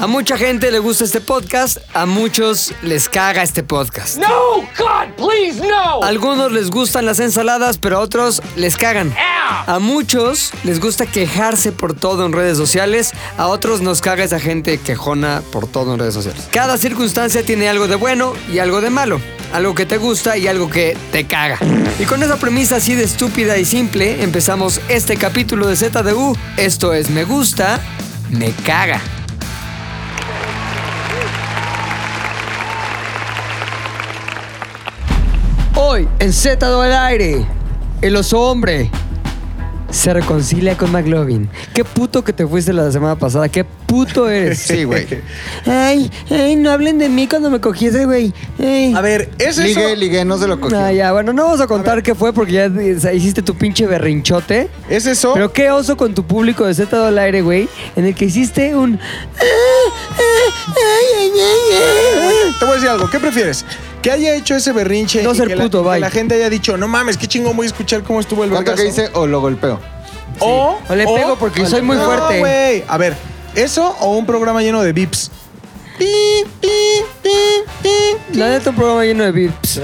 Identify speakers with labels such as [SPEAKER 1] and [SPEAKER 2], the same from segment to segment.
[SPEAKER 1] A mucha gente le gusta este podcast, a muchos les caga este podcast.
[SPEAKER 2] No, God, please, no.
[SPEAKER 1] A algunos les gustan las ensaladas, pero a otros les cagan. A muchos les gusta quejarse por todo en redes sociales, a otros nos caga esa gente quejona por todo en redes sociales. Cada circunstancia tiene algo de bueno y algo de malo, algo que te gusta y algo que te caga. Y con esa premisa así de estúpida y simple, empezamos este capítulo de ZDU. Esto es Me gusta, me caga. Hoy en Z2 al aire, el oso hombre se reconcilia con McLovin. Qué puto que te fuiste la semana pasada, qué puto eres.
[SPEAKER 3] Sí, güey.
[SPEAKER 1] Ay, ay, no hablen de mí cuando me cogí ese güey. Ay.
[SPEAKER 4] A ver, ¿es
[SPEAKER 3] Ligue,
[SPEAKER 4] eso,
[SPEAKER 3] ligue, no se lo cogió.
[SPEAKER 1] Ah, ya, bueno, no vamos a contar qué fue porque ya eh, sa- hiciste tu pinche berrinchote.
[SPEAKER 4] ¿es eso?
[SPEAKER 1] Pero qué oso con tu público de Z2 al aire, güey, en el que hiciste un... ah,
[SPEAKER 4] Te voy a decir algo, ¿qué prefieres? Que haya hecho ese berrinche
[SPEAKER 1] No
[SPEAKER 4] y
[SPEAKER 1] ser
[SPEAKER 4] que
[SPEAKER 1] puto,
[SPEAKER 4] la,
[SPEAKER 1] bye.
[SPEAKER 4] que la gente haya dicho, no mames, qué chingón voy a escuchar cómo estuvo el
[SPEAKER 3] ¿Cuánto
[SPEAKER 4] vergazo.
[SPEAKER 3] que dice o lo golpeo?
[SPEAKER 4] O,
[SPEAKER 1] O le pego porque
[SPEAKER 4] o le
[SPEAKER 1] soy muy
[SPEAKER 4] pego.
[SPEAKER 1] fuerte.
[SPEAKER 4] No, güey. A ver, ¿eso o un programa lleno de vips?
[SPEAKER 1] La neta, un programa lleno de vips.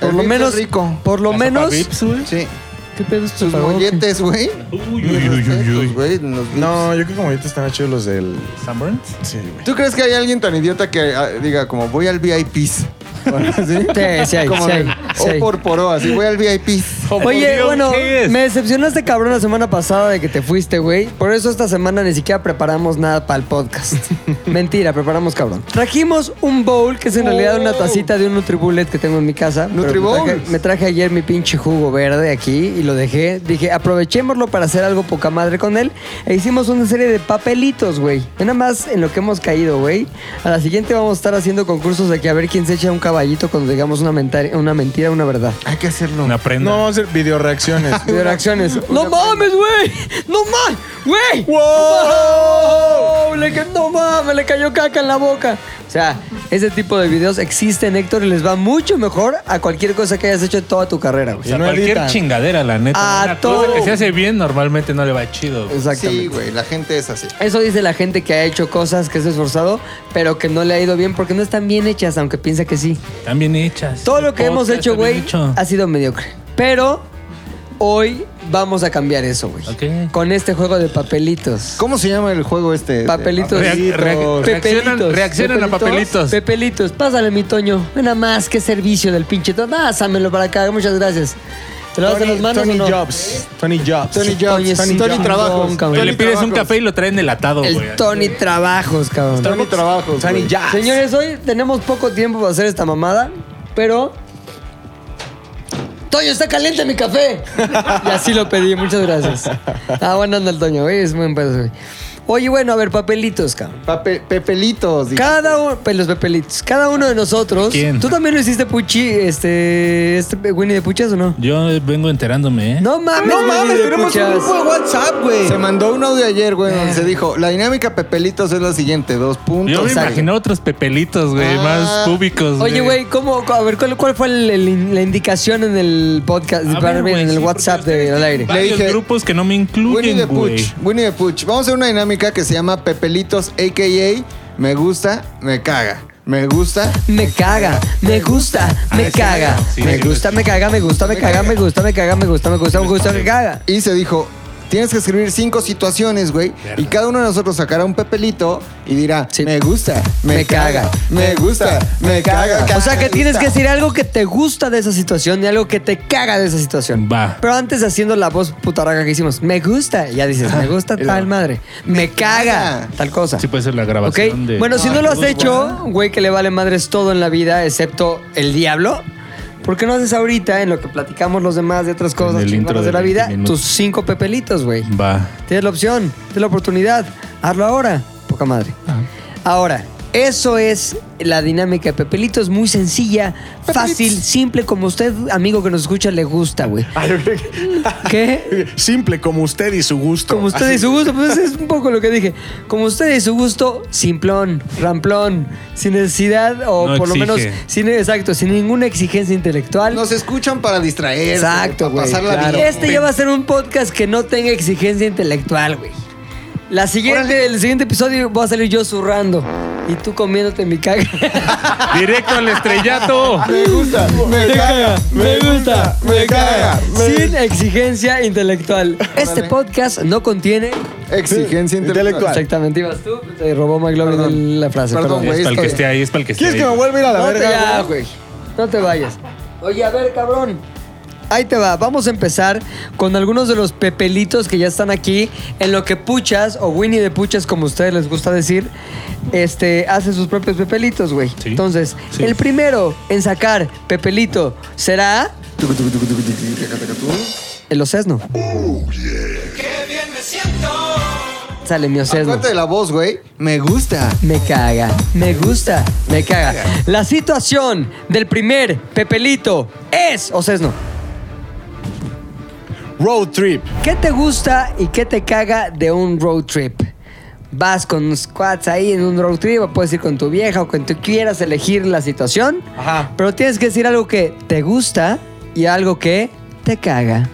[SPEAKER 1] Por
[SPEAKER 3] El
[SPEAKER 1] lo
[SPEAKER 3] Vips
[SPEAKER 1] menos...
[SPEAKER 3] es rico.
[SPEAKER 1] Por lo menos...
[SPEAKER 3] Sí.
[SPEAKER 1] ¿Qué pedo es tu
[SPEAKER 3] Sus
[SPEAKER 1] trabajo?
[SPEAKER 3] molletes, güey. Tus, güey, los Vips.
[SPEAKER 4] No, yo creo que como ahorita están chidos los del...
[SPEAKER 5] ¿Sunburns?
[SPEAKER 4] Sí, güey.
[SPEAKER 3] ¿Tú crees que hay alguien tan idiota que ah, diga como voy al VIPs? Bueno, ¿sí?
[SPEAKER 1] Sí, sí hay,
[SPEAKER 3] Como
[SPEAKER 1] sí hay,
[SPEAKER 3] de,
[SPEAKER 1] sí
[SPEAKER 3] O
[SPEAKER 1] hay.
[SPEAKER 3] por poro, así voy al VIPs.
[SPEAKER 1] Oye,
[SPEAKER 5] Dios,
[SPEAKER 1] bueno,
[SPEAKER 5] ¿qué es?
[SPEAKER 1] me decepcionaste cabrón la semana pasada de que te fuiste, güey. Por eso esta semana ni siquiera preparamos nada para el podcast. Mentira, preparamos cabrón. Trajimos un bowl que es en realidad una tacita de un Nutribullet que tengo en mi casa. pero
[SPEAKER 3] Nutribowl.
[SPEAKER 1] Me traje, me traje ayer mi pinche jugo verde aquí y lo dejé. Dije, aprovechémoslo para hacer algo poca madre con él. E hicimos una serie de papelitos, güey. Ve Nada más en lo que hemos caído, güey. A la siguiente vamos a estar haciendo concursos de que a ver quién se echa un caballito cuando digamos una, mentari- una mentira, una verdad.
[SPEAKER 3] Hay que hacerlo.
[SPEAKER 5] Una prenda.
[SPEAKER 4] No, vamos a hacer video reacciones.
[SPEAKER 1] De reacciones. ¡No mames, güey! ¡No mames! ¡Güey! ¡Wow! Le ca- ¡No mames! Le cayó caca en la boca. O sea, ese tipo de videos existen, Héctor, y les va mucho mejor a cualquier cosa que hayas hecho en toda tu carrera,
[SPEAKER 5] O
[SPEAKER 1] güey.
[SPEAKER 5] sea,
[SPEAKER 4] Y no
[SPEAKER 5] cualquier
[SPEAKER 4] editan.
[SPEAKER 5] chingadera, la neta.
[SPEAKER 1] A
[SPEAKER 5] Una cosa
[SPEAKER 1] todo.
[SPEAKER 5] que se hace bien normalmente no le va chido. güey.
[SPEAKER 1] Exactamente.
[SPEAKER 3] Sí, güey, la gente es así.
[SPEAKER 1] Eso dice la gente que ha hecho cosas, que se ha esforzado, pero que no le ha ido bien porque no están bien hechas, aunque piensa que sí.
[SPEAKER 5] Están bien hechas.
[SPEAKER 1] Todo lo que
[SPEAKER 5] Podcast,
[SPEAKER 1] hemos hecho,
[SPEAKER 5] está bien
[SPEAKER 1] güey,
[SPEAKER 5] hecho.
[SPEAKER 1] ha sido mediocre. Pero hoy vamos a cambiar eso, güey.
[SPEAKER 5] Ok.
[SPEAKER 1] Con este juego de papelitos.
[SPEAKER 3] ¿Cómo se llama el juego
[SPEAKER 4] Eh,
[SPEAKER 3] este?
[SPEAKER 1] Papelitos.
[SPEAKER 5] Reac- reac- reaccionan
[SPEAKER 1] Pepelitos.
[SPEAKER 5] reaccionan a papelitos.
[SPEAKER 1] Pepelitos. Pásale, mi Toño. Nada más, qué servicio del pinche Toño. Pásamelo para acá. Muchas gracias. ¿Te lo das en las manos
[SPEAKER 4] Tony
[SPEAKER 1] o no?
[SPEAKER 4] Jobs. Tony Jobs.
[SPEAKER 1] Tony Jobs.
[SPEAKER 4] Tony
[SPEAKER 1] Tony
[SPEAKER 4] Jobs.
[SPEAKER 1] Trabajos.
[SPEAKER 5] Güey,
[SPEAKER 1] Tony
[SPEAKER 5] le pides un
[SPEAKER 3] Trabajos.
[SPEAKER 5] café y lo traen delatado, güey.
[SPEAKER 1] El Tony Trabajos, cabrón.
[SPEAKER 3] Tony Trabajos.
[SPEAKER 4] Tony
[SPEAKER 3] güey.
[SPEAKER 4] Jobs.
[SPEAKER 1] Señores, hoy tenemos poco tiempo para hacer esta mamada, pero... Toño, está caliente mi café. y así lo pedí, muchas gracias. Ah, bueno, anda el Toño, güey. Es muy pedo, güey. Oye, bueno, a ver, papelitos, cabrón.
[SPEAKER 3] Pape- pepelitos. dije.
[SPEAKER 1] Cada uno, pues, los pepelitos, cada uno de nosotros.
[SPEAKER 5] ¿Quién?
[SPEAKER 1] ¿Tú también lo hiciste Puchi, este, este Winnie de Puchas o no?
[SPEAKER 5] Yo vengo enterándome, ¿eh?
[SPEAKER 1] No mames,
[SPEAKER 4] No
[SPEAKER 1] Winnie
[SPEAKER 4] mames,
[SPEAKER 1] de
[SPEAKER 4] tenemos un
[SPEAKER 1] Puchas.
[SPEAKER 4] grupo de WhatsApp, güey.
[SPEAKER 3] Se mandó un audio ayer, güey, donde
[SPEAKER 1] Eh.
[SPEAKER 3] se dijo, la dinámica Pepelitos es la siguiente, dos puntos.
[SPEAKER 5] Yo me
[SPEAKER 3] Exacto.
[SPEAKER 5] imaginé otros pepelitos, güey,
[SPEAKER 3] Ah.
[SPEAKER 5] más públicos.
[SPEAKER 1] Oye, güey, ¿cómo, a ver, ¿cuál, cuál fue el- el- la indicación en el podcast,
[SPEAKER 5] A ver,
[SPEAKER 1] para-
[SPEAKER 5] güey,
[SPEAKER 1] en
[SPEAKER 5] sí,
[SPEAKER 1] el
[SPEAKER 5] porque
[SPEAKER 1] WhatsApp
[SPEAKER 5] ustedes
[SPEAKER 1] de al aire?
[SPEAKER 3] Le
[SPEAKER 5] Varios
[SPEAKER 3] dije-
[SPEAKER 5] grupos que no me
[SPEAKER 3] Winnie the
[SPEAKER 5] incluyen, güey.
[SPEAKER 3] Pooch, Winnie the Pooch. Vamos a hacer una dinámica que se llama Pepelitos, a.k.a. Me gusta, me caga. Me gusta.
[SPEAKER 1] Me caga, me gusta, me caga.
[SPEAKER 5] Ah, sí,
[SPEAKER 1] Me
[SPEAKER 5] sí,
[SPEAKER 1] gusta, me caga, me gusta, me caga, me gusta, me caga, me gusta, me gusta, me gusta, me caga.
[SPEAKER 3] Y se dijo, tienes que escribir cinco situaciones, güey. Y cada uno de nosotros sacará un Pepelito y dirá,
[SPEAKER 1] Sí.
[SPEAKER 3] me gusta, me,
[SPEAKER 1] Me caga.
[SPEAKER 3] caga, me gusta, me caga.
[SPEAKER 1] O sea que tienes que
[SPEAKER 3] gusta".
[SPEAKER 1] decir algo que te gusta de esa situación y algo que te caga de esa situación.
[SPEAKER 5] Va.
[SPEAKER 1] Pero antes haciendo la voz putarraga que hicimos, me gusta, ya dices, me gusta tal madre, me caga
[SPEAKER 3] caga.
[SPEAKER 1] tal cosa.
[SPEAKER 5] Sí puede ser la
[SPEAKER 1] ¿Ok?
[SPEAKER 5] grabación de... Ah,
[SPEAKER 1] Bueno, si
[SPEAKER 3] Ay,
[SPEAKER 1] no lo has
[SPEAKER 3] qué
[SPEAKER 1] hecho,
[SPEAKER 3] buena.
[SPEAKER 1] güey, que le vale madres todo en la vida, excepto el diablo. ¿Por qué no haces ahorita, en lo que platicamos los demás de otras cosas
[SPEAKER 5] el
[SPEAKER 1] chingonas
[SPEAKER 5] intro
[SPEAKER 1] de,
[SPEAKER 5] de
[SPEAKER 1] la vida,
[SPEAKER 5] 20 minutos.
[SPEAKER 1] tus cinco pepelitos, güey?
[SPEAKER 5] Va.
[SPEAKER 1] Tienes la opción, tienes la oportunidad. Hazlo ahora. Poca madre.
[SPEAKER 5] Ah.
[SPEAKER 1] Ahora, eso es la dinámica de Pepelito. Es muy sencilla, fácil, simple, como usted, amigo que nos escucha, le gusta, güey. ¿Qué?
[SPEAKER 4] Simple, como usted y su gusto.
[SPEAKER 1] Como usted y su gusto, pues es un poco lo que dije. Como usted y su gusto, simplón, ramplón, sin necesidad o
[SPEAKER 5] No
[SPEAKER 1] por lo menos
[SPEAKER 5] exige.
[SPEAKER 1] sin exacto, sin ninguna exigencia intelectual.
[SPEAKER 3] Nos escuchan para distraer.
[SPEAKER 1] Exacto,
[SPEAKER 3] para
[SPEAKER 1] güey.
[SPEAKER 3] pasarla
[SPEAKER 1] claro.
[SPEAKER 3] bien.
[SPEAKER 1] Este ya va a ser un podcast que no tenga exigencia intelectual, güey. La siguiente, el siguiente episodio voy a salir yo zurrando. Y tú comiéndote mi caga.
[SPEAKER 5] Directo al estrellato.
[SPEAKER 3] Me gusta, me caga, me gusta, me caga.
[SPEAKER 1] Sin exigencia intelectual. Este podcast no contiene.
[SPEAKER 3] Exigencia intelectual.
[SPEAKER 1] Exactamente, ibas tú. Te robó McLovin el- la frase.
[SPEAKER 3] Perdón,
[SPEAKER 1] Perdón,
[SPEAKER 5] Es
[SPEAKER 3] güey.
[SPEAKER 5] para el que esté ahí, es para el que esté
[SPEAKER 4] ¿Quieres
[SPEAKER 5] ahí.
[SPEAKER 4] que me vuelva a ir a la
[SPEAKER 1] No te,
[SPEAKER 4] verga?
[SPEAKER 1] ya,
[SPEAKER 4] güey?
[SPEAKER 1] güey. No te vayas. Oye, a ver, cabrón. Ahí te va. Vamos a empezar con algunos de los pepelitos que ya están aquí. En lo que Puchas, o Winnie de Puchas, como ustedes les gusta decir, este, hace sus propios pepelitos, güey.
[SPEAKER 5] Sí.
[SPEAKER 1] Entonces,
[SPEAKER 5] Sí.
[SPEAKER 1] el primero en sacar pepelito será el Ocesno. Sale mi Ocesno.
[SPEAKER 3] Acuérdate de la voz, güey. Me gusta.
[SPEAKER 1] Me caga, me gusta, me caga. La situación del primer Pepelito es, o sea, es no.
[SPEAKER 4] Road trip.
[SPEAKER 1] ¿Qué te gusta y qué te caga de un road trip? Vas con unos squats ahí en un road trip, o puedes ir con tu vieja o con tu quieras elegir la situación.
[SPEAKER 4] Ajá.
[SPEAKER 1] Pero tienes que decir algo que te gusta y algo que te caga.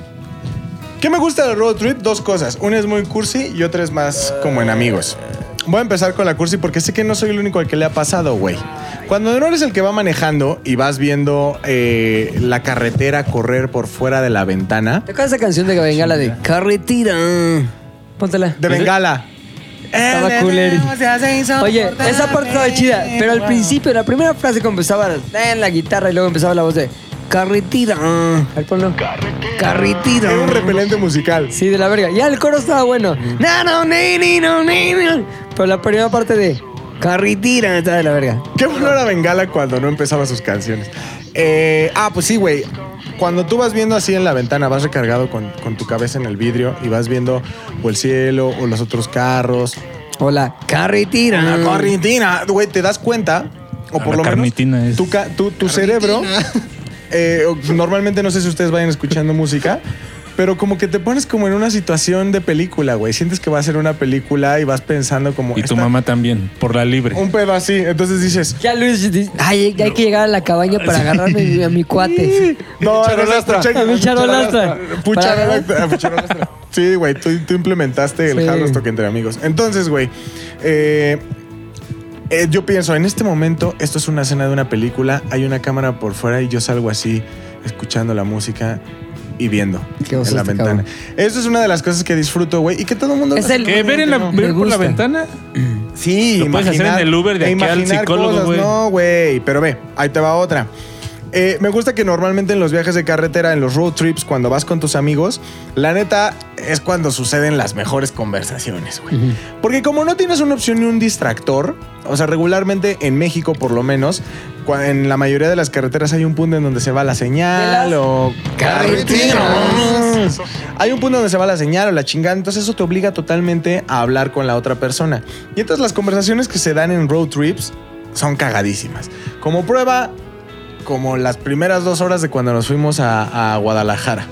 [SPEAKER 4] ¿Qué me gusta del road trip? Dos cosas. Una es muy cursi y otra es más como en amigos. Voy a empezar con la cursi porque sé que no soy el único al que le ha pasado, güey. Cuando no eres el que va manejando y vas viendo eh, la carretera correr por fuera de la ventana.
[SPEAKER 1] ¿Te acuerdas de esa canción de Bengala de Carretera? Póntela.
[SPEAKER 4] De Bengala.
[SPEAKER 1] Estaba culero. Oye, esa parte estaba chida, pero al principio, la primera frase que empezaba era "Ten la guitarra y luego empezaba la voz de carretera. A ver, ponlo. Carretera.
[SPEAKER 4] Eh, Era un repelente musical.
[SPEAKER 1] Sí, de la verga. Ya el coro estaba bueno. No, no, ni, ni, no, ni, ni. Pero la primera parte de carretera estaba de la verga.
[SPEAKER 4] Qué bueno era Bengala cuando no empezaba sus canciones. Eh, ah, pues sí, güey. Cuando tú vas viendo así en la ventana, vas recargado con, con tu cabeza en el vidrio y vas viendo o el cielo o los otros carros.
[SPEAKER 1] Hola, carretera.
[SPEAKER 4] La carnitina, güey, te das cuenta, o
[SPEAKER 5] Ah,
[SPEAKER 4] por
[SPEAKER 5] la
[SPEAKER 4] lo menos
[SPEAKER 5] carnitina es-
[SPEAKER 4] tu, ca- tu- tu cerebro, eh, o- normalmente no sé si ustedes vayan escuchando música, pero como que te pones como en una situación de película, güey. Sientes que va a ser una película y vas pensando como...
[SPEAKER 5] Y tu
[SPEAKER 4] "Esta-
[SPEAKER 5] mamá también, por la libre.
[SPEAKER 4] Un pedo así, entonces dices...
[SPEAKER 1] Ya Luis dice, ay, hay que llegar a la cabaña para agarrarme a mi- a mi cuate.
[SPEAKER 4] No,
[SPEAKER 3] Charolastra.
[SPEAKER 4] no, no,
[SPEAKER 1] A mi charolastra.
[SPEAKER 4] Pucharolastra. Pucharolastra. Sí, güey, tú, tú implementaste el
[SPEAKER 1] Sí.
[SPEAKER 4] hard stock entre amigos. Entonces, güey, eh, eh, yo pienso, en este momento, esto es una escena de una película, hay una cámara por fuera y yo salgo así, escuchando la música y viendo
[SPEAKER 1] Qué oso
[SPEAKER 4] en la
[SPEAKER 1] este
[SPEAKER 4] ventana. Eso es una de las cosas que disfruto, güey, y que todo el mundo...
[SPEAKER 1] Es el-
[SPEAKER 5] ¿Qué? ¿Ver, en la,
[SPEAKER 1] Me
[SPEAKER 5] ver por
[SPEAKER 1] gusta.
[SPEAKER 5] la ventana?
[SPEAKER 4] Sí,
[SPEAKER 5] Lo puedes hacer en el Uber de
[SPEAKER 4] e
[SPEAKER 5] aquí al
[SPEAKER 4] imaginar
[SPEAKER 5] psicólogo,
[SPEAKER 4] cosas.
[SPEAKER 5] güey.
[SPEAKER 4] No, güey, pero ve, ahí te va otra. Eh, me gusta que normalmente en los viajes de carretera, en los road trips, cuando vas con tus amigos, la neta es cuando suceden las mejores conversaciones, güey. Porque como no tienes una opción ni un distractor, o sea, regularmente en México por lo menos, cua- en la mayoría de las carreteras hay un punto en donde se va la señal
[SPEAKER 1] De las
[SPEAKER 4] o...
[SPEAKER 3] carreteras.
[SPEAKER 4] Hay un punto donde se va la señal o la chingada, entonces eso te obliga totalmente a hablar con la otra persona. Y entonces las conversaciones que se dan en road trips son cagadísimas. Como prueba, como las primeras dos horas de cuando nos fuimos a, a Guadalajara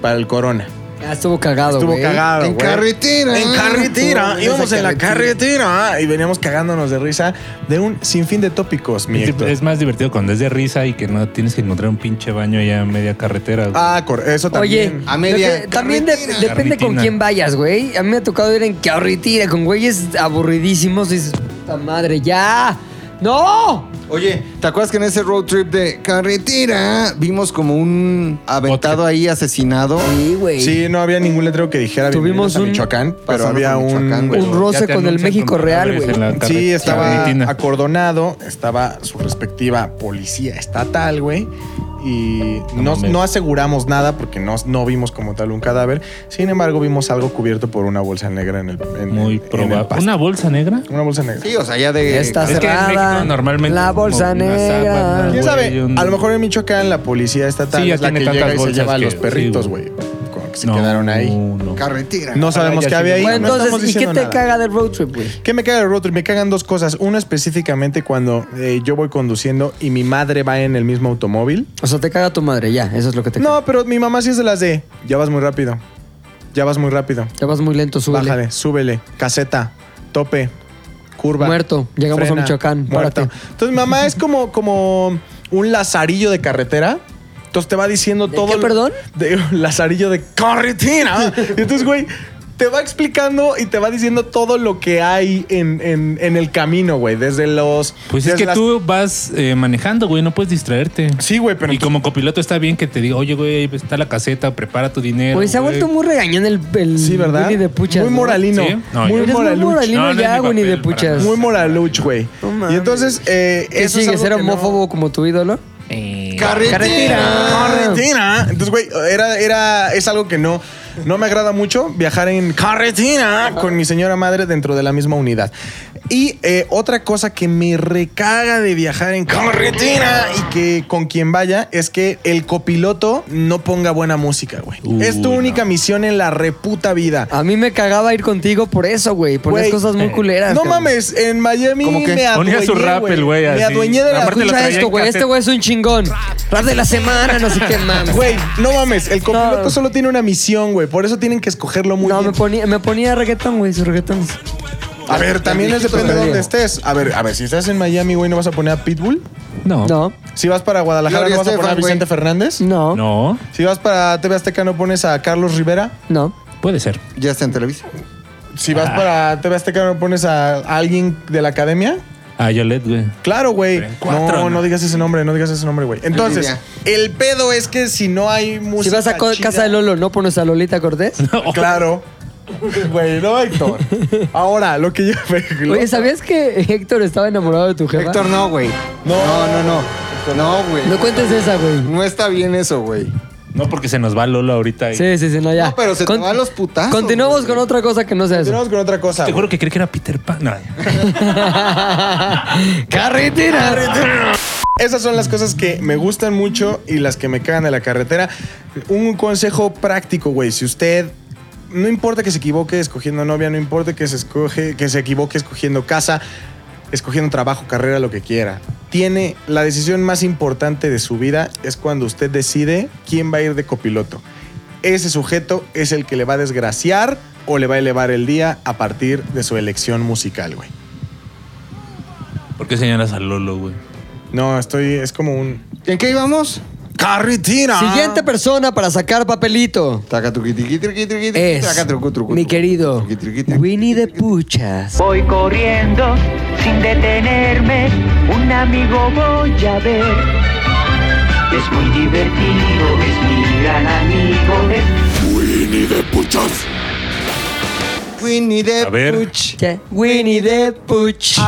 [SPEAKER 4] para el Corona.
[SPEAKER 1] Ya estuvo cagado,
[SPEAKER 4] Estuvo
[SPEAKER 1] güey.
[SPEAKER 4] cagado.
[SPEAKER 3] En
[SPEAKER 4] güey.
[SPEAKER 3] carretera.
[SPEAKER 4] En
[SPEAKER 1] Estuvo
[SPEAKER 4] carretera.
[SPEAKER 1] en
[SPEAKER 4] Íbamos
[SPEAKER 1] esa
[SPEAKER 4] en la carretera y veníamos cagándonos de risa de un sinfín de tópicos, mi
[SPEAKER 5] Es,
[SPEAKER 4] Héctor.
[SPEAKER 5] es más divertido cuando es de risa y que no tienes que encontrar un pinche baño allá a media carretera. güey.
[SPEAKER 4] Ah, cor- eso
[SPEAKER 1] Oye,
[SPEAKER 4] también.
[SPEAKER 3] A media
[SPEAKER 1] lo que- también de-
[SPEAKER 3] carretera.
[SPEAKER 1] depende con
[SPEAKER 5] Carnitina.
[SPEAKER 1] quién vayas, güey. A mí me ha tocado ir en carretera con güeyes aburridísimos y dices, puta madre, ya. ¡No!
[SPEAKER 3] Oye, ¿te acuerdas que en ese road trip de carretera vimos como un aventado ahí asesinado?
[SPEAKER 1] Sí, güey.
[SPEAKER 4] Sí, no había ningún letrero que dijera
[SPEAKER 1] Tuvimos
[SPEAKER 4] "Bienvenidos a
[SPEAKER 1] un-
[SPEAKER 4] Michoacán, pero
[SPEAKER 3] Pasando
[SPEAKER 4] había
[SPEAKER 3] por Michoacán,
[SPEAKER 4] un,
[SPEAKER 3] güey.
[SPEAKER 1] un roce
[SPEAKER 5] Ya te
[SPEAKER 1] con el
[SPEAKER 5] anuncian
[SPEAKER 1] México
[SPEAKER 5] con
[SPEAKER 1] real,
[SPEAKER 5] cadáveres
[SPEAKER 1] güey.
[SPEAKER 5] en la carre-
[SPEAKER 4] Sí, estaba
[SPEAKER 5] carnitina.
[SPEAKER 4] acordonado, estaba su respectiva policía estatal, güey. Y no,
[SPEAKER 5] mames.
[SPEAKER 4] no aseguramos nada porque no, no vimos como tal un cadáver. Sin embargo, vimos algo cubierto por una bolsa negra en el. en-
[SPEAKER 5] Muy
[SPEAKER 4] en el
[SPEAKER 5] probable.
[SPEAKER 4] pasto.
[SPEAKER 5] ¿Una bolsa negra?
[SPEAKER 4] Una bolsa negra.
[SPEAKER 3] Sí, o sea, ya de.
[SPEAKER 1] Está
[SPEAKER 5] es que en
[SPEAKER 1] cerrada.
[SPEAKER 5] México normalmente
[SPEAKER 1] la
[SPEAKER 5] es como
[SPEAKER 1] bolsa
[SPEAKER 5] una sábana,
[SPEAKER 1] negra.
[SPEAKER 4] ¿Quién
[SPEAKER 5] güey,
[SPEAKER 4] sabe?
[SPEAKER 5] un-
[SPEAKER 4] A lo mejor en Michoacán la policía estatal
[SPEAKER 5] Sí, ya
[SPEAKER 4] es la que
[SPEAKER 5] tiene
[SPEAKER 4] llega
[SPEAKER 5] tantas
[SPEAKER 4] y se
[SPEAKER 5] bolsas
[SPEAKER 4] lleva a
[SPEAKER 5] que-
[SPEAKER 4] los perritos,
[SPEAKER 5] sí,
[SPEAKER 4] güey.
[SPEAKER 5] güey.
[SPEAKER 4] como que se
[SPEAKER 5] No,
[SPEAKER 4] quedaron ahí.
[SPEAKER 5] no.
[SPEAKER 3] Carretera.
[SPEAKER 4] No sabemos
[SPEAKER 5] ya
[SPEAKER 4] qué
[SPEAKER 5] sí
[SPEAKER 4] había ahí.
[SPEAKER 5] vi.
[SPEAKER 1] Bueno,
[SPEAKER 4] no
[SPEAKER 1] entonces,
[SPEAKER 4] estamos
[SPEAKER 1] ¿y qué
[SPEAKER 4] diciendo
[SPEAKER 1] te
[SPEAKER 4] nada.
[SPEAKER 1] caga del road trip, güey?
[SPEAKER 4] ¿Qué me caga el road trip? Me cagan dos cosas. Una específicamente cuando eh, yo voy conduciendo y mi madre va en el mismo automóvil.
[SPEAKER 1] O sea, te caga tu madre, ya. Eso es lo que te caga.
[SPEAKER 4] No, pero mi mamá sí es de las de. Ya vas muy rápido. Ya vas muy rápido.
[SPEAKER 1] Te vas muy lento, súbele.
[SPEAKER 4] Bájale, súbele. Caseta, tope, curva.
[SPEAKER 1] Muerto. Llegamos
[SPEAKER 4] frena,
[SPEAKER 1] a Michoacán.
[SPEAKER 4] Muerto.
[SPEAKER 1] Párate.
[SPEAKER 4] Entonces, mi mamá es como, como un lazarillo de carretera. Entonces te va diciendo
[SPEAKER 1] ¿De
[SPEAKER 4] todo.
[SPEAKER 1] qué,
[SPEAKER 4] lo-
[SPEAKER 1] perdón?
[SPEAKER 4] De un lazarillo de carretera. Y entonces, güey. te va explicando y te va diciendo todo lo que hay en, en- en el camino, güey. Desde los.
[SPEAKER 5] Pues es
[SPEAKER 4] desde
[SPEAKER 5] que
[SPEAKER 4] las-
[SPEAKER 5] tú vas eh, manejando, güey, no puedes distraerte.
[SPEAKER 4] Sí, güey, pero
[SPEAKER 5] Y como copiloto está bien que te diga, oye, güey, está la caseta, prepara tu dinero.
[SPEAKER 1] Güey,
[SPEAKER 4] Pues
[SPEAKER 1] se ha
[SPEAKER 5] güey".
[SPEAKER 1] vuelto muy regañón el, el
[SPEAKER 4] Sí, ¿verdad?
[SPEAKER 1] Winnie de Puchas.
[SPEAKER 4] Muy
[SPEAKER 1] ¿no?
[SPEAKER 4] moralino.
[SPEAKER 5] Sí. No,
[SPEAKER 4] muy
[SPEAKER 5] yo-
[SPEAKER 1] Eres muy
[SPEAKER 4] moralucho.
[SPEAKER 1] moralucho.
[SPEAKER 5] No, no es
[SPEAKER 1] ya,
[SPEAKER 5] mi papel,
[SPEAKER 1] Winnie de
[SPEAKER 5] para
[SPEAKER 1] Puchas.
[SPEAKER 5] nada.
[SPEAKER 4] Muy moraluch, güey.
[SPEAKER 1] No mames.
[SPEAKER 4] y entonces, eh,
[SPEAKER 1] ¿Qué
[SPEAKER 4] eso es
[SPEAKER 1] sigue?
[SPEAKER 4] algo
[SPEAKER 1] ¿Ser
[SPEAKER 4] que no-
[SPEAKER 1] homófobo como tu ídolo?
[SPEAKER 5] Eh,
[SPEAKER 3] Carretera.
[SPEAKER 4] Carretina. Entonces, güey, era, era, es algo que no, no me agrada mucho viajar en carretina con mi señora madre dentro de la misma unidad. Y eh, otra cosa que me recaga de viajar en carretina y que con quien vaya es que el copiloto no ponga buena música, güey.
[SPEAKER 5] Uy,
[SPEAKER 4] es
[SPEAKER 5] no.
[SPEAKER 4] tu única misión en la reputa vida.
[SPEAKER 1] A mí me cagaba ir contigo por eso, güey. Ah, Por las
[SPEAKER 4] Güey, eh,
[SPEAKER 1] cosas muy culeras.
[SPEAKER 4] No
[SPEAKER 1] cabrón.
[SPEAKER 4] mames, en Miami
[SPEAKER 3] ¿Cómo que?
[SPEAKER 4] me adueñé,
[SPEAKER 5] Ponía su rap, el güey,
[SPEAKER 4] Me
[SPEAKER 5] así.
[SPEAKER 4] adueñé de la
[SPEAKER 5] Aparte lo
[SPEAKER 1] Escucha
[SPEAKER 5] traía
[SPEAKER 1] esto,
[SPEAKER 5] en
[SPEAKER 1] güey.
[SPEAKER 5] cassette.
[SPEAKER 1] Este güey es un chingón. Rap de la semana, no sé qué mames.
[SPEAKER 4] Güey, no mames, el copiloto
[SPEAKER 1] No.
[SPEAKER 4] solo tiene una misión, güey. Por eso tienen que escogerlo muy
[SPEAKER 1] no,
[SPEAKER 4] bien.
[SPEAKER 1] me ponía, me ponía reggaetón, güey, sus reggaetones.
[SPEAKER 4] A ver, también es depende de dónde estés. A ver, a ver, si estás en Miami, güey, ¿no vas a poner a Pitbull?
[SPEAKER 5] no. No.
[SPEAKER 1] No,
[SPEAKER 4] Si vas para Guadalajara,
[SPEAKER 3] Gloria
[SPEAKER 4] ¿no vas a poner a
[SPEAKER 3] Estefan,
[SPEAKER 4] Vicente
[SPEAKER 3] güey.
[SPEAKER 4] Fernández?
[SPEAKER 1] no, no.
[SPEAKER 4] Si vas para TV Azteca, ¿no pones a Carlos Rivera?
[SPEAKER 5] Puede ser.
[SPEAKER 3] Ya está en Televisa.
[SPEAKER 4] Si vas para TV Azteca, ¿no pones a alguien de la academia?
[SPEAKER 5] Ah, Yolette, güey.
[SPEAKER 4] Claro, güey.
[SPEAKER 5] Pero en cuatro,
[SPEAKER 4] No,
[SPEAKER 5] ¿no?
[SPEAKER 4] no digas ese nombre, no digas ese nombre, güey. Entonces, el pedo es que si no hay música.
[SPEAKER 1] Si vas a co-
[SPEAKER 4] chida-
[SPEAKER 1] casa de Lolo, ¿no pones a Lolita Cortés?
[SPEAKER 4] Claro. Güey, no, Héctor. Ahora, lo que yo.
[SPEAKER 1] Oye, ¿sabías que Héctor estaba enamorado de tu jefa?
[SPEAKER 3] Héctor, no, güey.
[SPEAKER 4] No.
[SPEAKER 3] No, no, no. No, güey.
[SPEAKER 1] No cuentes esa, güey.
[SPEAKER 3] No está bien eso, güey.
[SPEAKER 5] No, porque se nos va Lolo ahorita. y-
[SPEAKER 1] Sí, sí, sí, no, ya.
[SPEAKER 3] No, pero se te
[SPEAKER 1] Con-
[SPEAKER 3] van los putazos.
[SPEAKER 1] Continuamos
[SPEAKER 3] güey.
[SPEAKER 1] con otra cosa que no sea eso.
[SPEAKER 4] Continuamos con otra cosa.
[SPEAKER 5] Te
[SPEAKER 4] güey.
[SPEAKER 5] juro que creí que era Peter Pan. No, ya.
[SPEAKER 1] ¡Carretera!
[SPEAKER 4] Esas son las cosas que me gustan mucho y las que me cagan de la carretera. Un consejo práctico, güey. Si usted. No importa que se equivoque escogiendo novia, no importa que se, escoge, que se equivoque escogiendo casa, escogiendo trabajo, carrera, lo que quiera. Tiene la decisión más importante de su vida es cuando usted decide quién va a ir de copiloto. Ese sujeto es el que le va a desgraciar o le va a elevar el día a partir de su elección musical, güey.
[SPEAKER 5] ¿Por qué señalas a Lolo, güey?
[SPEAKER 4] No, estoy. Es como un.
[SPEAKER 3] ¿En qué íbamos?
[SPEAKER 4] ¡Carretera!
[SPEAKER 1] Ah. Siguiente persona para sacar papelito
[SPEAKER 3] Tacatuquitiquitriquitriquitriqui,
[SPEAKER 1] es
[SPEAKER 3] tacatrucutrucu.
[SPEAKER 1] mi querido
[SPEAKER 3] Triquitriquitriqui.
[SPEAKER 1] Winnie de Puchas.
[SPEAKER 6] Voy corriendo sin detenerme, un amigo voy a ver. Es muy divertido, es mi gran amigo, es
[SPEAKER 3] Winnie the
[SPEAKER 5] A ver.
[SPEAKER 3] Pooch.
[SPEAKER 1] ¿Qué? Winnie the Puch.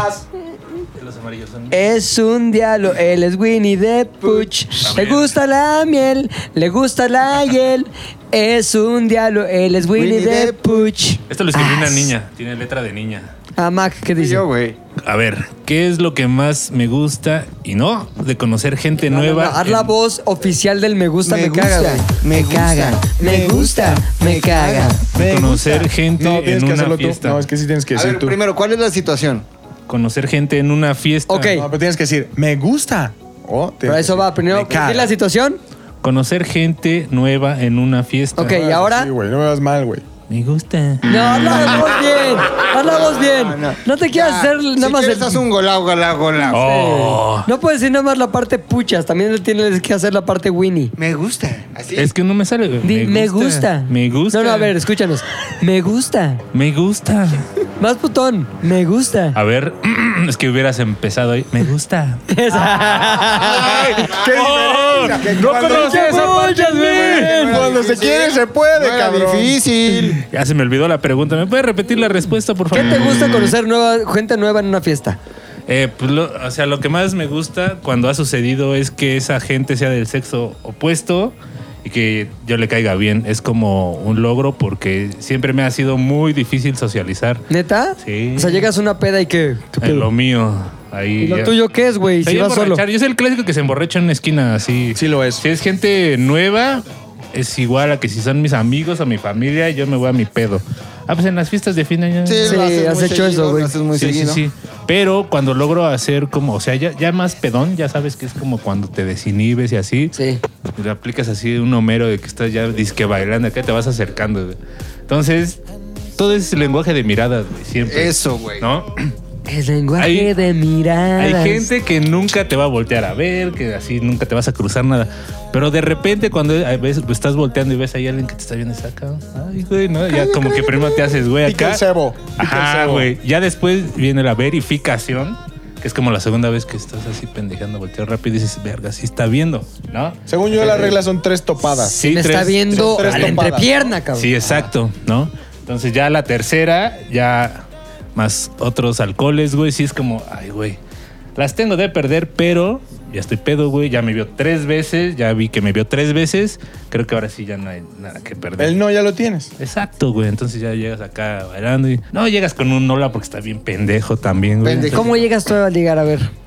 [SPEAKER 5] Los amarillos son.
[SPEAKER 1] Es un diablo, él es Winnie the Puch. Le gusta la miel, le gusta la hiel. Es un diablo, él es Winnie,
[SPEAKER 3] Winnie
[SPEAKER 1] the
[SPEAKER 3] the
[SPEAKER 1] Puch.
[SPEAKER 5] Esto lo escribió
[SPEAKER 1] Ah,
[SPEAKER 5] una
[SPEAKER 1] sí.
[SPEAKER 5] niña. Tiene letra de niña.
[SPEAKER 1] A Ah, Mac, ¿qué
[SPEAKER 3] Y
[SPEAKER 1] dice?
[SPEAKER 3] yo, güey.
[SPEAKER 5] A ver, ¿qué es lo que más me gusta y no de conocer gente
[SPEAKER 1] No, no,
[SPEAKER 5] nueva?
[SPEAKER 1] no, Haz la
[SPEAKER 5] en-
[SPEAKER 1] voz oficial del me gusta, me, caga, güey.
[SPEAKER 3] me caga,
[SPEAKER 1] me gusta, me caga.
[SPEAKER 5] de conocer gente
[SPEAKER 4] No, tienes
[SPEAKER 5] en
[SPEAKER 4] que
[SPEAKER 5] una
[SPEAKER 4] hacerlo
[SPEAKER 5] fiesta.
[SPEAKER 4] tú. No, es que sí tienes que
[SPEAKER 3] A
[SPEAKER 4] decir
[SPEAKER 3] ver,
[SPEAKER 4] tú.
[SPEAKER 3] primero, ¿cuál es la situación?
[SPEAKER 5] Conocer gente en una fiesta.
[SPEAKER 1] Ok.
[SPEAKER 4] No, pero tienes que decir, me gusta. O tienes
[SPEAKER 1] Pero
[SPEAKER 4] que
[SPEAKER 1] eso
[SPEAKER 4] decir,
[SPEAKER 1] va, primero,
[SPEAKER 4] me caga.
[SPEAKER 1] ¿qué es la situación?
[SPEAKER 5] Conocer gente nueva en una fiesta.
[SPEAKER 1] Ok. Y ahora-
[SPEAKER 4] Ah, Sí, güey, no me vas mal, güey.
[SPEAKER 5] Me gusta.
[SPEAKER 1] No, hablamos bien, hablamos
[SPEAKER 3] No,
[SPEAKER 1] bien.
[SPEAKER 3] no.
[SPEAKER 1] No te quieras
[SPEAKER 3] Ya,
[SPEAKER 1] hacer nada
[SPEAKER 3] si
[SPEAKER 1] más
[SPEAKER 3] quieres,
[SPEAKER 1] el-
[SPEAKER 3] haz un golao, golao, golao.
[SPEAKER 5] Oh.
[SPEAKER 1] No puedes decir nada más la parte puchas, también tienes que hacer la parte Winnie.
[SPEAKER 3] Me gusta. Así.
[SPEAKER 5] Es que no me sale.
[SPEAKER 1] Di, me gusta.
[SPEAKER 5] Me gusta.
[SPEAKER 1] No, no, a ver, escúchanos. Me gusta.
[SPEAKER 5] Me gusta.
[SPEAKER 1] Más putón. Me gusta.
[SPEAKER 5] A ver, es que hubieras empezado ahí. Me gusta.
[SPEAKER 4] ¡Qué
[SPEAKER 5] Oh,
[SPEAKER 4] diferencia!
[SPEAKER 5] no
[SPEAKER 4] Cuando-
[SPEAKER 5] conocí esa
[SPEAKER 1] Muchas
[SPEAKER 4] Güey, Cuando se quiere, se puede,
[SPEAKER 3] No era
[SPEAKER 4] cabrón.
[SPEAKER 3] difícil.
[SPEAKER 5] Ya se me olvidó la pregunta. ¿Me puedes repetir la respuesta, por
[SPEAKER 1] ¿Qué
[SPEAKER 5] favor?
[SPEAKER 1] te gusta conocer nueva, gente nueva en una fiesta?
[SPEAKER 5] Eh, pues lo- o sea, lo que más me gusta cuando ha sucedido es que esa gente sea del sexo opuesto y que yo le caiga bien. Es como un logro porque siempre me ha sido muy difícil socializar.
[SPEAKER 1] ¿Neta?
[SPEAKER 5] Sí.
[SPEAKER 1] O sea, llegas a una peda y que.
[SPEAKER 5] En lo mío. Ahí
[SPEAKER 1] ¿Y lo
[SPEAKER 5] ya.
[SPEAKER 1] tuyo qué es, güey?
[SPEAKER 5] O sea,
[SPEAKER 1] Si
[SPEAKER 5] ya
[SPEAKER 1] vas solo.
[SPEAKER 5] emborrachar. Yo soy el clásico que se emborracha en una esquina así.
[SPEAKER 4] Sí lo es.
[SPEAKER 5] Si es gente nueva, es igual a que si son mis amigos o mi familia, yo me voy a mi pedo. Ah, pues en las fiestas de fin de año.
[SPEAKER 1] Sí,
[SPEAKER 3] lo haces
[SPEAKER 1] has
[SPEAKER 3] muy
[SPEAKER 1] hecho
[SPEAKER 3] seguido,
[SPEAKER 1] eso, güey.
[SPEAKER 3] lo haces muy
[SPEAKER 5] sí, sí,
[SPEAKER 3] seguido.
[SPEAKER 5] sí. Pero cuando logro hacer como, o sea, ya, ya más pedón, ya sabes que es como cuando te desinhibes y así.
[SPEAKER 1] Sí.
[SPEAKER 5] Y Le aplicas así un homero de que estás ya disque bailando, acá te vas acercando. güey. Entonces, todo es lenguaje de miradas, güey, siempre.
[SPEAKER 3] Eso, güey.
[SPEAKER 5] ¿No?
[SPEAKER 1] El lenguaje
[SPEAKER 5] Hay-
[SPEAKER 1] de miradas.
[SPEAKER 5] Hay gente que nunca te va a voltear a ver, que así nunca te vas a cruzar nada. Pero de repente cuando a veces estás volteando y ves ahí a alguien que te está viendo saca, ay güey, no, ya como que primero te haces güey
[SPEAKER 4] Pica
[SPEAKER 5] acá.
[SPEAKER 4] el cebo. pica el
[SPEAKER 5] Ajá,
[SPEAKER 4] cebo.
[SPEAKER 5] güey. Ya después viene la verificación, que es como la segunda vez que estás así pendejando, volteas rápido y dices, "Verga, sí está viendo", ¿no?
[SPEAKER 4] Según yo, las reglas son tres topadas.
[SPEAKER 1] Sí,
[SPEAKER 5] Sí,
[SPEAKER 1] me
[SPEAKER 5] tres-
[SPEAKER 1] está viendo
[SPEAKER 4] tres
[SPEAKER 1] a la
[SPEAKER 4] topadas.
[SPEAKER 1] entrepierna, cabrón.
[SPEAKER 5] Sí, exacto, ¿no? Entonces ya la tercera, ya más otros alcoholes, güey, sí es como, ay, güey, las tengo de perder, pero ya estoy pedo, güey, ya me vio tres veces, ya vi que me vio tres veces, creo que ahora sí ya no hay nada que perder.
[SPEAKER 4] El no ya lo tienes.
[SPEAKER 5] Exacto, güey, entonces ya llegas acá bailando y... No, llegas con un hola porque está bien pendejo también, güey.
[SPEAKER 3] Pendejo.
[SPEAKER 1] ¿Cómo llegas tú a ligar? A ver.
[SPEAKER 5] Entonces,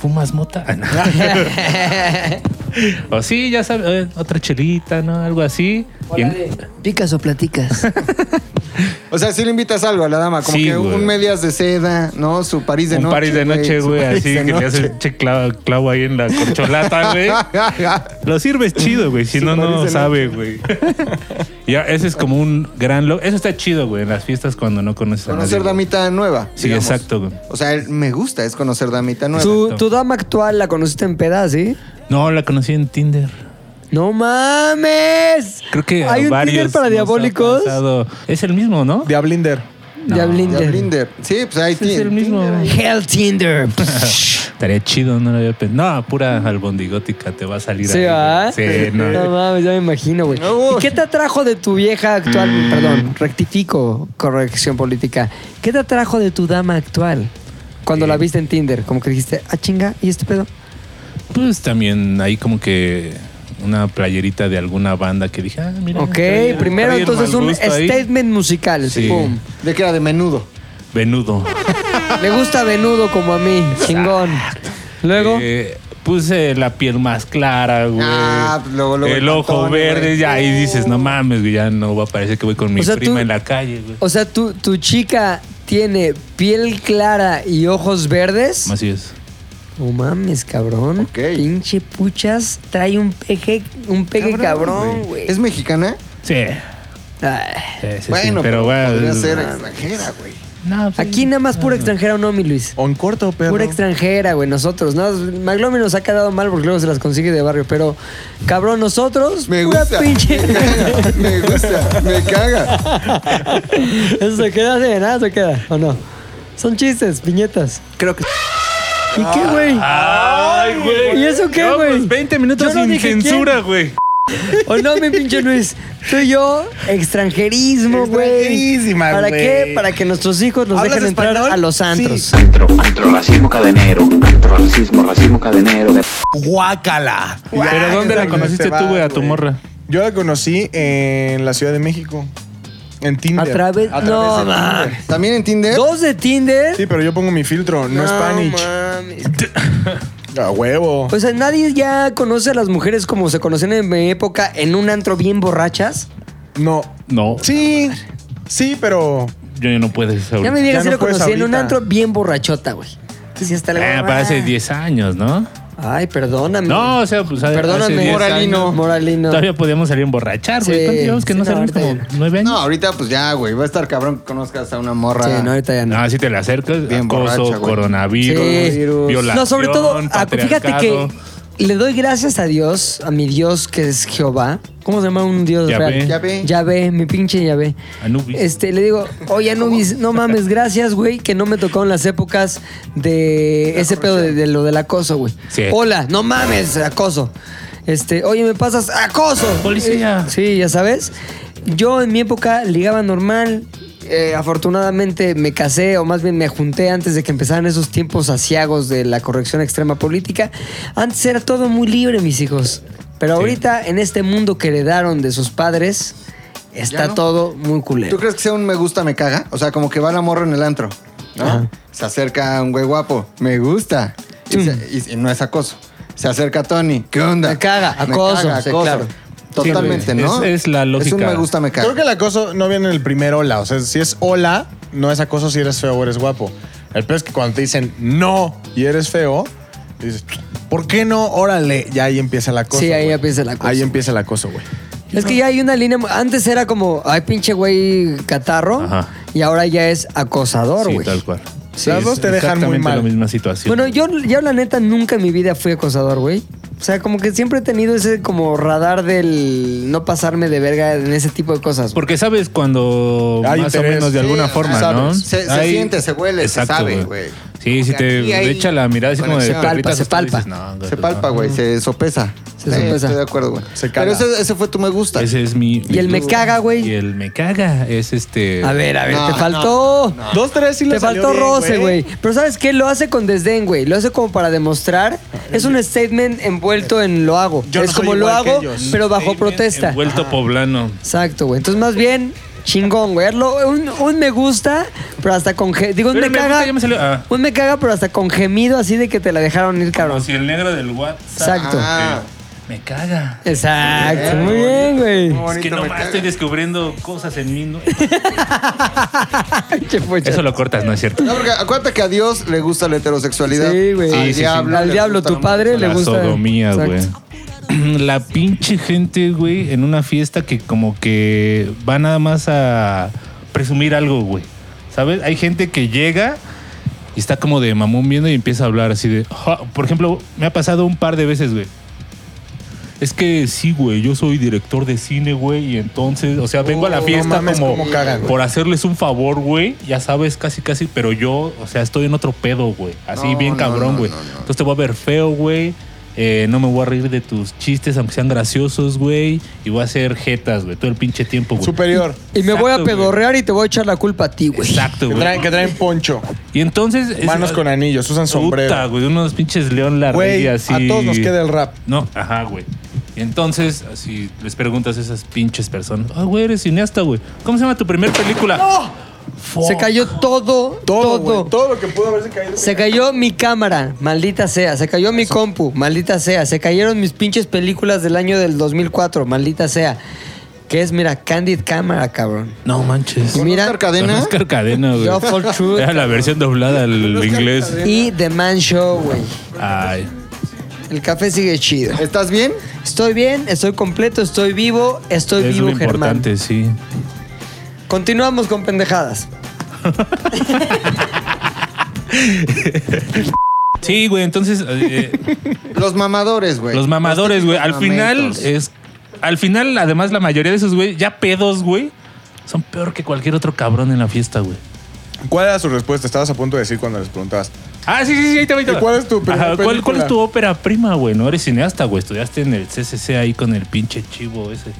[SPEAKER 5] ¿Fumas mota? Ah, no. o sí, ya sabes, eh, otra chelita, ¿no? Algo así. Y en-
[SPEAKER 1] ¿Picas o platicas?
[SPEAKER 3] O sea, sí le invitas algo a la dama, como
[SPEAKER 5] Sí,
[SPEAKER 3] que
[SPEAKER 5] güey.
[SPEAKER 3] un medias de seda, ¿no? Su París de
[SPEAKER 5] un
[SPEAKER 3] noche.
[SPEAKER 5] París de noche,
[SPEAKER 3] su
[SPEAKER 5] güey,
[SPEAKER 3] París
[SPEAKER 5] así
[SPEAKER 3] de
[SPEAKER 5] que le
[SPEAKER 3] noche.
[SPEAKER 5] haces che clavo, clavo ahí en la corcholata, güey. Lo sirves chido, güey, si
[SPEAKER 3] Su
[SPEAKER 5] no,
[SPEAKER 3] París de
[SPEAKER 5] no
[SPEAKER 3] noche.
[SPEAKER 5] sabe, güey. ya, ese es como un gran logro. Eso está chido, güey, en las fiestas cuando no conoces a nadie.
[SPEAKER 3] Conocer
[SPEAKER 5] güey.
[SPEAKER 3] damita nueva.
[SPEAKER 5] Sí,
[SPEAKER 3] digamos.
[SPEAKER 5] exacto, güey.
[SPEAKER 3] O sea, el me gusta es conocer damita nueva.
[SPEAKER 1] tu, tu dama actual la conociste en pedas, ¿sí?
[SPEAKER 5] No, la conocí en Tinder.
[SPEAKER 1] ¡No mames!
[SPEAKER 5] Creo que a
[SPEAKER 1] Hay un
[SPEAKER 5] varios
[SPEAKER 1] Tinder para
[SPEAKER 5] nos ha
[SPEAKER 1] diabólicos.
[SPEAKER 5] pasado. Es el mismo, ¿no?
[SPEAKER 4] Diablinder.
[SPEAKER 1] Diablinder.
[SPEAKER 3] Ya Blinder. Sí, pues ahí
[SPEAKER 5] es
[SPEAKER 3] tiene.
[SPEAKER 5] el mismo.
[SPEAKER 1] Hell Tinder.
[SPEAKER 5] Estaría chido, no lo había pensado. No, pura albondigótica te va a salir
[SPEAKER 1] Sí, ah?
[SPEAKER 5] ahí, güey.
[SPEAKER 1] ¿verdad?
[SPEAKER 5] Sí,
[SPEAKER 1] No
[SPEAKER 5] no.
[SPEAKER 1] mames, ya me imagino, güey.
[SPEAKER 3] No.
[SPEAKER 1] ¿Y qué te atrajo de tu vieja actual?
[SPEAKER 5] Mm.
[SPEAKER 1] Perdón, rectifico, corrección política. ¿Qué te atrajo de tu dama actual? Cuando la viste en Tinder, como que dijiste, ah, chinga, ¿y este pedo?
[SPEAKER 5] Pues también hay como que una playerita de alguna banda que dije, ah, mira.
[SPEAKER 1] ok,
[SPEAKER 5] trae el-
[SPEAKER 1] primero
[SPEAKER 5] trae el
[SPEAKER 1] entonces
[SPEAKER 5] mal
[SPEAKER 1] un
[SPEAKER 5] gusto ahí.
[SPEAKER 1] statement musical.
[SPEAKER 5] Sí.
[SPEAKER 1] Pum.
[SPEAKER 3] De que era de menudo.
[SPEAKER 5] Venudo.
[SPEAKER 1] Le gusta venudo como a mí, chingón. Luego,
[SPEAKER 5] Eh, puse la piel más clara, güey.
[SPEAKER 3] Ah, pues luego, luego
[SPEAKER 5] el
[SPEAKER 3] el
[SPEAKER 5] ojo
[SPEAKER 3] pantone,
[SPEAKER 5] verde,
[SPEAKER 3] güey.
[SPEAKER 5] ya ahí dices, no mames, güey, ya no va a parecer que voy con mi
[SPEAKER 1] O sea,
[SPEAKER 5] prima
[SPEAKER 1] tú-
[SPEAKER 5] en la calle, güey.
[SPEAKER 1] o sea, tu, tu chica tiene piel clara y ojos verdes.
[SPEAKER 5] Así es.
[SPEAKER 1] No mames, cabrón.
[SPEAKER 3] Ok.
[SPEAKER 1] Pinche puchas trae un peje, un peje cabrón, güey. Ah,
[SPEAKER 3] ¿Es mexicana?
[SPEAKER 5] Sí.
[SPEAKER 1] Ay,
[SPEAKER 5] sí, sí, sí,
[SPEAKER 3] bueno,
[SPEAKER 5] pero
[SPEAKER 3] pero
[SPEAKER 1] pues,
[SPEAKER 5] bueno.
[SPEAKER 3] podría
[SPEAKER 5] es-
[SPEAKER 3] ser extranjera, güey.
[SPEAKER 5] no, pues, sí.
[SPEAKER 1] eh. Aquí nada más pura extranjera o no, mi Luis.
[SPEAKER 4] O en corto, pero.
[SPEAKER 1] Pura extranjera, güey, nosotros. No, Maglomi nos ha quedado mal porque luego se las consigue de barrio, pero cabrón, nosotros.
[SPEAKER 3] Me
[SPEAKER 1] pura
[SPEAKER 3] gusta.
[SPEAKER 1] pinche.
[SPEAKER 3] Me caga, me gusta, me caga.
[SPEAKER 1] Eso se queda así, nada se queda, ¿o no? Son chistes, piñetas. Creo que. ¿Y qué, güey?
[SPEAKER 5] Ay, güey.
[SPEAKER 1] ¿Y eso qué,
[SPEAKER 5] No,
[SPEAKER 1] güey?
[SPEAKER 5] pues 20 minutos
[SPEAKER 1] Yo no
[SPEAKER 5] sin
[SPEAKER 1] dije
[SPEAKER 5] censura, güey.
[SPEAKER 1] ¿O no, mi pinche Luis? Tú y yo, extranjerismo, güey.
[SPEAKER 4] Extranjerísima,
[SPEAKER 1] ¿Para
[SPEAKER 4] güey.
[SPEAKER 1] qué? Para que nuestros hijos nos
[SPEAKER 4] ¿Hablas
[SPEAKER 1] dejen entrar
[SPEAKER 4] español?
[SPEAKER 1] a los antros.
[SPEAKER 4] Sí.
[SPEAKER 7] Antro, antro, racismo cadenero, antro, racismo, racismo cadenero. De...
[SPEAKER 4] Guácala.
[SPEAKER 5] ¿Pero dónde la conociste
[SPEAKER 1] este
[SPEAKER 5] tú, güey, a tu morra?
[SPEAKER 4] este Yo la conocí en la Ciudad de México. En
[SPEAKER 1] A
[SPEAKER 4] Tinder.
[SPEAKER 1] través.
[SPEAKER 3] A través
[SPEAKER 1] No,
[SPEAKER 3] de
[SPEAKER 1] mames.
[SPEAKER 3] Tinder. ¿También en Tinder?
[SPEAKER 1] Dos de Tinder.
[SPEAKER 4] ¿eh? Sí, pero yo pongo mi filtro, no, Spanish.
[SPEAKER 1] mames.
[SPEAKER 4] A huevo.
[SPEAKER 1] O sea, nadie ya conoce a las mujeres como se conocían en mi época en un antro bien borrachas.
[SPEAKER 4] No.
[SPEAKER 5] No.
[SPEAKER 4] Sí. Sí, pero.
[SPEAKER 5] Yo ya no puedes
[SPEAKER 1] Ya me digas
[SPEAKER 4] Ya
[SPEAKER 1] si
[SPEAKER 4] no
[SPEAKER 1] lo
[SPEAKER 4] puedes
[SPEAKER 1] conocí en un
[SPEAKER 4] ahorita.
[SPEAKER 1] antro bien borrachota, güey. Sí, hasta la
[SPEAKER 5] Ah, para hace 10 años, ¿no?
[SPEAKER 1] Ay, perdóname.
[SPEAKER 5] No, o sea, pues hace- hace
[SPEAKER 1] Perdóname,
[SPEAKER 5] 10
[SPEAKER 1] Moralino.
[SPEAKER 5] años
[SPEAKER 1] Moralino.
[SPEAKER 5] Todavía podíamos salir a emborrachar, güey.
[SPEAKER 1] Sí,
[SPEAKER 5] ¿Cuánto llevamos que
[SPEAKER 1] sí,
[SPEAKER 5] no
[SPEAKER 1] no,
[SPEAKER 5] salimos?
[SPEAKER 1] ahorita
[SPEAKER 5] Como
[SPEAKER 1] ya
[SPEAKER 5] nueve años.
[SPEAKER 3] No, ahorita pues ya, güey. Va a estar cabrón que conozcas a una morra.
[SPEAKER 1] Sí, no, ahorita ya no.
[SPEAKER 5] No, si Ah, te la acercas,
[SPEAKER 3] Bien
[SPEAKER 5] acoso,
[SPEAKER 3] borracha, güey.
[SPEAKER 5] coronavirus,
[SPEAKER 1] Sí.
[SPEAKER 5] violación,
[SPEAKER 1] No, sobre todo, a- fíjate
[SPEAKER 5] patriarcado.
[SPEAKER 1] que le doy gracias a Dios, a mi Dios que es Jehová. ¿Cómo se llama un Dios
[SPEAKER 5] Yahvé.
[SPEAKER 1] real?
[SPEAKER 3] Yahvé.
[SPEAKER 1] Yahvé, mi pinche Yahvé.
[SPEAKER 5] Anubis.
[SPEAKER 1] Este, le digo, oye Anubis, no mames, gracias, güey, que no me tocó en las épocas de ese pedo de, de lo del acoso, güey.
[SPEAKER 5] Sí.
[SPEAKER 1] Hola, no mames, acoso. Este, oye, me pasas acoso.
[SPEAKER 5] Policía.
[SPEAKER 1] Eh, Sí, ya sabes. Yo en mi época ligaba normal. Eh, afortunadamente me casé, o más bien me junté antes de que empezaran esos tiempos asiagos de la corrección extrema política. Antes era todo muy libre, mis hijos. Pero ahorita, en este mundo que heredaron de sus padres, está
[SPEAKER 3] Ya no.
[SPEAKER 1] todo muy
[SPEAKER 3] ¿Tú
[SPEAKER 1] culero.
[SPEAKER 3] crees que sea un me gusta, me caga? O sea, como que va la morra en el antro, ¿no?
[SPEAKER 1] Ajá. Mm.
[SPEAKER 3] Se acerca a un güey guapo, me gusta. Y, se- y- y no es acoso. Se acerca a Tony, ¿qué onda?
[SPEAKER 1] Me caga, acoso, sí, claro.
[SPEAKER 3] Totalmente,
[SPEAKER 5] Sí, güey.
[SPEAKER 3] ¿no?
[SPEAKER 5] Es- es la
[SPEAKER 3] Es un
[SPEAKER 5] lógica.
[SPEAKER 3] me gusta, me caga.
[SPEAKER 4] Creo que el acoso no viene en el primer hola. O sea, si es hola, no es acoso si eres feo o eres guapo. El peor es que cuando te dicen no y eres feo, dices, ¿por qué no? Órale. Ya ahí empieza el acoso.
[SPEAKER 1] Sí, ahí
[SPEAKER 4] güey.
[SPEAKER 1] empieza el acoso.
[SPEAKER 4] Ahí empieza el acoso, güey.
[SPEAKER 1] Es que ya hay una línea. Antes era como, ay, pinche güey catarro.
[SPEAKER 5] Ajá.
[SPEAKER 1] Y ahora ya es acosador,
[SPEAKER 5] Sí,
[SPEAKER 1] güey.
[SPEAKER 5] tal cual.
[SPEAKER 1] Sí,
[SPEAKER 4] Las dos
[SPEAKER 5] es
[SPEAKER 4] te dejan muy
[SPEAKER 5] exactamente
[SPEAKER 4] mal.
[SPEAKER 5] la misma situación.
[SPEAKER 1] Bueno, yo, yo la neta nunca en mi vida fui acosador, güey. O sea, como que siempre he tenido ese como radar del no pasarme de verga en ese tipo de cosas. güey.
[SPEAKER 5] Porque sabes cuando
[SPEAKER 4] Hay
[SPEAKER 5] más
[SPEAKER 4] interés.
[SPEAKER 5] o menos de
[SPEAKER 4] Sí,
[SPEAKER 5] alguna
[SPEAKER 3] ah,
[SPEAKER 5] forma,
[SPEAKER 3] sabes.
[SPEAKER 5] ¿no?
[SPEAKER 3] Se- se siente, se huele, se sabe, güey.
[SPEAKER 5] Sí,
[SPEAKER 3] Como
[SPEAKER 5] si
[SPEAKER 3] que aquí
[SPEAKER 5] te
[SPEAKER 3] hay
[SPEAKER 5] echa la mirada así como de
[SPEAKER 3] conexión.
[SPEAKER 1] Palpa,
[SPEAKER 5] perritas,
[SPEAKER 1] se
[SPEAKER 5] tú dices,
[SPEAKER 1] palpa.
[SPEAKER 5] "No, güey,
[SPEAKER 3] Se
[SPEAKER 5] no".
[SPEAKER 3] palpa, güey, se sopesa.
[SPEAKER 1] Se
[SPEAKER 3] Sí,
[SPEAKER 1] sopesa.
[SPEAKER 3] Estoy de acuerdo, güey.
[SPEAKER 4] Se cala.
[SPEAKER 3] Pero ese, ese fue tu me gusta.
[SPEAKER 5] Ese es mi.
[SPEAKER 1] Y el me caga,
[SPEAKER 5] Y
[SPEAKER 1] güey.
[SPEAKER 5] el me caga es este.
[SPEAKER 1] A ver, a ver,
[SPEAKER 3] No,
[SPEAKER 1] te
[SPEAKER 3] no,
[SPEAKER 1] faltó.
[SPEAKER 4] Dos, tres y le
[SPEAKER 1] Te
[SPEAKER 4] salió
[SPEAKER 1] faltó
[SPEAKER 4] bien,
[SPEAKER 1] roce, güey. Pero ¿sabes qué? Lo hace con desdén, güey. Lo hace como para demostrar. Es un statement envuelto en lo hago.
[SPEAKER 4] Yo no
[SPEAKER 1] es
[SPEAKER 4] soy
[SPEAKER 1] como lo
[SPEAKER 4] igual que
[SPEAKER 1] hago,
[SPEAKER 4] ellos.
[SPEAKER 1] pero bajo
[SPEAKER 5] Statement
[SPEAKER 1] protesta.
[SPEAKER 5] Envuelto poblano.
[SPEAKER 1] Exacto, güey. Entonces, más bien, chingón, güey. Hazlo- Un, un me gusta, pero hasta con... ge- Digo, un
[SPEAKER 5] Pero
[SPEAKER 1] me,
[SPEAKER 5] me gusta,
[SPEAKER 1] caga...
[SPEAKER 5] ya me salió. Ah.
[SPEAKER 1] Un me caga, pero hasta con gemido así de que te la dejaron ir,
[SPEAKER 5] Como
[SPEAKER 1] cabrón.
[SPEAKER 5] si el negro del WhatsApp.
[SPEAKER 1] Exacto.
[SPEAKER 3] Ah.
[SPEAKER 5] Me caga.
[SPEAKER 1] Exacto. Muy bien, güey.
[SPEAKER 5] Es que
[SPEAKER 3] Bonito, me
[SPEAKER 5] nomás
[SPEAKER 3] caga.
[SPEAKER 5] estoy descubriendo cosas en mí. ¿no?
[SPEAKER 1] Che, pucha.
[SPEAKER 5] Eso lo cortas, ¿no es cierto?
[SPEAKER 3] No, porque acuérdate que a Dios le gusta la heterosexualidad.
[SPEAKER 1] Sí, güey.
[SPEAKER 3] Al
[SPEAKER 5] Sí, sí, sí.
[SPEAKER 3] diablo.
[SPEAKER 1] Al
[SPEAKER 3] le
[SPEAKER 1] diablo,
[SPEAKER 3] gusta
[SPEAKER 1] tu
[SPEAKER 3] la
[SPEAKER 1] padre le
[SPEAKER 5] la
[SPEAKER 1] gusta.
[SPEAKER 5] sodomía,
[SPEAKER 1] Exacto.
[SPEAKER 5] güey. La pinche gente, güey, en una fiesta que como que va nada más a presumir algo, güey. ¿Sabes? Hay gente que llega y está como de mamón viendo y empieza a hablar así de... "Ja". Por ejemplo, me ha pasado un par de veces, güey. Es que sí, güey, yo soy director de cine, güey, y entonces, o sea, vengo a la
[SPEAKER 4] Uh, no
[SPEAKER 5] fiesta
[SPEAKER 4] mames,
[SPEAKER 5] como
[SPEAKER 4] cómo cagan, güey.
[SPEAKER 5] por hacerles un favor, güey, ya sabes, casi, casi, pero yo, o sea, estoy en otro pedo, güey, así
[SPEAKER 3] No,
[SPEAKER 5] bien
[SPEAKER 3] no,
[SPEAKER 5] cabrón,
[SPEAKER 3] no,
[SPEAKER 5] güey.
[SPEAKER 3] no, no.
[SPEAKER 5] Entonces te voy a ver feo, güey, eh, no me voy a reír de tus chistes, aunque sean graciosos, güey, y voy a hacer jetas, güey, todo el pinche tiempo, güey.
[SPEAKER 4] Superior.
[SPEAKER 1] Y me voy a
[SPEAKER 5] Exacto, güey.
[SPEAKER 1] pedorrear y te voy a echar la culpa a ti, güey.
[SPEAKER 5] Exacto,
[SPEAKER 4] Que
[SPEAKER 5] güey.
[SPEAKER 4] traen, que traen poncho.
[SPEAKER 5] Y entonces...
[SPEAKER 4] Manos con anillos, usan
[SPEAKER 5] Puta,
[SPEAKER 4] sombrero.
[SPEAKER 5] güey, unos pinches León
[SPEAKER 4] Güey,
[SPEAKER 5] Larregui
[SPEAKER 4] a
[SPEAKER 5] así...
[SPEAKER 4] todos nos queda el rap.
[SPEAKER 5] No, ajá, güey. Y entonces, si les preguntas a esas pinches personas, ah, güey, eres cineasta, güey. ¿Cómo se llama tu primer película? Fuck.
[SPEAKER 1] Se cayó todo,
[SPEAKER 4] Todo,
[SPEAKER 1] todo.
[SPEAKER 4] güey, todo lo que pudo haberse caído.
[SPEAKER 1] Se cayó mi cámara, maldita sea. Se cayó mi compu, maldita sea. Se cayeron mis pinches películas del año del 2004, maldita sea. Que es, mira, Candid Cámara, cabrón.
[SPEAKER 5] No manches.
[SPEAKER 1] Y
[SPEAKER 3] Con
[SPEAKER 1] mira,
[SPEAKER 3] Oscar Cadena.
[SPEAKER 5] Con Oscar Cadena, güey.
[SPEAKER 1] The Awful Truth.
[SPEAKER 5] Era la versión doblada al inglés.
[SPEAKER 1] y The Man Show, güey.
[SPEAKER 5] Ay.
[SPEAKER 1] El café sigue chido.
[SPEAKER 3] ¿Estás bien?
[SPEAKER 1] Estoy bien, estoy completo, estoy vivo, estoy
[SPEAKER 5] es
[SPEAKER 1] vivo,
[SPEAKER 5] lo
[SPEAKER 1] Germán.
[SPEAKER 5] importante, sí.
[SPEAKER 1] Continuamos con pendejadas.
[SPEAKER 5] Sí, güey, entonces eh,
[SPEAKER 3] Los mamadores, güey.
[SPEAKER 5] los mamadores, güey, al final
[SPEAKER 3] Mamamentos.
[SPEAKER 5] es al final además la mayoría de esos güey ya pedos, güey, son peor que cualquier otro cabrón en la fiesta, güey.
[SPEAKER 4] ¿Cuál era su respuesta? Estabas a punto de decir cuando les preguntabas.
[SPEAKER 5] Ah, sí, sí, sí, ahí te va, ahí te
[SPEAKER 4] ¿Y
[SPEAKER 5] va.
[SPEAKER 4] cuál es tu primer
[SPEAKER 5] Ajá, ¿cuál, cuál
[SPEAKER 4] película?
[SPEAKER 5] es tu ópera prima, güey? No eres cineasta, güey. Estudiaste en el CCC ahí con el pinche chivo ese.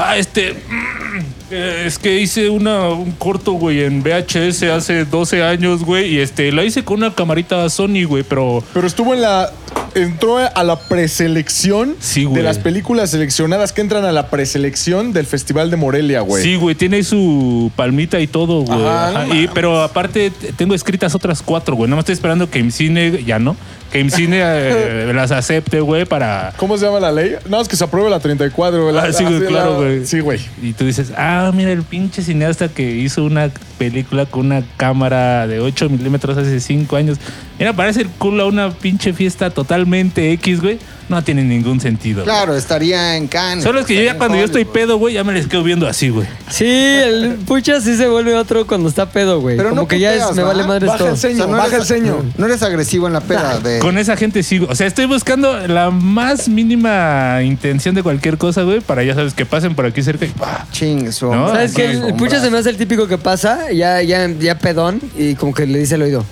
[SPEAKER 5] Ah, este. mm, eh, Es que hice una, un corto, güey, en VHS hace 12 años, güey. Y este, la hice con una camarita Sony, güey, pero.
[SPEAKER 4] Pero estuvo en la. Entró a la preselección
[SPEAKER 5] Sí, güey.
[SPEAKER 4] de las películas seleccionadas que entran a la preselección del Festival de Morelia, güey.
[SPEAKER 5] Sí, güey, tiene su palmita y todo, güey.
[SPEAKER 4] Ajá, no
[SPEAKER 5] Ajá, y- pero aparte t- tengo escritas otras cuatro, güey. No me estoy esperando que IMCINE, ya no, que IMCINE eh, las acepte, güey, para...
[SPEAKER 4] ¿Cómo se llama la ley? No, es que se apruebe la 34, güey. La-
[SPEAKER 5] Ah, sí, güey,
[SPEAKER 4] la-
[SPEAKER 5] claro, güey.
[SPEAKER 4] Sí, güey.
[SPEAKER 5] Y tú dices, ah, mira el pinche cineasta que hizo una película con una cámara de 8 milímetros hace 5 años. Mira, parece el culo a una pinche fiesta totalmente X, güey. No tiene ningún sentido. güey.
[SPEAKER 3] Claro, estaría en Cannes.
[SPEAKER 5] Solo es que yo ya cuando yo estoy pedo, güey, ya me les quedo viendo así, güey.
[SPEAKER 1] Sí, el pucha sí se vuelve otro cuando está pedo, güey.
[SPEAKER 3] Pero
[SPEAKER 1] Como
[SPEAKER 3] no
[SPEAKER 1] que ya
[SPEAKER 3] puteas,
[SPEAKER 1] es, me
[SPEAKER 3] ¿va?
[SPEAKER 1] vale madre
[SPEAKER 4] Baja
[SPEAKER 1] todo.
[SPEAKER 4] el ceño,
[SPEAKER 3] O sea, no
[SPEAKER 4] baja
[SPEAKER 3] eres-
[SPEAKER 4] el ceño.
[SPEAKER 3] No eres agresivo en la peda de...
[SPEAKER 5] Con esa gente sí, güey. O sea, estoy buscando la más mínima intención de cualquier cosa, güey, para ya sabes que pasen por aquí cerca y ¡pah!
[SPEAKER 3] Ching, su-
[SPEAKER 5] No,
[SPEAKER 1] ¿Sabes qué? El pucha se me hace el típico que pasa, ya, ya, ya pedón, y como que le dice al oído,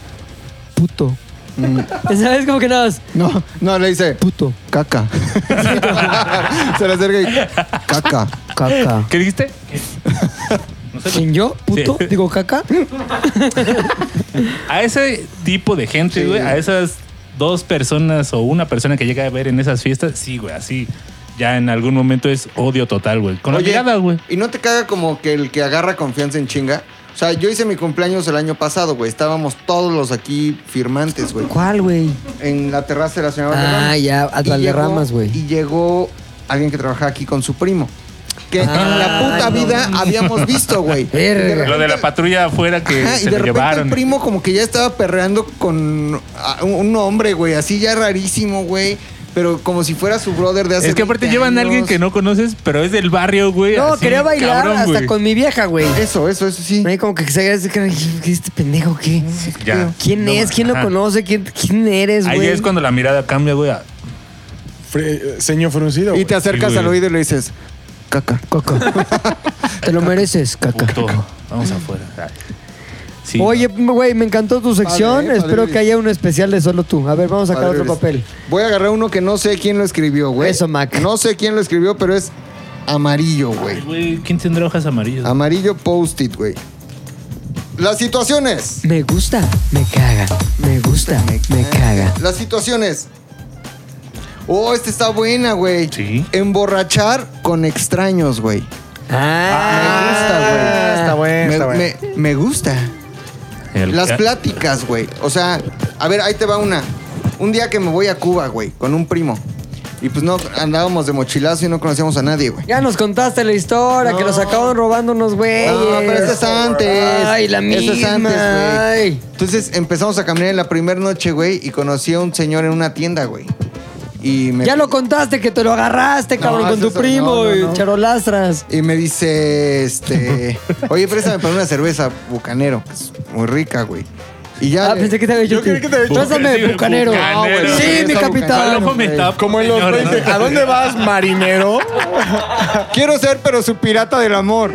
[SPEAKER 1] puto. Mm. ¿Sabes? Como que nada más,
[SPEAKER 3] No, no, le dice...
[SPEAKER 1] puto,
[SPEAKER 3] Caca. Se le acerca y... Caca. Ah.
[SPEAKER 1] caca.
[SPEAKER 5] ¿Qué dijiste? No sé, güey.
[SPEAKER 1] ¿Quién yo? ¿Puto?
[SPEAKER 5] Sí.
[SPEAKER 1] Digo, caca.
[SPEAKER 5] A ese tipo de gente, güey, a esas dos personas o una persona que llega a ver en esas fiestas, sí, güey, así. Ya en algún momento es odio total, güey. Con
[SPEAKER 3] Oye,
[SPEAKER 5] la mirada, güey.
[SPEAKER 3] ¿Y no te caga como que el que agarra confianza en chinga? O sea, yo hice mi cumpleaños el año pasado, güey. Estábamos todos los aquí firmantes, güey.
[SPEAKER 1] ¿Cuál, güey?
[SPEAKER 3] En la terraza de la señora
[SPEAKER 1] Ah,
[SPEAKER 3] Valderramas.
[SPEAKER 1] ya, a
[SPEAKER 3] Y llegó-
[SPEAKER 1] Valderramas, güey.
[SPEAKER 3] Y llegó alguien que trabajaba aquí con su primo. Que en la
[SPEAKER 1] Ah,
[SPEAKER 3] puta
[SPEAKER 1] no.
[SPEAKER 3] vida habíamos visto, güey. Y de
[SPEAKER 1] Verga.
[SPEAKER 3] repente-
[SPEAKER 5] Lo de la patrulla afuera que
[SPEAKER 3] Ajá,
[SPEAKER 5] se
[SPEAKER 3] y de
[SPEAKER 5] lo
[SPEAKER 3] repente
[SPEAKER 5] llevaron.
[SPEAKER 3] el primo como que ya estaba perreando con ah, un un hombre, güey, así ya rarísimo, güey. pero como si fuera su brother de hace
[SPEAKER 5] Es que aparte
[SPEAKER 3] 20
[SPEAKER 5] llevan a alguien
[SPEAKER 3] años.
[SPEAKER 5] que no conoces, pero es del barrio, güey.
[SPEAKER 1] No,
[SPEAKER 5] así,
[SPEAKER 1] quería bailar
[SPEAKER 5] cabrón,
[SPEAKER 1] hasta
[SPEAKER 5] güey.
[SPEAKER 1] con mi vieja, güey.
[SPEAKER 3] Eso, eso, eso sí.
[SPEAKER 1] Me como que se agradece que ¿qué es este pendejo qué?
[SPEAKER 5] Ya.
[SPEAKER 1] ¿Quién
[SPEAKER 5] No,
[SPEAKER 1] es? ¿Quién lo
[SPEAKER 5] ajá.
[SPEAKER 1] conoce? ¿Quién, quién eres, güey?
[SPEAKER 5] Ahí es cuando la mirada cambia, güey. a-
[SPEAKER 4] Fre- eh, ceño fruncido.
[SPEAKER 3] Y
[SPEAKER 4] güey.
[SPEAKER 3] te acercas
[SPEAKER 5] Sí,
[SPEAKER 3] al
[SPEAKER 5] güey.
[SPEAKER 3] oído y le dices, caca.
[SPEAKER 1] Coco. Te lo mereces, caca.
[SPEAKER 5] Puto, vamos afuera. Ay. Sí.
[SPEAKER 1] Oye, güey, me encantó tu sección.
[SPEAKER 3] Padre, ¿eh?
[SPEAKER 1] Espero
[SPEAKER 3] Padre.
[SPEAKER 1] que haya un especial de solo tú. A ver, vamos a sacar
[SPEAKER 3] Padre
[SPEAKER 1] otro
[SPEAKER 3] eres.
[SPEAKER 1] papel.
[SPEAKER 3] Voy a agarrar uno que no sé quién lo escribió, güey.
[SPEAKER 1] Eso, Mac.
[SPEAKER 3] No sé quién lo escribió, pero es amarillo, güey.
[SPEAKER 5] Güey, ¿quién tendrá hojas amarillas?
[SPEAKER 3] Amarillo post-it, güey. Las situaciones.
[SPEAKER 1] Me gusta, me caga. Me gusta, me caga.
[SPEAKER 3] Eh, Las situaciones. Oh, esta está buena, güey.
[SPEAKER 5] Sí.
[SPEAKER 3] Emborrachar con extraños, güey. Me gusta,
[SPEAKER 1] Ah,
[SPEAKER 3] güey.
[SPEAKER 4] Está bueno,
[SPEAKER 3] Me,
[SPEAKER 4] está bueno.
[SPEAKER 3] me- me gusta.
[SPEAKER 5] El-
[SPEAKER 3] Las
[SPEAKER 5] ah,
[SPEAKER 3] pláticas, güey. O sea, a ver, ahí te va una. Un día que me voy a Cuba, güey, con un primo. Y pues no, andábamos de mochilazo y no conocíamos a nadie, güey.
[SPEAKER 1] ya nos contaste la historia, que nos acaban robando unos güeyes.
[SPEAKER 3] No, pero este es antes.
[SPEAKER 1] Ay, la misma.
[SPEAKER 3] Este es antes, güey.
[SPEAKER 1] Ay.
[SPEAKER 3] Entonces empezamos a caminar en la primera noche, güey, y conocí a un señor en una tienda, güey. Y me,
[SPEAKER 1] Ya lo contaste, que te lo agarraste,
[SPEAKER 3] No,
[SPEAKER 1] cabrón, con tu
[SPEAKER 3] eso-
[SPEAKER 1] primo.
[SPEAKER 3] no, no,
[SPEAKER 1] y
[SPEAKER 3] no.
[SPEAKER 1] Charolastras.
[SPEAKER 3] y me dice, este, oye, préstame para una cerveza bucanero, que es muy rica, güey. Y ya.
[SPEAKER 1] Ah,
[SPEAKER 3] le-
[SPEAKER 1] pensé que te había dicho.
[SPEAKER 4] Yo creí
[SPEAKER 1] tú.
[SPEAKER 4] que te había dicho-
[SPEAKER 1] Pásame,
[SPEAKER 5] Sí,
[SPEAKER 1] bucanero.
[SPEAKER 5] bucanero.
[SPEAKER 1] Ah, güey, Sí, mi
[SPEAKER 3] Esa
[SPEAKER 1] capitán.
[SPEAKER 5] Palomo me
[SPEAKER 3] güey.
[SPEAKER 5] tapa,
[SPEAKER 4] Como en los
[SPEAKER 5] señor,
[SPEAKER 4] 20.
[SPEAKER 5] ¿no?
[SPEAKER 4] ¿A dónde vas, marinero?
[SPEAKER 3] Quiero ser, pero su pirata del amor.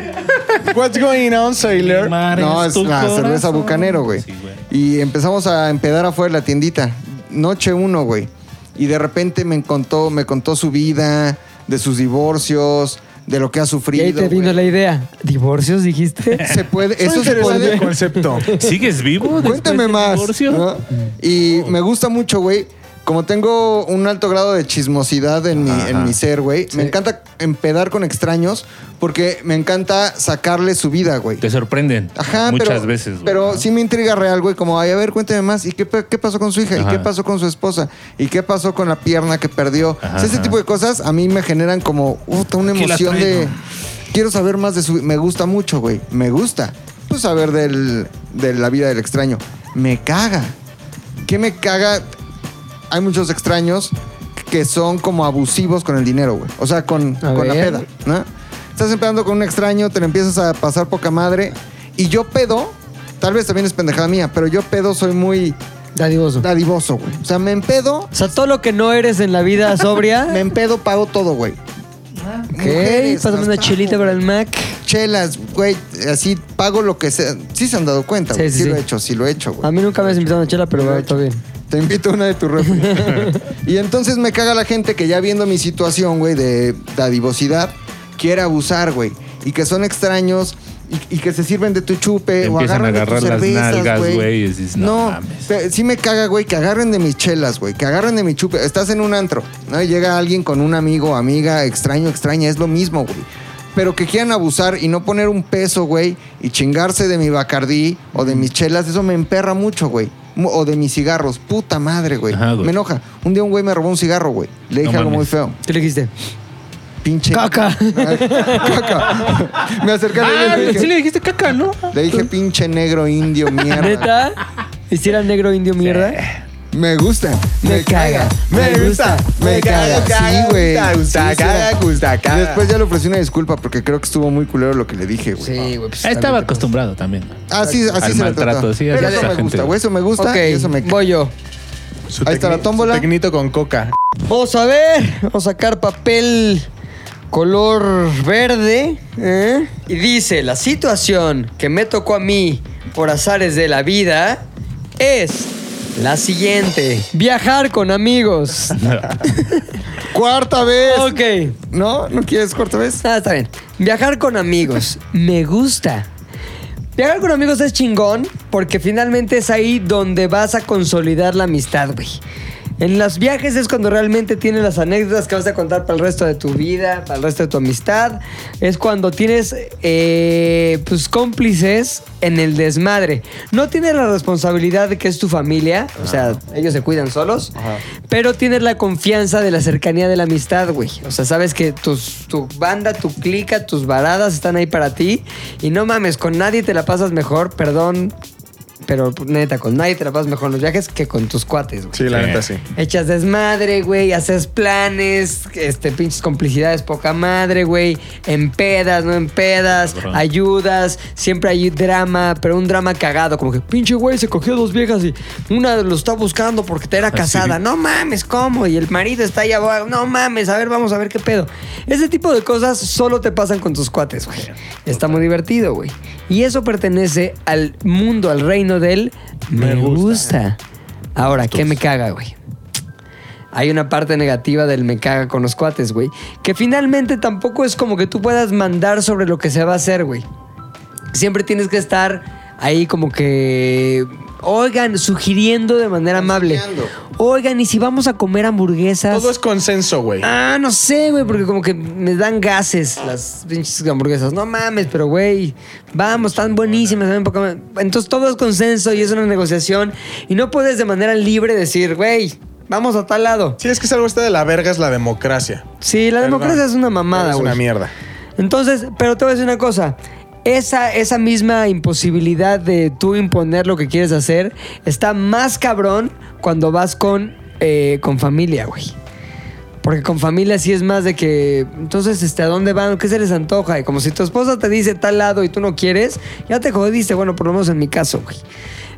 [SPEAKER 4] What's going on, sailor?
[SPEAKER 5] Mar
[SPEAKER 3] No, es
[SPEAKER 5] tu
[SPEAKER 3] la
[SPEAKER 5] corazón.
[SPEAKER 3] cerveza bucanero, güey.
[SPEAKER 5] Sí, güey.
[SPEAKER 3] y empezamos a empedar afuera de la tiendita. Noche uno, güey. Y de repente me contó, me contó su vida, de sus divorcios, de lo que ha
[SPEAKER 1] Y
[SPEAKER 3] sufrido.
[SPEAKER 1] ahí te vino
[SPEAKER 3] güey.
[SPEAKER 1] la idea. ¿Divorcios dijiste?
[SPEAKER 3] Se puede,
[SPEAKER 4] Eso
[SPEAKER 3] eso se
[SPEAKER 4] interesante
[SPEAKER 3] puede.
[SPEAKER 4] concepto.
[SPEAKER 5] ¿Sigues vivo? después
[SPEAKER 3] Cuéntame
[SPEAKER 5] del
[SPEAKER 3] más. Ah.
[SPEAKER 5] divorcio?
[SPEAKER 3] ¿no? Y me gusta mucho, güey. Como tengo un alto grado de chismosidad en, mi, en mi ser, güey, me encanta empedar con extraños porque me encanta sacarle su vida, güey.
[SPEAKER 5] Te sorprenden.
[SPEAKER 3] Ajá,
[SPEAKER 5] muchas
[SPEAKER 3] pero,
[SPEAKER 5] veces. güey,
[SPEAKER 3] pero
[SPEAKER 5] ¿no?
[SPEAKER 3] sí me intriga real, güey. Como, ay, a ver, cuénteme más. ¿Y qué, pe- qué pasó con su hija? ¿Y
[SPEAKER 5] Ajá.
[SPEAKER 3] qué pasó con su esposa? ¿Y qué pasó con la pierna que perdió?
[SPEAKER 5] Ajá,
[SPEAKER 3] O sea, ese
[SPEAKER 5] ajá.
[SPEAKER 3] tipo de cosas a mí me generan como puta, una
[SPEAKER 5] Aquí la
[SPEAKER 3] emoción
[SPEAKER 5] traigo.
[SPEAKER 3] de. Quiero saber más de su. Me gusta mucho, güey. Me gusta. Pues saber del, de la vida del extraño. Me caga. ¿Qué me caga? Hay muchos extraños que son como abusivos con el dinero, güey. O sea, con,
[SPEAKER 1] A
[SPEAKER 3] con la
[SPEAKER 1] ver.
[SPEAKER 3] peda, ¿no? Estás empezando con un extraño, te lo empiezas a pasar poca madre. Y yo pedo, tal vez también es pendejada mía, pero yo pedo soy muy
[SPEAKER 1] Dadivoso.
[SPEAKER 3] dadivoso, güey. O sea, me empedo,
[SPEAKER 1] O sea, todo lo que no eres en la vida sobria.
[SPEAKER 3] me empedo, pago todo, güey.
[SPEAKER 1] ok,
[SPEAKER 3] Mujeres,
[SPEAKER 1] pásame
[SPEAKER 3] las
[SPEAKER 1] una
[SPEAKER 3] pago,
[SPEAKER 1] chilita para el Mac.
[SPEAKER 3] Chelas, güey, así pago lo que sea. Sí se han dado cuenta,
[SPEAKER 1] Sí,
[SPEAKER 3] güey.
[SPEAKER 1] sí,
[SPEAKER 3] Sí, lo
[SPEAKER 1] sí.
[SPEAKER 3] he hecho, sí lo he hecho,
[SPEAKER 1] A
[SPEAKER 3] güey.
[SPEAKER 1] mí nunca me has invitado a una chela, pero bueno, está bien.
[SPEAKER 3] Te invito a una de tu refri. y entonces me caga la gente que ya viendo mi situación, güey, de dadivosidad, quiere abusar, güey. Y que son extraños y, y que se sirven de tu chupe
[SPEAKER 5] Te
[SPEAKER 3] o
[SPEAKER 5] empiezan a
[SPEAKER 3] agarran de tus
[SPEAKER 5] agarrar las
[SPEAKER 3] cervezas,
[SPEAKER 5] nalgas,
[SPEAKER 3] güey.
[SPEAKER 5] güey, y dices, "No mames".
[SPEAKER 3] pe- Eh, sí me caga, güey, que agarren de mis chelas, güey, que agarren de mi chupe. Estás en un antro, ¿no? Y llega alguien con un amigo, amiga, extraño, extraña, es lo mismo, güey. Pero que quieran abusar y no poner un peso, güey, y chingarse de mi bacardí o de mis chelas, eso me emperra mucho, güey. Mu- O de mis cigarros, puta madre, güey.
[SPEAKER 5] Ajá, güey.
[SPEAKER 3] Me enoja. Un día un güey me robó un cigarro, güey. Le
[SPEAKER 5] No
[SPEAKER 3] dije algo
[SPEAKER 5] mames.
[SPEAKER 3] muy feo.
[SPEAKER 1] ¿Qué le dijiste?
[SPEAKER 3] Pinche.
[SPEAKER 1] Caca. Ah,
[SPEAKER 3] Caca. me acerqué a él y le dije,
[SPEAKER 5] Ah, dijiste caca, ¿no?
[SPEAKER 3] le dije, pinche negro indio mierda.
[SPEAKER 1] ¿Neta? ¿Y si era negro indio mierda?
[SPEAKER 3] Me gusta,
[SPEAKER 1] Me caga,
[SPEAKER 3] me gusta, me caga. Sí, güey.
[SPEAKER 4] gusta, gusta,
[SPEAKER 3] Sí, sí.
[SPEAKER 4] caga, gusta, caga.
[SPEAKER 3] Y Después ya le ofrecí una disculpa porque creo que estuvo muy culero lo que le dije, güey.
[SPEAKER 1] güey. pues,
[SPEAKER 5] Estaba
[SPEAKER 1] también te-
[SPEAKER 5] acostumbrado también.
[SPEAKER 3] Así, Ah, así
[SPEAKER 5] Ah, Al
[SPEAKER 3] se le
[SPEAKER 5] maltrato,
[SPEAKER 3] trató.
[SPEAKER 5] sí, así
[SPEAKER 3] Pero
[SPEAKER 5] es
[SPEAKER 3] eso
[SPEAKER 5] la
[SPEAKER 3] me
[SPEAKER 5] gente,
[SPEAKER 3] gusta,
[SPEAKER 5] güey.
[SPEAKER 3] güey. Eso me gusta y eso me
[SPEAKER 1] Ok, voy yo.
[SPEAKER 4] Su
[SPEAKER 3] Ahí está la
[SPEAKER 4] tecni-
[SPEAKER 3] tómbola.
[SPEAKER 4] su Tecnito con coca.
[SPEAKER 1] Vamos a ver, vamos a sacar papel color verde. ¿eh? Y dice, la situación que me tocó a mí por azares de la vida es la siguiente. Viajar con amigos.
[SPEAKER 3] Cuarta vez.
[SPEAKER 1] ok.
[SPEAKER 3] ¿No? ¿No quieres cuarta vez?
[SPEAKER 1] Ah, está bien. Viajar con amigos. Me gusta. Viajar con amigos es chingón porque finalmente es ahí donde vas a consolidar la amistad, güey. En los viajes es cuando realmente tienes las anécdotas que vas a contar para el resto de tu vida, para el resto de tu amistad. Es cuando tienes eh, pues cómplices en el desmadre. No tienes la responsabilidad de que es tu familia, o sea, ellos se cuidan solos, pero tienes la confianza de la cercanía de la amistad, güey. O sea, sabes que tus, tu banda, tu clica, tus varadas están ahí para ti y no mames, con nadie te la pasas mejor, perdón. pero neta, con nadie te la pasas mejor en los viajes que con tus cuates, güey.
[SPEAKER 4] Sí, la
[SPEAKER 5] Sí.
[SPEAKER 4] neta sí.
[SPEAKER 1] Echas desmadre, güey, haces planes, este, pinches complicidades poca madre, güey, empedas, no empedas,
[SPEAKER 5] Cabrón.
[SPEAKER 1] ayudas, siempre hay drama, pero un drama cagado, como que pinche güey se cogió dos viejas y una lo está buscando porque te era casada, no mames, ¿cómo? Y el marido está allá, abajo, no mames, a ver, vamos a ver qué pedo. Ese tipo de cosas solo te pasan con tus cuates, güey. Está muy divertido, güey. Y eso pertenece al mundo, al reino del me,
[SPEAKER 4] Me
[SPEAKER 1] gusta.
[SPEAKER 4] gusta.
[SPEAKER 1] Ahora, ¿qué me caga, güey? Hay una parte negativa del me caga con los cuates, güey. Que finalmente tampoco es como que tú puedas mandar sobre lo que se va a hacer, güey. Siempre tienes que estar ahí como que... Oigan, sugiriendo de manera amable.
[SPEAKER 3] Consejando.
[SPEAKER 1] Oigan, ¿y si vamos a comer hamburguesas?
[SPEAKER 4] Todo es consenso, güey.
[SPEAKER 1] Ah, no sé, güey, porque como que me dan gases las pinches hamburguesas. No mames, pero güey, vamos, están buenísimas. saben poca madre. Entonces todo es consenso y es una negociación. Y no puedes de manera libre decir, güey, vamos a tal lado.
[SPEAKER 4] Si es que es algo está de la verga, es la democracia.
[SPEAKER 1] Sí, la
[SPEAKER 4] Perdón.
[SPEAKER 1] democracia es una mamada,
[SPEAKER 4] Es
[SPEAKER 1] güey.
[SPEAKER 4] una mierda.
[SPEAKER 1] Entonces, pero te voy a decir una cosa. Esa, esa misma imposibilidad de tú imponer lo que quieres hacer está más cabrón cuando vas con, eh, con familia, güey. Porque con familia sí es más de que, entonces, este, ¿a dónde van? ¿Qué se les antoja? Y como si tu esposa te dice tal lado y tú no quieres, ya te jodiste, bueno, por lo menos en mi caso, güey.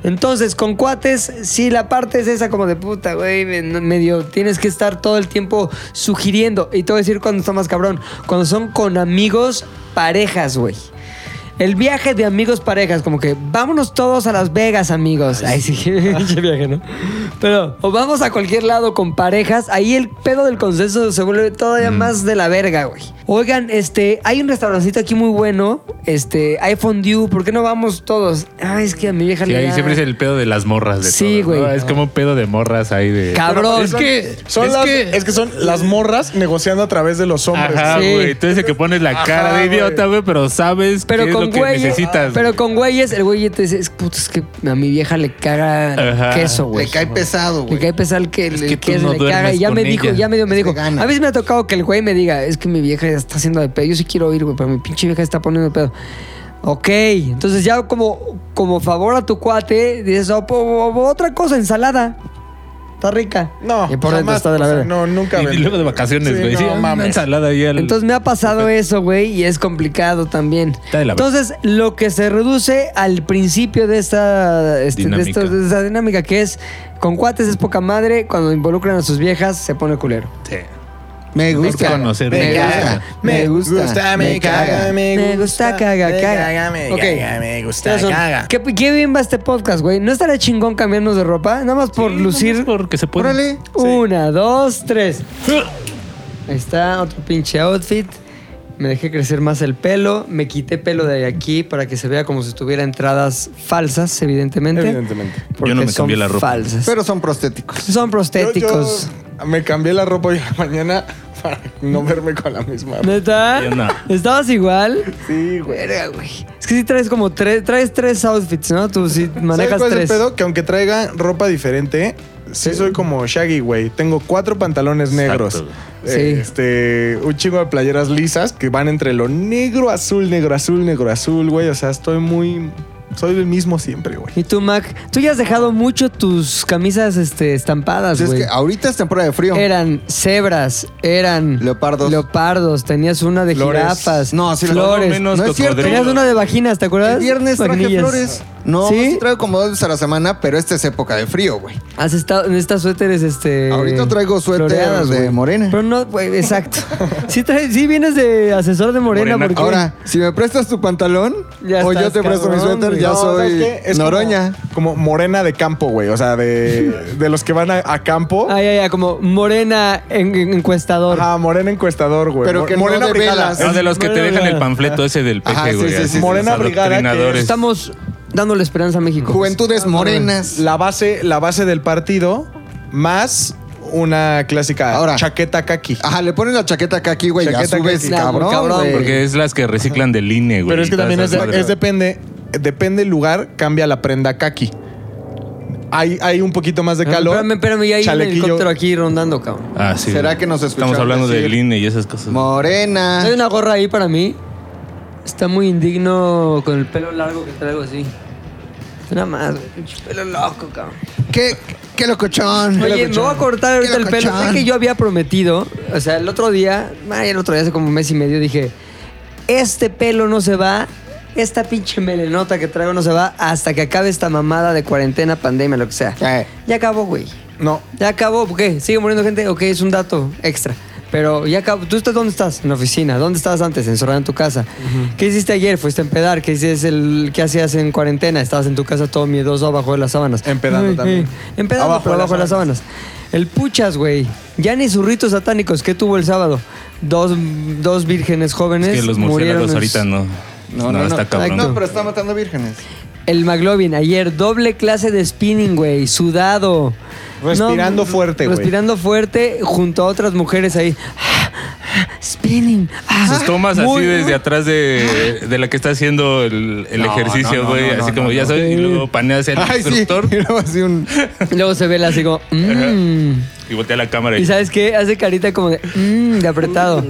[SPEAKER 1] Entonces, con cuates, sí, la parte es esa como de puta, güey, me- no- medio, tienes que estar todo el tiempo sugiriendo. Y te voy a decir cuando está más cabrón, cuando son con amigos, parejas, güey. El viaje de amigos parejas, como que vámonos todos a Las Vegas, amigos. Ay, sí, pinche viaje, ¿no? Pero, o vamos a cualquier lado con parejas, ahí el pedo del consenso se vuelve todavía más de la verga, güey. Oigan, este, hay un restaurancito aquí muy bueno, este, hay fondue, ¿por qué no vamos todos? Ay, es que a mi vieja
[SPEAKER 5] Sí,
[SPEAKER 1] le
[SPEAKER 5] ahí
[SPEAKER 1] da-
[SPEAKER 5] siempre es el pedo de las morras. De
[SPEAKER 1] Sí,
[SPEAKER 5] todo, ¿no?
[SPEAKER 1] güey.
[SPEAKER 5] Es como un pedo de morras ahí de.
[SPEAKER 1] Cabrón,
[SPEAKER 4] Pero
[SPEAKER 5] que-
[SPEAKER 4] Son
[SPEAKER 5] Eh, pues, es
[SPEAKER 4] las-
[SPEAKER 5] que-
[SPEAKER 4] es que son las morras negociando a través de los hombres.
[SPEAKER 5] Ajá,
[SPEAKER 1] Sí.
[SPEAKER 5] güey. Tú eres el que pones la
[SPEAKER 4] Ajá,
[SPEAKER 5] cara de
[SPEAKER 4] güey.
[SPEAKER 5] idiota, güey, pero sabes
[SPEAKER 1] Pero
[SPEAKER 5] qué es
[SPEAKER 1] con
[SPEAKER 5] lo que
[SPEAKER 1] güeyes,
[SPEAKER 5] necesitas.
[SPEAKER 1] pero con güeyes, el güey te dice, "Es- puta, es que a mi vieja le caga
[SPEAKER 5] Ajá.
[SPEAKER 1] queso, güey.
[SPEAKER 3] Le cae pesado,
[SPEAKER 1] Le
[SPEAKER 3] güey.
[SPEAKER 1] cae pesar que el
[SPEAKER 5] que tú
[SPEAKER 1] queso
[SPEAKER 5] no
[SPEAKER 1] le caga.
[SPEAKER 5] duermes
[SPEAKER 1] Y ya
[SPEAKER 5] con
[SPEAKER 1] me dijo,
[SPEAKER 5] ella.
[SPEAKER 1] ya medio me
[SPEAKER 3] Es
[SPEAKER 1] dijo.
[SPEAKER 3] vegana.
[SPEAKER 1] A veces me ha tocado que el güey me diga, es que mi vieja ya está haciendo de pedo. Yo sí quiero ir, güey, pero mi pinche vieja está poniendo de pedo. Ok, entonces ya como, como favor a tu cuate, dices, "Oh, po- po- po- otra cosa, ensalada. Está rica.
[SPEAKER 4] No,
[SPEAKER 1] y por dentro
[SPEAKER 4] jamás,
[SPEAKER 1] está de la
[SPEAKER 4] o sea,
[SPEAKER 1] verga.
[SPEAKER 4] No, nunca.
[SPEAKER 5] Y- y,
[SPEAKER 4] ven-
[SPEAKER 5] luego de vacaciones,
[SPEAKER 4] Sí,
[SPEAKER 5] güey. Sí,
[SPEAKER 4] no,
[SPEAKER 5] una
[SPEAKER 4] mames.
[SPEAKER 5] ensalada ahí al.
[SPEAKER 1] Entonces me ha pasado eso, güey, y es complicado también.
[SPEAKER 5] Está de la verga.
[SPEAKER 1] Entonces, lo que se reduce al principio de esta, este, de,
[SPEAKER 5] Dinámica.
[SPEAKER 1] esto- de esta dinámica, que es con cuates es poca madre, cuando involucran a sus viejas se pone culero.
[SPEAKER 5] Sí.
[SPEAKER 3] Me
[SPEAKER 5] Por
[SPEAKER 3] gusta.
[SPEAKER 5] conocer,
[SPEAKER 3] me,
[SPEAKER 5] me
[SPEAKER 3] gusta,
[SPEAKER 5] gusta.
[SPEAKER 3] me gusta. me caga.
[SPEAKER 1] Me gusta, caga,
[SPEAKER 4] me
[SPEAKER 1] caga.
[SPEAKER 4] me
[SPEAKER 1] Ok.
[SPEAKER 4] caga, me gusta,
[SPEAKER 1] Nelson,
[SPEAKER 4] caga.
[SPEAKER 1] ¿qué, qué bien va este podcast, güey. ¿No estará chingón cambiarnos de ropa? Nada más por
[SPEAKER 5] Sí,
[SPEAKER 1] lucir.
[SPEAKER 5] nomás Porque se puede.
[SPEAKER 3] Pues, Órale.
[SPEAKER 1] Una, dos, tres. Ahí está, otro pinche outfit. Me dejé crecer más el pelo. Me quité pelo de aquí para que se vea como si tuviera entradas falsas, evidentemente.
[SPEAKER 4] Evidentemente.
[SPEAKER 1] Porque
[SPEAKER 5] Yo no me
[SPEAKER 1] son
[SPEAKER 5] cambié la ropa.
[SPEAKER 1] falsas.
[SPEAKER 3] Pero son prostéticos.
[SPEAKER 1] son
[SPEAKER 4] Yo- yo
[SPEAKER 1] prostéticos.
[SPEAKER 4] me cambié la ropa hoy en la mañana para no verme con la misma. ropa.
[SPEAKER 1] ¿Neta?
[SPEAKER 5] Yo no.
[SPEAKER 1] ¿Estabas igual?
[SPEAKER 4] Sí, güey.
[SPEAKER 1] Verga, güey. Es que sí traes como tres, traes tres outfits, ¿no? Tú sí
[SPEAKER 4] ¿Sabes
[SPEAKER 1] manejas
[SPEAKER 4] cuál es el
[SPEAKER 1] tres.
[SPEAKER 4] pedo? Que aunque traiga ropa diferente, sí soy como Shaggy, güey. Tengo cuatro pantalones negros.
[SPEAKER 5] güey.
[SPEAKER 4] Eh,
[SPEAKER 1] Sí.
[SPEAKER 4] Este, un chingo de playeras lisas que van entre lo negro, azul, negro, azul, negro, azul, güey. O sea, estoy muy. Soy el mismo siempre, güey.
[SPEAKER 1] Y tú, Mac, tú ya has dejado mucho tus camisas este,
[SPEAKER 5] Pues,
[SPEAKER 1] estampadas,
[SPEAKER 3] Entonces,
[SPEAKER 1] güey.
[SPEAKER 3] es que ahorita es temporada de frío.
[SPEAKER 1] Eran cebras, eran
[SPEAKER 3] Leopardos.
[SPEAKER 1] leopardos, tenías una de
[SPEAKER 4] Flores.
[SPEAKER 1] jirafas,
[SPEAKER 3] No, sí,
[SPEAKER 1] flores.
[SPEAKER 5] Todo menos
[SPEAKER 3] No es cierto.
[SPEAKER 5] cocodrilo.
[SPEAKER 1] Tenías una de vaginas, ¿te acuerdas?
[SPEAKER 3] El viernes traje
[SPEAKER 1] Vainillas.
[SPEAKER 3] flores. No,
[SPEAKER 1] ¿Sí?
[SPEAKER 3] ¿Sí? traigo como dos veces a la semana, pero esta es época de frío, güey.
[SPEAKER 1] Has estado en estas suéteres, este.
[SPEAKER 3] Ahorita traigo suéter
[SPEAKER 1] floreadas,
[SPEAKER 3] de
[SPEAKER 1] güey.
[SPEAKER 3] morena.
[SPEAKER 1] Pero no, güey, exacto. sí, traes- sí vienes de asesor de morena,
[SPEAKER 5] Morena.
[SPEAKER 1] porque.
[SPEAKER 3] Ahora, si me prestas tu pantalón
[SPEAKER 1] Ya
[SPEAKER 3] o
[SPEAKER 1] estás,
[SPEAKER 3] yo te presto mi
[SPEAKER 1] cabrón,
[SPEAKER 3] suéter,
[SPEAKER 1] güey.
[SPEAKER 3] ya
[SPEAKER 4] No, ¿sabes
[SPEAKER 3] soy
[SPEAKER 4] qué? Es como-
[SPEAKER 3] Noroña.
[SPEAKER 4] Como, morena de campo, güey. O sea, de, de los que van a, a campo.
[SPEAKER 1] Ay, ay, ay, como morena en- en- encuestador.
[SPEAKER 4] Ajá, morena encuestador, güey.
[SPEAKER 3] Pero
[SPEAKER 4] Mor-
[SPEAKER 3] que no
[SPEAKER 4] morena
[SPEAKER 3] de
[SPEAKER 4] brigada.
[SPEAKER 3] velas.
[SPEAKER 5] No, de los que te
[SPEAKER 1] Bueno,
[SPEAKER 5] dejan
[SPEAKER 1] bueno.
[SPEAKER 5] el panfleto ese del
[SPEAKER 3] Ajá,
[SPEAKER 5] peje,
[SPEAKER 3] sí,
[SPEAKER 5] güey.
[SPEAKER 3] sí, sí,
[SPEAKER 5] así,
[SPEAKER 3] sí, sí.
[SPEAKER 4] Morena
[SPEAKER 5] los
[SPEAKER 4] Brigada, que
[SPEAKER 5] adoctrinadores.
[SPEAKER 1] Estamos dándole esperanza a México.
[SPEAKER 3] Juventudes morenas.
[SPEAKER 4] La base, la base del partido más una clásica
[SPEAKER 3] Ahora.
[SPEAKER 4] chaqueta kaki.
[SPEAKER 3] Ajá, le ponen la chaqueta acá aquí, güey, ya
[SPEAKER 4] Chaqueta
[SPEAKER 3] subes,
[SPEAKER 4] kaki.
[SPEAKER 1] Nah,
[SPEAKER 3] cabrón,
[SPEAKER 1] cabrón,
[SPEAKER 3] güey.
[SPEAKER 5] Porque es las que reciclan del INE, güey.
[SPEAKER 4] Pero es que
[SPEAKER 5] y todas
[SPEAKER 4] también es,
[SPEAKER 5] esas
[SPEAKER 4] de-
[SPEAKER 5] madres.
[SPEAKER 4] es depende, depende el lugar, cambia la prenda kaki. Hay, hay un poquito más de
[SPEAKER 1] Ah,
[SPEAKER 4] calor.
[SPEAKER 1] Espérame, espérame, ya hay un
[SPEAKER 4] Chalequillo.
[SPEAKER 1] helicóptero aquí rondando, cabrón.
[SPEAKER 5] Ah, sí.
[SPEAKER 3] ¿Será
[SPEAKER 5] güey.
[SPEAKER 3] que nos
[SPEAKER 5] Estamos
[SPEAKER 3] escucharon
[SPEAKER 5] hablando
[SPEAKER 3] decir-
[SPEAKER 5] del INE y esas cosas.
[SPEAKER 3] Morena.
[SPEAKER 1] Hay una gorra ahí para mí. Está muy indigno con el pelo largo que traigo así. Nada más, güey, pinche pelo loco, cabrón.
[SPEAKER 3] ¿Qué, qué locochón?
[SPEAKER 1] Oye, me voy a cortar ahorita el pelo. Sé que yo había prometido, o sea, el otro día, ay, el otro día hace como un mes y medio dije, este pelo no se va, esta pinche melenota que traigo no se va hasta que acabe esta mamada de cuarentena, pandemia, lo que sea.
[SPEAKER 3] Eh.
[SPEAKER 1] Ya acabó, güey.
[SPEAKER 3] No.
[SPEAKER 1] Ya acabó, ¿por qué? ¿Sigue muriendo gente? Ok, es un dato extra. Pero ya acabó. ¿Tú estás dónde estás? En la oficina. ¿Dónde estabas antes? Encerrada en tu casa. ¿Qué hiciste ayer? Fuiste a empedar. ¿Qué, hiciste el, ¿Qué hacías en cuarentena? Estabas en tu casa todo miedoso abajo de las sábanas.
[SPEAKER 4] Empedando también.
[SPEAKER 1] Empedando,
[SPEAKER 4] Abajo
[SPEAKER 1] pero
[SPEAKER 4] de las
[SPEAKER 1] abajo de las sábanas. El puchas, güey. Ya ni sus ritos satánicos. ¿Qué tuvo el sábado? Dos, dos vírgenes jóvenes.
[SPEAKER 5] que los
[SPEAKER 1] murieron.
[SPEAKER 5] murciélagos
[SPEAKER 1] en-
[SPEAKER 5] ahorita no. No, está cabrón.
[SPEAKER 3] No, pero está matando vírgenes.
[SPEAKER 1] El McLovin, ayer, doble clase de spinning, güey, sudado.
[SPEAKER 4] Respirando fuerte, güey.
[SPEAKER 1] Respirando fuerte junto a otras mujeres ahí. Spinning. Ah,
[SPEAKER 5] Sus tomas
[SPEAKER 1] Muy-
[SPEAKER 5] así desde atrás de, de la que está haciendo el, el ejercicio, güey. así como ya sabes, y luego panea hacia el
[SPEAKER 3] Ay, sí.
[SPEAKER 5] instructor
[SPEAKER 3] Y luego así un...
[SPEAKER 1] Y Luego se ve la así como. mm.
[SPEAKER 5] y voltea la cámara.
[SPEAKER 1] Y
[SPEAKER 5] Y,
[SPEAKER 1] sabes qué? Hace carita como de. mm, de apretado.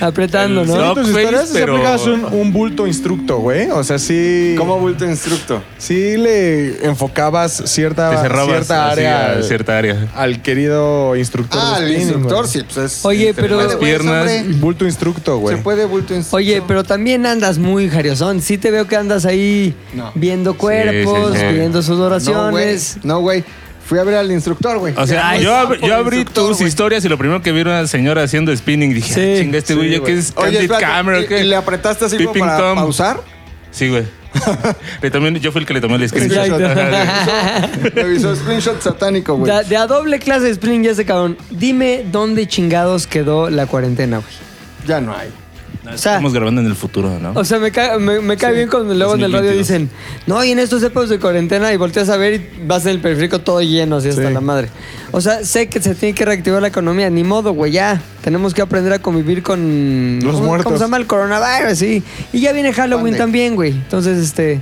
[SPEAKER 1] apretando,
[SPEAKER 5] El
[SPEAKER 1] ¿no?
[SPEAKER 5] soft.
[SPEAKER 4] tus
[SPEAKER 5] Face,
[SPEAKER 4] historias sí
[SPEAKER 5] pero-
[SPEAKER 4] aplicabas un, un bulto instructo, güey. O sea, sí.
[SPEAKER 3] ¿Cómo bulto instructo?
[SPEAKER 4] Sí le enfocabas cierta,
[SPEAKER 5] te cerrabas
[SPEAKER 4] cierta
[SPEAKER 5] así
[SPEAKER 4] área.
[SPEAKER 5] a
[SPEAKER 4] al-
[SPEAKER 5] cierta área.
[SPEAKER 4] Al querido instructor.
[SPEAKER 3] Ah,
[SPEAKER 4] de
[SPEAKER 3] el
[SPEAKER 4] spinning,
[SPEAKER 3] instructor,
[SPEAKER 4] güey.
[SPEAKER 3] sí, pues es...
[SPEAKER 1] Oye,
[SPEAKER 5] entre
[SPEAKER 1] pero.
[SPEAKER 5] las
[SPEAKER 3] güey, es
[SPEAKER 5] piernas.
[SPEAKER 3] hombre.
[SPEAKER 4] Bulto instructo, güey.
[SPEAKER 3] Se puede bulto instructo.
[SPEAKER 1] Oye, pero también andas muy jariosón. Sí te veo que andas ahí
[SPEAKER 3] No.
[SPEAKER 1] viendo cuerpos,
[SPEAKER 5] Sí, sí, sí.
[SPEAKER 1] viendo
[SPEAKER 3] No, güey.
[SPEAKER 1] sudoraciones.
[SPEAKER 3] No, güey. Fui a ver al instructor, güey.
[SPEAKER 5] O sea,
[SPEAKER 1] Ay,
[SPEAKER 5] yo, ab- yo
[SPEAKER 3] el
[SPEAKER 5] abrí
[SPEAKER 3] instructor,
[SPEAKER 5] tus
[SPEAKER 3] güey.
[SPEAKER 5] historias y lo primero que vi era una señora haciendo spinning. Dije,
[SPEAKER 1] Sí,
[SPEAKER 5] "Ah, chinga, este güey, ya que es
[SPEAKER 3] Oye,
[SPEAKER 5] candid
[SPEAKER 3] espérate,
[SPEAKER 5] camera.
[SPEAKER 3] ¿y-
[SPEAKER 5] ¿qué?
[SPEAKER 3] ¿y le apretaste así como
[SPEAKER 5] Peeping
[SPEAKER 3] para
[SPEAKER 5] Tom.
[SPEAKER 3] pausar?
[SPEAKER 5] Sí, güey. Le tomé- yo fui el que le tomé el screenshot.
[SPEAKER 1] Exacto.
[SPEAKER 5] Ajá,
[SPEAKER 3] Revisó screenshot satánico, güey.
[SPEAKER 1] De, de a doble clase de spring ya ese cabrón. Dime dónde chingados quedó la cuarentena, güey.
[SPEAKER 3] Ya no hay.
[SPEAKER 5] güey.
[SPEAKER 1] O sea-
[SPEAKER 5] Estamos grabando en el futuro,
[SPEAKER 3] Ah.
[SPEAKER 5] ¿no?
[SPEAKER 1] O sea, me, ca- me, me cae bien cuando luego en el radio
[SPEAKER 5] 2022.
[SPEAKER 1] dicen, no, y en estos épocas de cuarentena y volteas a ver y vas en el periférico todo lleno, así hasta
[SPEAKER 4] Sí.
[SPEAKER 1] la madre. O sea, sé que se tiene que reactivar la economía, ni modo, güey, ya. Tenemos que aprender a convivir con...
[SPEAKER 4] Los
[SPEAKER 1] ¿cómo- ¿Cómo
[SPEAKER 4] muertos.
[SPEAKER 1] se llama el coronavirus? Sí. Y ya viene Halloween
[SPEAKER 3] Pandemic.
[SPEAKER 1] también, güey. Entonces, este,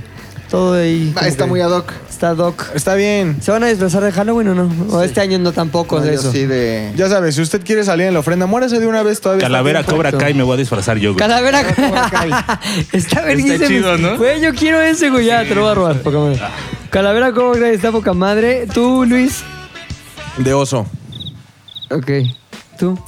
[SPEAKER 1] todo ahí...
[SPEAKER 3] Ah, está
[SPEAKER 1] como
[SPEAKER 3] muy
[SPEAKER 1] que
[SPEAKER 3] ad hoc.
[SPEAKER 1] Está doc.
[SPEAKER 4] Está bien.
[SPEAKER 1] ¿Se van a disfrazar de Halloween o no? O este año no tampoco
[SPEAKER 3] No,
[SPEAKER 1] de
[SPEAKER 3] yo
[SPEAKER 1] eso.
[SPEAKER 3] sí de...
[SPEAKER 4] Ya sabes, si usted quiere salir en la ofrenda, muérase de una vez todavía. está
[SPEAKER 5] Calavera
[SPEAKER 4] tiempo.
[SPEAKER 5] Cobra Kai me voy a disfrazar yo, güey.
[SPEAKER 1] Calavera. está verguísima.
[SPEAKER 5] chido, ¿no?
[SPEAKER 1] Güey, yo quiero ese, güey. Ya, te lo voy a robar. poca madre. Calavera Cobra Kai está poca madre. Tú, Luis.
[SPEAKER 4] De oso.
[SPEAKER 1] Ok. Tú.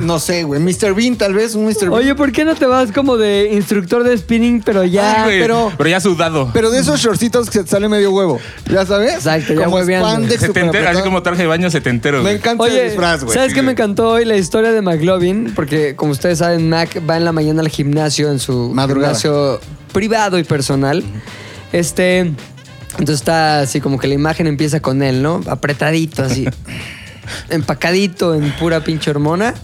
[SPEAKER 3] No sé, güey. Mr. Bean, tal vez. Un Mr. Bean.
[SPEAKER 1] Oye, ¿por qué no te vas como de instructor de spinning, pero
[SPEAKER 5] Sí,
[SPEAKER 1] ya.
[SPEAKER 5] Ah, güey,
[SPEAKER 1] Ah, pero.
[SPEAKER 5] pero ya sudado.
[SPEAKER 3] Pero de esos shortcitos que te sale medio huevo. ¿Ya sabes?
[SPEAKER 1] Exacto, ya
[SPEAKER 3] Como
[SPEAKER 1] hueveando.
[SPEAKER 3] spandex
[SPEAKER 5] Setentero, así
[SPEAKER 3] superapretado.
[SPEAKER 5] como traje de baño setentero.
[SPEAKER 3] Me
[SPEAKER 5] güey.
[SPEAKER 3] encanta el
[SPEAKER 1] Oye,
[SPEAKER 3] disfraz, güey.
[SPEAKER 1] ¿sabes qué me encantó hoy? La historia de McLovin, porque como ustedes saben, Mac va en la mañana al gimnasio, en su
[SPEAKER 3] Madrugada.
[SPEAKER 1] gimnasio privado y personal. Este, entonces está así como que la imagen empieza con él, ¿no? Apretadito, así, empacadito en pura pinche hormona.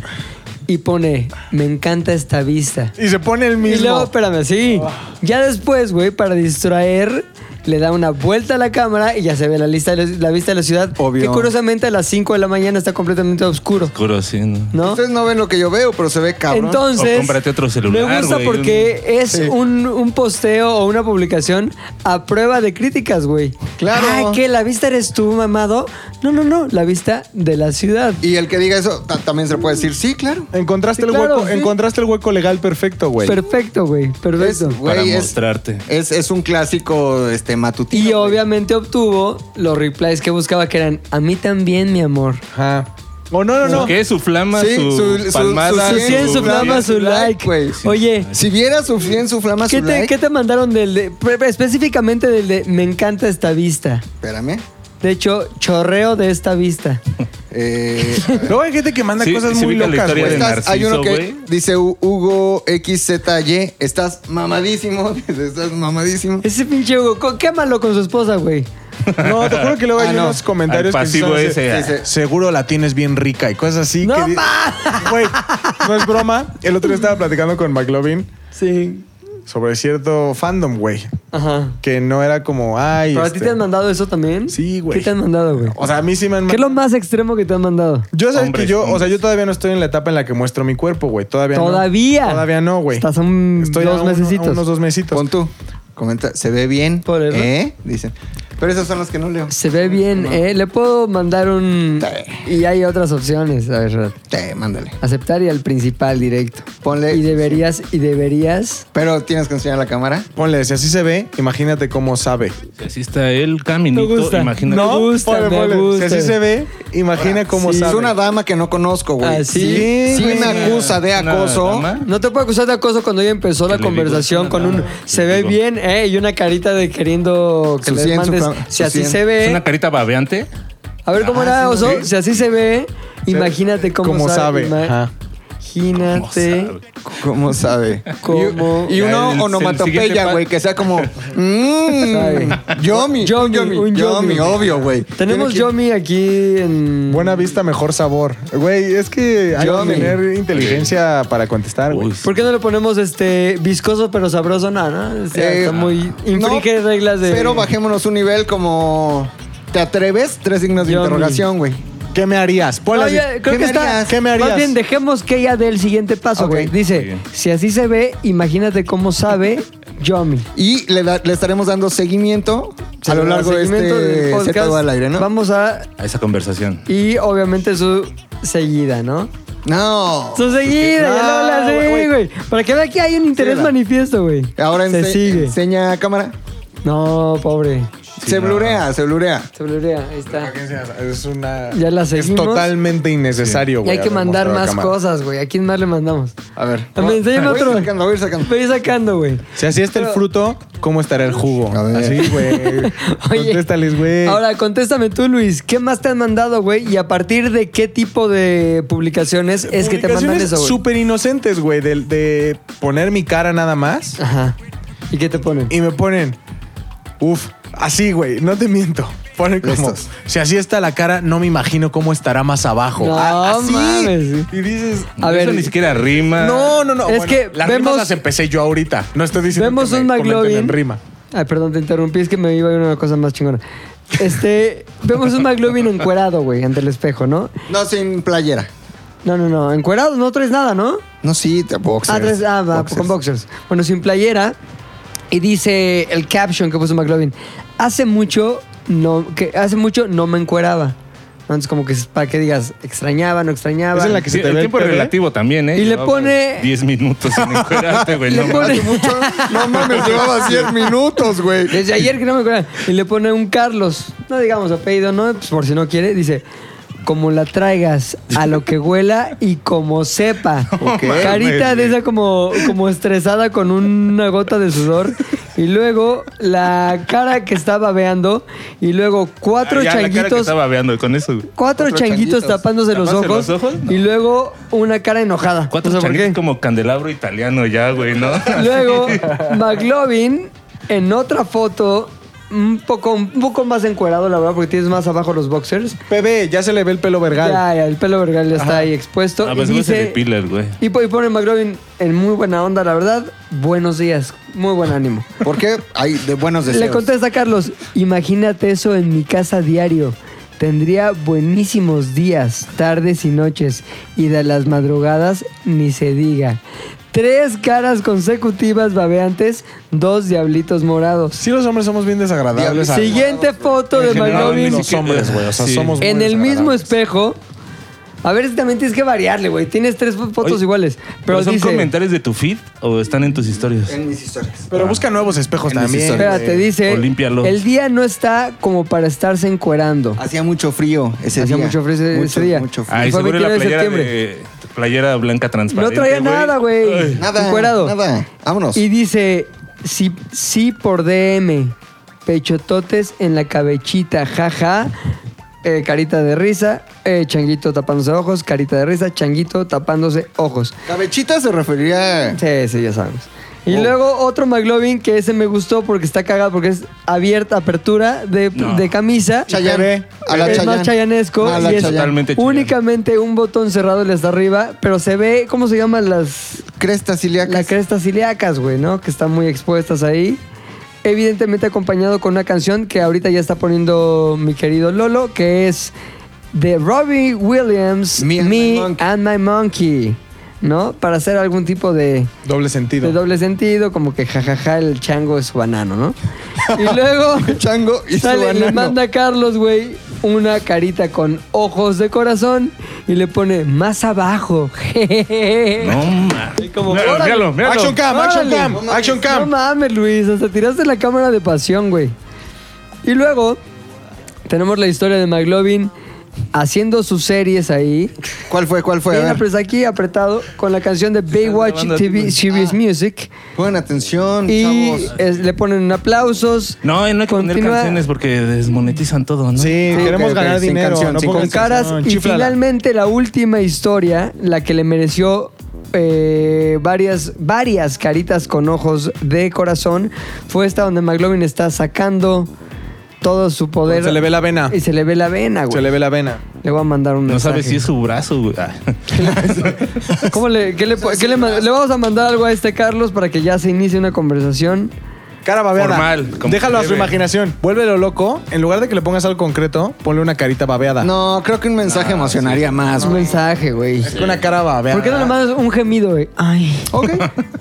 [SPEAKER 1] Y pone, me encanta esta vista.
[SPEAKER 4] Y se pone el
[SPEAKER 1] Y luego,
[SPEAKER 4] mismo.
[SPEAKER 1] espérame, sí. Ya después, güey, para distraer, le da una vuelta a la cámara y ya se ve la, lista de la- la vista de la ciudad.
[SPEAKER 3] Obvio.
[SPEAKER 1] Que curiosamente a las 5 de la mañana está completamente oscuro,
[SPEAKER 5] Oscuro, sí, ¿no?
[SPEAKER 1] ¿no?
[SPEAKER 3] Ustedes no ven lo que yo veo, pero se ve cabrón.
[SPEAKER 1] Entonces,
[SPEAKER 5] O cómprate otro celular,
[SPEAKER 1] me gusta
[SPEAKER 5] güey,
[SPEAKER 1] porque es
[SPEAKER 3] Sí.
[SPEAKER 1] un, un posteo o una publicación a prueba de críticas, güey.
[SPEAKER 3] Claro.
[SPEAKER 1] Ah, que la vista eres tú, mamado. No, no, no, la vista de la ciudad.
[SPEAKER 3] Y el que diga eso ta- también se puede decir, sí, claro.
[SPEAKER 4] Encontraste
[SPEAKER 1] Sí,
[SPEAKER 4] el
[SPEAKER 1] claro,
[SPEAKER 4] hueco,
[SPEAKER 1] sí.
[SPEAKER 4] encontraste el hueco legal perfecto, güey.
[SPEAKER 1] Perfecto, güey, perfecto.
[SPEAKER 3] Es-
[SPEAKER 5] Para
[SPEAKER 3] Güey, es-
[SPEAKER 5] mostrarte.
[SPEAKER 3] Es, es un clásico este, matutino.
[SPEAKER 1] Y
[SPEAKER 3] güey.
[SPEAKER 1] obviamente obtuvo los replies que buscaba, que eran a mí también, mi amor.
[SPEAKER 4] Ajá. O no, no, no.
[SPEAKER 5] ¿Qué? Su flama,
[SPEAKER 3] Sí,
[SPEAKER 5] su,
[SPEAKER 3] su- su-
[SPEAKER 5] palmada.
[SPEAKER 3] su
[SPEAKER 1] Su 100, su flama, su like.
[SPEAKER 3] güey.
[SPEAKER 1] Oye,
[SPEAKER 3] Si viera su en su flama,
[SPEAKER 1] ¿qué
[SPEAKER 3] su
[SPEAKER 1] te,
[SPEAKER 3] like-
[SPEAKER 1] qué te mandaron del de, pre- específicamente del de me encanta esta vista?
[SPEAKER 3] Espérame.
[SPEAKER 1] De hecho, chorreo de esta vista.
[SPEAKER 3] Eh,
[SPEAKER 4] Luego hay gente que manda
[SPEAKER 5] Sí,
[SPEAKER 4] cosas
[SPEAKER 5] sí
[SPEAKER 4] muy
[SPEAKER 5] ubica la
[SPEAKER 4] locas,
[SPEAKER 5] historia
[SPEAKER 4] güey.
[SPEAKER 5] de-
[SPEAKER 3] estás- hay
[SPEAKER 5] Narciso,
[SPEAKER 3] uno que
[SPEAKER 5] güey.
[SPEAKER 3] dice Hu- Hugo XZY, estás mamadísimo, estás mamadísimo.
[SPEAKER 1] Ese pinche Hugo, co- quémalo con su esposa, güey.
[SPEAKER 4] No, te juro que luego
[SPEAKER 3] Ah,
[SPEAKER 4] hay
[SPEAKER 3] no.
[SPEAKER 4] unos comentarios
[SPEAKER 5] Al
[SPEAKER 4] que sí
[SPEAKER 5] pasivo
[SPEAKER 4] son-
[SPEAKER 5] ese,
[SPEAKER 4] sí,
[SPEAKER 5] ah.
[SPEAKER 4] sí. Seguro la tienes bien rica y cosas así.
[SPEAKER 1] ¡No
[SPEAKER 4] que di-
[SPEAKER 1] ma!
[SPEAKER 4] Güey, no es broma. El otro día estaba platicando con McLovin
[SPEAKER 1] Sí.
[SPEAKER 4] sobre cierto fandom, güey.
[SPEAKER 1] Ajá.
[SPEAKER 4] Que no era como, ay.
[SPEAKER 1] ¿Pero a ti
[SPEAKER 4] este-
[SPEAKER 1] te han mandado eso también?
[SPEAKER 4] Sí, güey.
[SPEAKER 1] ¿Qué te han mandado, güey?
[SPEAKER 4] O sea, a mí sí me han
[SPEAKER 1] ¿Qué es lo más extremo que te han mandado?
[SPEAKER 4] Yo sabes
[SPEAKER 5] Hombres,
[SPEAKER 4] que yo, o sea,
[SPEAKER 5] hombres.
[SPEAKER 4] yo todavía no estoy en la etapa en la que muestro mi cuerpo, güey. Todavía,
[SPEAKER 1] Todavía.
[SPEAKER 4] no. Todavía no, güey.
[SPEAKER 1] Estás a un-
[SPEAKER 4] Estoy a
[SPEAKER 1] dos
[SPEAKER 4] uno- a
[SPEAKER 1] mesecitos.
[SPEAKER 4] unos dos mesecitos.
[SPEAKER 3] Pon tú. Comenta, se ve bien.
[SPEAKER 1] Por eso.
[SPEAKER 3] ¿Eh? Dicen. Pero esas son las que no leo.
[SPEAKER 1] Se ve bien, ¿eh? Le puedo mandar un...
[SPEAKER 3] Sí.
[SPEAKER 1] Y hay otras opciones, a ver.
[SPEAKER 3] Te, mándale.
[SPEAKER 1] Aceptar y al principal directo.
[SPEAKER 3] Ponle-
[SPEAKER 1] Y deberías, y deberías...
[SPEAKER 3] Pero tienes que enseñar la cámara.
[SPEAKER 4] Ponle, si así se ve, imagínate cómo sabe.
[SPEAKER 5] Si así está el caminito,
[SPEAKER 4] Me gusta.
[SPEAKER 5] imagínate.
[SPEAKER 4] No,
[SPEAKER 1] gusta,
[SPEAKER 4] ponle,
[SPEAKER 1] me
[SPEAKER 4] ponle. Ah,
[SPEAKER 1] gusta.
[SPEAKER 4] Si así se ve, imagina cómo
[SPEAKER 3] Sí.
[SPEAKER 4] sabe.
[SPEAKER 3] Es una dama que no conozco, güey.
[SPEAKER 1] Así.
[SPEAKER 3] Sí,
[SPEAKER 1] Ah, Sí,
[SPEAKER 3] sí me
[SPEAKER 1] güey.
[SPEAKER 3] acusa de
[SPEAKER 5] Una
[SPEAKER 3] acoso.
[SPEAKER 5] dama.
[SPEAKER 1] No te puedo acusar de acoso cuando ella empezó la
[SPEAKER 5] le digo,
[SPEAKER 1] conversación
[SPEAKER 5] es
[SPEAKER 1] con
[SPEAKER 5] una
[SPEAKER 1] un...
[SPEAKER 5] dama.
[SPEAKER 1] Se ve
[SPEAKER 5] Digo.
[SPEAKER 1] bien, ¿eh? Y una carita de queriendo que
[SPEAKER 3] Su
[SPEAKER 1] le
[SPEAKER 3] cien, su
[SPEAKER 1] mandes...
[SPEAKER 3] ca-
[SPEAKER 1] Si
[SPEAKER 3] su
[SPEAKER 1] así
[SPEAKER 3] cien.
[SPEAKER 1] se
[SPEAKER 5] Es
[SPEAKER 1] ve...
[SPEAKER 5] una carita babeante.
[SPEAKER 1] A ver, ¿cómo era,
[SPEAKER 5] Ah, sí,
[SPEAKER 1] Oso?
[SPEAKER 5] ok.
[SPEAKER 1] Si así se ve, imagínate cómo,
[SPEAKER 4] Cómo sabe, ajá.
[SPEAKER 1] Imagínate
[SPEAKER 5] ¿Cómo sabe?
[SPEAKER 3] ¿Cómo sabe?
[SPEAKER 1] cómo...
[SPEAKER 3] Y
[SPEAKER 5] Ya,
[SPEAKER 3] una
[SPEAKER 5] el- el siguiente
[SPEAKER 3] onomatopeya,
[SPEAKER 5] pa-
[SPEAKER 3] güey, que sea como. Mmm.
[SPEAKER 1] Yomi,
[SPEAKER 3] Yomi.
[SPEAKER 1] un
[SPEAKER 3] Yomi.
[SPEAKER 1] yomi.
[SPEAKER 3] Yomi, obvio, güey.
[SPEAKER 1] Tenemos
[SPEAKER 3] Tiene
[SPEAKER 1] Yomi aquí en...
[SPEAKER 4] Buena vista, mejor sabor. Güey, es que hay
[SPEAKER 3] Yo,
[SPEAKER 4] que tener
[SPEAKER 3] mi-
[SPEAKER 4] inteligencia para contestar, güey.
[SPEAKER 5] Uy, sí.
[SPEAKER 1] ¿Por qué no le ponemos este viscoso pero sabroso? No, no. O
[SPEAKER 3] que-
[SPEAKER 1] sea,
[SPEAKER 3] Eh,
[SPEAKER 1] está muy. Infringe
[SPEAKER 3] no,
[SPEAKER 1] reglas de.
[SPEAKER 3] Pero bajémonos un nivel como. ¿Te atreves? Tres signos de
[SPEAKER 1] Yomi.
[SPEAKER 3] interrogación, güey.
[SPEAKER 4] ¿Qué me harías? Ponle
[SPEAKER 1] No,
[SPEAKER 4] así,
[SPEAKER 1] ya, creo
[SPEAKER 4] ¿Qué
[SPEAKER 1] que
[SPEAKER 4] me
[SPEAKER 1] está.
[SPEAKER 4] harías? ¿Qué me
[SPEAKER 1] Más
[SPEAKER 4] harías?
[SPEAKER 1] bien, dejemos que ella dé el siguiente paso,
[SPEAKER 3] Ok.
[SPEAKER 1] güey. Dice:
[SPEAKER 5] Bien.
[SPEAKER 1] Si así se ve, imagínate cómo sabe Yomi.
[SPEAKER 3] Y le, da- le estaremos dando seguimiento a lo largo de
[SPEAKER 1] Seguimiento del
[SPEAKER 3] este
[SPEAKER 1] podcast,
[SPEAKER 3] Z al aire, ¿no?
[SPEAKER 1] Vamos a.
[SPEAKER 5] A esa conversación.
[SPEAKER 1] Y obviamente su seguida, ¿no?
[SPEAKER 3] No.
[SPEAKER 1] Su seguida, ya
[SPEAKER 3] No,
[SPEAKER 1] no la sé,
[SPEAKER 3] Ah, güey,
[SPEAKER 1] güey. Para que vea que hay un interés
[SPEAKER 3] Síguela.
[SPEAKER 1] manifiesto, güey.
[SPEAKER 3] Ahora
[SPEAKER 1] se
[SPEAKER 3] ense-
[SPEAKER 1] sigue.
[SPEAKER 3] enseña a cámara.
[SPEAKER 1] No, pobre.
[SPEAKER 3] se
[SPEAKER 5] no.
[SPEAKER 3] blurea, se blurea.
[SPEAKER 1] Se blurea, ahí está.
[SPEAKER 4] Es una.
[SPEAKER 1] Ya la
[SPEAKER 4] es
[SPEAKER 1] seguimos.
[SPEAKER 4] totalmente innecesario,
[SPEAKER 1] Y
[SPEAKER 4] güey.
[SPEAKER 1] hay que mandar
[SPEAKER 4] demostrar a
[SPEAKER 1] más
[SPEAKER 4] cámara.
[SPEAKER 1] cosas, güey. ¿A quién más le mandamos?
[SPEAKER 3] A ver.
[SPEAKER 1] A ver, enséñame
[SPEAKER 3] Voy a ir
[SPEAKER 1] otro.
[SPEAKER 3] sacando, voy a ir sacando.
[SPEAKER 1] Estoy sacando, güey.
[SPEAKER 4] Si así está el fruto, ¿cómo estará el jugo?
[SPEAKER 3] A ver.
[SPEAKER 4] Así, güey.
[SPEAKER 1] Oye,
[SPEAKER 4] Contéstales, güey.
[SPEAKER 1] Ahora, contéstame tú, Luis. ¿Qué más te han mandado, güey? ¿Y a partir de qué tipo de publicaciones es que te mandan
[SPEAKER 4] Publicaciones
[SPEAKER 1] eso, güey?
[SPEAKER 4] Súper inocentes, güey, de, de poner mi cara nada más.
[SPEAKER 1] Ajá. ¿Y qué te ponen?
[SPEAKER 4] Y me ponen, uf, así, güey, no te miento. Ponen como,
[SPEAKER 3] Estos.
[SPEAKER 4] si así está la cara, no me imagino cómo estará más abajo.
[SPEAKER 1] No
[SPEAKER 4] Ah, así.
[SPEAKER 1] mames.
[SPEAKER 4] Y dices,
[SPEAKER 1] A
[SPEAKER 5] Eso
[SPEAKER 1] ver.
[SPEAKER 5] ni siquiera rima.
[SPEAKER 4] no, no, no.
[SPEAKER 1] Es que
[SPEAKER 4] las
[SPEAKER 1] vemos-
[SPEAKER 4] rimas las empecé yo ahorita. No estoy diciendo
[SPEAKER 1] Vemos
[SPEAKER 4] que
[SPEAKER 1] un
[SPEAKER 4] me comenten
[SPEAKER 1] McLovin.
[SPEAKER 4] en rima.
[SPEAKER 1] Ay, perdón, te interrumpí. Es que me iba a ir una cosa más chingona. Este, vemos un McLovin encuerado, güey, ante el espejo, ¿no?
[SPEAKER 3] No, sin playera.
[SPEAKER 1] No, no, no. Encuerado, no traes nada, ¿no?
[SPEAKER 3] No, sí, te boxers.
[SPEAKER 1] Ah, tres- ah, va,
[SPEAKER 3] Boxers.
[SPEAKER 1] con boxers. Bueno, sin playera. Y dice el caption que puso McLovin. Hace mucho no, que hace mucho no me encueraba. Entonces, como que es para que digas, extrañaba, no extrañaba.
[SPEAKER 4] Es en la que se
[SPEAKER 5] Sí,
[SPEAKER 4] te
[SPEAKER 5] el
[SPEAKER 4] ve el
[SPEAKER 5] tiempo
[SPEAKER 4] pene.
[SPEAKER 5] relativo también, ¿eh?
[SPEAKER 1] Y le
[SPEAKER 5] Llevaba
[SPEAKER 1] pone-
[SPEAKER 5] 10 minutos sin encuerarte, güey.
[SPEAKER 1] Le
[SPEAKER 5] no
[SPEAKER 1] pone-
[SPEAKER 5] mames.
[SPEAKER 3] Hace mucho. No mames, llevabas 10 minutos, güey.
[SPEAKER 1] Desde ayer que no me encueraba. Y le pone un Carlos. No digamos apellido, ¿no? Pues por si no quiere. Dice, como la traigas, a lo que huela y como sepa.
[SPEAKER 5] mames,
[SPEAKER 1] Carita de
[SPEAKER 5] güey.
[SPEAKER 1] esa como, como estresada con una gota de sudor. Y luego la cara que está babeando. Y luego cuatro
[SPEAKER 5] Ah, ya, la cara que
[SPEAKER 1] changuitos.
[SPEAKER 5] está babeando con eso, güey.
[SPEAKER 1] Cuatro
[SPEAKER 3] Cuatro
[SPEAKER 1] changuitos
[SPEAKER 3] changuitos.
[SPEAKER 1] tapándose los
[SPEAKER 5] ¿Tapándose
[SPEAKER 1] ojos,
[SPEAKER 5] los ojos? No.
[SPEAKER 1] y luego una cara enojada.
[SPEAKER 5] Cuatro
[SPEAKER 1] No sé por
[SPEAKER 5] changuitos
[SPEAKER 1] qué.
[SPEAKER 5] como candelabro italiano ya, güey, ¿no?
[SPEAKER 1] Luego, McLovin, en otra foto, un poco, un poco más encuerado, la verdad, porque tienes más abajo los boxers.
[SPEAKER 4] Bebé, ya se le ve el pelo vergal.
[SPEAKER 1] Ya, ya, el pelo vergal ya está ahí expuesto.
[SPEAKER 5] Ah,
[SPEAKER 1] y
[SPEAKER 5] pues güey, se
[SPEAKER 1] dice-
[SPEAKER 5] depila el güey.
[SPEAKER 1] y po- y pone McLovin en muy buena onda, la verdad. Buenos días, muy buen ánimo.
[SPEAKER 3] ¿Por qué? Hay de buenos deseos.
[SPEAKER 1] Le contesta Carlos, imagínate eso en mi casa diario. Tendría buenísimos días, tardes y noches, y de las madrugadas ni se diga. Tres caras consecutivas babeantes, dos diablitos morados.
[SPEAKER 4] Sí, los hombres somos bien desagradables.
[SPEAKER 3] Diablo,
[SPEAKER 4] al-
[SPEAKER 1] Siguiente foto de
[SPEAKER 4] En general,
[SPEAKER 1] McLovin
[SPEAKER 4] Los hombres, güey. O sea,
[SPEAKER 5] Sí.
[SPEAKER 4] somos muy
[SPEAKER 1] en el mismo
[SPEAKER 4] desagradables.
[SPEAKER 1] espejo. A ver, si también tienes que variarle, güey. Tienes tres fo- fotos
[SPEAKER 5] Oye,
[SPEAKER 1] iguales. Pero,
[SPEAKER 5] ¿Pero son
[SPEAKER 1] dice,
[SPEAKER 5] comentarios de tu feed o están en tus historias?
[SPEAKER 3] En mis historias.
[SPEAKER 4] Pero busca nuevos espejos
[SPEAKER 3] En mis
[SPEAKER 4] también.
[SPEAKER 3] historias.
[SPEAKER 1] espérate, dice,
[SPEAKER 5] O límpialos.
[SPEAKER 1] el día no está como para estarse encuerando.
[SPEAKER 3] Hacía mucho frío ese
[SPEAKER 1] Hacía
[SPEAKER 3] día.
[SPEAKER 1] mucho frío ese- ese día.
[SPEAKER 3] Mucho frío.
[SPEAKER 5] Ay,
[SPEAKER 1] Fue
[SPEAKER 5] Ah, seguro la
[SPEAKER 1] 29 de
[SPEAKER 5] playera
[SPEAKER 1] septiembre.
[SPEAKER 5] de playera blanca
[SPEAKER 1] No
[SPEAKER 5] transparente.
[SPEAKER 1] traía nada, güey.
[SPEAKER 5] Ay.
[SPEAKER 3] Nada,
[SPEAKER 1] Encuerado.
[SPEAKER 3] nada. Vámonos.
[SPEAKER 1] Y dice, sí, sí por DM, pechototes en la cabechita, jaja, Eh, carita de risa, eh, changuito tapándose ojos, carita de risa, changuito tapándose ojos.
[SPEAKER 3] Cabechita se referiría...
[SPEAKER 1] Sí, sí, ya sabemos. Y
[SPEAKER 5] Oh.
[SPEAKER 1] luego otro McLovin que ese me gustó porque está cagado, porque es abierta, apertura de,
[SPEAKER 5] No.
[SPEAKER 1] de camisa.
[SPEAKER 3] Chayanne. A la
[SPEAKER 1] es
[SPEAKER 3] Chayanne.
[SPEAKER 1] más chayanesco
[SPEAKER 3] A la
[SPEAKER 1] y es
[SPEAKER 3] Chayanne.
[SPEAKER 5] Totalmente Chayanne.
[SPEAKER 1] únicamente un botón cerrado el de hasta arriba, pero se ve, ¿cómo se llaman las,
[SPEAKER 3] Crestas ilíacas.
[SPEAKER 1] las crestas ilíacas, güey, ¿no? Que están muy expuestas ahí. Evidentemente acompañado con una canción que ahorita ya está poniendo mi querido Lolo, que es de Robbie Williams, Me, and, my Monkey. ¿no? Para hacer algún tipo de,
[SPEAKER 4] Doble
[SPEAKER 1] de
[SPEAKER 4] sentido.
[SPEAKER 1] doble sentido, como que jajaja el chango es su banano, ¿no? Y luego
[SPEAKER 3] Chango y su
[SPEAKER 1] sale, le
[SPEAKER 3] banano.
[SPEAKER 1] manda a Carlos, güey, una carita con ojos de corazón y le pone más abajo.
[SPEAKER 5] No, ma. Míralo,
[SPEAKER 1] órale.
[SPEAKER 5] míralo, míralo.
[SPEAKER 4] Action cam, action
[SPEAKER 1] Órale.
[SPEAKER 4] cam, action
[SPEAKER 1] No
[SPEAKER 4] cam.
[SPEAKER 1] mames, Luis, hasta tiraste la cámara de pasión, güey. Y luego tenemos la historia de McLovin haciendo sus series ahí.
[SPEAKER 3] ¿Cuál fue? ¿Cuál fue?
[SPEAKER 1] Bien
[SPEAKER 3] A ver.
[SPEAKER 1] apres- aquí apretado con la canción de Baywatch TV Series
[SPEAKER 5] Ah.
[SPEAKER 1] Music.
[SPEAKER 3] Pongan atención,
[SPEAKER 1] Y
[SPEAKER 3] chavos.
[SPEAKER 1] es- le ponen aplausos.
[SPEAKER 5] No, y no hay que poner
[SPEAKER 1] Continúa
[SPEAKER 5] canciones porque desmonetizan todo, ¿no?
[SPEAKER 4] Sí, queremos
[SPEAKER 3] ok, ok,
[SPEAKER 4] ganar
[SPEAKER 3] sin
[SPEAKER 4] dinero.
[SPEAKER 3] canción,
[SPEAKER 4] no
[SPEAKER 3] sin
[SPEAKER 4] pongan
[SPEAKER 1] con caras.
[SPEAKER 4] canción,
[SPEAKER 1] y
[SPEAKER 4] chíflala.
[SPEAKER 1] finalmente la última historia, la que le mereció eh, varias, varias caritas con ojos de corazón, fue esta donde McLovin está sacando todo su poder.
[SPEAKER 4] Se le ve la vena.
[SPEAKER 1] Y se le ve la vena, güey.
[SPEAKER 4] Se le ve la vena.
[SPEAKER 1] Le voy a mandar un
[SPEAKER 5] No
[SPEAKER 1] mensaje.
[SPEAKER 5] sabes si es su brazo, güey. Ah.
[SPEAKER 1] ¿Cómo le, qué le, qué le mand- le vamos a mandar algo a este Carlos para que ya se inicie una conversación?
[SPEAKER 4] Cara babeada.
[SPEAKER 5] Formal, como
[SPEAKER 4] Déjalo a
[SPEAKER 5] se
[SPEAKER 4] su
[SPEAKER 5] debe.
[SPEAKER 4] imaginación. Vuélvelo loco. En lugar de que le pongas algo concreto, ponle una carita babeada.
[SPEAKER 3] No, creo que un mensaje emocionaría más,
[SPEAKER 1] Un
[SPEAKER 3] güey.
[SPEAKER 1] mensaje, güey.
[SPEAKER 4] Es que una cara babeada.
[SPEAKER 1] ¿Por qué no le mandas un gemido, güey? Ay.
[SPEAKER 3] Ok.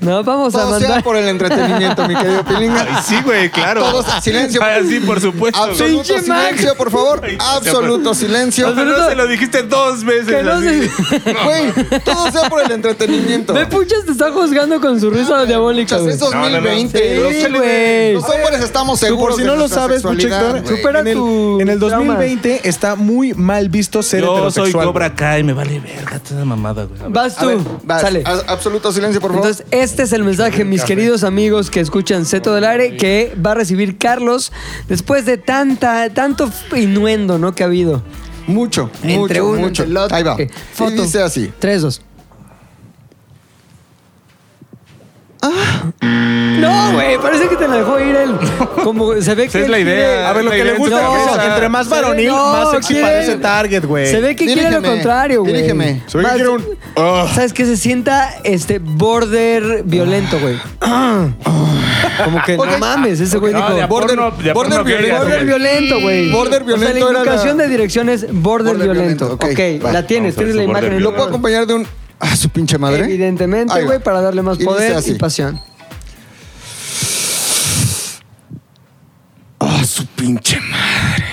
[SPEAKER 1] No, vamos a
[SPEAKER 3] Todo sea
[SPEAKER 1] mandar.
[SPEAKER 3] por el entretenimiento, mi querido Pilinga.
[SPEAKER 5] Ay, sí,
[SPEAKER 1] Ah,
[SPEAKER 5] güey, claro.
[SPEAKER 3] Todos a silencio.
[SPEAKER 5] Ah, sí, por supuesto.
[SPEAKER 3] Absoluto
[SPEAKER 1] Pinche Mac.
[SPEAKER 3] silencio, por favor. Absoluto silencio.
[SPEAKER 5] O sea, no se lo dijiste dos veces.
[SPEAKER 1] Que no
[SPEAKER 5] así.
[SPEAKER 1] se-
[SPEAKER 3] Güey, todo sea por el entretenimiento.
[SPEAKER 1] Me puchas, te está juzgando con su risa diabólica.
[SPEAKER 3] Muchas,
[SPEAKER 1] güey.
[SPEAKER 3] es 2020.
[SPEAKER 1] No, no, no. Sí, güey.
[SPEAKER 3] Los hombres estamos seguros.
[SPEAKER 4] Por si
[SPEAKER 3] de
[SPEAKER 4] no lo
[SPEAKER 3] nuestra
[SPEAKER 4] sabes, mucho
[SPEAKER 3] sexualidad,
[SPEAKER 4] Héctor,
[SPEAKER 3] güey.
[SPEAKER 1] Supera
[SPEAKER 4] en el,
[SPEAKER 1] tu
[SPEAKER 4] en el
[SPEAKER 1] trauma.
[SPEAKER 4] 2020 está muy mal visto ser
[SPEAKER 5] Yo soy
[SPEAKER 4] heterosexual.
[SPEAKER 5] Cobra Kai, me vale verga toda mamada, güey.
[SPEAKER 1] Vas
[SPEAKER 3] A ver,
[SPEAKER 1] tú.
[SPEAKER 3] vas.
[SPEAKER 1] Sale.
[SPEAKER 3] Haz Absoluto silencio, por favor.
[SPEAKER 1] Entonces, este es el mensaje, mis queridos amigos que escuchan Seto del Aire, que va a recibir Carlos después de tanta, tanto f- innuendo, ¿no? Que ha habido.
[SPEAKER 3] mucho, mucho,
[SPEAKER 1] entre uno,
[SPEAKER 3] mucho.
[SPEAKER 1] entre el otro. eh,
[SPEAKER 3] Ahí va.
[SPEAKER 1] que-
[SPEAKER 3] Y dice así.
[SPEAKER 1] Tres, dos. Ah. No, güey, parece que te la dejó ir él. Como se ve que.
[SPEAKER 5] es
[SPEAKER 1] él
[SPEAKER 5] la
[SPEAKER 1] quiere-
[SPEAKER 5] idea,
[SPEAKER 4] A ver, lo
[SPEAKER 5] La
[SPEAKER 4] que le
[SPEAKER 5] idea
[SPEAKER 4] gusta
[SPEAKER 5] es
[SPEAKER 4] es
[SPEAKER 5] esa.
[SPEAKER 4] entre más
[SPEAKER 1] se ve-
[SPEAKER 4] varonil,
[SPEAKER 1] no,
[SPEAKER 4] más sexy
[SPEAKER 1] quiere-
[SPEAKER 4] parece Target, güey.
[SPEAKER 1] Se ve que quiere lo
[SPEAKER 3] Dirígeme,
[SPEAKER 1] contrario, güey.
[SPEAKER 3] dirígeme.
[SPEAKER 4] Se ve que
[SPEAKER 1] Vas-
[SPEAKER 4] quiere un-
[SPEAKER 5] ah.
[SPEAKER 1] ¿Sabes qué? Se sienta este border violento, güey.
[SPEAKER 4] Ah.
[SPEAKER 1] Como que no
[SPEAKER 3] Ok.
[SPEAKER 1] mames, ese güey
[SPEAKER 5] No, de
[SPEAKER 1] dijo.
[SPEAKER 5] a
[SPEAKER 1] Border,
[SPEAKER 5] porno- de a
[SPEAKER 3] border
[SPEAKER 5] porno que
[SPEAKER 3] violento,
[SPEAKER 5] eres,
[SPEAKER 1] border
[SPEAKER 5] güey.
[SPEAKER 1] violento, güey.
[SPEAKER 3] Border
[SPEAKER 1] O sea,
[SPEAKER 3] violento
[SPEAKER 1] la
[SPEAKER 3] era
[SPEAKER 1] indicación
[SPEAKER 3] la-
[SPEAKER 1] de dirección es border,
[SPEAKER 3] Border
[SPEAKER 1] violento.
[SPEAKER 3] violento,
[SPEAKER 1] Ok,
[SPEAKER 3] ok, va.
[SPEAKER 1] la tienes,
[SPEAKER 5] Vamos a ver
[SPEAKER 1] tienes la
[SPEAKER 5] su border
[SPEAKER 1] imagen.
[SPEAKER 5] violento.
[SPEAKER 3] Lo puedo acompañar de un. Ah, su pinche madre.
[SPEAKER 1] Evidentemente,
[SPEAKER 3] Ahí va.
[SPEAKER 1] güey, para darle más
[SPEAKER 3] Y dice
[SPEAKER 1] poder y
[SPEAKER 3] así.
[SPEAKER 1] pasión.
[SPEAKER 3] Ah, su pinche madre.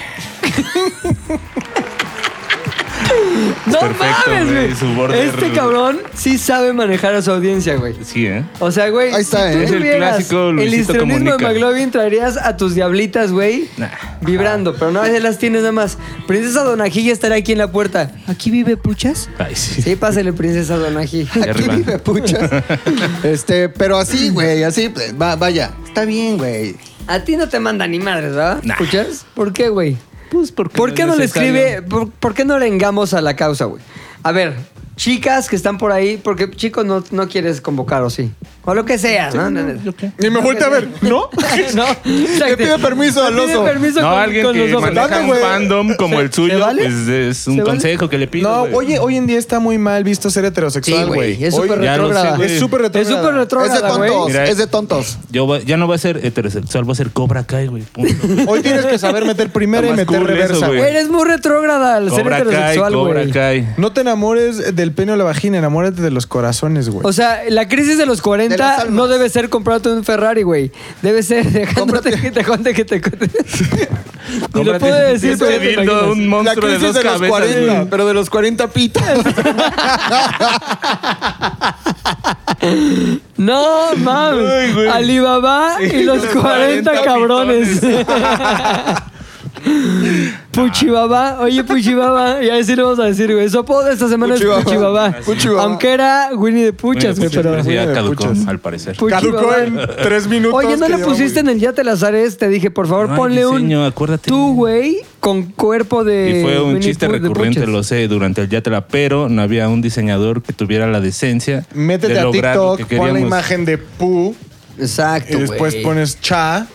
[SPEAKER 1] No
[SPEAKER 5] perfecto,
[SPEAKER 1] mames,
[SPEAKER 5] güey,
[SPEAKER 1] güey.
[SPEAKER 5] su border-
[SPEAKER 1] Este cabrón sí sabe manejar a su audiencia, güey.
[SPEAKER 5] Sí, ¿eh?
[SPEAKER 1] O sea, güey,
[SPEAKER 3] Ahí está,
[SPEAKER 1] si tú
[SPEAKER 3] ¿eh? Es
[SPEAKER 5] el
[SPEAKER 1] tuvieras
[SPEAKER 5] clásico
[SPEAKER 1] el
[SPEAKER 5] Luisito
[SPEAKER 1] histrionismo de
[SPEAKER 5] Comunica.
[SPEAKER 1] McLovin, traerías a tus diablitas, güey,
[SPEAKER 5] Nah.
[SPEAKER 1] vibrando. Pero no, ahí las tienes nada más. Princesa Donajilla estará aquí en la puerta. ¿Aquí vive Puchas?
[SPEAKER 5] Ay, sí.
[SPEAKER 1] Sí, pásale, Princesa Donají.
[SPEAKER 5] Aquí arriba.
[SPEAKER 3] vive puchas. Este, pero así, güey, así, va- vaya. Está bien, güey.
[SPEAKER 1] A ti no te manda ni madres, ¿verdad?
[SPEAKER 5] Nah.
[SPEAKER 1] ¿Puchas? ¿Por qué, güey?
[SPEAKER 5] Pues porque
[SPEAKER 1] ¿Por
[SPEAKER 5] no
[SPEAKER 1] qué
[SPEAKER 5] es
[SPEAKER 1] no le
[SPEAKER 5] necesario.
[SPEAKER 1] escribe? Por, por qué no le engamos a la causa, güey? A ver, chicas que están por ahí, porque chicos no, no quieres convocar o sí. O lo que sea, ¿no?
[SPEAKER 4] Ni me vuelta a ver, ¿no?
[SPEAKER 1] No,
[SPEAKER 3] Le pide permiso al
[SPEAKER 1] Le pide
[SPEAKER 3] oso.
[SPEAKER 1] permiso
[SPEAKER 5] No,
[SPEAKER 1] con-
[SPEAKER 5] alguien
[SPEAKER 1] con los
[SPEAKER 5] que
[SPEAKER 1] ojos.
[SPEAKER 5] maneja
[SPEAKER 4] Date,
[SPEAKER 5] un
[SPEAKER 4] güey.
[SPEAKER 5] fandom como
[SPEAKER 1] ¿Se-
[SPEAKER 5] el suyo,
[SPEAKER 1] se vale?
[SPEAKER 5] pues es un
[SPEAKER 1] ¿Se vale?
[SPEAKER 5] consejo que le pido.
[SPEAKER 4] No,
[SPEAKER 5] güey.
[SPEAKER 4] oye, hoy en día está muy mal visto ser heterosexual,
[SPEAKER 1] Sí, güey,
[SPEAKER 4] güey.
[SPEAKER 1] es
[SPEAKER 4] Hoy-
[SPEAKER 1] súper
[SPEAKER 5] ya lo sé,
[SPEAKER 1] retrógrada.
[SPEAKER 5] güey.
[SPEAKER 4] Ah, Es súper
[SPEAKER 1] Es
[SPEAKER 4] retrógrada.
[SPEAKER 1] súper
[SPEAKER 3] Es de
[SPEAKER 1] retrógrada, güey.
[SPEAKER 3] tontos,
[SPEAKER 5] Mira,
[SPEAKER 3] es de tontos.
[SPEAKER 5] Yo voy- ya no voy a ser heterosexual, voy a ser Cobra Kai, güey. punto.
[SPEAKER 4] Hoy tienes que saber meter primera y
[SPEAKER 5] Está más
[SPEAKER 4] meter
[SPEAKER 5] cool eso,
[SPEAKER 4] reversa,
[SPEAKER 5] güey.
[SPEAKER 4] güey.
[SPEAKER 1] Güey, Eres muy retrógrada al ser
[SPEAKER 5] Cobra Kai,
[SPEAKER 1] heterosexual,
[SPEAKER 5] Cobra
[SPEAKER 1] güey.
[SPEAKER 5] Kai.
[SPEAKER 4] No te enamores del pene o la vagina, enamórate de los corazones, güey.
[SPEAKER 1] O sea, la crisis de los 40
[SPEAKER 3] De las almas.
[SPEAKER 1] no debe ser comprarte un Ferrari, güey. Debe ser dejándote que te conte que te conte. Ni lo
[SPEAKER 5] Cómprate
[SPEAKER 1] pude decir,
[SPEAKER 5] ese
[SPEAKER 1] pero ya te
[SPEAKER 5] dildo,
[SPEAKER 1] imaginas.
[SPEAKER 5] un monstruo de dos cabezas. güey.
[SPEAKER 3] pero de los 40 pitas.
[SPEAKER 1] No
[SPEAKER 5] Ay,
[SPEAKER 1] mames.
[SPEAKER 5] güey.
[SPEAKER 1] Alibaba y los 40,
[SPEAKER 5] 40
[SPEAKER 1] cabrones. Puchibaba, oye Puchibaba, ya sí lo vamos a decir, güey. Sopo de esta semana es
[SPEAKER 3] Puchibaba.
[SPEAKER 1] Puchibaba.
[SPEAKER 3] Puchibaba.
[SPEAKER 1] Aunque era Winnie de Puchas, güey, pero.
[SPEAKER 5] Bueno,
[SPEAKER 1] eh,
[SPEAKER 5] pues, sí, ya
[SPEAKER 4] Bueno,
[SPEAKER 5] caducó,
[SPEAKER 4] puchas.
[SPEAKER 5] al parecer.
[SPEAKER 4] Caducó
[SPEAKER 1] Puchibaba.
[SPEAKER 4] en tres minutos.
[SPEAKER 1] Oye, ¿no
[SPEAKER 4] que
[SPEAKER 1] le
[SPEAKER 4] llevamos.
[SPEAKER 1] pusiste en el Yate Lazares? Te dije, por favor,
[SPEAKER 5] No hay
[SPEAKER 1] ponle
[SPEAKER 5] diseño,
[SPEAKER 1] un.
[SPEAKER 5] acuérdate.
[SPEAKER 1] Tú, güey, con cuerpo de.
[SPEAKER 5] Y fue un
[SPEAKER 1] Winnie
[SPEAKER 5] chiste
[SPEAKER 1] Pu- de
[SPEAKER 5] recurrente,
[SPEAKER 1] Puchas.
[SPEAKER 5] lo sé, durante el Yatra, pero no había un diseñador que tuviera la decencia
[SPEAKER 4] Métete
[SPEAKER 5] de
[SPEAKER 4] a
[SPEAKER 5] lograr lo
[SPEAKER 4] TikTok,
[SPEAKER 5] que
[SPEAKER 4] pon la
[SPEAKER 5] queríamos.
[SPEAKER 4] imagen de Pu
[SPEAKER 1] Exacto.
[SPEAKER 4] y después
[SPEAKER 1] güey.
[SPEAKER 4] pones Cha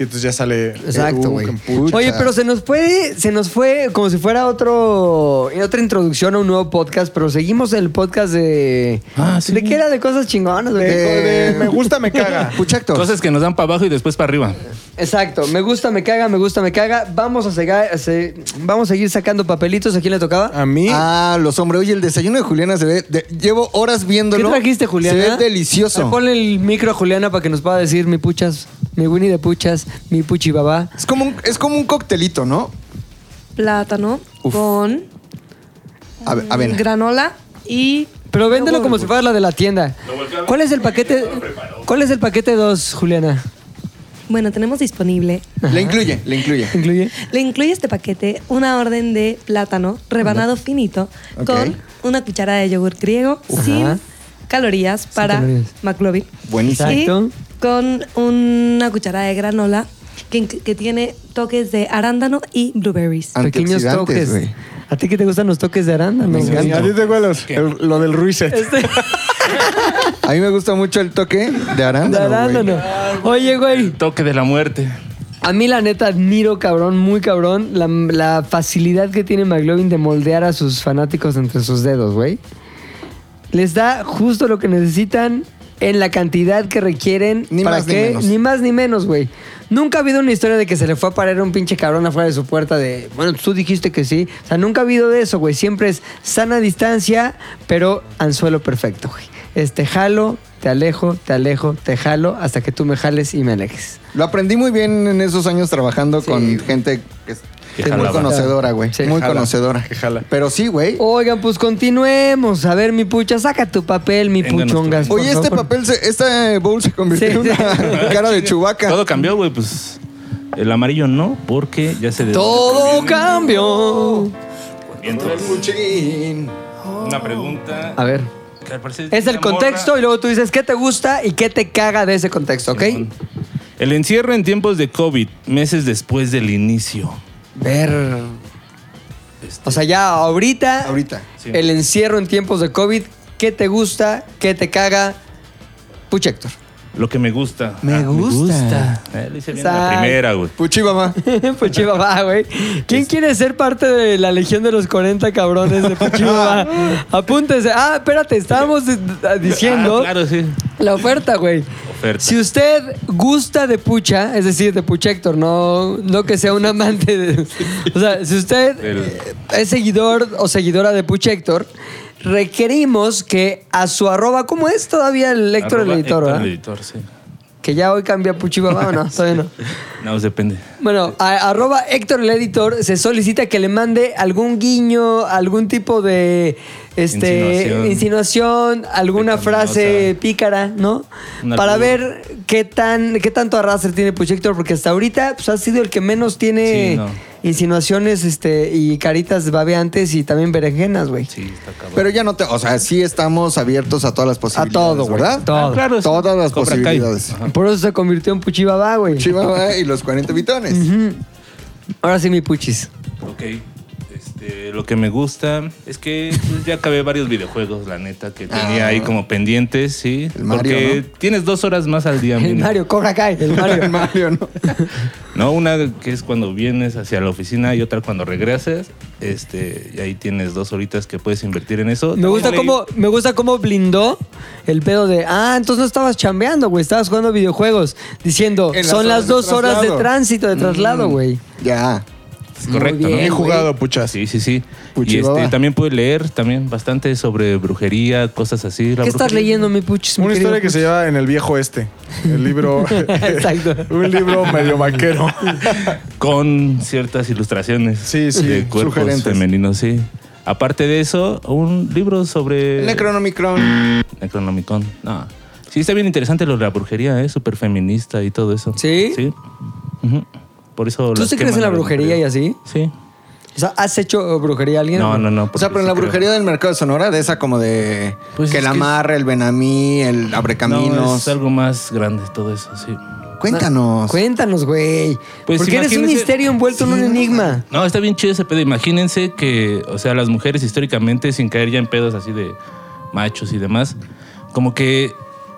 [SPEAKER 4] Y entonces ya sale.
[SPEAKER 1] Exacto,
[SPEAKER 4] uh,
[SPEAKER 1] güey.
[SPEAKER 4] campucha.
[SPEAKER 1] Oye, pero se nos puede, se nos fue como si fuera otro, otra introducción a un nuevo podcast, pero seguimos el podcast de.
[SPEAKER 5] Ah, sí.
[SPEAKER 1] ¿De qué era? De cosas chingonas, güey.
[SPEAKER 4] De-
[SPEAKER 3] Eh,
[SPEAKER 4] de me gusta, me caga.
[SPEAKER 3] Puchactos.
[SPEAKER 5] Cosas que nos dan para abajo y después para arriba.
[SPEAKER 1] Exacto. Me gusta, me caga, me gusta, me caga. Vamos a, sega- a se- vamos a seguir sacando papelitos. ¿A quién le tocaba?
[SPEAKER 4] A mí.
[SPEAKER 3] Ah, los hombres. Oye, el desayuno de Juliana se ve. de- llevo horas
[SPEAKER 1] ¿Qué
[SPEAKER 3] viéndolo.
[SPEAKER 1] trajiste, Juliana?
[SPEAKER 3] Se ve delicioso.
[SPEAKER 1] Ay, Ponle el micro a Juliana para que nos pueda decir mi puchas, mi Winnie de puchas, mi puchi babá.
[SPEAKER 3] Es como un, es como un coctelito, ¿no?
[SPEAKER 8] Plátano con
[SPEAKER 3] A, ver, avena.
[SPEAKER 8] granola y.
[SPEAKER 1] Pero véndelo como si fuera la de la tienda. ¿Cuál es el paquete? ¿Cuál es el paquete 2, Juliana?
[SPEAKER 8] Bueno, tenemos disponible.
[SPEAKER 3] Le incluye, le incluye.
[SPEAKER 1] ¿Incluye?
[SPEAKER 8] Le incluye este paquete una orden de plátano rebanado finito
[SPEAKER 3] Ok.
[SPEAKER 8] con una cucharada de yogur griego
[SPEAKER 1] Ajá.
[SPEAKER 8] sin calorías para
[SPEAKER 1] calorías.
[SPEAKER 8] McLovin.
[SPEAKER 3] Buenísimo.
[SPEAKER 8] Y
[SPEAKER 1] Exacto.
[SPEAKER 8] con una cucharada de granola que, que tiene toques de arándano y blueberries.
[SPEAKER 3] Ah.
[SPEAKER 1] Pequeños
[SPEAKER 3] Antioxidantes,
[SPEAKER 1] toques.
[SPEAKER 3] güey.
[SPEAKER 1] ¿A ti que te gustan los toques de arándano?
[SPEAKER 3] Me
[SPEAKER 1] güey?
[SPEAKER 3] encanta.
[SPEAKER 4] ¿A ti te cuelas? El- Lo del Ruiset.
[SPEAKER 1] Este
[SPEAKER 3] A mí me gusta mucho el toque de
[SPEAKER 1] De
[SPEAKER 3] arándano. güey.
[SPEAKER 1] arándano. Oye, güey.
[SPEAKER 5] Toque de la muerte.
[SPEAKER 1] A mí, la neta, admiro, cabrón, muy cabrón, la, la facilidad que tiene McLovin de moldear a sus fanáticos entre sus dedos, güey. Les da justo lo que necesitan en la cantidad que requieren.
[SPEAKER 3] Ni
[SPEAKER 1] ¿Para
[SPEAKER 3] más ni
[SPEAKER 1] qué?
[SPEAKER 3] menos.
[SPEAKER 1] Ni más ni menos, güey. Nunca ha habido una historia de que se le fue a parar un pinche cabrón afuera de su puerta de, bueno, tú dijiste que sí. O sea, nunca ha habido de eso, güey. Siempre es sana distancia, pero anzuelo perfecto, güey. Es te jalo, te alejo, te alejo, te jalo, hasta que tú me jales y me alejes.
[SPEAKER 3] Lo aprendí muy bien en esos años trabajando
[SPEAKER 1] Sí.
[SPEAKER 3] con gente que es
[SPEAKER 5] Que
[SPEAKER 3] muy
[SPEAKER 5] jalaba.
[SPEAKER 3] conocedora, güey.
[SPEAKER 1] Sí.
[SPEAKER 3] muy
[SPEAKER 4] Jala,
[SPEAKER 3] conocedora.
[SPEAKER 4] que jala.
[SPEAKER 3] Pero sí, güey.
[SPEAKER 1] Oigan, pues continuemos. A ver, mi pucha, saca tu papel, mi
[SPEAKER 5] Vénganos
[SPEAKER 1] puchongas. por
[SPEAKER 3] Oye, este
[SPEAKER 1] favor.
[SPEAKER 3] papel, se- esta eh, bowl se convirtió
[SPEAKER 1] Sí.
[SPEAKER 3] en una cara de chubaca.
[SPEAKER 5] Todo cambió, güey, pues. El amarillo no, porque ya se
[SPEAKER 1] Todo cambió.
[SPEAKER 5] Entonces, una pregunta.
[SPEAKER 1] A ver.
[SPEAKER 5] que al parecer
[SPEAKER 1] Es el
[SPEAKER 5] una
[SPEAKER 1] contexto
[SPEAKER 5] Este morra-
[SPEAKER 1] y luego tú dices qué te gusta y qué te caga de ese contexto, ¿ok?
[SPEAKER 5] El encierro en tiempos de COVID, meses después del inicio.
[SPEAKER 1] Ver.
[SPEAKER 5] Este,
[SPEAKER 1] O sea, ya ahorita.
[SPEAKER 3] Ahorita.
[SPEAKER 5] Sí.
[SPEAKER 1] El encierro en tiempos de COVID. ¿Qué te gusta? ¿Qué te caga? Pucha, Héctor.
[SPEAKER 5] lo que me gusta.
[SPEAKER 1] Me gusta.
[SPEAKER 5] Eh, lo hice bien
[SPEAKER 1] Exacto.
[SPEAKER 5] la primera, güey.
[SPEAKER 3] Puchi, mamá.
[SPEAKER 1] Puchi Babá, güey.
[SPEAKER 5] Este.
[SPEAKER 1] ¿Quién quiere ser parte de la legión de los 40 cabrones de Puchi Babá? Apúntese. Ah, espérate, estábamos eh, diciendo.
[SPEAKER 5] Ah, claro, sí.
[SPEAKER 1] La oferta, güey.
[SPEAKER 5] Oferta.
[SPEAKER 1] Si usted gusta de pucha, es decir, de pucha Héctor, no, no que sea un amante. de- o sea, si usted
[SPEAKER 5] El-
[SPEAKER 1] eh, es seguidor o seguidora de pucha Héctor, requerimos que a su arroba, ¿cómo es todavía el Héctor
[SPEAKER 5] Arroba
[SPEAKER 1] el editor,
[SPEAKER 5] Héctor
[SPEAKER 1] verdad?
[SPEAKER 5] el editor, sí.
[SPEAKER 1] Que ya hoy cambia Puchi Babá o no, todavía no.
[SPEAKER 5] No, pues depende.
[SPEAKER 1] Bueno, a- arroba Héctor el editor se solicita que le mande algún guiño, algún tipo de este, insinuación,
[SPEAKER 5] Insinuación.
[SPEAKER 1] alguna
[SPEAKER 5] Pecaminosa.
[SPEAKER 1] frase pícara, ¿no?
[SPEAKER 5] Una
[SPEAKER 1] Para
[SPEAKER 5] pícara.
[SPEAKER 1] ver qué tan qué tanto arrastre tiene Puch Héctor, porque hasta ahorita pues, ha sido el que menos tiene
[SPEAKER 5] Sí, no.
[SPEAKER 1] insinuaciones este, y caritas babeantes y también berenjenas, güey.
[SPEAKER 5] Sí, está cabrón.
[SPEAKER 3] Pero ya no te. O sea, sí estamos abiertos a todas las posibilidades.
[SPEAKER 1] todo, güey.
[SPEAKER 3] ¿verdad?
[SPEAKER 1] Todo.
[SPEAKER 5] Ah, claro, sí.
[SPEAKER 3] Todas las
[SPEAKER 5] Cobra Kai.
[SPEAKER 3] posibilidades.
[SPEAKER 5] Ajá.
[SPEAKER 1] Por eso se convirtió en Puchibabá, güey.
[SPEAKER 3] Puchi, mamá y los 40 bitones.
[SPEAKER 1] Ahora sí, mi Puchis.
[SPEAKER 5] Ok. Este, lo que me gusta es que pues, ya acabé varios videojuegos, la neta,
[SPEAKER 1] Ah.
[SPEAKER 5] que tenía ahí como pendientes, sí.
[SPEAKER 3] El Mario,
[SPEAKER 5] porque tienes dos horas más al día,
[SPEAKER 1] El
[SPEAKER 5] mínimo.
[SPEAKER 1] Mario, Cobra Kai, el Mario.
[SPEAKER 3] El Mario, ¿no?
[SPEAKER 5] No, una que es cuando vienes hacia la oficina y otra cuando regresas. Este, y ahí tienes dos horitas que puedes invertir en eso.
[SPEAKER 1] Me gusta
[SPEAKER 5] También leí-
[SPEAKER 1] cómo, me gusta cómo blindó el pedo de, ah, entonces no estabas chambeando, güey, estabas jugando videojuegos, diciendo,
[SPEAKER 3] En las
[SPEAKER 1] son las
[SPEAKER 3] horas de
[SPEAKER 1] dos horas de
[SPEAKER 3] traslado".
[SPEAKER 1] tránsito, de traslado, güey.
[SPEAKER 3] Ya.
[SPEAKER 5] Mm, Es correcto,
[SPEAKER 1] Muy bien,
[SPEAKER 5] ¿no?
[SPEAKER 1] güey.
[SPEAKER 4] He jugado, puchas.
[SPEAKER 5] Sí, sí, sí. Y
[SPEAKER 3] Puchibaba.
[SPEAKER 5] este, también pude leer también bastante sobre brujería, cosas así. La
[SPEAKER 1] ¿Qué estás
[SPEAKER 5] brujería-
[SPEAKER 1] leyendo, mi puchis? mi
[SPEAKER 4] Una
[SPEAKER 1] querido
[SPEAKER 4] historia que se
[SPEAKER 1] puchis?
[SPEAKER 4] lleva en el viejo este. El libro.
[SPEAKER 1] Exacto.
[SPEAKER 4] un libro medio vaquero.
[SPEAKER 5] Con ciertas ilustraciones.
[SPEAKER 4] Sí, sí,
[SPEAKER 5] De cuerpos
[SPEAKER 4] sugerentes.
[SPEAKER 5] femeninos, sí. Aparte de eso, un libro sobre...
[SPEAKER 3] El Necronomicron.
[SPEAKER 5] Necronomicon. No. Sí, está bien interesante lo de la brujería, ¿eh? Súper feminista y todo eso.
[SPEAKER 1] ¿Sí?
[SPEAKER 5] Sí. Ujú. Por eso...
[SPEAKER 1] ¿Tú
[SPEAKER 5] las
[SPEAKER 1] sí crees
[SPEAKER 5] queman
[SPEAKER 1] en la
[SPEAKER 5] a las
[SPEAKER 1] brujería y
[SPEAKER 5] mujeres.
[SPEAKER 1] así?
[SPEAKER 5] Sí.
[SPEAKER 1] O sea, ¿has hecho brujería a alguien?
[SPEAKER 5] No, no, no.
[SPEAKER 3] O
[SPEAKER 5] porque
[SPEAKER 3] sea, pero en la
[SPEAKER 5] sí creo.
[SPEAKER 3] brujería del mercado de Sonora, de esa como de.
[SPEAKER 5] Pues
[SPEAKER 3] que
[SPEAKER 5] es
[SPEAKER 3] el
[SPEAKER 5] que-
[SPEAKER 3] amarre, el benamí, el
[SPEAKER 5] No,
[SPEAKER 3] abrecaminos.
[SPEAKER 5] es algo más grande todo eso, sí.
[SPEAKER 3] Cuéntanos.
[SPEAKER 1] Cuéntanos, güey.
[SPEAKER 5] Pues
[SPEAKER 1] Porque eres un
[SPEAKER 5] imagínese-
[SPEAKER 1] misterio envuelto en un enigma.
[SPEAKER 5] No, está bien chido ese pedo. Imagínense que, o sea, las mujeres históricamente, sin caer ya en pedos así de machos y demás, como que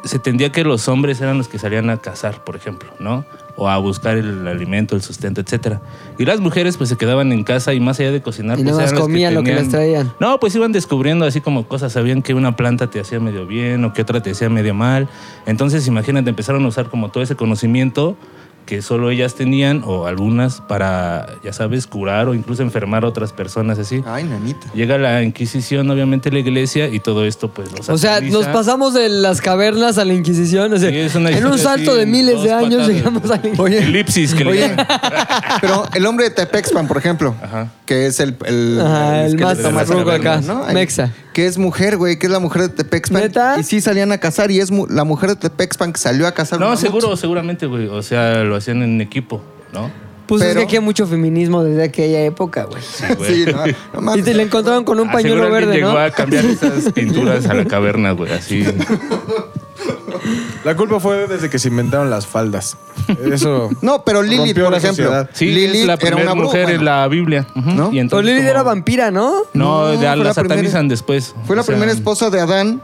[SPEAKER 5] se tendía que los hombres eran los que salían a cazar, por ejemplo, ¿no? o a buscar el alimento, el sustento, etcétera. Y las mujeres pues se quedaban en casa y más allá de cocinar,
[SPEAKER 1] Y
[SPEAKER 5] pues
[SPEAKER 1] nada más
[SPEAKER 5] eran las
[SPEAKER 1] comían lo que
[SPEAKER 5] tenían-
[SPEAKER 1] les traían.
[SPEAKER 5] No, pues iban descubriendo así como cosas, sabían que una planta te hacía medio bien o que otra te hacía medio mal. Entonces, imagínate, empezaron a usar como todo ese conocimiento que solo ellas tenían o algunas para, ya sabes, curar o incluso enfermar a otras personas así.
[SPEAKER 3] Ay, nanita.
[SPEAKER 5] Llega la Inquisición, obviamente la iglesia y todo esto pues los
[SPEAKER 1] O sea, nos pasamos de las cavernas a la Inquisición. o sea,
[SPEAKER 5] Sí, es una
[SPEAKER 1] en un
[SPEAKER 5] historia
[SPEAKER 1] salto
[SPEAKER 5] así,
[SPEAKER 1] de miles
[SPEAKER 5] dos
[SPEAKER 1] de años
[SPEAKER 5] patadas.
[SPEAKER 1] llegamos a la Inquisición.
[SPEAKER 5] Elipsis que le
[SPEAKER 3] Oye,
[SPEAKER 5] llaman.
[SPEAKER 3] pero el hombre de Tepexpan, por ejemplo,
[SPEAKER 5] Ajá.
[SPEAKER 3] que es el, el,
[SPEAKER 1] Ajá, el
[SPEAKER 3] que
[SPEAKER 1] más
[SPEAKER 3] está
[SPEAKER 5] ruco
[SPEAKER 3] arriba,
[SPEAKER 1] acá,
[SPEAKER 3] Ahí.
[SPEAKER 1] mexa.
[SPEAKER 3] Que es mujer, güey, que es la mujer de Tepexpan.
[SPEAKER 1] ¿Neta?
[SPEAKER 3] Y sí salían a cazar y es mu- la mujer de Tepexpan que salió a cazar.
[SPEAKER 5] No,
[SPEAKER 3] mamuts.
[SPEAKER 5] seguro, seguramente, güey. O sea, lo hacían en equipo, ¿no?
[SPEAKER 1] Pues es
[SPEAKER 3] Pero-
[SPEAKER 1] que aquí hay mucho feminismo desde aquella época, güey.
[SPEAKER 5] güey.
[SPEAKER 3] Sí, no, no mames.
[SPEAKER 1] Y te la encontraron con un
[SPEAKER 5] Ah, seguro
[SPEAKER 1] pañuelo
[SPEAKER 5] alguien
[SPEAKER 1] verde,
[SPEAKER 5] llegó
[SPEAKER 1] ¿no?
[SPEAKER 5] a cambiar esas pinturas a la caverna, güey, así.
[SPEAKER 4] La culpa fue desde que se inventaron las faldas. Eso.
[SPEAKER 3] No, pero Lilith,
[SPEAKER 4] Rompió
[SPEAKER 3] por
[SPEAKER 4] la
[SPEAKER 3] ejemplo.
[SPEAKER 4] sociedad.
[SPEAKER 5] Sí,
[SPEAKER 3] Lilith
[SPEAKER 5] es la
[SPEAKER 3] era
[SPEAKER 5] primera
[SPEAKER 3] una
[SPEAKER 5] mujer
[SPEAKER 3] bruja.
[SPEAKER 5] en la Biblia. Ujú.
[SPEAKER 3] ¿No?
[SPEAKER 5] Y entonces
[SPEAKER 1] O Lilith
[SPEAKER 5] como-
[SPEAKER 1] era vampira, ¿no?
[SPEAKER 5] No,
[SPEAKER 3] No,
[SPEAKER 5] de-
[SPEAKER 3] fue la
[SPEAKER 5] la satanizan
[SPEAKER 3] primera-
[SPEAKER 5] después.
[SPEAKER 3] Fue la
[SPEAKER 5] O sea,
[SPEAKER 3] primera esposa de Adán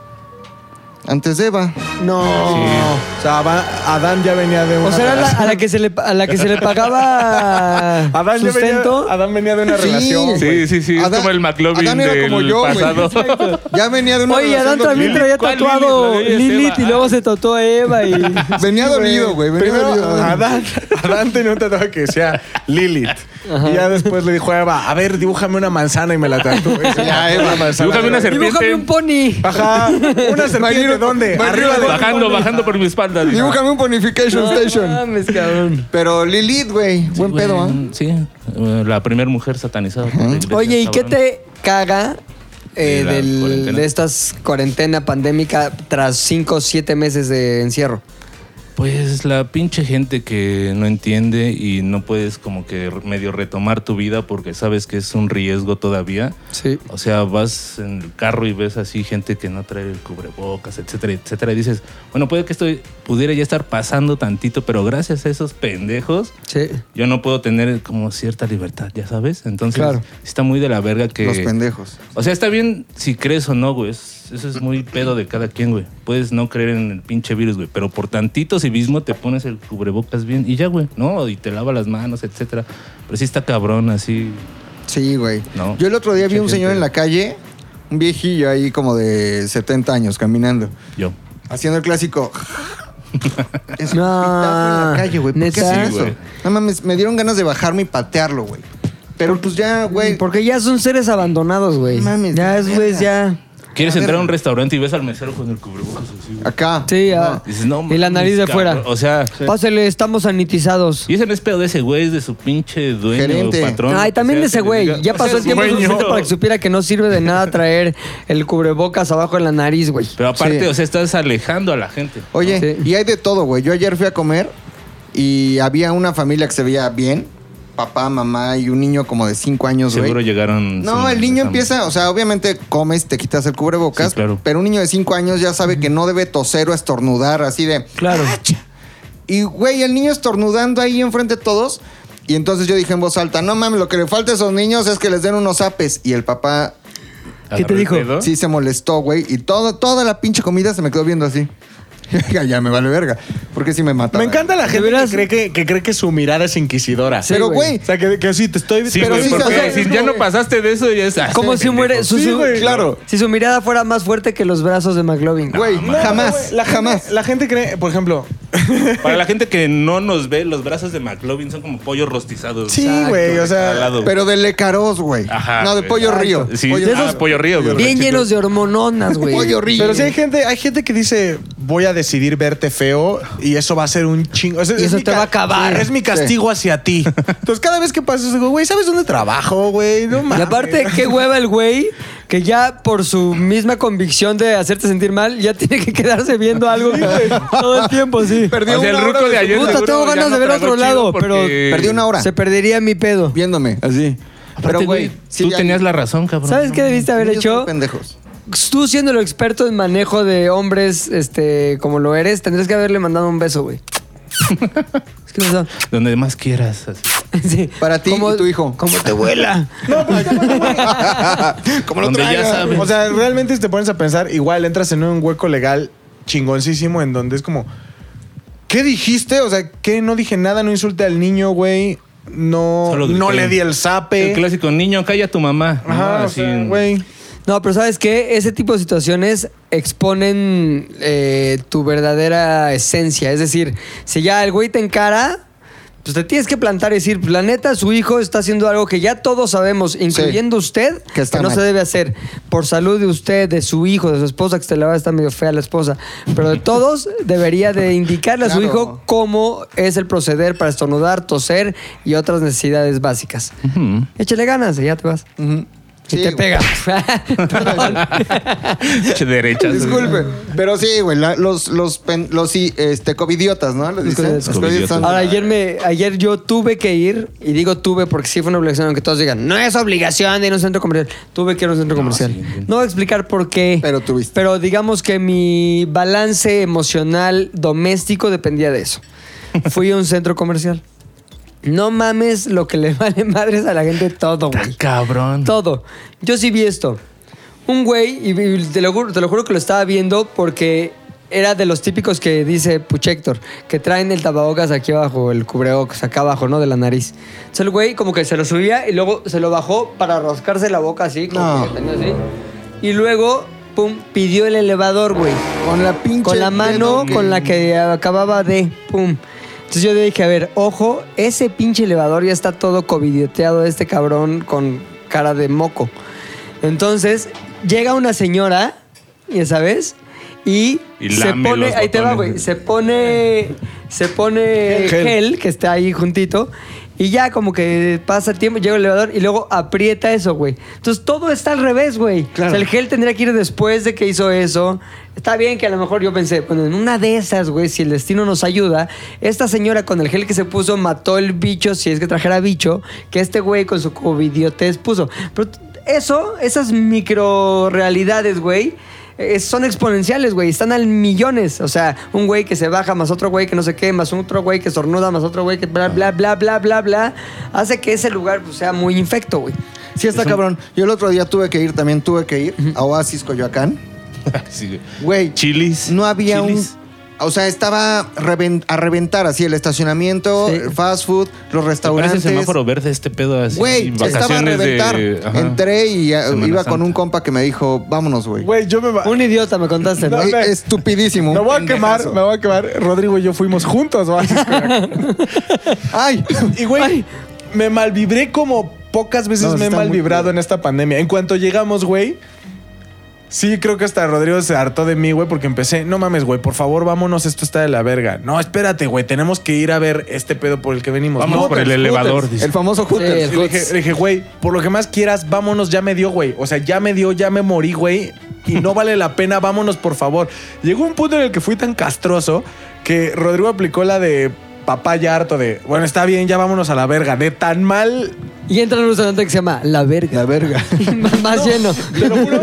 [SPEAKER 3] antes de Eva.
[SPEAKER 1] No.
[SPEAKER 4] O sea, Ava- Adán ya venía de una
[SPEAKER 1] O sea, era la-
[SPEAKER 4] relación.
[SPEAKER 1] a la que se le, a la que se le pagaba
[SPEAKER 4] Adán, ya venía,
[SPEAKER 1] sustento.
[SPEAKER 4] Adán venía de una
[SPEAKER 3] Sí.
[SPEAKER 4] relación. güey.
[SPEAKER 5] Sí, sí, sí.
[SPEAKER 3] Adán-
[SPEAKER 5] es como el McLovin
[SPEAKER 3] Adán era
[SPEAKER 5] del
[SPEAKER 3] como yo, güey.
[SPEAKER 5] pasado.
[SPEAKER 3] Ya venía de una
[SPEAKER 1] Oye,
[SPEAKER 3] relación
[SPEAKER 1] Adán también traía
[SPEAKER 3] dolida.
[SPEAKER 5] ¿Cuál
[SPEAKER 1] tatuado
[SPEAKER 5] Lilith? La de ella es
[SPEAKER 1] Lilith y
[SPEAKER 5] Eva.
[SPEAKER 1] luego se tatuó a Eva y...
[SPEAKER 3] Venía dolido, güey. venía
[SPEAKER 4] Primero,
[SPEAKER 3] dolido.
[SPEAKER 4] Adán, Adán tenía un tatuaje que decía Lilith. Y ya después le dijo a Eva, a ver, dibújame una manzana y me la tatué. Ya, Eva, manzana.
[SPEAKER 5] Dibújame una serpiente.
[SPEAKER 1] Dibújame un pony.
[SPEAKER 4] Ajá. ¿Una serpiente de dónde? Arriba de...
[SPEAKER 3] ¿eh?
[SPEAKER 5] Bajando, bajando por mi espalda. dijo.
[SPEAKER 3] Dibújame un Ponification
[SPEAKER 1] No
[SPEAKER 3] Station.
[SPEAKER 1] mames, cabrón.
[SPEAKER 3] Pero Lilith, güey. Buen
[SPEAKER 5] Güey,
[SPEAKER 3] pedo, ¿ah?
[SPEAKER 5] Sí, eh, la primera mujer satanizada. por la iglesia,
[SPEAKER 1] Oye, ¿y qué
[SPEAKER 5] cabrón.
[SPEAKER 1] te caga eh,
[SPEAKER 5] De la
[SPEAKER 1] del-
[SPEAKER 5] cuarentena.
[SPEAKER 1] de estas cuarentena pandémica tras 5 o 7 meses de encierro?
[SPEAKER 5] Pues la pinche gente que no entiende y no puedes como que medio retomar tu vida porque sabes que es un riesgo todavía.
[SPEAKER 3] ¿ah?
[SPEAKER 1] Sí.
[SPEAKER 5] O sea, vas en el carro y ves así gente que no trae el cubrebocas, etcétera, etcétera. Y dices, bueno, puede que esto pudiera ya estar pasando tantito, pero gracias a esos pendejos
[SPEAKER 1] Sí.
[SPEAKER 5] yo no puedo tener como cierta libertad, ya sabes. Entonces,
[SPEAKER 1] Claro.
[SPEAKER 5] está muy de la verga que...
[SPEAKER 3] Los pendejos.
[SPEAKER 5] O sea, está bien si crees o no, güey. Es- Eso es muy pedo de cada quien, güey. Puedes no creer en el pinche virus, güey. Pero por tantito civismo te pones el cubrebocas bien y ya, güey. No, y te lava las manos, etcétera. Pero sí está cabrón, así.
[SPEAKER 3] Sí, güey.
[SPEAKER 5] No.
[SPEAKER 3] Yo el otro día vi
[SPEAKER 5] Mucha
[SPEAKER 3] un señor
[SPEAKER 5] gente.
[SPEAKER 3] en la calle, un viejillo ahí como de 70 años caminando,
[SPEAKER 5] Yo.
[SPEAKER 3] haciendo el clásico. es un
[SPEAKER 1] No.
[SPEAKER 3] pitazo en la calle, güey. ¿Por
[SPEAKER 1] Ah,
[SPEAKER 3] qué
[SPEAKER 1] ¿Neta?
[SPEAKER 3] hacen
[SPEAKER 5] Sí,
[SPEAKER 3] eso?
[SPEAKER 5] güey.
[SPEAKER 3] No mames, me dieron ganas de bajarme y patearlo, güey. Pero pues ya, güey.
[SPEAKER 1] Porque ya son seres abandonados, güey.
[SPEAKER 3] No mames,
[SPEAKER 1] Ya
[SPEAKER 3] de
[SPEAKER 1] es, güey,
[SPEAKER 3] verga.
[SPEAKER 1] ya.
[SPEAKER 5] ¿Quieres
[SPEAKER 3] A ver.
[SPEAKER 5] entrar a un restaurante y ves al mesero con el cubrebocas así, güey?
[SPEAKER 3] Acá.
[SPEAKER 1] Sí, ya.
[SPEAKER 3] No.
[SPEAKER 1] y la
[SPEAKER 5] mames,
[SPEAKER 1] nariz de
[SPEAKER 5] cabrón.
[SPEAKER 1] fuera.
[SPEAKER 5] O sea,
[SPEAKER 1] Pásale, estamos sanitizados.
[SPEAKER 5] y ese no es pedo de ese güey, es de su pinche dueño
[SPEAKER 3] Gerente.
[SPEAKER 5] o patrón.
[SPEAKER 1] Ay,
[SPEAKER 5] o
[SPEAKER 1] también
[SPEAKER 5] sea,
[SPEAKER 1] de ese
[SPEAKER 5] que le
[SPEAKER 1] güey.
[SPEAKER 5] diga,
[SPEAKER 1] Ya
[SPEAKER 5] "O
[SPEAKER 1] pasó
[SPEAKER 5] sea,
[SPEAKER 1] el tiempo
[SPEAKER 5] dueño".
[SPEAKER 1] suficiente para que supiera que no sirve de nada traer el cubrebocas abajo en la nariz, güey.
[SPEAKER 5] Pero aparte,
[SPEAKER 3] Sí.
[SPEAKER 5] o sea, estás alejando a la gente.
[SPEAKER 3] Oye,
[SPEAKER 1] Sí.
[SPEAKER 3] y hay de todo, güey. Yo ayer fui a comer y había una familia que se veía bien. Papá, mamá y un niño como de 5 años,
[SPEAKER 5] Seguro
[SPEAKER 3] güey.
[SPEAKER 5] llegaron.
[SPEAKER 3] No,
[SPEAKER 5] sin-
[SPEAKER 3] el niño
[SPEAKER 5] sin-
[SPEAKER 3] empieza, o sea, obviamente comes, te quitas el cubrebocas,
[SPEAKER 5] Sí, claro.
[SPEAKER 3] pero un niño de 5 años ya sabe que no debe toser o estornudar, así de...
[SPEAKER 1] Claro.
[SPEAKER 3] Ah, Y, güey, el niño estornudando ahí enfrente de todos. Y entonces yo dije en voz alta, no mames, lo que le falta a esos niños es que les den unos apes. Y el papá
[SPEAKER 5] agarró
[SPEAKER 1] ¿Qué te
[SPEAKER 5] el
[SPEAKER 1] dijo?
[SPEAKER 5] pedo.
[SPEAKER 3] sí se molestó, güey. Y todo, toda la pinche comida se me quedó viendo así. ya me vale verga. Porque si me mata.
[SPEAKER 4] Me encanta la gente que
[SPEAKER 1] veras-
[SPEAKER 4] cree que, que cree que su mirada es inquisidora.
[SPEAKER 1] Sí,
[SPEAKER 3] Pero,
[SPEAKER 1] güey.
[SPEAKER 3] güey,
[SPEAKER 4] O sea, que, que sí, te estoy...
[SPEAKER 5] Sí,
[SPEAKER 3] Pero
[SPEAKER 5] güey,
[SPEAKER 3] sí se
[SPEAKER 5] porque
[SPEAKER 3] hace-
[SPEAKER 5] si ya no pasaste de eso, ya es así.
[SPEAKER 1] Como si muere su,
[SPEAKER 4] Sí,
[SPEAKER 1] su-
[SPEAKER 4] güey, claro.
[SPEAKER 1] si su mirada fuera más fuerte que los brazos de McLovin.
[SPEAKER 3] güey,
[SPEAKER 4] No,
[SPEAKER 3] jamás,
[SPEAKER 4] güey, la gente-
[SPEAKER 3] jamás.
[SPEAKER 4] la gente cree, por ejemplo,
[SPEAKER 5] Para la gente que no nos ve, los brazos de McLovin son como pollos rostizados.
[SPEAKER 4] Sí, güey, o sea,
[SPEAKER 5] Jalado.
[SPEAKER 3] Pero de lecaros, güey.
[SPEAKER 5] Ajá,
[SPEAKER 3] No, de
[SPEAKER 5] güey.
[SPEAKER 3] pollo
[SPEAKER 5] Exacto.
[SPEAKER 3] río.
[SPEAKER 5] Sí,
[SPEAKER 3] pollo,
[SPEAKER 5] de esos- ah, pollo río, güey.
[SPEAKER 1] Bien
[SPEAKER 5] Chicos.
[SPEAKER 1] llenos de hormononas, güey.
[SPEAKER 3] pollo río.
[SPEAKER 4] Pero sí hay gente, hay gente que dice, voy a decidir verte feo y eso va a ser un chingo. O sea,
[SPEAKER 1] Y eso
[SPEAKER 4] mi
[SPEAKER 1] te
[SPEAKER 4] ca-
[SPEAKER 1] va a acabar.
[SPEAKER 4] Es mi castigo hacia ti. Entonces, cada vez que pasas, digo, güey, ¿sabes dónde trabajo, güey? No
[SPEAKER 1] Y
[SPEAKER 4] mames.
[SPEAKER 1] aparte, qué hueva el güey que ya por su misma convicción de hacerte sentir mal, ya tiene que quedarse viendo algo todo el tiempo, sí.
[SPEAKER 5] O sea, el ruco de ayer.
[SPEAKER 1] Puta,
[SPEAKER 5] seguro
[SPEAKER 1] tengo
[SPEAKER 5] ya
[SPEAKER 1] ganas
[SPEAKER 5] no
[SPEAKER 1] de ver
[SPEAKER 5] tragó
[SPEAKER 1] otro
[SPEAKER 5] chido
[SPEAKER 1] lado,
[SPEAKER 5] porque-
[SPEAKER 1] pero-
[SPEAKER 3] Perdí una hora
[SPEAKER 1] Se perdería mi pedo.
[SPEAKER 3] viéndome así.
[SPEAKER 5] Aparte,
[SPEAKER 3] Pero, güey, sí
[SPEAKER 5] tú
[SPEAKER 3] hay
[SPEAKER 5] tenías la razón, cabrón.
[SPEAKER 1] ¿Sabes qué debiste haber
[SPEAKER 3] niños muy
[SPEAKER 1] hecho?
[SPEAKER 3] Pendejos.
[SPEAKER 1] Tú siendo el experto en manejo de hombres, este, como lo eres, tendrías que haberle mandado un beso, güey. Es que no
[SPEAKER 5] Donde más quieras. así.
[SPEAKER 1] sé. Sí.
[SPEAKER 3] Para ti
[SPEAKER 1] Como-
[SPEAKER 3] y tu hijo.
[SPEAKER 1] Como te vuela.
[SPEAKER 3] Como
[SPEAKER 5] Donde ya sabes.
[SPEAKER 4] O sea, realmente si te pones a pensar, igual entras en un hueco legal chingoncísimo en donde es como, ¿Qué dijiste? O sea, ¿qué? No dije nada, no insulté al niño, güey. No,
[SPEAKER 5] Solo grité.
[SPEAKER 4] no le di el
[SPEAKER 5] El
[SPEAKER 4] zape.
[SPEAKER 5] clásico, niño, calla a tu mamá. ¿no?
[SPEAKER 4] Ajá, o
[SPEAKER 5] Así
[SPEAKER 4] sea,
[SPEAKER 5] en-
[SPEAKER 4] güey.
[SPEAKER 1] No, pero ¿sabes qué? Ese tipo de situaciones exponen eh, tu verdadera esencia. Es decir, si ya el güey te encara, pues te tienes que plantar y decir, "Pues, la neta, su hijo está haciendo algo que ya todos sabemos, incluyendo usted,
[SPEAKER 3] Que está
[SPEAKER 1] no
[SPEAKER 3] mal.
[SPEAKER 1] se debe hacer. Por salud de usted, de su hijo, de su esposa, que se la va a estar medio fea la esposa. Pero de todos, debería de indicarle a su
[SPEAKER 3] Claro.
[SPEAKER 1] hijo cómo es el proceder para estornudar, toser y otras necesidades básicas.
[SPEAKER 5] Ujú.
[SPEAKER 1] Échale ganas y ya te vas.
[SPEAKER 3] Sí,
[SPEAKER 1] y te
[SPEAKER 3] güey.
[SPEAKER 1] pega. Perdón.
[SPEAKER 5] Che, derecha.
[SPEAKER 3] Disculpe, pero sí, güey, la- los, los, pen- los sí, este, covidiotas, ¿no? Les dicen.
[SPEAKER 1] Covidiotas.
[SPEAKER 3] Los covidiotas son-
[SPEAKER 1] Ahora, ayer, me, ayer yo tuve que ir, y digo tuve porque sí fue una obligación, aunque todos digan, no es obligación de ir a un centro comercial. Tuve que ir a un centro comercial. No voy a explicar por qué.
[SPEAKER 3] Pero tuviste.
[SPEAKER 1] Pero digamos que mi balance emocional doméstico dependía de eso. Fui a un centro comercial. No mames lo que le vale madres a la gente todo,
[SPEAKER 5] Tan
[SPEAKER 1] güey.
[SPEAKER 5] cabrón.
[SPEAKER 1] Todo. Yo sí vi esto. Un güey, y y te lo, juro, te lo juro que lo estaba viendo porque era de los típicos que dice Puchector, que traen el tapabocas aquí abajo, el cubrebocas acá abajo, ¿no? De la nariz. Entonces el güey como que se lo subía y luego se lo bajó para rascarse la boca así, como
[SPEAKER 3] No.
[SPEAKER 1] que tenía así. Y luego, pum, pidió el elevador, güey.
[SPEAKER 3] Con la pinche
[SPEAKER 1] Con la mano
[SPEAKER 3] dedo que-
[SPEAKER 1] con la que acababa de. Pum. Entonces yo dije, a ver, ojo, ese pinche elevador ya está todo covidioteado, este cabrón con cara de moco. Entonces, llega una señora, ya sabes, y,
[SPEAKER 5] Y
[SPEAKER 1] se
[SPEAKER 5] lame
[SPEAKER 1] pone.
[SPEAKER 5] los
[SPEAKER 1] Ahí te va,
[SPEAKER 5] botones.
[SPEAKER 1] güey. Se pone. Se pone
[SPEAKER 4] Gel, gel.
[SPEAKER 1] gel. que está ahí juntito. Y ya como que pasa el tiempo, llega el elevador y luego aprieta eso, güey. Entonces todo está al revés, güey. O
[SPEAKER 4] Claro.
[SPEAKER 1] sea, el gel tendría que ir después de que hizo eso. Está bien que a lo mejor yo pensé, bueno, en una de esas, güey, si el destino nos ayuda, esta señora con el gel que se puso mató el bicho, si es que trajera bicho, que este güey con su covidiotez puso. Pero t- eso, esas micro realidades, güey. eh, Son exponenciales, güey. Están al millones. O sea, un güey que se baja, más otro güey que no sé qué, más otro güey que sornuda, más otro güey que bla, bla, bla, bla, bla, bla. Hace que ese lugar pues, sea muy infecto, güey.
[SPEAKER 3] Sí, está cabrón. Yo el otro día tuve que ir, también tuve que ir a Oasis Coyoacán.
[SPEAKER 5] Sí.
[SPEAKER 3] Güey,
[SPEAKER 5] Chilis.
[SPEAKER 3] no había
[SPEAKER 5] Chilis.
[SPEAKER 3] un. O sea, estaba reven- a reventar así el estacionamiento,
[SPEAKER 1] Sí.
[SPEAKER 3] el fast food, los
[SPEAKER 5] ¿Te parece
[SPEAKER 3] restaurantes.
[SPEAKER 5] semáforo verde este pedo así?
[SPEAKER 3] Güey, estaba a
[SPEAKER 5] vacaciones de-
[SPEAKER 3] reventar.
[SPEAKER 5] ajá.
[SPEAKER 3] Entré y eh,
[SPEAKER 5] Semana
[SPEAKER 3] iba con
[SPEAKER 5] Santa.
[SPEAKER 3] un compa que me dijo, vámonos, güey.
[SPEAKER 4] Güey, yo me va-
[SPEAKER 1] Un idiota me contaste, ¿no?
[SPEAKER 4] No,
[SPEAKER 3] Eh,
[SPEAKER 4] me-
[SPEAKER 3] Estupidísimo.
[SPEAKER 4] Me
[SPEAKER 3] un
[SPEAKER 4] voy a
[SPEAKER 3] pendejazo.
[SPEAKER 4] quemar, me voy a quemar. Rodrigo y yo fuimos juntos, ¿va?
[SPEAKER 3] Ay,
[SPEAKER 4] Y güey, me malvibré como pocas veces
[SPEAKER 3] No,
[SPEAKER 4] me he
[SPEAKER 3] está muy
[SPEAKER 4] malvibrado
[SPEAKER 3] culero.
[SPEAKER 4] en esta pandemia. En cuanto llegamos, güey, sí creo que hasta Rodrigo se hartó de mí, güey, porque empecé, no mames, güey, por favor, vámonos, esto está de la verga. No, espérate, güey, tenemos que ir a ver este pedo por el que venimos.
[SPEAKER 5] Vamos
[SPEAKER 4] No,
[SPEAKER 5] por el
[SPEAKER 4] pero-
[SPEAKER 5] elevador. dice.
[SPEAKER 3] el famoso
[SPEAKER 1] Sí,
[SPEAKER 3] Hooters.
[SPEAKER 1] el
[SPEAKER 4] Y le dije, le dije, güey, por lo que más quieras, vámonos, ya me dio, güey. O sea, ya me dio, ya me morí, güey. Y no vale la pena, vámonos, por favor. Llegó un punto en el que fui tan castroso que Rodrigo aplicó la de papá ya harto de, bueno, está bien, ya vámonos a la verga. De tan mal,
[SPEAKER 1] Y entra en un restaurante que se llama La Verga.
[SPEAKER 3] La verga.
[SPEAKER 1] Más lleno.
[SPEAKER 4] te lo juro.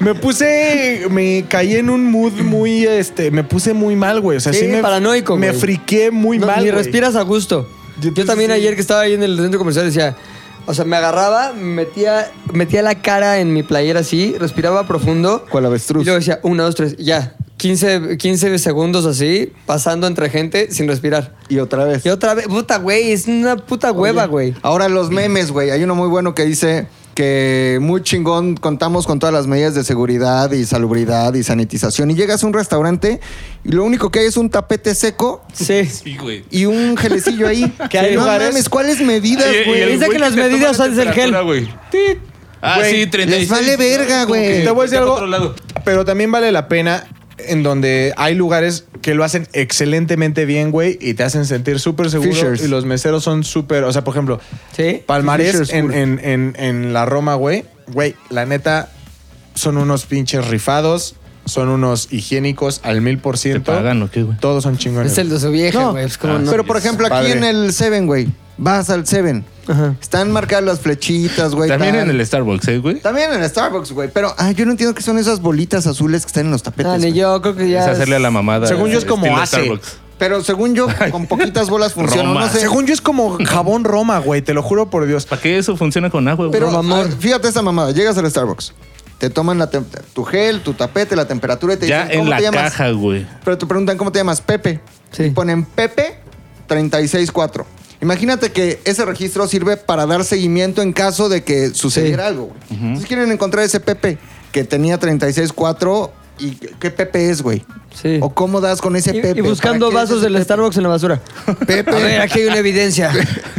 [SPEAKER 4] me puse, me caí en un mood muy, este, me puse muy mal, güey. O sea, sí,
[SPEAKER 1] Sí,
[SPEAKER 4] me...
[SPEAKER 1] paranoico,
[SPEAKER 4] Me
[SPEAKER 1] güey.
[SPEAKER 4] friqué muy
[SPEAKER 1] No,
[SPEAKER 4] mal,
[SPEAKER 1] Ni
[SPEAKER 4] güey.
[SPEAKER 1] respiras a gusto.
[SPEAKER 4] Yo
[SPEAKER 1] Yo,
[SPEAKER 4] pienso
[SPEAKER 1] también
[SPEAKER 4] sí.
[SPEAKER 1] ayer que estaba ahí en el centro comercial decía, o sea, me agarraba, metía, metía la cara en mi playera así, respiraba profundo.
[SPEAKER 3] Cual avestruz.
[SPEAKER 1] Y luego decía, uno, dos, tres, ya. 15, 15 segundos así, pasando entre gente sin respirar.
[SPEAKER 3] Y otra vez.
[SPEAKER 1] Y otra vez, puta, güey, es una puta hueva, güey.
[SPEAKER 3] Ahora los memes, güey. Hay uno muy bueno que dice que muy chingón contamos con todas las medidas de seguridad y salubridad y sanitización. Y llegas a un restaurante y lo único que hay es un tapete seco
[SPEAKER 1] Sí.
[SPEAKER 5] Sí, güey.
[SPEAKER 3] y un gelecillo ahí.
[SPEAKER 1] Que hay
[SPEAKER 3] no
[SPEAKER 1] lugares-
[SPEAKER 3] mames, ¿cuáles medidas,
[SPEAKER 5] Y- y
[SPEAKER 3] güey?
[SPEAKER 5] el
[SPEAKER 1] Dice
[SPEAKER 5] güey
[SPEAKER 1] que las
[SPEAKER 5] te toma
[SPEAKER 1] medidas
[SPEAKER 5] la
[SPEAKER 1] son del gel.
[SPEAKER 5] temperatura, güey. Ah,
[SPEAKER 4] Güey,
[SPEAKER 5] sí, 36.
[SPEAKER 3] les vale verga,
[SPEAKER 5] Como que
[SPEAKER 3] güey.
[SPEAKER 4] Te voy a decir
[SPEAKER 5] para
[SPEAKER 4] algo,
[SPEAKER 5] otro lado.
[SPEAKER 4] pero también vale la pena en donde hay lugares que lo hacen excelentemente bien, güey, y te hacen sentir súper seguro.
[SPEAKER 3] Fishers.
[SPEAKER 4] Y los meseros son súper, o sea, por ejemplo,
[SPEAKER 1] Sí.
[SPEAKER 4] Palmarés
[SPEAKER 3] Fishers
[SPEAKER 4] en,
[SPEAKER 3] puro.
[SPEAKER 4] en- en- en la Roma, güey, güey, la neta, son unos pinches rifados, son unos higiénicos al mil por
[SPEAKER 5] ¿Te
[SPEAKER 4] ciento.
[SPEAKER 5] pagan o qué, güey?
[SPEAKER 4] Todos son chingones.
[SPEAKER 1] Es el de su vieja,
[SPEAKER 3] No.
[SPEAKER 1] güey. pues, ¿cómo
[SPEAKER 5] Ah,
[SPEAKER 1] no?
[SPEAKER 3] Pero por ejemplo, aquí
[SPEAKER 4] Padre.
[SPEAKER 3] en el Seven, güey. Vas al Seven.
[SPEAKER 1] Ajá.
[SPEAKER 3] Están marcadas las flechitas, güey.
[SPEAKER 5] También
[SPEAKER 3] tal.
[SPEAKER 5] en el Starbucks, ¿eh, güey?
[SPEAKER 3] También en el Starbucks, güey. Pero ah, yo no entiendo qué son esas bolitas azules que están en los tapetes.
[SPEAKER 1] Ah, ni
[SPEAKER 3] güey.
[SPEAKER 1] yo creo que ya.
[SPEAKER 5] Es hacerle a la mamada.
[SPEAKER 4] Según yo es como
[SPEAKER 5] estilo
[SPEAKER 4] hace.
[SPEAKER 5] Starbucks.
[SPEAKER 3] Pero según yo, con poquitas bolas funcionan.
[SPEAKER 5] Roma.
[SPEAKER 3] No sé.
[SPEAKER 4] Según yo es como jabón Roma, güey, te lo juro por Dios.
[SPEAKER 5] ¿Para qué eso funciona con agua, güey?
[SPEAKER 3] Pero
[SPEAKER 1] Roma amor.
[SPEAKER 3] ah, fíjate esta mamada. Llegas al Starbucks. Te toman la tem- tu gel, tu tapete, la temperatura y te
[SPEAKER 5] ya
[SPEAKER 3] dicen,
[SPEAKER 5] en
[SPEAKER 3] ¿cómo
[SPEAKER 5] la
[SPEAKER 3] te llamas?
[SPEAKER 5] caja, güey.
[SPEAKER 3] Pero te preguntan, ¿cómo te llamas? Pepe.
[SPEAKER 1] Sí.
[SPEAKER 3] y ponen Pepe 364. Imagínate que ese registro sirve para dar seguimiento en caso de que sucediera
[SPEAKER 1] Sí.
[SPEAKER 3] algo. güey. Entonces quieren encontrar ese Pepe que tenía 364 y qué Pepe es, güey.
[SPEAKER 1] Sí.
[SPEAKER 3] O cómo das con ese
[SPEAKER 1] Y,
[SPEAKER 3] Pepe.
[SPEAKER 1] y buscando
[SPEAKER 3] ¿Para qué
[SPEAKER 1] vasos
[SPEAKER 3] es ese
[SPEAKER 1] del Starbucks en la basura.
[SPEAKER 3] Pepe.
[SPEAKER 1] A ver, aquí hay una evidencia.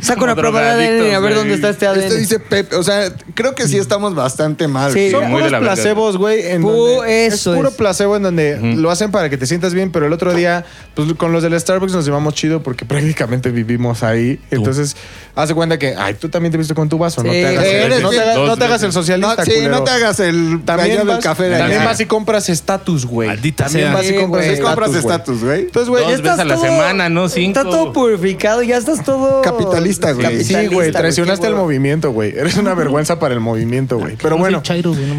[SPEAKER 1] Saca una
[SPEAKER 5] Como
[SPEAKER 1] prueba de ADN a ver
[SPEAKER 5] drogadictos,
[SPEAKER 1] dónde
[SPEAKER 5] güey.
[SPEAKER 1] está este ADN.
[SPEAKER 3] Esto dice Pepe. O sea, creo que sí estamos bastante mal.
[SPEAKER 1] Sí.
[SPEAKER 4] Son
[SPEAKER 1] Muy
[SPEAKER 4] puros
[SPEAKER 5] de la verga.
[SPEAKER 4] placebos, güey. en
[SPEAKER 1] Pu-
[SPEAKER 4] donde-
[SPEAKER 1] eso
[SPEAKER 4] es puro
[SPEAKER 1] es.
[SPEAKER 4] placebo en donde lo hacen para que te sientas bien, pero el otro día, pues con los del Starbucks nos llevamos chido porque prácticamente vivimos ahí. Entonces, hace cuenta que, ay, tú también te viste con tu vaso, no
[SPEAKER 1] Sí,
[SPEAKER 4] te hagas, el-
[SPEAKER 3] eres
[SPEAKER 4] no te
[SPEAKER 3] bien-
[SPEAKER 4] hagas-
[SPEAKER 5] dos
[SPEAKER 4] no te hagas el
[SPEAKER 5] veces.
[SPEAKER 3] No,
[SPEAKER 4] socialista.
[SPEAKER 3] sí,
[SPEAKER 4] culero.
[SPEAKER 3] no te hagas el
[SPEAKER 4] También vas,
[SPEAKER 3] del café de
[SPEAKER 4] también
[SPEAKER 3] allá.
[SPEAKER 4] vas y compras estatus, güey.
[SPEAKER 5] Maldita
[SPEAKER 4] También
[SPEAKER 5] sea.
[SPEAKER 4] vas y
[SPEAKER 1] Sí,
[SPEAKER 4] compras
[SPEAKER 1] güey.
[SPEAKER 3] Sí, compras
[SPEAKER 4] estatus, güey.
[SPEAKER 3] estatus, güey.
[SPEAKER 4] Entonces, güey,
[SPEAKER 5] Dos
[SPEAKER 4] ya
[SPEAKER 5] veces
[SPEAKER 4] estás
[SPEAKER 5] a la
[SPEAKER 4] todo-
[SPEAKER 5] semana, ¿no? Cinco.
[SPEAKER 1] Está todo purificado, ya estás todo.
[SPEAKER 3] Capitalista, güey.
[SPEAKER 4] Sí,
[SPEAKER 1] Capitalista,
[SPEAKER 4] güey, traicionaste
[SPEAKER 1] qué
[SPEAKER 4] al
[SPEAKER 1] hueva.
[SPEAKER 4] movimiento, güey. Eres una vergüenza para el movimiento, güey. Pero bueno,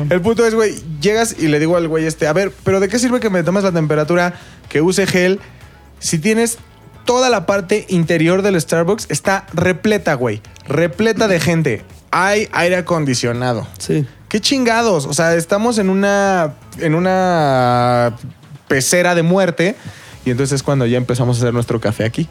[SPEAKER 4] el punto es, güey, llegas y le digo al güey este, a ver, pero ¿de qué sirve que me tomes la temperatura, que use gel, si tienes toda la parte interior del Starbucks está repleta, güey, repleta de gente. Hay aire acondicionado.
[SPEAKER 1] Sí.
[SPEAKER 4] Qué chingados. O sea, estamos en una. en una pecera de muerte. Y entonces es cuando ya empezamos a hacer nuestro café aquí.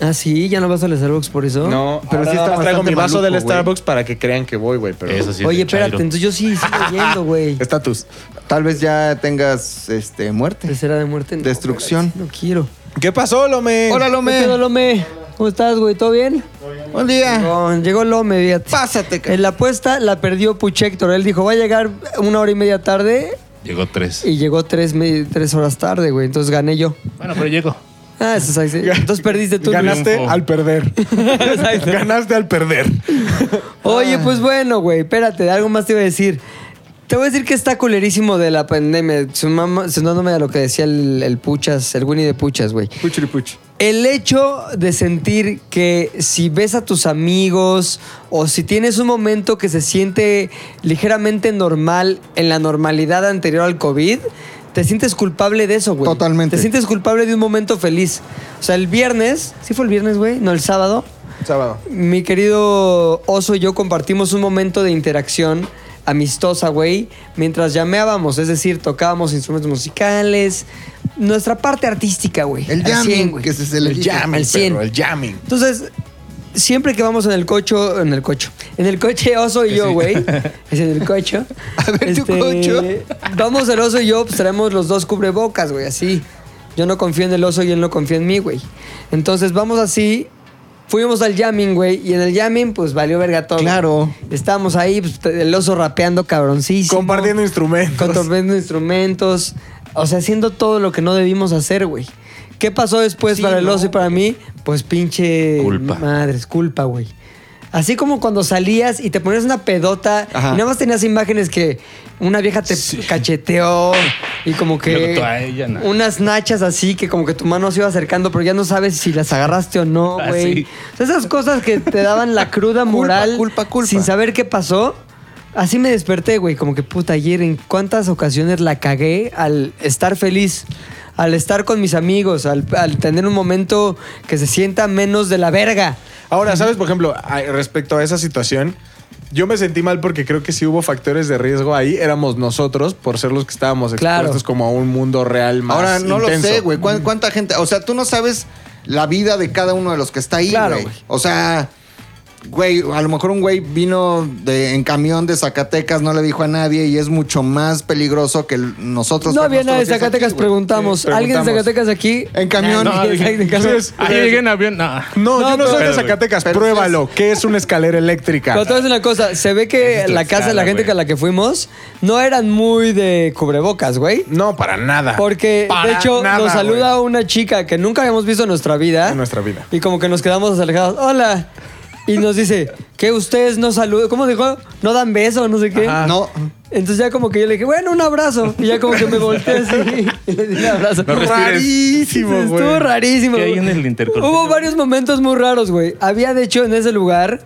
[SPEAKER 1] Ah, sí, ya no vas al Starbucks por eso.
[SPEAKER 4] pero sí está traigo mi vaso del
[SPEAKER 3] maluco, güey.
[SPEAKER 4] Starbucks para que crean que voy, güey. Pero
[SPEAKER 5] Eso sí.
[SPEAKER 1] Oye,
[SPEAKER 5] de
[SPEAKER 1] espérate,
[SPEAKER 5] chairo.
[SPEAKER 1] entonces yo sí sigo yendo, güey.
[SPEAKER 4] Estatus.
[SPEAKER 3] Tal vez ya tengas este muerte.
[SPEAKER 1] Tercera de muerte. no,
[SPEAKER 3] Destrucción.
[SPEAKER 1] güey, No quiero.
[SPEAKER 4] ¿Qué pasó, Lome?
[SPEAKER 3] Hola,
[SPEAKER 1] ¿Qué
[SPEAKER 3] Lome.
[SPEAKER 1] pedo, Lome? ¿Cómo estás, güey? ¿Todo bien?
[SPEAKER 3] Buen día.
[SPEAKER 1] Chingón, Llegó Lome, fíjate.
[SPEAKER 3] Pásate, ca-
[SPEAKER 1] En la apuesta la perdió Puchector. Él dijo, va a llegar una hora y media tarde
[SPEAKER 5] Llegó tres.
[SPEAKER 1] y llegó tres, me- tres horas tarde, güey. Entonces gané yo.
[SPEAKER 5] Bueno, pero llegó.
[SPEAKER 1] Ah, eso es ahí, sí. Entonces perdiste tú. Luis.
[SPEAKER 4] Ganaste
[SPEAKER 5] Triunfo.
[SPEAKER 4] al perder.
[SPEAKER 1] Exacto.
[SPEAKER 4] Ganaste al perder.
[SPEAKER 1] Oye, pues bueno, güey, espérate, algo más te iba a decir. Te voy a decir que está culerísimo de la pandemia, sumama- sumándome a lo que decía el, el Puchas, el Winnie de Puchas, güey.
[SPEAKER 3] Puchiripuch.
[SPEAKER 1] El hecho de sentir que si ves a tus amigos o si tienes un momento que se siente ligeramente normal en la normalidad anterior al COVID, te sientes culpable de eso, güey.
[SPEAKER 3] Totalmente.
[SPEAKER 1] Te sientes culpable de un momento feliz. O sea, el viernes, ¿sí fue el viernes, güey? No, el sábado.
[SPEAKER 4] Sábado.
[SPEAKER 1] Mi querido Oso y yo compartimos un momento de interacción amistosa, güey, mientras llameábamos, es decir, tocábamos instrumentos musicales, nuestra parte artística, güey.
[SPEAKER 3] El
[SPEAKER 1] al
[SPEAKER 3] jamming,
[SPEAKER 1] 100, güey.
[SPEAKER 3] que se- se le
[SPEAKER 1] El
[SPEAKER 3] dice.
[SPEAKER 1] jamming,
[SPEAKER 3] El
[SPEAKER 1] al 100.
[SPEAKER 4] Pero el jamming.
[SPEAKER 1] Entonces, siempre que vamos en el coche, en el coche, en el coche Oso y yo, güey, es en el coche.
[SPEAKER 3] A ver, tu coche.
[SPEAKER 1] Vamos el Oso y yo, pues traemos los dos cubrebocas, güey, así. Yo no confío en el oso y él no confía en mí, güey. Entonces vamos así, fuimos al jamming, güey, y en el jamming, pues valió verga todo.
[SPEAKER 3] Claro.
[SPEAKER 1] Estábamos ahí, pues, el oso rapeando cabroncísimo.
[SPEAKER 4] Compartiendo instrumentos.
[SPEAKER 1] Compartiendo instrumentos. O sea, haciendo todo lo que no debimos hacer, güey. ¿Qué pasó después para el oso y para mí? Pues pinche
[SPEAKER 5] Culpa.
[SPEAKER 1] madres, culpa, güey. Así como cuando salías y te ponías una pedota
[SPEAKER 3] Ajá.
[SPEAKER 1] y nada más tenías imágenes que una vieja te cacheteó y como
[SPEAKER 5] Luego
[SPEAKER 1] que
[SPEAKER 5] tú a ella, no.
[SPEAKER 1] unas nachas así que como que tu mano se iba acercando pero ya no sabes si las agarraste o no,
[SPEAKER 5] Ah,
[SPEAKER 1] güey.
[SPEAKER 5] sí.
[SPEAKER 1] O sea, esas cosas que te daban la cruda moral
[SPEAKER 3] culpa, culpa.
[SPEAKER 1] sin saber qué pasó. Así me desperté, güey, como que puta, ayer en cuántas ocasiones la cagué al estar feliz, al estar con mis amigos, al, al tener un momento que se sienta menos de la verga.
[SPEAKER 4] Ahora, ¿sabes? Por ejemplo, a- respecto a esa situación, yo me sentí mal porque creo que si hubo factores de riesgo ahí, éramos nosotros por ser los que estábamos
[SPEAKER 1] Claro.
[SPEAKER 4] expuestos como a un mundo real más
[SPEAKER 3] Ahora no
[SPEAKER 4] intenso.
[SPEAKER 3] lo sé, güey. ¿Cuán- ¿Cuánta gente? O sea, tú no sabes la vida de cada uno de los que está ahí,
[SPEAKER 1] Claro,
[SPEAKER 3] güey.
[SPEAKER 1] güey.
[SPEAKER 3] O sea, güey, a lo mejor un güey vino de, en camión de Zacatecas, no le dijo a nadie y es mucho más peligroso que el- nosotros.
[SPEAKER 1] No
[SPEAKER 3] que
[SPEAKER 1] había
[SPEAKER 3] nosotros
[SPEAKER 1] nadie de
[SPEAKER 3] que es aquí,
[SPEAKER 1] Zacatecas,
[SPEAKER 3] güey.
[SPEAKER 1] preguntamos.
[SPEAKER 4] Sí, preguntamos.
[SPEAKER 1] ¿Alguien de Zacatecas aquí?
[SPEAKER 3] En camión.
[SPEAKER 1] No,
[SPEAKER 4] No,
[SPEAKER 1] exacto, en camión.
[SPEAKER 4] entonces-
[SPEAKER 5] Ah, yo llegué en avión. No.
[SPEAKER 4] No,
[SPEAKER 1] No,
[SPEAKER 4] yo no soy
[SPEAKER 1] pero-
[SPEAKER 4] de Zacatecas.
[SPEAKER 3] pero-
[SPEAKER 4] Pruébalo. ¿Qué es una escalera eléctrica?
[SPEAKER 1] Pero te voy a decir una cosa, se ve que
[SPEAKER 5] Esa es
[SPEAKER 1] la
[SPEAKER 5] tu
[SPEAKER 1] casa de la
[SPEAKER 5] escala,
[SPEAKER 1] gente
[SPEAKER 5] güey.
[SPEAKER 1] con la que fuimos no eran muy de cubrebocas, güey.
[SPEAKER 4] No, para nada.
[SPEAKER 1] Porque de
[SPEAKER 4] Ah, Para
[SPEAKER 1] hecho
[SPEAKER 4] nada,
[SPEAKER 1] nos saluda
[SPEAKER 4] güey.
[SPEAKER 1] una chica que nunca habíamos visto en nuestra vida.
[SPEAKER 4] En nuestra vida.
[SPEAKER 1] Y como que nos quedamos alejados. Hola. Y nos dice, que ustedes no saludan. ¿Cómo dijo? No dan beso, no sé qué.
[SPEAKER 4] Ajá.
[SPEAKER 3] Ah. No.
[SPEAKER 1] Entonces ya como que yo le dije, bueno, un abrazo. Y ya como que me volteé así. y le di un abrazo.
[SPEAKER 5] No respires.
[SPEAKER 4] Rarísimo,
[SPEAKER 1] Estuvo
[SPEAKER 4] güey.
[SPEAKER 1] rarísimo.
[SPEAKER 5] ¿Qué hay
[SPEAKER 1] güey.
[SPEAKER 5] en el intercontinental?
[SPEAKER 1] Hubo varios momentos muy raros, güey. Había, de hecho, en ese lugar,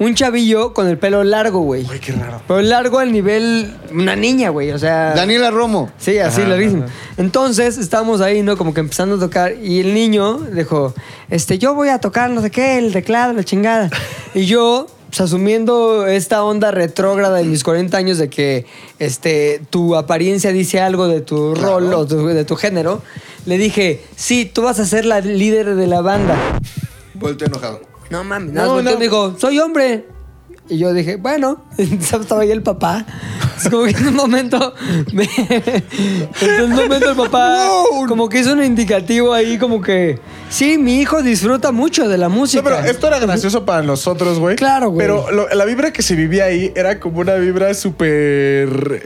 [SPEAKER 1] un chavillo con el pelo largo, güey.
[SPEAKER 4] Güey, qué raro.
[SPEAKER 1] Pero largo al nivel una niña, güey. O sea...
[SPEAKER 3] Daniela Romo.
[SPEAKER 1] Sí, así, larguísimo. Entonces, estábamos ahí, ¿no? Como que empezando a tocar. Y el niño dijo, este, yo voy a tocar no sé qué, el teclado, la chingada. Y yo, pues, asumiendo esta onda retrógrada de mis 40 años de que este, tu apariencia dice algo de tu rol o tu- de tu género, le dije, sí, tú vas a ser la líder de la banda.
[SPEAKER 3] Vuelto enojado.
[SPEAKER 1] No mames, no, digo, soy hombre. Y yo dije, bueno, estaba ahí el papá. Es como que en un momento, me- en un momento el papá como que hizo un indicativo ahí, como que, sí, mi hijo disfruta mucho de la música.
[SPEAKER 4] No, pero esto era gracioso para nosotros, güey.
[SPEAKER 1] Claro, güey.
[SPEAKER 4] Pero lo- la vibra que se vivía ahí era como una vibra súper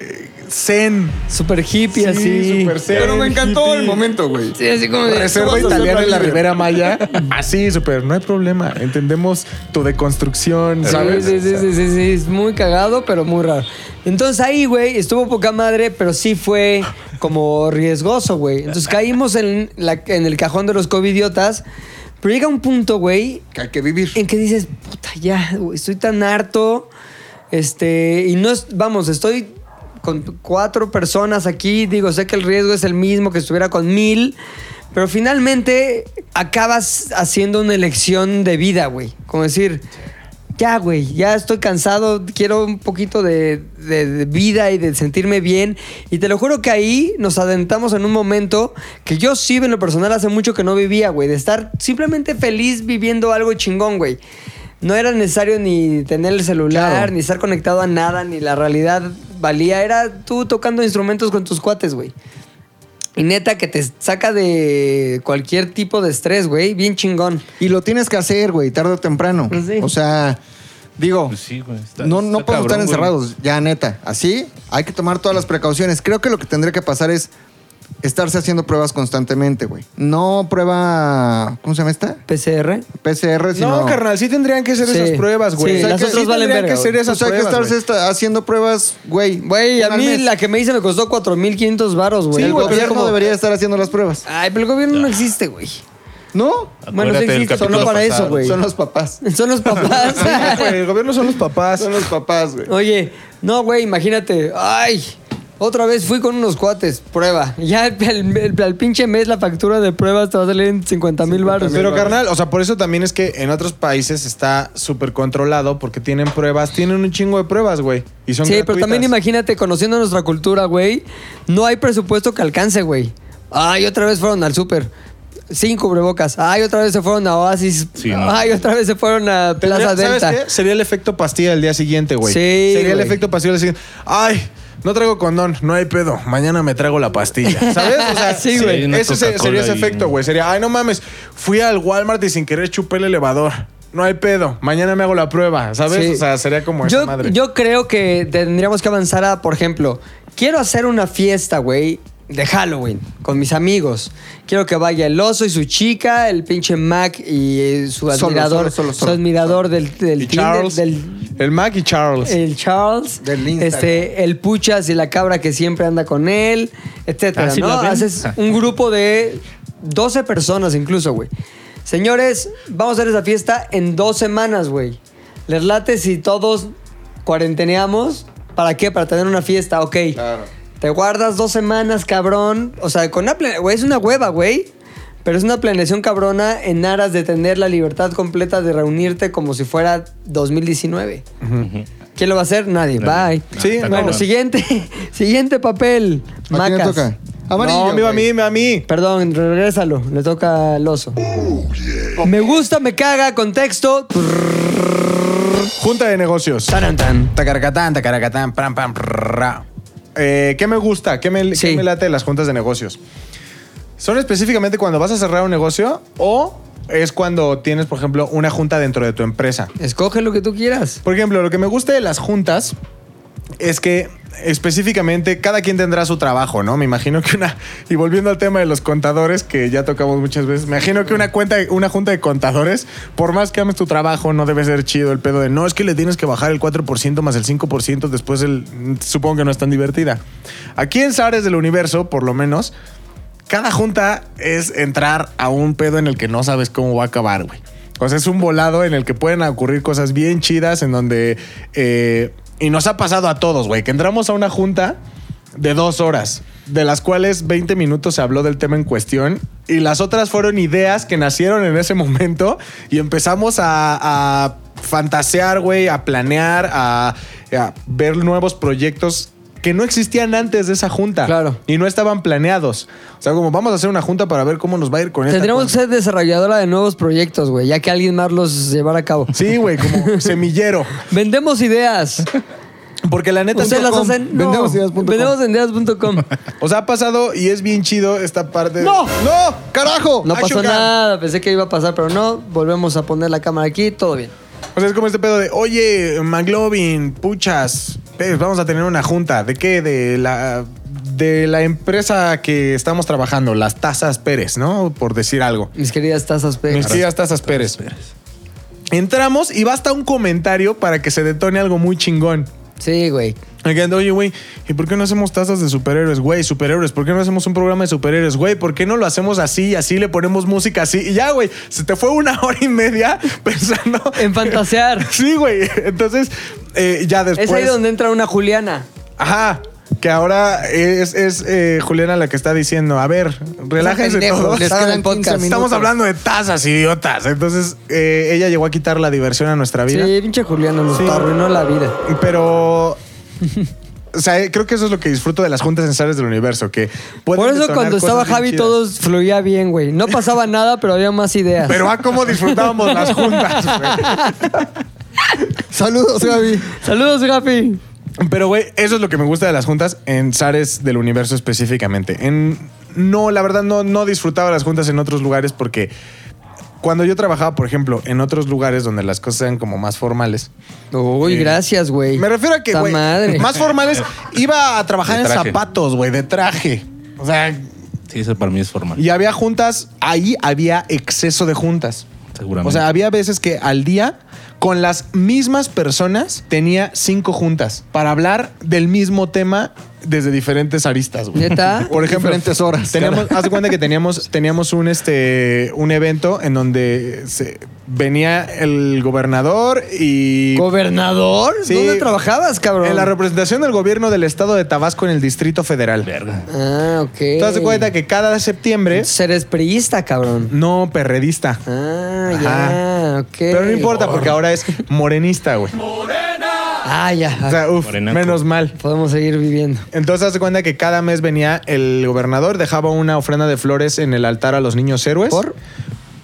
[SPEAKER 4] eh, zen.
[SPEAKER 1] Super hippie así.
[SPEAKER 4] Sí, súper zen.
[SPEAKER 3] Pero me encantó
[SPEAKER 4] hippie.
[SPEAKER 3] el momento, güey.
[SPEAKER 1] Sí, así como de,
[SPEAKER 4] Reserva
[SPEAKER 1] ¿cómo vas a
[SPEAKER 4] italiana
[SPEAKER 1] ser
[SPEAKER 4] en la
[SPEAKER 1] líder?
[SPEAKER 4] Ribera Maya. Así, súper. No hay problema. Entendemos tu deconstrucción, ¿sabes?
[SPEAKER 1] Sí, sí, sí, sí, sí, sí, es muy cagado, pero muy raro. Entonces ahí, güey, estuvo poca madre, pero sí fue como riesgoso, güey. Entonces caímos en, la- en el cajón de los covidiotas, pero llega un punto, güey,
[SPEAKER 3] Que hay que vivir.
[SPEAKER 1] en que dices, puta, ya, güey, estoy tan harto, este, y no es, vamos, estoy con cuatro personas aquí, digo, sé que el riesgo es el mismo que estuviera con mil, pero finalmente acabas haciendo una elección de vida, güey, como decir, ya, güey, ya estoy cansado, quiero un poquito de, de- de vida y de sentirme bien. Y te lo juro que ahí nos adentramos en un momento que yo sí, en lo personal, hace mucho que no vivía, güey, de estar simplemente feliz viviendo algo chingón, güey. No era necesario ni tener el celular,
[SPEAKER 4] Claro.
[SPEAKER 1] ni estar conectado a nada, ni la realidad valía. Era tú tocando instrumentos con tus cuates, güey. Y neta que te saca de cualquier tipo de estrés, güey, bien chingón.
[SPEAKER 3] Y lo tienes que hacer, güey, tarde o temprano.
[SPEAKER 1] Pues sí.
[SPEAKER 3] O sea, digo,
[SPEAKER 5] Pues sí, güey, está-
[SPEAKER 3] no,
[SPEAKER 5] está
[SPEAKER 3] no podemos
[SPEAKER 5] cabrón,
[SPEAKER 3] estar
[SPEAKER 5] güey.
[SPEAKER 3] encerrados, ya neta. Así hay que tomar todas las precauciones. Creo que lo que tendría que pasar es estarse haciendo pruebas constantemente, güey. No prueba, ¿cómo se llama esta?
[SPEAKER 1] PCR.
[SPEAKER 3] PCR, sino...
[SPEAKER 4] No, carnal, sí tendrían que ser
[SPEAKER 1] Sí.
[SPEAKER 4] esas pruebas, güey.
[SPEAKER 1] Sí,
[SPEAKER 4] que
[SPEAKER 1] las
[SPEAKER 4] sí
[SPEAKER 1] otras valen
[SPEAKER 4] tendrían
[SPEAKER 1] verga,
[SPEAKER 4] que ser
[SPEAKER 1] güey.
[SPEAKER 4] esas
[SPEAKER 3] o sea, hay que
[SPEAKER 4] pruebas,
[SPEAKER 3] estarse
[SPEAKER 4] güey.
[SPEAKER 3] esta- haciendo pruebas, güey.
[SPEAKER 1] Güey, a
[SPEAKER 3] una al
[SPEAKER 1] mí
[SPEAKER 3] mes.
[SPEAKER 1] la que me hice me costó 4.500 varos, güey.
[SPEAKER 3] Sí,
[SPEAKER 1] El
[SPEAKER 3] güey,
[SPEAKER 1] gobierno-
[SPEAKER 3] pero no debería estar haciendo las pruebas.
[SPEAKER 1] Ay, pero el gobierno no existe, güey.
[SPEAKER 3] ¿No?
[SPEAKER 1] Bueno, sí
[SPEAKER 5] Acuérdate del
[SPEAKER 1] existe,
[SPEAKER 5] capítulo
[SPEAKER 1] solo para
[SPEAKER 5] pasado.
[SPEAKER 1] eso, güey.
[SPEAKER 3] Son los papás.
[SPEAKER 1] Son los papás.
[SPEAKER 4] Sí, güey, el gobierno son los papás.
[SPEAKER 3] Son los papás, güey.
[SPEAKER 1] Oye, no, güey, imagínate. Ay, otra vez fui con unos cuates. Prueba. Ya el- el- el- al pinche mes la factura de pruebas te va a salir en 50 mil baros.
[SPEAKER 4] Pero carnal, o sea, por eso también es que en otros países está súper controlado porque tienen pruebas, tienen un chingo de pruebas, güey. Y son
[SPEAKER 1] Sí, pero
[SPEAKER 4] gratuitas.
[SPEAKER 1] también imagínate, conociendo nuestra cultura, güey, no hay presupuesto que alcance, güey. Ay, otra vez fueron al súper. Sin cubrebocas. Ay, otra vez se fueron a Oasis.
[SPEAKER 5] Sí, no.
[SPEAKER 1] Ay, otra vez se fueron a Plaza
[SPEAKER 4] ¿Sabes
[SPEAKER 1] Delta.
[SPEAKER 4] qué? Sería el efecto pastilla del día siguiente, güey.
[SPEAKER 1] Sí,
[SPEAKER 4] Sería el
[SPEAKER 1] güey.
[SPEAKER 4] efecto pastilla del día siguiente. Ay, no traigo condón, no hay pedo. Mañana me trago la pastilla. ¿Sabes? O sea,
[SPEAKER 1] Sí,
[SPEAKER 5] güey. Sí, una
[SPEAKER 4] Ese se- sería
[SPEAKER 5] Coca-Cola
[SPEAKER 4] ese
[SPEAKER 5] y-
[SPEAKER 4] efecto, güey. Sería, ay, no mames, fui al Walmart y sin querer chupé el elevador. No hay pedo. Mañana me hago la prueba, ¿sabes?
[SPEAKER 1] Sí.
[SPEAKER 4] O sea, sería como
[SPEAKER 1] yo,
[SPEAKER 4] esa madre.
[SPEAKER 1] Yo creo que tendríamos que avanzar a, por ejemplo, quiero hacer una fiesta, güey, de Halloween con mis amigos. Quiero que vaya el oso y su chica, el pinche Mac y eh, su
[SPEAKER 3] Solo,
[SPEAKER 1] admirador,
[SPEAKER 3] solo, solo, solo.
[SPEAKER 1] su admirador del, del
[SPEAKER 4] y
[SPEAKER 1] Tinder,
[SPEAKER 4] Charles.
[SPEAKER 1] del Eh,
[SPEAKER 4] el Mac y Charles.
[SPEAKER 1] el Charles,
[SPEAKER 3] Del Instagram.
[SPEAKER 1] este, el Puchas y la cabra que siempre anda con él, etcétera,
[SPEAKER 5] Ah, ¿sí
[SPEAKER 1] ¿no?
[SPEAKER 5] la ven?
[SPEAKER 1] Haces un grupo de 12 personas incluso, güey. Señores, vamos a hacer esa fiesta en dos semanas, güey. Les late si todos cuarenteneamos. ¿Para qué? Para tener una fiesta, ok.
[SPEAKER 3] Claro.
[SPEAKER 1] Te guardas dos semanas, cabrón. O sea, con una plane- güey, es una hueva, güey. Pero es una planeación cabrona en aras de tener la libertad completa de reunirte como si fuera 2019. ¿Quién lo va a hacer? Nadie.
[SPEAKER 5] Nadie.
[SPEAKER 1] Bye.
[SPEAKER 5] No, está
[SPEAKER 4] Sí, bueno,
[SPEAKER 1] Bueno,
[SPEAKER 5] cabrón.
[SPEAKER 1] siguiente, siguiente papel.
[SPEAKER 3] ¿A quién le
[SPEAKER 1] Macas.
[SPEAKER 3] toca?
[SPEAKER 4] no, amigo, a
[SPEAKER 3] güey.
[SPEAKER 4] mí, a mí.
[SPEAKER 1] Perdón, regrésalo. Le toca al oso. Me gusta, me caga, contexto.
[SPEAKER 4] Junta de negocios.
[SPEAKER 1] Tarantan.
[SPEAKER 4] Tacaracatán, tacaracatán, pam, pam, prrra. Eh, ¿Qué me gusta? ¿Qué me,
[SPEAKER 1] Sí.
[SPEAKER 4] qué me late de las juntas de negocios? ¿Son específicamente cuando vas a cerrar un negocio o es cuando tienes, por ejemplo, una junta dentro de tu empresa?
[SPEAKER 1] Escoge lo que tú quieras.
[SPEAKER 4] Por ejemplo, lo que me gusta de las juntas es que específicamente cada quien tendrá su trabajo, ¿no? Me imagino que una y volviendo al tema de los contadores que ya tocamos muchas veces, me imagino que una cuenta una junta de contadores, por más que ames tu trabajo, no debe ser chido el pedo de no, es que le tienes que bajar el 4% más el 5%, después el supongo que no es tan divertida. Aquí en Zares del Universo, por lo menos, cada junta es entrar a un pedo en el que no sabes cómo va a acabar, güey. O sea, es un volado en el que pueden ocurrir cosas bien chidas, en donde... eh, y nos ha pasado a todos, güey, que entramos a una junta de dos horas, de las cuales 20 minutos se habló del tema en cuestión y las otras fueron ideas que nacieron en ese momento y empezamos a... a fantasear, güey, a planear, a, a ver nuevos proyectos que no existían antes de esa junta.
[SPEAKER 1] Claro.
[SPEAKER 4] Y no estaban planeados. O sea, como vamos a hacer una junta para ver cómo nos va a ir con esta
[SPEAKER 1] Tendríamos que
[SPEAKER 4] cosa.
[SPEAKER 1] ser desarrolladora de nuevos proyectos, güey, ya que alguien más los llevara a cabo.
[SPEAKER 4] Sí, güey, como semillero.
[SPEAKER 1] Vendemos ideas.
[SPEAKER 4] Porque la neta...
[SPEAKER 1] Ustedes las
[SPEAKER 4] .com,
[SPEAKER 1] hacen. No.
[SPEAKER 3] vendemosideas.com.
[SPEAKER 1] Vendemos en ideas.com.
[SPEAKER 4] O sea, ha pasado y es bien chido esta parte.
[SPEAKER 1] ¡No!
[SPEAKER 4] ¡No! ¡Carajo!
[SPEAKER 1] No pasó
[SPEAKER 4] Ashokan.
[SPEAKER 1] nada, pensé que iba a pasar, pero no. Volvemos a poner la cámara aquí, todo bien.
[SPEAKER 4] O sea, es como este pedo de, oye, McLovin, puchas, pues, vamos a tener una junta. ¿De qué? De la, de la empresa que estamos trabajando, las Tazas Pérez, ¿no? Por decir algo.
[SPEAKER 1] Mis queridas tazas Pérez.
[SPEAKER 4] Mis tías Tazas Pérez. Entramos y basta un comentario para que se detone algo muy chingón.
[SPEAKER 1] Sí, güey.
[SPEAKER 4] Acá ando, Oye, güey, ¿y por qué no hacemos tazas de superhéroes, güey? Superhéroes, ¿por qué no hacemos un programa de superhéroes, güey? ¿Por qué no lo hacemos así y así le ponemos música así? Y ya, güey, se te fue una hora y media pensando.
[SPEAKER 1] En fantasear.
[SPEAKER 4] Sí, güey. Entonces, eh, ya después.
[SPEAKER 1] Es ahí donde entra una Juliana.
[SPEAKER 4] Ajá. Que ahora es, es, eh, Juliana la que está diciendo, a ver, relájense
[SPEAKER 1] pendejo,
[SPEAKER 4] todos.
[SPEAKER 1] les
[SPEAKER 4] Estaban
[SPEAKER 1] quedan
[SPEAKER 4] 15
[SPEAKER 1] podcast.
[SPEAKER 4] Estamos hablando de tazas, idiotas. Entonces, eh, ella llegó a quitar la diversión a nuestra vida.
[SPEAKER 1] Sí, pinche Juliana, nos
[SPEAKER 4] Sí.
[SPEAKER 1] arruinó la vida.
[SPEAKER 4] Pero. O sea, eh, creo que eso es lo que disfruto de las juntas necesarias del universo. Que pueden
[SPEAKER 1] Por eso
[SPEAKER 4] detonar
[SPEAKER 1] cuando
[SPEAKER 4] cosas
[SPEAKER 1] estaba
[SPEAKER 4] bien
[SPEAKER 1] Javi
[SPEAKER 4] chidas.
[SPEAKER 1] todo fluía bien, güey. No pasaba nada, pero había más ideas.
[SPEAKER 4] Pero a cómo disfrutábamos las juntas, güey.
[SPEAKER 3] Saludos, Gaby.
[SPEAKER 1] Saludos, Gafi.
[SPEAKER 4] Pero, güey, eso es lo que me gusta de las juntas en Zares del universo específicamente. En, no, la verdad, no, no disfrutaba las juntas en otros lugares porque cuando yo trabajaba, por ejemplo, en otros lugares donde las cosas eran como más formales.
[SPEAKER 1] Uy, gracias, güey.
[SPEAKER 4] Me refiero a que,
[SPEAKER 1] Esta
[SPEAKER 4] güey,
[SPEAKER 1] madre.
[SPEAKER 4] más formales, iba a trabajar
[SPEAKER 5] De
[SPEAKER 4] en
[SPEAKER 5] traje.
[SPEAKER 4] zapatos, güey, de traje. O sea,
[SPEAKER 5] Sí, eso para mí es formal.
[SPEAKER 4] y había juntas, ahí había exceso de juntas.
[SPEAKER 5] Seguramente.
[SPEAKER 4] O sea, había veces que al día, con las mismas personas, tenía cinco juntas para hablar del mismo tema desde diferentes aristas, güey.
[SPEAKER 1] ¿Neta?
[SPEAKER 4] Por ejemplo,
[SPEAKER 3] Diferentes horas.
[SPEAKER 4] Teníamos, haz de cuenta que teníamos, teníamos un, este, un evento en donde se- venía el gobernador y.
[SPEAKER 1] ¿Gobernador?
[SPEAKER 4] Sí.
[SPEAKER 1] ¿Dónde trabajabas, cabrón?
[SPEAKER 4] en la representación del gobierno del estado de Tabasco en el Distrito Federal.
[SPEAKER 5] Verga.
[SPEAKER 1] Ah, ok.
[SPEAKER 4] Te das cuenta que cada septiembre.
[SPEAKER 1] Eres priista, cabrón.
[SPEAKER 4] No, perredista.
[SPEAKER 1] Ah,
[SPEAKER 4] Ajá.
[SPEAKER 1] ya, ok.
[SPEAKER 4] Pero no importa porque ahora es morenista, güey.
[SPEAKER 1] Ah, ya.
[SPEAKER 4] O sea, uf,
[SPEAKER 5] Morenaco.
[SPEAKER 4] menos mal.
[SPEAKER 1] Podemos seguir viviendo.
[SPEAKER 4] Entonces, haz de cuenta que cada mes venía el gobernador, dejaba una ofrenda de flores en el altar a los niños héroes.
[SPEAKER 1] ¿Por?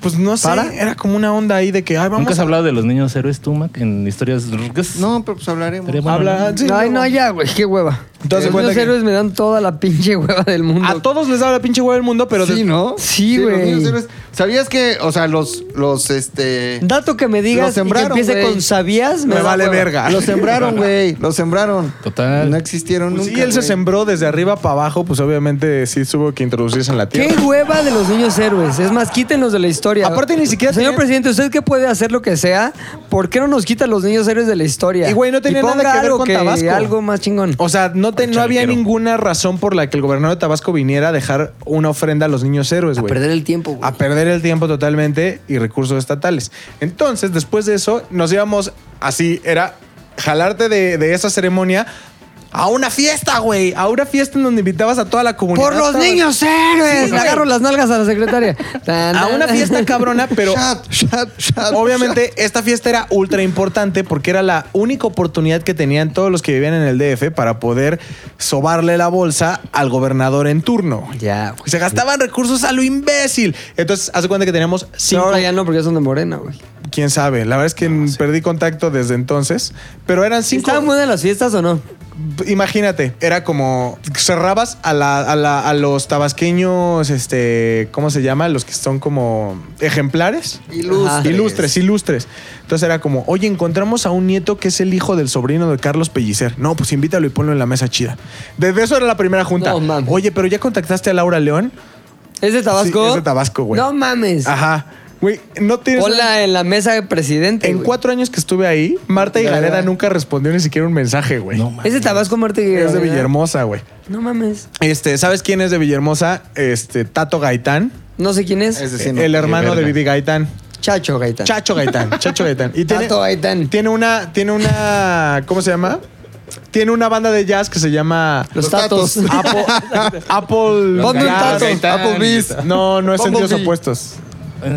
[SPEAKER 4] Pues no sé,
[SPEAKER 1] ¿Para?
[SPEAKER 4] era como una onda ahí de que, ay, vamos
[SPEAKER 5] ¿Nunca has
[SPEAKER 4] a
[SPEAKER 5] hablado de los niños héroes tú, Mac, en historias rucas?
[SPEAKER 3] No, pero pues hablaremos.
[SPEAKER 5] Estaría bueno,
[SPEAKER 4] habla-
[SPEAKER 5] ¿no?
[SPEAKER 4] Ah, sí,
[SPEAKER 1] Ay,
[SPEAKER 4] no.
[SPEAKER 1] no, ya, güey, qué hueva.
[SPEAKER 4] Entonces,
[SPEAKER 1] Los
[SPEAKER 4] cuenta que-
[SPEAKER 1] héroes me dan toda la pinche hueva del mundo.
[SPEAKER 4] A todos les daba la pinche hueva del mundo, pero...
[SPEAKER 3] Sí,
[SPEAKER 4] de-
[SPEAKER 3] ¿no?
[SPEAKER 1] Sí,
[SPEAKER 3] los
[SPEAKER 1] güey.
[SPEAKER 3] niños héroes. ¿Sabías que, o sea, los, los, este...
[SPEAKER 1] Dato que me digas
[SPEAKER 3] Lo
[SPEAKER 1] y que
[SPEAKER 3] sembraron,
[SPEAKER 1] empiece
[SPEAKER 3] güey.
[SPEAKER 1] con sabías, me,
[SPEAKER 4] Me
[SPEAKER 1] da
[SPEAKER 4] vale
[SPEAKER 1] hueva.
[SPEAKER 4] verga.
[SPEAKER 3] Los Ah, sembraron, güey. Los sembraron.
[SPEAKER 5] Total.
[SPEAKER 3] No existieron
[SPEAKER 4] Pues
[SPEAKER 3] nunca,
[SPEAKER 4] sí, él se
[SPEAKER 3] güey.
[SPEAKER 4] sembró desde arriba para abajo, pues obviamente sí tuvo que introducirse en la
[SPEAKER 1] Qué
[SPEAKER 4] tierra.
[SPEAKER 1] hueva de los niños héroes. Es más, quítenlos de la historia.
[SPEAKER 4] Aparte, ni siquiera
[SPEAKER 1] Señor
[SPEAKER 4] tenían-
[SPEAKER 1] presidente, usted que puede hacer lo que sea, ¿por qué no nos quita los niños héroes de la historia?
[SPEAKER 4] Y, güey, no tenía
[SPEAKER 1] ponga
[SPEAKER 4] nada que ver
[SPEAKER 1] algo
[SPEAKER 4] con Tabasco.
[SPEAKER 1] Algo más chingón.
[SPEAKER 4] O sea, no, te-
[SPEAKER 5] Al
[SPEAKER 4] no había
[SPEAKER 5] chalequero.
[SPEAKER 4] ninguna razón por la que el gobernador de Tabasco viniera a dejar una ofrenda a los niños héroes,
[SPEAKER 1] a
[SPEAKER 4] güey.
[SPEAKER 1] perder el tiempo, güey.
[SPEAKER 4] a perder el tiempo totalmente y recursos estatales. Entonces, después de eso, nos íbamos así, era jalarte de, de esa ceremonia a una fiesta, güey, a una fiesta en donde invitabas a toda la comunidad.
[SPEAKER 1] ¡Por los
[SPEAKER 4] Estabas-
[SPEAKER 1] niños héroes!
[SPEAKER 4] Sí,
[SPEAKER 1] Le
[SPEAKER 4] güey.
[SPEAKER 1] agarro las nalgas a la secretaria. Tan,
[SPEAKER 4] A una
[SPEAKER 1] tan.
[SPEAKER 4] fiesta cabrona, pero
[SPEAKER 3] Shot, shot, shot,
[SPEAKER 4] obviamente esta fiesta era ultra importante porque era la única oportunidad que tenían todos los que vivían en el DF para poder sobarle la bolsa al gobernador en turno. güey.
[SPEAKER 1] Ya, pues. güey.
[SPEAKER 4] Se gastaban recursos a lo imbécil. Entonces, hace cuenta que teníamos
[SPEAKER 1] Pero
[SPEAKER 4] cinco
[SPEAKER 1] ahora ya no, porque ya son de morena, güey.
[SPEAKER 4] quién sabe. La verdad es que perdí contacto desde entonces, pero eran cinco.
[SPEAKER 1] ¿Estaban buenas las fiestas o no?
[SPEAKER 4] Imagínate, era como cerrabas a, la- a la- a los tabasqueños, este, ¿cómo se llama? Los que son como ejemplares.
[SPEAKER 1] Ajá.
[SPEAKER 3] Ilustres.
[SPEAKER 4] Ilustres, ilustres. Entonces era como, oye, encontramos a un nieto que es el hijo del sobrino de Carlos Pellicer. No, pues invítalo y ponlo en la mesa chida. Desde eso era la primera junta.
[SPEAKER 1] No mames.
[SPEAKER 4] oye, pero ya contactaste a Laura León.
[SPEAKER 1] ¿Es de Tabasco?
[SPEAKER 4] Sí, es de Tabasco, güey.
[SPEAKER 1] No mames.
[SPEAKER 4] Ajá. Güey, no tienes.
[SPEAKER 1] Hola en la mesa de presidente.
[SPEAKER 4] En
[SPEAKER 1] güey.
[SPEAKER 4] cuatro años que estuve ahí, Marta
[SPEAKER 1] Ya,
[SPEAKER 4] Higareda
[SPEAKER 1] ya.
[SPEAKER 4] nunca respondió ni siquiera un mensaje, güey.
[SPEAKER 5] No, man.
[SPEAKER 1] ¿Es de Tabasco, Marta
[SPEAKER 4] es de
[SPEAKER 1] Higuera?
[SPEAKER 4] Villahermosa, güey.
[SPEAKER 1] No mames.
[SPEAKER 4] Este, ¿sabes quién es de Villahermosa? Este, Tato Gaitán.
[SPEAKER 1] Eh, No sé quién es.
[SPEAKER 3] Es decir, no.
[SPEAKER 4] El hermano de
[SPEAKER 5] verga.
[SPEAKER 4] Vivi Gaitán.
[SPEAKER 1] Chacho Gaitán.
[SPEAKER 4] Chacho Gaitán. Chacho Gaitán. Y tiene,
[SPEAKER 1] Tato Gaitán.
[SPEAKER 4] tiene una. Tiene una. ¿Cómo se llama? Tiene una banda de jazz que se llama.
[SPEAKER 1] Los
[SPEAKER 3] Los
[SPEAKER 1] tatos.
[SPEAKER 3] tatos. Ah,
[SPEAKER 4] Apple. Apple
[SPEAKER 1] Ponme un
[SPEAKER 4] Jazz.
[SPEAKER 1] tato.
[SPEAKER 5] Gaitán.
[SPEAKER 3] Applebee's.
[SPEAKER 4] No, no es sentidos
[SPEAKER 3] Bumblebee.
[SPEAKER 4] opuestos.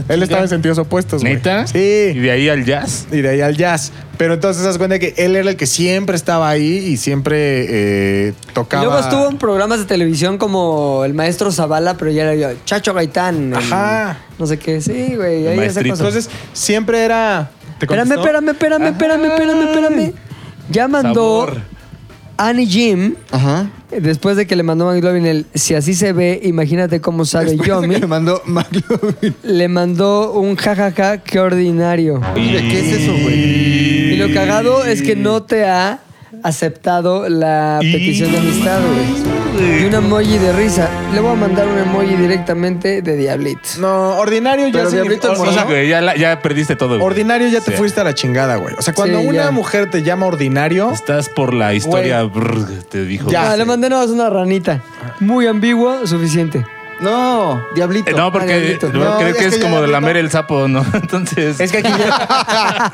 [SPEAKER 4] Él estaba en sentidos opuestos, güey.
[SPEAKER 5] ¿Neta?
[SPEAKER 4] Sí.
[SPEAKER 5] ¿Y de ahí al jazz?
[SPEAKER 4] y de ahí al jazz. Pero entonces te das cuenta que él era el que siempre estaba ahí y siempre eh, tocaba.
[SPEAKER 1] Y luego estuvo en programas de televisión como el maestro Zavala, pero ya era yo, Chacho Gaitán. el-
[SPEAKER 4] Ajá.
[SPEAKER 1] no sé qué, sí, güey. Ahí esa
[SPEAKER 5] maestrito.
[SPEAKER 1] cosa.
[SPEAKER 4] Entonces siempre era. ¿Te
[SPEAKER 1] Espérame,
[SPEAKER 4] contestó?
[SPEAKER 1] espérame, espérame, espérame, espérame, espérame. Ya mandó
[SPEAKER 5] Sabor.
[SPEAKER 1] Annie Jim,
[SPEAKER 3] Ajá.
[SPEAKER 1] después de que le mandó McLovin el Si así se ve, imagínate cómo sabe
[SPEAKER 3] Después de
[SPEAKER 1] Yomi.
[SPEAKER 3] que le mandó McLovin.
[SPEAKER 1] Le mandó un jajaja, qué ordinario.
[SPEAKER 3] ¿Qué es eso, güey?
[SPEAKER 1] Y lo cagado es que no te ha aceptado la petición de amistad, güey. Y un emoji de risa. Le voy a mandar un emoji directamente de diablitos.
[SPEAKER 4] No, ordinario ya
[SPEAKER 3] Pero
[SPEAKER 4] signif-
[SPEAKER 3] Diablito
[SPEAKER 4] o-
[SPEAKER 3] el
[SPEAKER 4] o sea,
[SPEAKER 5] Sí, güey, ya, la- ya perdiste todo. güey.
[SPEAKER 4] Ordinario ya te
[SPEAKER 5] Sí.
[SPEAKER 4] fuiste a la chingada, güey. O sea, cuando
[SPEAKER 1] Sí,
[SPEAKER 4] una
[SPEAKER 1] ya.
[SPEAKER 4] mujer te llama ordinario,
[SPEAKER 5] Estás por la historia, brr, te dijo.
[SPEAKER 4] Ya.
[SPEAKER 1] Ah,
[SPEAKER 4] sé.
[SPEAKER 1] le mandé nada más una ranita. Muy ambigua, suficiente.
[SPEAKER 3] No, diablito.
[SPEAKER 5] Eh, no,
[SPEAKER 1] Ah,
[SPEAKER 5] porque
[SPEAKER 1] diablito.
[SPEAKER 5] no,
[SPEAKER 4] No,
[SPEAKER 5] creo
[SPEAKER 4] es
[SPEAKER 5] que es
[SPEAKER 4] que ya
[SPEAKER 5] como de
[SPEAKER 4] diablito-
[SPEAKER 5] lamer el sapo, ¿no? Entonces.
[SPEAKER 4] es que aquí ya.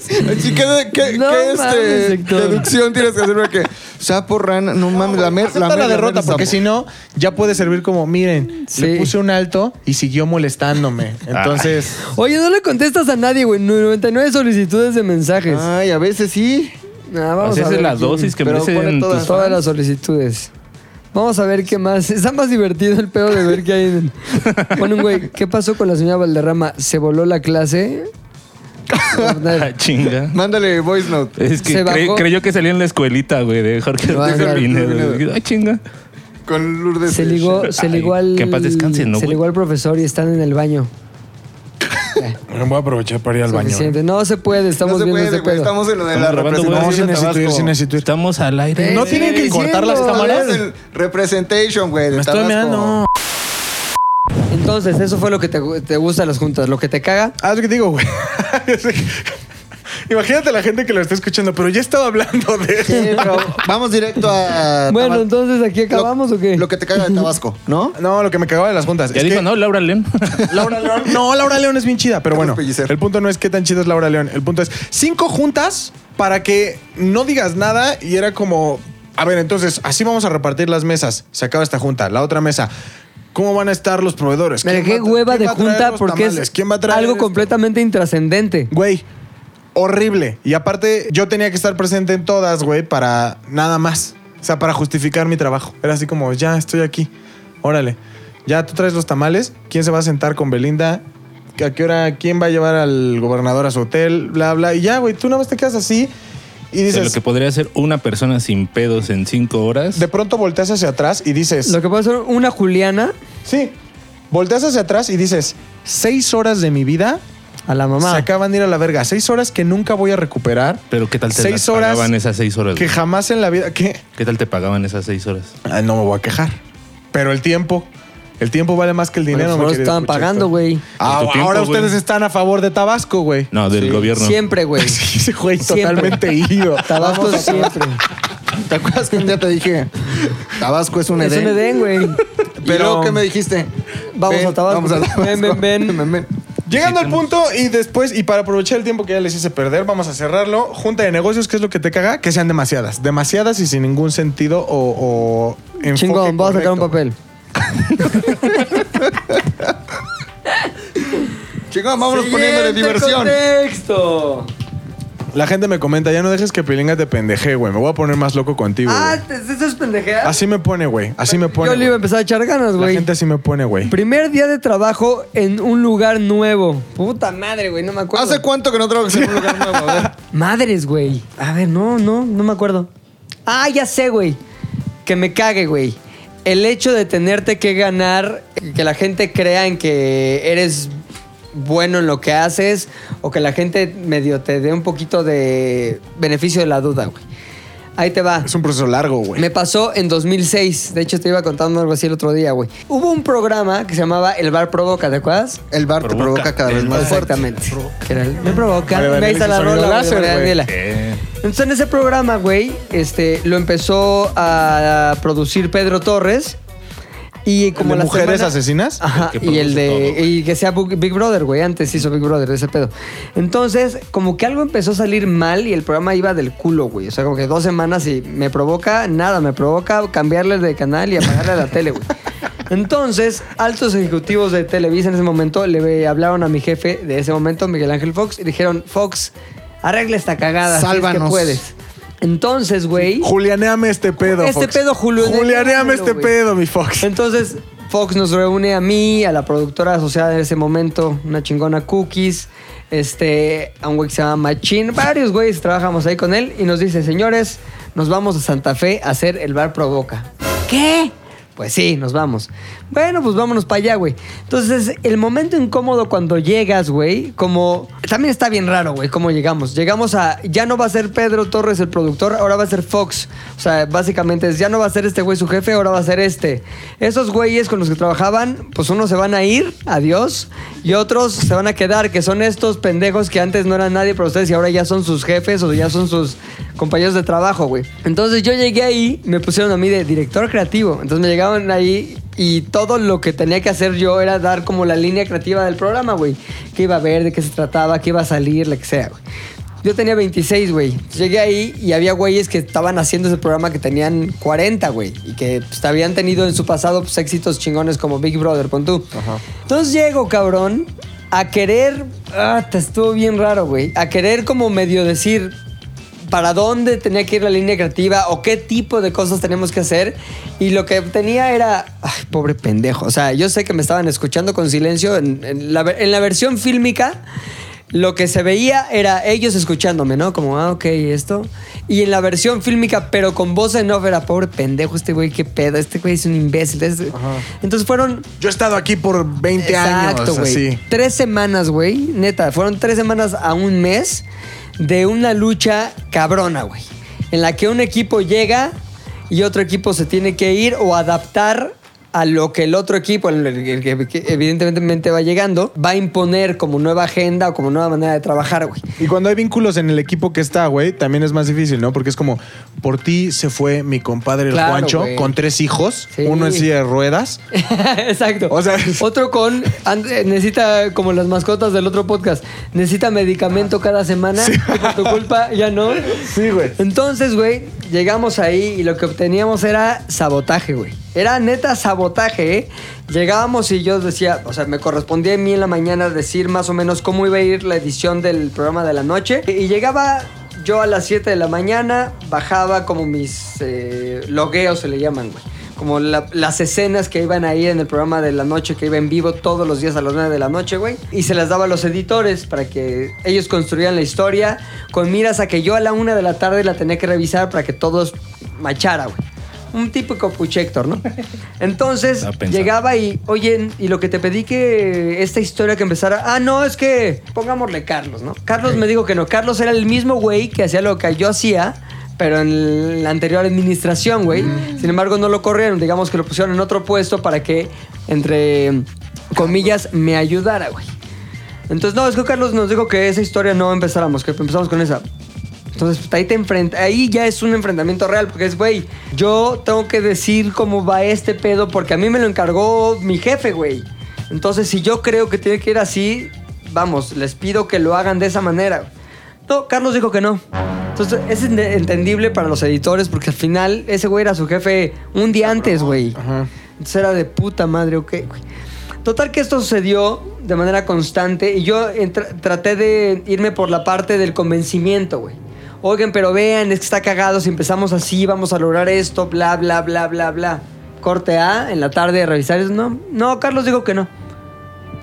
[SPEAKER 3] Sí, ¿Qué, qué-
[SPEAKER 1] No
[SPEAKER 3] qué,
[SPEAKER 1] mames,
[SPEAKER 3] este,
[SPEAKER 1] Héctor.
[SPEAKER 3] deducción tienes que hacer? Porque sapo, rana, no mames, la mer,
[SPEAKER 4] Acepta la derrota, porque si no, ya puede servir como, miren,
[SPEAKER 1] Sí.
[SPEAKER 4] le puse un alto y siguió molestándome. Entonces,
[SPEAKER 1] Oye, no le contestas a nadie, güey. 99 solicitudes de mensajes. Ah,
[SPEAKER 3] Ay, a veces sí.
[SPEAKER 1] vamos
[SPEAKER 5] Así
[SPEAKER 1] a
[SPEAKER 5] es
[SPEAKER 1] ver
[SPEAKER 5] la
[SPEAKER 1] quién-
[SPEAKER 5] dosis que
[SPEAKER 3] pero
[SPEAKER 5] merecen
[SPEAKER 3] pone todas.
[SPEAKER 5] tus
[SPEAKER 1] Todas las solicitudes. Vamos a ver qué más. Está más divertido el pedo de ver qué hay en... Pone un güey, ¿qué pasó con la señora Valderrama? ¿Se voló la clase?
[SPEAKER 5] Ah, chinga.
[SPEAKER 3] Mándale voice note.
[SPEAKER 5] Es que
[SPEAKER 1] Se
[SPEAKER 5] cre-
[SPEAKER 1] bajó.
[SPEAKER 5] creyó que salía en la escuelita, güey, de Jorge
[SPEAKER 1] No,
[SPEAKER 5] Ortiz
[SPEAKER 1] claro,
[SPEAKER 5] Pinedo.
[SPEAKER 3] claro, claro.
[SPEAKER 5] Digo, Ay, chinga.
[SPEAKER 3] Con Lourdes.
[SPEAKER 1] Se ligó, se
[SPEAKER 5] Ay,
[SPEAKER 1] ligó al...
[SPEAKER 5] que en paz descanse, ¿no,
[SPEAKER 1] Se
[SPEAKER 5] güey?
[SPEAKER 1] ligó al profesor y están en el baño.
[SPEAKER 4] voy a aprovechar para ir al
[SPEAKER 1] Suficiente. No se puede, estamos
[SPEAKER 3] No se
[SPEAKER 1] viendo
[SPEAKER 3] puede,
[SPEAKER 1] ese
[SPEAKER 3] güey,
[SPEAKER 1] pedo.
[SPEAKER 3] estamos en lo de la
[SPEAKER 5] Estamos grabando, güey.
[SPEAKER 4] No, sí
[SPEAKER 3] representación
[SPEAKER 4] necesito ir,
[SPEAKER 3] de
[SPEAKER 4] sí
[SPEAKER 3] Tabasco.
[SPEAKER 4] necesito ir. Eh,
[SPEAKER 5] Estamos al aire.
[SPEAKER 1] Ven,
[SPEAKER 4] No
[SPEAKER 1] Sí,
[SPEAKER 4] tienen que
[SPEAKER 1] diciendo.
[SPEAKER 4] cortar las
[SPEAKER 1] Estamos
[SPEAKER 4] cámaras.
[SPEAKER 3] Estamos en representation, güey, de
[SPEAKER 4] Me estoy
[SPEAKER 3] Tabasco.
[SPEAKER 4] meando.
[SPEAKER 1] Entonces, eso fue lo que te, gu- te gusta de las juntas. Lo que te caga,
[SPEAKER 4] Ah, es lo que te digo, güey. Imagínate la gente que lo está escuchando, pero ya estaba hablando de eso.
[SPEAKER 3] Sí, pero vamos directo a...
[SPEAKER 1] Bueno,
[SPEAKER 3] Tabasco.
[SPEAKER 1] entonces aquí
[SPEAKER 3] Lo-
[SPEAKER 1] acabamos o qué?
[SPEAKER 3] Lo que te caga de Tabasco, ¿no?
[SPEAKER 4] No, lo que me cagaba de las juntas.
[SPEAKER 5] Ya
[SPEAKER 4] es
[SPEAKER 5] dijo,
[SPEAKER 4] que-
[SPEAKER 5] ¿no? Laura León.
[SPEAKER 4] Laura León. No, Laura León es bien chida, pero bueno.
[SPEAKER 3] Carlos Pellicer.
[SPEAKER 4] El punto no es qué tan chida es Laura León. El punto es cinco juntas para que no digas nada y era como, a ver, entonces, así vamos a repartir las mesas. Se acaba esta junta, la otra mesa. ¿Cómo van a estar los proveedores?
[SPEAKER 1] Mira, qué
[SPEAKER 4] ¿Quién va a tra-
[SPEAKER 1] hueva
[SPEAKER 4] quién
[SPEAKER 1] de
[SPEAKER 4] va a traer
[SPEAKER 1] junta
[SPEAKER 4] los
[SPEAKER 1] porque
[SPEAKER 4] tamales?
[SPEAKER 1] es
[SPEAKER 4] ¿Quién va a traer
[SPEAKER 1] algo
[SPEAKER 4] esto?
[SPEAKER 1] completamente intrascendente.
[SPEAKER 4] Güey, horrible. Y aparte, yo tenía que estar presente en todas, güey, para nada más. O sea, para justificar mi trabajo. Era así como, ya estoy aquí. Órale. Ya tú traes los tamales. ¿Quién se va a sentar con Belinda? ¿A qué hora? ¿Quién va a llevar al gobernador a su hotel? Bla, bla. Y ya, güey, tú nada más te quedas así y
[SPEAKER 5] De lo
[SPEAKER 4] dices.
[SPEAKER 5] que podría ser una persona sin pedos en cinco horas.
[SPEAKER 4] De pronto volteas hacia atrás y dices.
[SPEAKER 1] Lo que puede ser una Juliana
[SPEAKER 4] Sí. Volteas hacia atrás y dices, seis horas de mi vida
[SPEAKER 1] a la mamá.
[SPEAKER 4] se acaban de ir a la verga. Seis horas que nunca voy a recuperar.
[SPEAKER 5] Pero ¿qué tal te
[SPEAKER 4] Seis
[SPEAKER 5] las
[SPEAKER 4] horas
[SPEAKER 5] pagaban esas seis horas?
[SPEAKER 4] que
[SPEAKER 5] güey?
[SPEAKER 4] jamás en la vida. ¿Qué?
[SPEAKER 5] ¿Qué tal te pagaban esas seis horas?
[SPEAKER 4] Ah, no me voy a quejar. Pero el tiempo. El tiempo vale más que el dinero.
[SPEAKER 1] Bueno,
[SPEAKER 4] mi
[SPEAKER 1] pues,
[SPEAKER 4] querido
[SPEAKER 1] estaban
[SPEAKER 4] Puchector.
[SPEAKER 1] pagando, güey.
[SPEAKER 4] Ah,
[SPEAKER 5] Por tu tiempo,
[SPEAKER 4] ahora ustedes
[SPEAKER 5] güey.
[SPEAKER 4] están a favor de Tabasco, güey.
[SPEAKER 5] No, del gobierno.
[SPEAKER 1] Siempre, güey.
[SPEAKER 4] Sí, ese güey
[SPEAKER 1] Siempre.
[SPEAKER 4] totalmente ido.
[SPEAKER 1] Tabasco
[SPEAKER 3] Vamos a-
[SPEAKER 1] siempre.
[SPEAKER 3] ¿Te acuerdas que un día te dije, Tabasco es un
[SPEAKER 1] Es
[SPEAKER 3] Edén?
[SPEAKER 1] un Edén, güey.
[SPEAKER 3] Pero...
[SPEAKER 4] Pero-
[SPEAKER 3] ¿Y luego qué me dijiste?
[SPEAKER 1] Vamos a Tabasco.
[SPEAKER 3] Vamos a Tabasco.
[SPEAKER 1] Ven, ven, ven.
[SPEAKER 4] Llegando al punto y después, y para aprovechar el tiempo que ya les hice perder, vamos a cerrarlo. Junta de negocios, ¿qué es lo que te caga? Que sean demasiadas. Demasiadas y sin ningún sentido o, o enfoque
[SPEAKER 1] Chingón, vamos a sacar un
[SPEAKER 4] correcto.
[SPEAKER 1] papel.
[SPEAKER 3] Chicos, vámonos poniéndole diversión.
[SPEAKER 1] contexto.
[SPEAKER 4] La gente me comenta, ya no dejes que Pilinga te pendeje, güey. Me voy a poner más loco contigo.
[SPEAKER 1] Ah,
[SPEAKER 4] güey.
[SPEAKER 1] ¿eso es pendejera?
[SPEAKER 4] Así me pone, güey. Así me pone.
[SPEAKER 1] Yo le iba a
[SPEAKER 4] güey.
[SPEAKER 1] empezar a echar ganas,
[SPEAKER 4] La
[SPEAKER 1] güey.
[SPEAKER 4] gente así me pone, güey.
[SPEAKER 1] Primer día de trabajo en un lugar nuevo. Puta madre, güey, no me acuerdo.
[SPEAKER 3] ¿Hace cuánto que no trabajas en un lugar nuevo? A ver.
[SPEAKER 1] Madres, güey. A ver, no, no, no me acuerdo. Ah, ya sé, güey. Que me cague, güey. El hecho de tenerte que ganar, que la gente crea en que eres bueno en lo que haces o que la gente medio te dé un poquito de beneficio de la duda, güey. Ahí te va.
[SPEAKER 4] Es un proceso largo, güey.
[SPEAKER 1] Me pasó en 2006. De hecho, te iba contando algo así el otro día, güey. Hubo un programa que se llamaba El Bar Provoca, ¿te acuerdas?
[SPEAKER 3] El bar te provoca cada vez
[SPEAKER 4] Ah,
[SPEAKER 3] más fuerte.
[SPEAKER 1] Exactamente. Que era el- me provoca.
[SPEAKER 4] Vale,
[SPEAKER 1] me
[SPEAKER 4] vale,
[SPEAKER 1] avisa
[SPEAKER 4] hizo
[SPEAKER 1] la
[SPEAKER 4] sonido
[SPEAKER 1] rola, güey,
[SPEAKER 4] láser,
[SPEAKER 1] María
[SPEAKER 4] güey.
[SPEAKER 1] Daniela.
[SPEAKER 5] Eh,
[SPEAKER 1] Entonces en ese programa, güey, este, lo empezó a producir Pedro Torres. Y como
[SPEAKER 4] ¿El de
[SPEAKER 1] la
[SPEAKER 4] mujeres
[SPEAKER 1] semana-
[SPEAKER 4] asesinas?
[SPEAKER 1] Ajá,
[SPEAKER 5] El que
[SPEAKER 1] y el
[SPEAKER 5] produce
[SPEAKER 1] de.
[SPEAKER 5] todo, güey.
[SPEAKER 1] y que sea Bu- Big Brother, güey. Antes hizo Big Brother, ese pedo. Entonces, como que algo empezó a salir mal y el programa iba del culo, güey. O sea, como que dos semanas y me provoca nada, me provoca cambiarle de canal y apagarle la tele, güey. Entonces, altos ejecutivos de Televisa en ese momento le hablaron a mi jefe de ese momento, Miguel Ángel Fox, y dijeron, Fox, arregla esta cagada. si es que
[SPEAKER 3] Sálvanos.
[SPEAKER 1] puedes. Entonces, güey...
[SPEAKER 4] Julianeame este pedo.
[SPEAKER 1] Este
[SPEAKER 4] Fox.
[SPEAKER 1] pedo, Julio-
[SPEAKER 4] Julianeame este
[SPEAKER 1] güey.
[SPEAKER 4] pedo, mi Fox.
[SPEAKER 1] Entonces, Fox nos reúne a mí, a la productora asociada en ese momento, una chingona Cookies, este, a un güey que se llama Machín, varios güeyes trabajamos ahí con él y nos dice, señores, nos vamos a Santa Fe a hacer el bar Provoca. ¿Qué? Pues sí, nos vamos. Bueno, pues vámonos para allá, güey. Entonces, el momento incómodo cuando llegas, güey, como... También está bien raro, güey, cómo llegamos. Llegamos a... Ya no va a ser Pedro Torres el productor, ahora va a ser Fox. O sea, básicamente es, ya no va a ser este güey su jefe, ahora va a ser este. Esos güeyes con los que trabajaban, pues unos se van a ir, adiós, y otros se van a quedar, que son estos pendejos que antes no eran nadie para ustedes y ahora ya son sus jefes o ya son sus compañeros de trabajo, güey. Entonces yo llegué ahí, me pusieron a mí de director creativo. Entonces me llegaban ahí y todo lo que tenía que hacer yo era dar como la línea creativa del programa, güey. Qué iba a ver, de qué se trataba, qué iba a salir, lo que sea, güey. Yo tenía 26, güey. Llegué ahí y había güeyes que estaban haciendo ese programa que tenían 40, güey. Y que pues, habían tenido en su pasado pues, éxitos chingones como Big Brother, pon tú. Entonces llego, cabrón, a querer... Ah, te estuvo bien raro, güey. A querer como medio decir, para dónde tenía que ir la línea creativa o qué tipo de cosas tenemos que hacer. Y lo que tenía era, ay, pobre pendejo. O sea, yo sé que me estaban escuchando con silencio en, en la, ver- en la versión fílmica. Lo que se veía era ellos escuchándome, ¿no? Como, ah, ok, esto. Y en la versión fílmica, pero con voz en off, era pobre pendejo este güey, qué pedo, este güey es un imbécil. Es- Entonces fueron
[SPEAKER 4] Yo he estado aquí por 20
[SPEAKER 1] Exacto,
[SPEAKER 4] años.
[SPEAKER 1] güey.
[SPEAKER 4] así.
[SPEAKER 1] Tres semanas, güey. Neta, fueron tres semanas a un mes de una lucha cabrona, güey. En la que un equipo llega y otro equipo se tiene que ir o adaptar a lo que el otro equipo, el- el- el que- que evidentemente va llegando, va a imponer como nueva agenda o como nueva manera de trabajar, güey.
[SPEAKER 4] Y cuando hay vínculos en el equipo que está, güey, también es más difícil, ¿no? Porque es como, por ti se fue mi compadre el
[SPEAKER 1] Claro,
[SPEAKER 4] Juancho
[SPEAKER 1] güey.
[SPEAKER 4] con tres hijos,
[SPEAKER 1] Sí.
[SPEAKER 4] uno en silla de ruedas.
[SPEAKER 1] Exacto.
[SPEAKER 4] O sea,
[SPEAKER 1] otro con and- eh, necesita como las mascotas del otro podcast, necesita medicamento cada semana que por tu culpa ya no.
[SPEAKER 4] Sí, güey.
[SPEAKER 1] Entonces, güey, llegamos ahí y lo que obteníamos era sabotaje, güey. Era neta sabotaje, ¿eh? Llegábamos y yo decía, o sea, me correspondía a mí en la mañana decir más o menos cómo iba a ir la edición del programa de la noche. Y llegaba yo a las 7 de la mañana, bajaba como mis eh, logueos, se le llaman, güey. Como la- las escenas que iban ahí en el programa de la noche, que iba en vivo todos los días a las 9 de la noche, güey. Y se las daba a los editores para que ellos construyeran la historia con miras a que yo a la 1 de la tarde la tenía que revisar para que todos machara, güey. Un típico puchector, ¿no? Entonces
[SPEAKER 5] Estaba pensando.
[SPEAKER 1] llegaba y, oye, y lo que te pedí que esta historia que empezara, ah, no, es que pongámosle Carlos, ¿no? Carlos me dijo que no, Carlos era el mismo güey que hacía lo que yo hacía, pero en la anterior administración, güey. Sin embargo, no lo corrieron, digamos que lo pusieron en otro puesto para que, entre comillas, me ayudara, güey. Entonces, no, es que Carlos nos dijo que esa historia no empezáramos, que empezamos con esa. Entonces, pues, ahí te enfrenta, ahí ya es un enfrentamiento real, porque es, güey, yo tengo que decir cómo va este pedo, porque a mí me lo encargó mi jefe, güey. Entonces, si yo creo que tiene que ir así, vamos, les pido que lo hagan de esa manera. No, Carlos dijo que no. Entonces, es ent- entendible para los editores, porque al final ese güey era su jefe un día antes, güey. Entonces era de puta madre, ok, güey. Total que esto sucedió de manera constante y yo entra- traté de irme por la parte del convencimiento, güey. Oigan, pero vean, es que está cagado, si empezamos así vamos a lograr esto, bla, bla, bla, bla, bla. Corte A, en la tarde de revisar eso. No, no, Carlos dijo que no.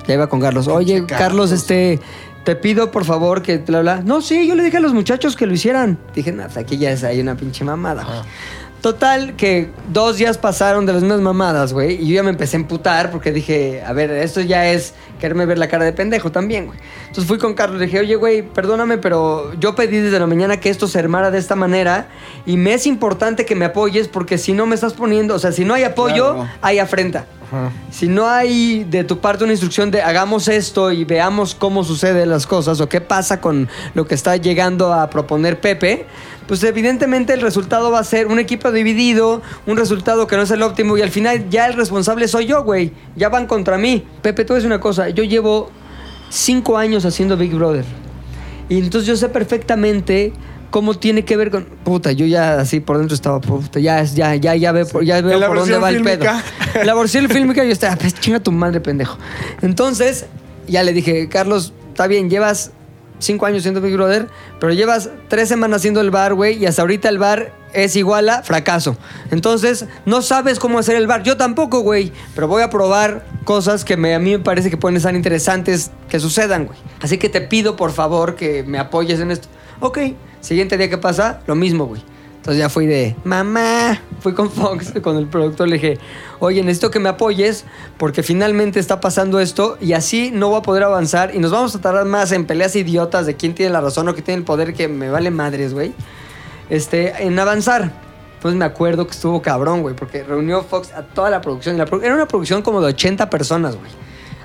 [SPEAKER 1] Ya iba con Carlos. Oye, Carlos, este, te pido por favor que bla, bla. No, sí, yo le dije a los muchachos que lo hicieran. Dije, nada, aquí ya es, hay una pinche mamada, güey. Total, que dos días pasaron de las mismas mamadas, güey. Y yo ya me empecé a emputar porque dije, a ver, esto ya es quererme ver la cara de pendejo también, güey. Entonces fui con Carlos y le dije, oye, güey, perdóname, pero yo pedí desde la mañana que esto se armara de esta manera. Y me es importante que me apoyes porque si no me estás poniendo, o sea, si no hay apoyo,
[SPEAKER 3] Claro.
[SPEAKER 1] hay afrenta. Si no hay de tu parte una instrucción de hagamos esto y veamos cómo suceden las cosas o qué pasa con lo que está llegando a proponer Pepe, pues evidentemente el resultado va a ser un equipo dividido, un resultado que no es el óptimo y al final ya el responsable soy yo, güey. Ya van contra mí. Pepe, tú ves una cosa, yo llevo cinco años haciendo Big Brother. Y entonces yo sé perfectamente cómo tiene que ver con. Puta, yo ya así por dentro estaba, puta, ya, ya, ya, ya veo, por- ya veo
[SPEAKER 4] En la
[SPEAKER 1] por dónde
[SPEAKER 4] versión
[SPEAKER 1] va el pedo.
[SPEAKER 4] fílmica.
[SPEAKER 1] En La versión fílmica yo estaba, pues chinga tu madre, pendejo. Entonces, ya le dije, Carlos, está bien, llevas cinco años siendo Big Brother, pero llevas tres semanas haciendo el bar, güey, y hasta ahorita el bar es igual a fracaso. Entonces, no sabes cómo hacer el bar. Yo tampoco, güey, pero voy a probar cosas que me- a mí me parece que pueden ser interesantes que sucedan, güey. Así que te pido, por favor, que me apoyes en esto. Ok, siguiente día que pasa, lo mismo, güey. Entonces ya fui de, mamá, fui con Fox, con el productor, le dije, oye, necesito que me apoyes porque finalmente está pasando esto y así no voy a poder avanzar y nos vamos a tardar más en peleas idiotas de quién tiene la razón o quién tiene el poder que me vale madres, güey, este, en avanzar. Entonces me acuerdo que estuvo cabrón, güey, porque reunió Fox a toda la producción. y la produ- era una producción como de 80 personas, güey.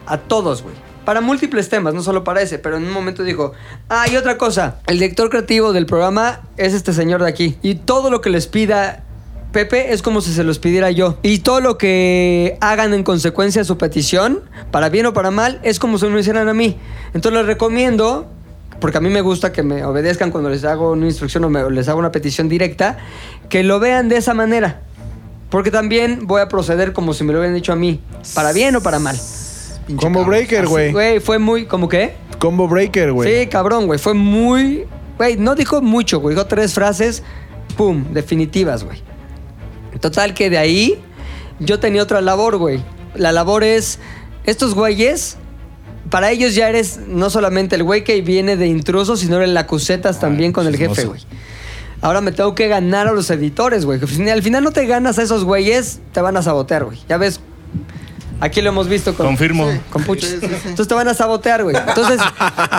[SPEAKER 1] A todos, güey. Para múltiples temas, no solo para ese, pero en un momento dijo, ah, y otra cosa, el director creativo del programa es este señor de aquí. Y todo lo que les pida Pepe es como si se los pidiera yo. Y todo lo que hagan en consecuencia de su petición, para bien o para mal, es como si me lo hicieran a mí. Entonces les recomiendo, porque a mí me gusta que me obedezcan cuando les hago una instrucción o, me- o les hago una petición directa, que lo vean de esa manera. Porque también voy a proceder como si me lo hubieran dicho a mí, para bien o para mal.
[SPEAKER 4] Combo breaker, güey.
[SPEAKER 1] Güey, fue muy, ¿cómo qué?
[SPEAKER 4] Combo breaker, güey.
[SPEAKER 1] Sí, cabrón, güey. Fue muy. Güey, no dijo mucho, güey. Dijo tres frases, pum, definitivas, güey. Total que de ahí yo tenía otra labor, güey. La labor es. Estos güeyes. Para ellos ya eres no solamente el güey que viene de intrusos, sino el acusetas también con el jefe,
[SPEAKER 5] chismoso.
[SPEAKER 1] güey. Ahora me tengo que ganar a los editores, güey. Que si Al final no te ganas a esos güeyes, te van a sabotear, güey. Ya ves, aquí lo hemos visto con...
[SPEAKER 5] Confirmo. Sí.
[SPEAKER 1] Con puches. Entonces te van a sabotear, güey. Entonces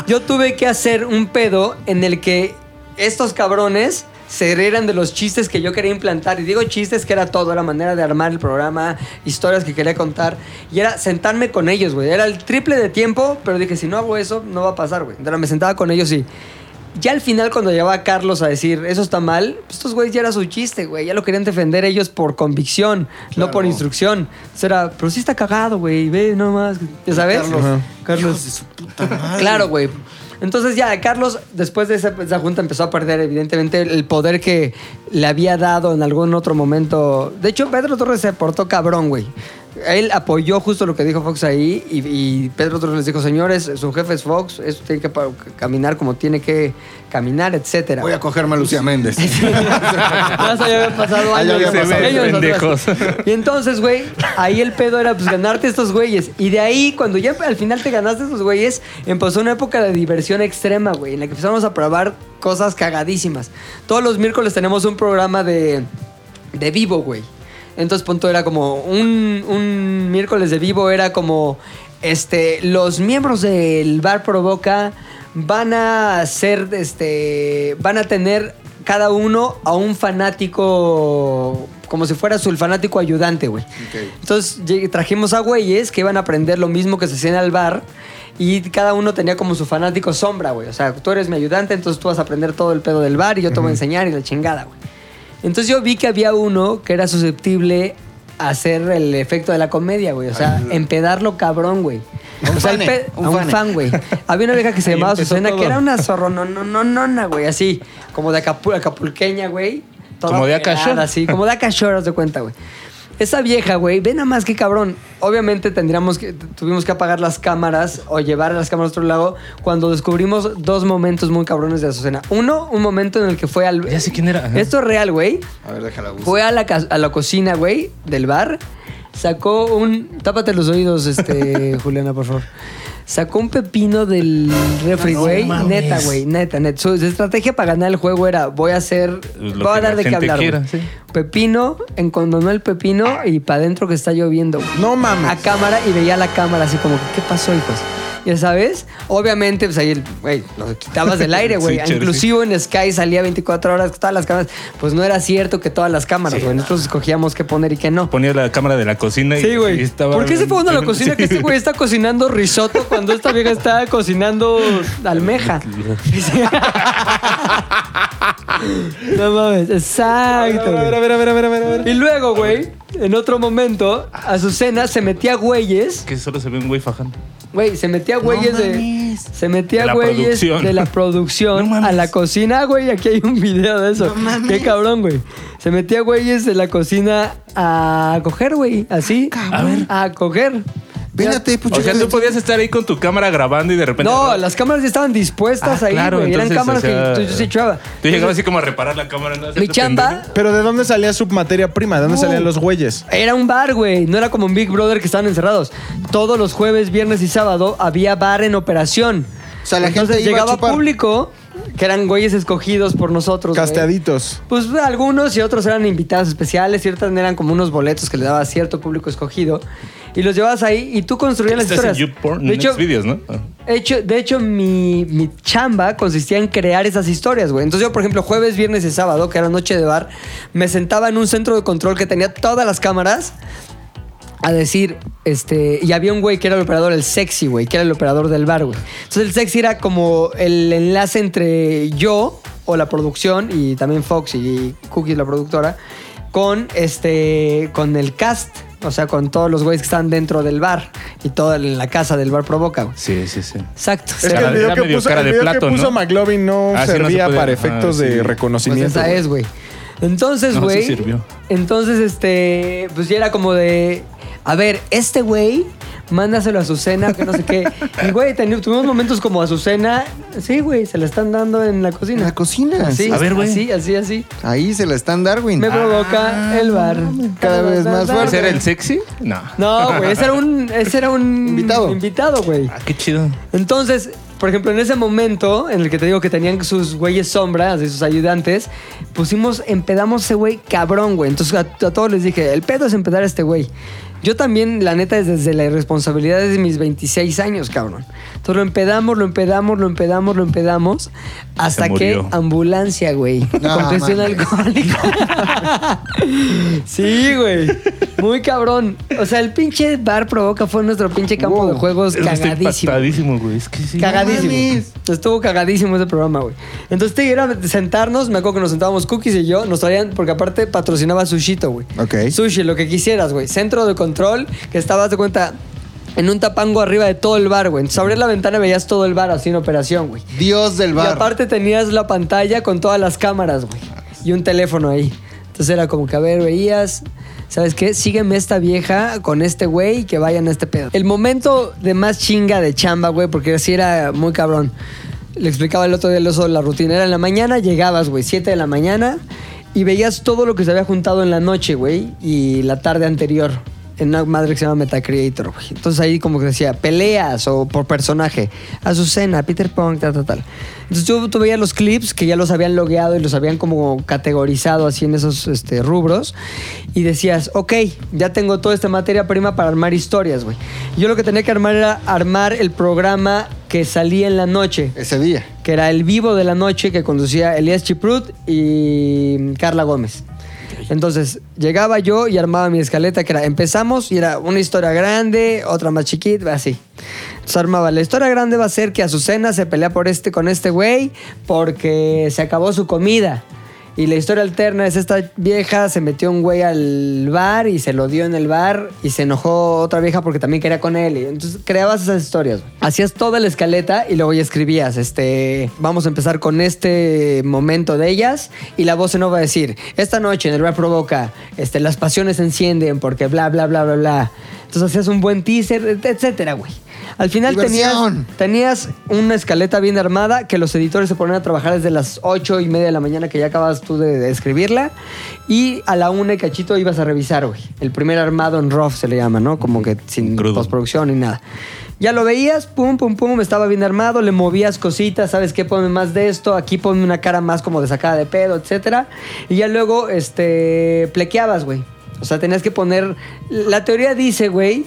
[SPEAKER 1] yo tuve que hacer un pedo en el que estos cabrones se rieran de los chistes que yo quería implantar. Y digo chistes que era todo, era manera de armar el programa, historias que quería contar. Y era sentarme con ellos, güey. Era el triple de tiempo, pero dije, si no hago eso, no va a pasar, güey. Entonces me sentaba con ellos y... Ya al final, cuando llevaba a Carlos a decir eso está mal, pues estos güeyes ya era su chiste, güey. Ya lo querían defender ellos por convicción, no por instrucción. Entonces era, pero sí está cagado, güey. Ve nomás. ¿Ya sabes?
[SPEAKER 3] Carlos.
[SPEAKER 1] Ajá.
[SPEAKER 3] Hijos
[SPEAKER 1] Carlos.
[SPEAKER 3] de su puta madre.
[SPEAKER 1] Claro, güey. Entonces ya, Carlos, después de esa, esa junta, empezó a perder, evidentemente, el poder que le había dado en algún otro momento. De hecho, Pedro Torres se portó cabrón, güey. Él apoyó justo lo que dijo Fox ahí y, y Pedro Torres les dijo, señores, su jefe es Fox, esto tiene que pa- caminar como tiene que caminar, etcétera.
[SPEAKER 3] Voy a cogerme a Lucía Méndez.
[SPEAKER 1] Ya se había pasado
[SPEAKER 3] Ah, ya
[SPEAKER 1] años.
[SPEAKER 3] había
[SPEAKER 1] Se
[SPEAKER 3] pasado.
[SPEAKER 1] ven
[SPEAKER 5] Ellos
[SPEAKER 1] pendejos.
[SPEAKER 5] atrás.
[SPEAKER 1] Y entonces, güey, ahí el pedo era pues ganarte estos güeyes. Y de ahí, cuando ya al final te ganaste estos güeyes, empezó una época de diversión extrema, güey, en la que empezamos a probar cosas cagadísimas. Todos los miércoles tenemos un programa de, de vivo, güey. Entonces, punto, era como un, un miércoles de vivo, era como, este, los miembros del bar provoca van a ser, este, van a tener cada uno a un fanático, como si fuera su el fanático ayudante, güey. Entonces lleg- trajimos a güeyes que iban a aprender lo mismo que se hacía en el bar. Y cada uno tenía como su fanático sombra, güey. O sea, tú eres mi ayudante, entonces tú vas a aprender todo el pedo del bar y yo te voy a enseñar y la chingada, güey. Entonces yo vi que había uno que era susceptible a hacer el efecto de la comedia, güey. O sea, empedarlo cabrón, güey.
[SPEAKER 3] A un
[SPEAKER 1] O sea, el
[SPEAKER 3] fane,
[SPEAKER 1] pe-
[SPEAKER 3] un
[SPEAKER 1] a un
[SPEAKER 3] fane.
[SPEAKER 1] fan, güey. Había una vieja que se
[SPEAKER 5] Ahí
[SPEAKER 1] llamaba
[SPEAKER 5] empezó
[SPEAKER 1] Susana,
[SPEAKER 5] todo.
[SPEAKER 1] que era una zorro, no, no, no, nona, güey, así, como de acapu- acapulqueña, güey. toda
[SPEAKER 5] Como de
[SPEAKER 1] operada,
[SPEAKER 5] Acashore.
[SPEAKER 1] Así, como de Acashore, haz de cuenta, güey. Esa vieja, güey, ve nada más que cabrón. Obviamente tendríamos que, tuvimos que apagar las cámaras o llevar las cámaras a otro lado cuando descubrimos dos momentos muy cabrones de Azucena. Uno, un momento en el que fue al...
[SPEAKER 5] Ya sé quién era. Ajá.
[SPEAKER 1] Esto es real, güey.
[SPEAKER 3] A ver, déjala buscar.
[SPEAKER 1] Fue a la, ca- a la cocina, güey, del bar. Sacó un. Tápate los oídos, este, Juliana, por favor. Sacó un pepino del refri, güey. neta, güey. Neta, neta. Su, su estrategia para ganar el juego era: voy a hacer.
[SPEAKER 5] Pues Lo
[SPEAKER 1] voy a dar
[SPEAKER 5] que la
[SPEAKER 1] de qué
[SPEAKER 5] gente
[SPEAKER 1] hablar.
[SPEAKER 5] quiera,
[SPEAKER 1] güey.
[SPEAKER 5] sí.
[SPEAKER 1] Pepino, encondonó el pepino y para adentro que está lloviendo, güey
[SPEAKER 4] No mames.
[SPEAKER 1] a cámara y veía la cámara así como, ¿qué pasó, hijos? Ya sabes, obviamente, pues ahí, el- güey, lo quitabas del aire, güey.
[SPEAKER 5] Switcher,
[SPEAKER 1] Inclusive en Sky salía 24 horas con todas las cámaras. Pues no era cierto que todas las cámaras, güey. Nosotros escogíamos qué poner y qué no.
[SPEAKER 4] Pues,
[SPEAKER 5] Ponía la cámara de la cocina y,
[SPEAKER 1] Sí,
[SPEAKER 5] y
[SPEAKER 1] güey.
[SPEAKER 5] estaba.
[SPEAKER 1] ¿Por qué se fue uno a la cocina que este güey está cocinando risotto cuando esta vieja está cocinando almeja? no mames, exacto. güey.
[SPEAKER 4] A ver, a ver, a ver, a ver, a ver.
[SPEAKER 1] Y luego, güey, en otro momento, Azucena se metía a güeyes
[SPEAKER 5] Que solo se ve un güey fajando.
[SPEAKER 1] Güey, se metía güeyes de.
[SPEAKER 3] mames.
[SPEAKER 1] Se metía
[SPEAKER 5] De la
[SPEAKER 1] güeyes
[SPEAKER 5] producción.
[SPEAKER 1] de la producción
[SPEAKER 5] No mames.
[SPEAKER 1] a la cocina, güey. Aquí hay un video de eso.
[SPEAKER 3] No mames.
[SPEAKER 1] Qué cabrón, güey. Se metía güeyes de la cocina a coger, güey. Así.
[SPEAKER 3] Ah,
[SPEAKER 1] A ver. A coger.
[SPEAKER 3] Espérate, pues
[SPEAKER 5] O
[SPEAKER 3] yo
[SPEAKER 5] sea,
[SPEAKER 3] creo
[SPEAKER 5] tú
[SPEAKER 3] que-
[SPEAKER 5] podías estar ahí con tu cámara grabando y de repente.
[SPEAKER 1] No, las cámaras ya estaban dispuestas
[SPEAKER 5] Ah,
[SPEAKER 1] ahí,
[SPEAKER 5] claro,
[SPEAKER 1] güey. Eran
[SPEAKER 5] entonces,
[SPEAKER 1] cámaras
[SPEAKER 5] o sea,
[SPEAKER 1] que tú- yo se echaba.
[SPEAKER 5] Tú llegabas así como a reparar la cámara. ¿no?
[SPEAKER 1] Mi
[SPEAKER 5] Haciendo
[SPEAKER 1] chamba
[SPEAKER 5] pendejo.
[SPEAKER 4] Pero ¿de dónde salía su materia prima? ¿De
[SPEAKER 1] Uh.
[SPEAKER 4] dónde salían los güeyes?
[SPEAKER 1] Era un bar, güey. No era como un Big Brother que estaban encerrados. Todos los jueves, viernes y sábado había bar en operación.
[SPEAKER 3] O sea, la gente
[SPEAKER 1] Entonces
[SPEAKER 3] iba a
[SPEAKER 1] llegaba
[SPEAKER 3] chupar.
[SPEAKER 1] público, que eran güeyes escogidos por nosotros. güey.
[SPEAKER 4] Casteaditos.
[SPEAKER 1] Pues algunos y otros eran invitados especiales, ciertas eran como unos boletos que le daba a cierto público escogido. Y los llevabas ahí y tú construías las
[SPEAKER 5] Estás en
[SPEAKER 1] historias.
[SPEAKER 5] YouPorn,
[SPEAKER 1] de,
[SPEAKER 5] en
[SPEAKER 1] hecho,
[SPEAKER 5] los videos, ¿no? Ah,
[SPEAKER 1] hecho- de hecho, mi, mi chamba consistía en crear esas historias, güey. Entonces yo, por ejemplo, jueves, viernes y sábado, que era noche de bar, me sentaba en un centro de control que tenía todas las cámaras a decir, este, y había un güey que era el operador, el sexy, güey, que era el operador del bar, güey. Entonces el sexy era como el enlace entre yo o la producción y también Fox y Cookie, la productora, con este, con el cast, o sea, con todos los güeyes que están dentro del bar y toda la casa del bar provoca, güey.
[SPEAKER 5] Sí, sí, sí.
[SPEAKER 1] Exacto.
[SPEAKER 4] Es que
[SPEAKER 5] Cara-
[SPEAKER 4] el video
[SPEAKER 5] era
[SPEAKER 4] que
[SPEAKER 5] medio
[SPEAKER 4] puso,
[SPEAKER 5] cara
[SPEAKER 4] el
[SPEAKER 5] de
[SPEAKER 4] video
[SPEAKER 5] plato,
[SPEAKER 4] que puso
[SPEAKER 5] ¿no?
[SPEAKER 4] McLovin no
[SPEAKER 5] Ah, sí, no se
[SPEAKER 4] servía
[SPEAKER 5] puede.
[SPEAKER 4] para efectos
[SPEAKER 5] Ah, sí.
[SPEAKER 4] de
[SPEAKER 1] Pues
[SPEAKER 4] reconocimiento.
[SPEAKER 1] esa
[SPEAKER 4] güey.
[SPEAKER 1] es, güey. Entonces,
[SPEAKER 5] No, sí
[SPEAKER 1] güey.
[SPEAKER 5] sirvió.
[SPEAKER 1] Entonces, este. Pues ya era como de. A ver, este güey, mándaselo a Azucena, que no sé qué. Y, güey, teni- tuvimos momentos como Azucena. Sí, güey, se la están dando en la cocina.
[SPEAKER 3] En la cocina.
[SPEAKER 1] Así,
[SPEAKER 5] A ver, güey.
[SPEAKER 1] Así, así, así.
[SPEAKER 3] Ahí se la están Darwin.
[SPEAKER 1] Ah,
[SPEAKER 3] Ah,
[SPEAKER 1] Me provoca el bar.
[SPEAKER 3] cada vez más fuerte.
[SPEAKER 5] ¿Ese era el sexy? No.
[SPEAKER 1] No, güey, ese era un. Ese era un.
[SPEAKER 3] Invitado.
[SPEAKER 1] Invitado, güey.
[SPEAKER 5] Ah, qué chido.
[SPEAKER 1] Entonces, por ejemplo, en ese momento en el que te digo que tenían sus güeyes sombras y sus ayudantes, pusimos, empedamos a ese güey cabrón, güey. Entonces a, a todos les dije, el pedo es empedar a este güey. Yo también, la neta, es desde la irresponsabilidad de mis 26 años, cabrón. Entonces lo empedamos, lo empedamos, lo empedamos, lo empedamos, hasta que
[SPEAKER 5] murió.
[SPEAKER 1] ambulancia, güey.
[SPEAKER 3] No,
[SPEAKER 1] Confesión
[SPEAKER 3] mames.
[SPEAKER 1] alcohólica. sí, güey. Muy cabrón. O sea, el pinche bar provoca fue nuestro pinche campo de juegos
[SPEAKER 5] Uh, Es que estoy
[SPEAKER 1] Pues cagadísimo.
[SPEAKER 5] impactadísimo, güey. Es que sí.
[SPEAKER 1] Cagadísimo.
[SPEAKER 3] mames.
[SPEAKER 1] Estuvo cagadísimo ese programa, güey. Entonces, te era sentarnos, me acuerdo que nos sentábamos Cookies y yo, nos traían, porque aparte patrocinaba Sushito, güey.
[SPEAKER 3] Ok.
[SPEAKER 1] Sushi, lo que quisieras, güey. Centro de control, que estabas de cuenta en un tapango arriba de todo el bar, güey. Entonces, abrías la ventana y veías todo el bar así en operación, güey.
[SPEAKER 3] Dios del
[SPEAKER 1] Y
[SPEAKER 3] bar.
[SPEAKER 1] aparte tenías la pantalla con todas las cámaras, güey. Y un teléfono ahí. Entonces era como que, a ver, veías, ¿sabes qué? Sígueme esta vieja con este güey y que vayan a este pedo. El momento de más chinga de chamba, güey, porque así era muy cabrón. Le explicaba el otro día el oso la rutina. Era en la mañana, llegabas, güey, 7 de la mañana y veías todo lo que se había juntado en la noche, güey, y la tarde anterior en una madre que se llama Metacreator, güey. Entonces ahí como que decía, peleas o por personaje, Azucena, Peter Punk, tal, tal, tal. Entonces yo tú veías los clips que ya los habían logueado y los habían como categorizado así en esos este, rubros y decías, ok, ya tengo toda esta materia prima para armar historias, güey. Yo lo que tenía que armar era armar el programa que salía en la noche,
[SPEAKER 3] Ese día.
[SPEAKER 1] que era el vivo de la noche que conducía Elías Chiprut y Carla Gómez. Entonces, llegaba yo y armaba mi escaleta, que era, empezamos y era una historia grande, otra más chiquita, así. Entonces armaba, la historia grande va a ser que Azucena se pelea por este, con este güey porque se acabó su comida. Y la historia alterna es esta vieja se metió un güey al bar y se lo dio en el bar y se enojó otra vieja porque también quería con él. Y entonces creabas esas historias. güey. Hacías toda la escaleta y luego ya escribías, este, vamos a empezar con este momento de ellas y la voz no va a decir, esta noche en el bar provoca, este, las pasiones se encienden porque bla, bla, bla, bla, bla. Entonces hacías un buen teaser, et- etcétera, güey. Al final tenías,
[SPEAKER 3] Diversión.
[SPEAKER 1] tenías una escaleta bien armada que los editores se ponen a trabajar desde las 8 y media de la mañana que ya acabas tú de, de escribirla y a la una y cachito ibas a revisar, güey. El primer armado en rough se le llama, ¿no? Como que sin
[SPEAKER 5] Crudo.
[SPEAKER 1] postproducción ni nada. Ya lo veías, pum, pum, pum, estaba bien armado, le movías cositas, ¿sabes qué? Ponme más de esto, aquí ponme una cara más como de sacada de pedo, etcétera. Y ya luego, este, plequeabas, güey. O sea, tenías que poner... La teoría dice, güey,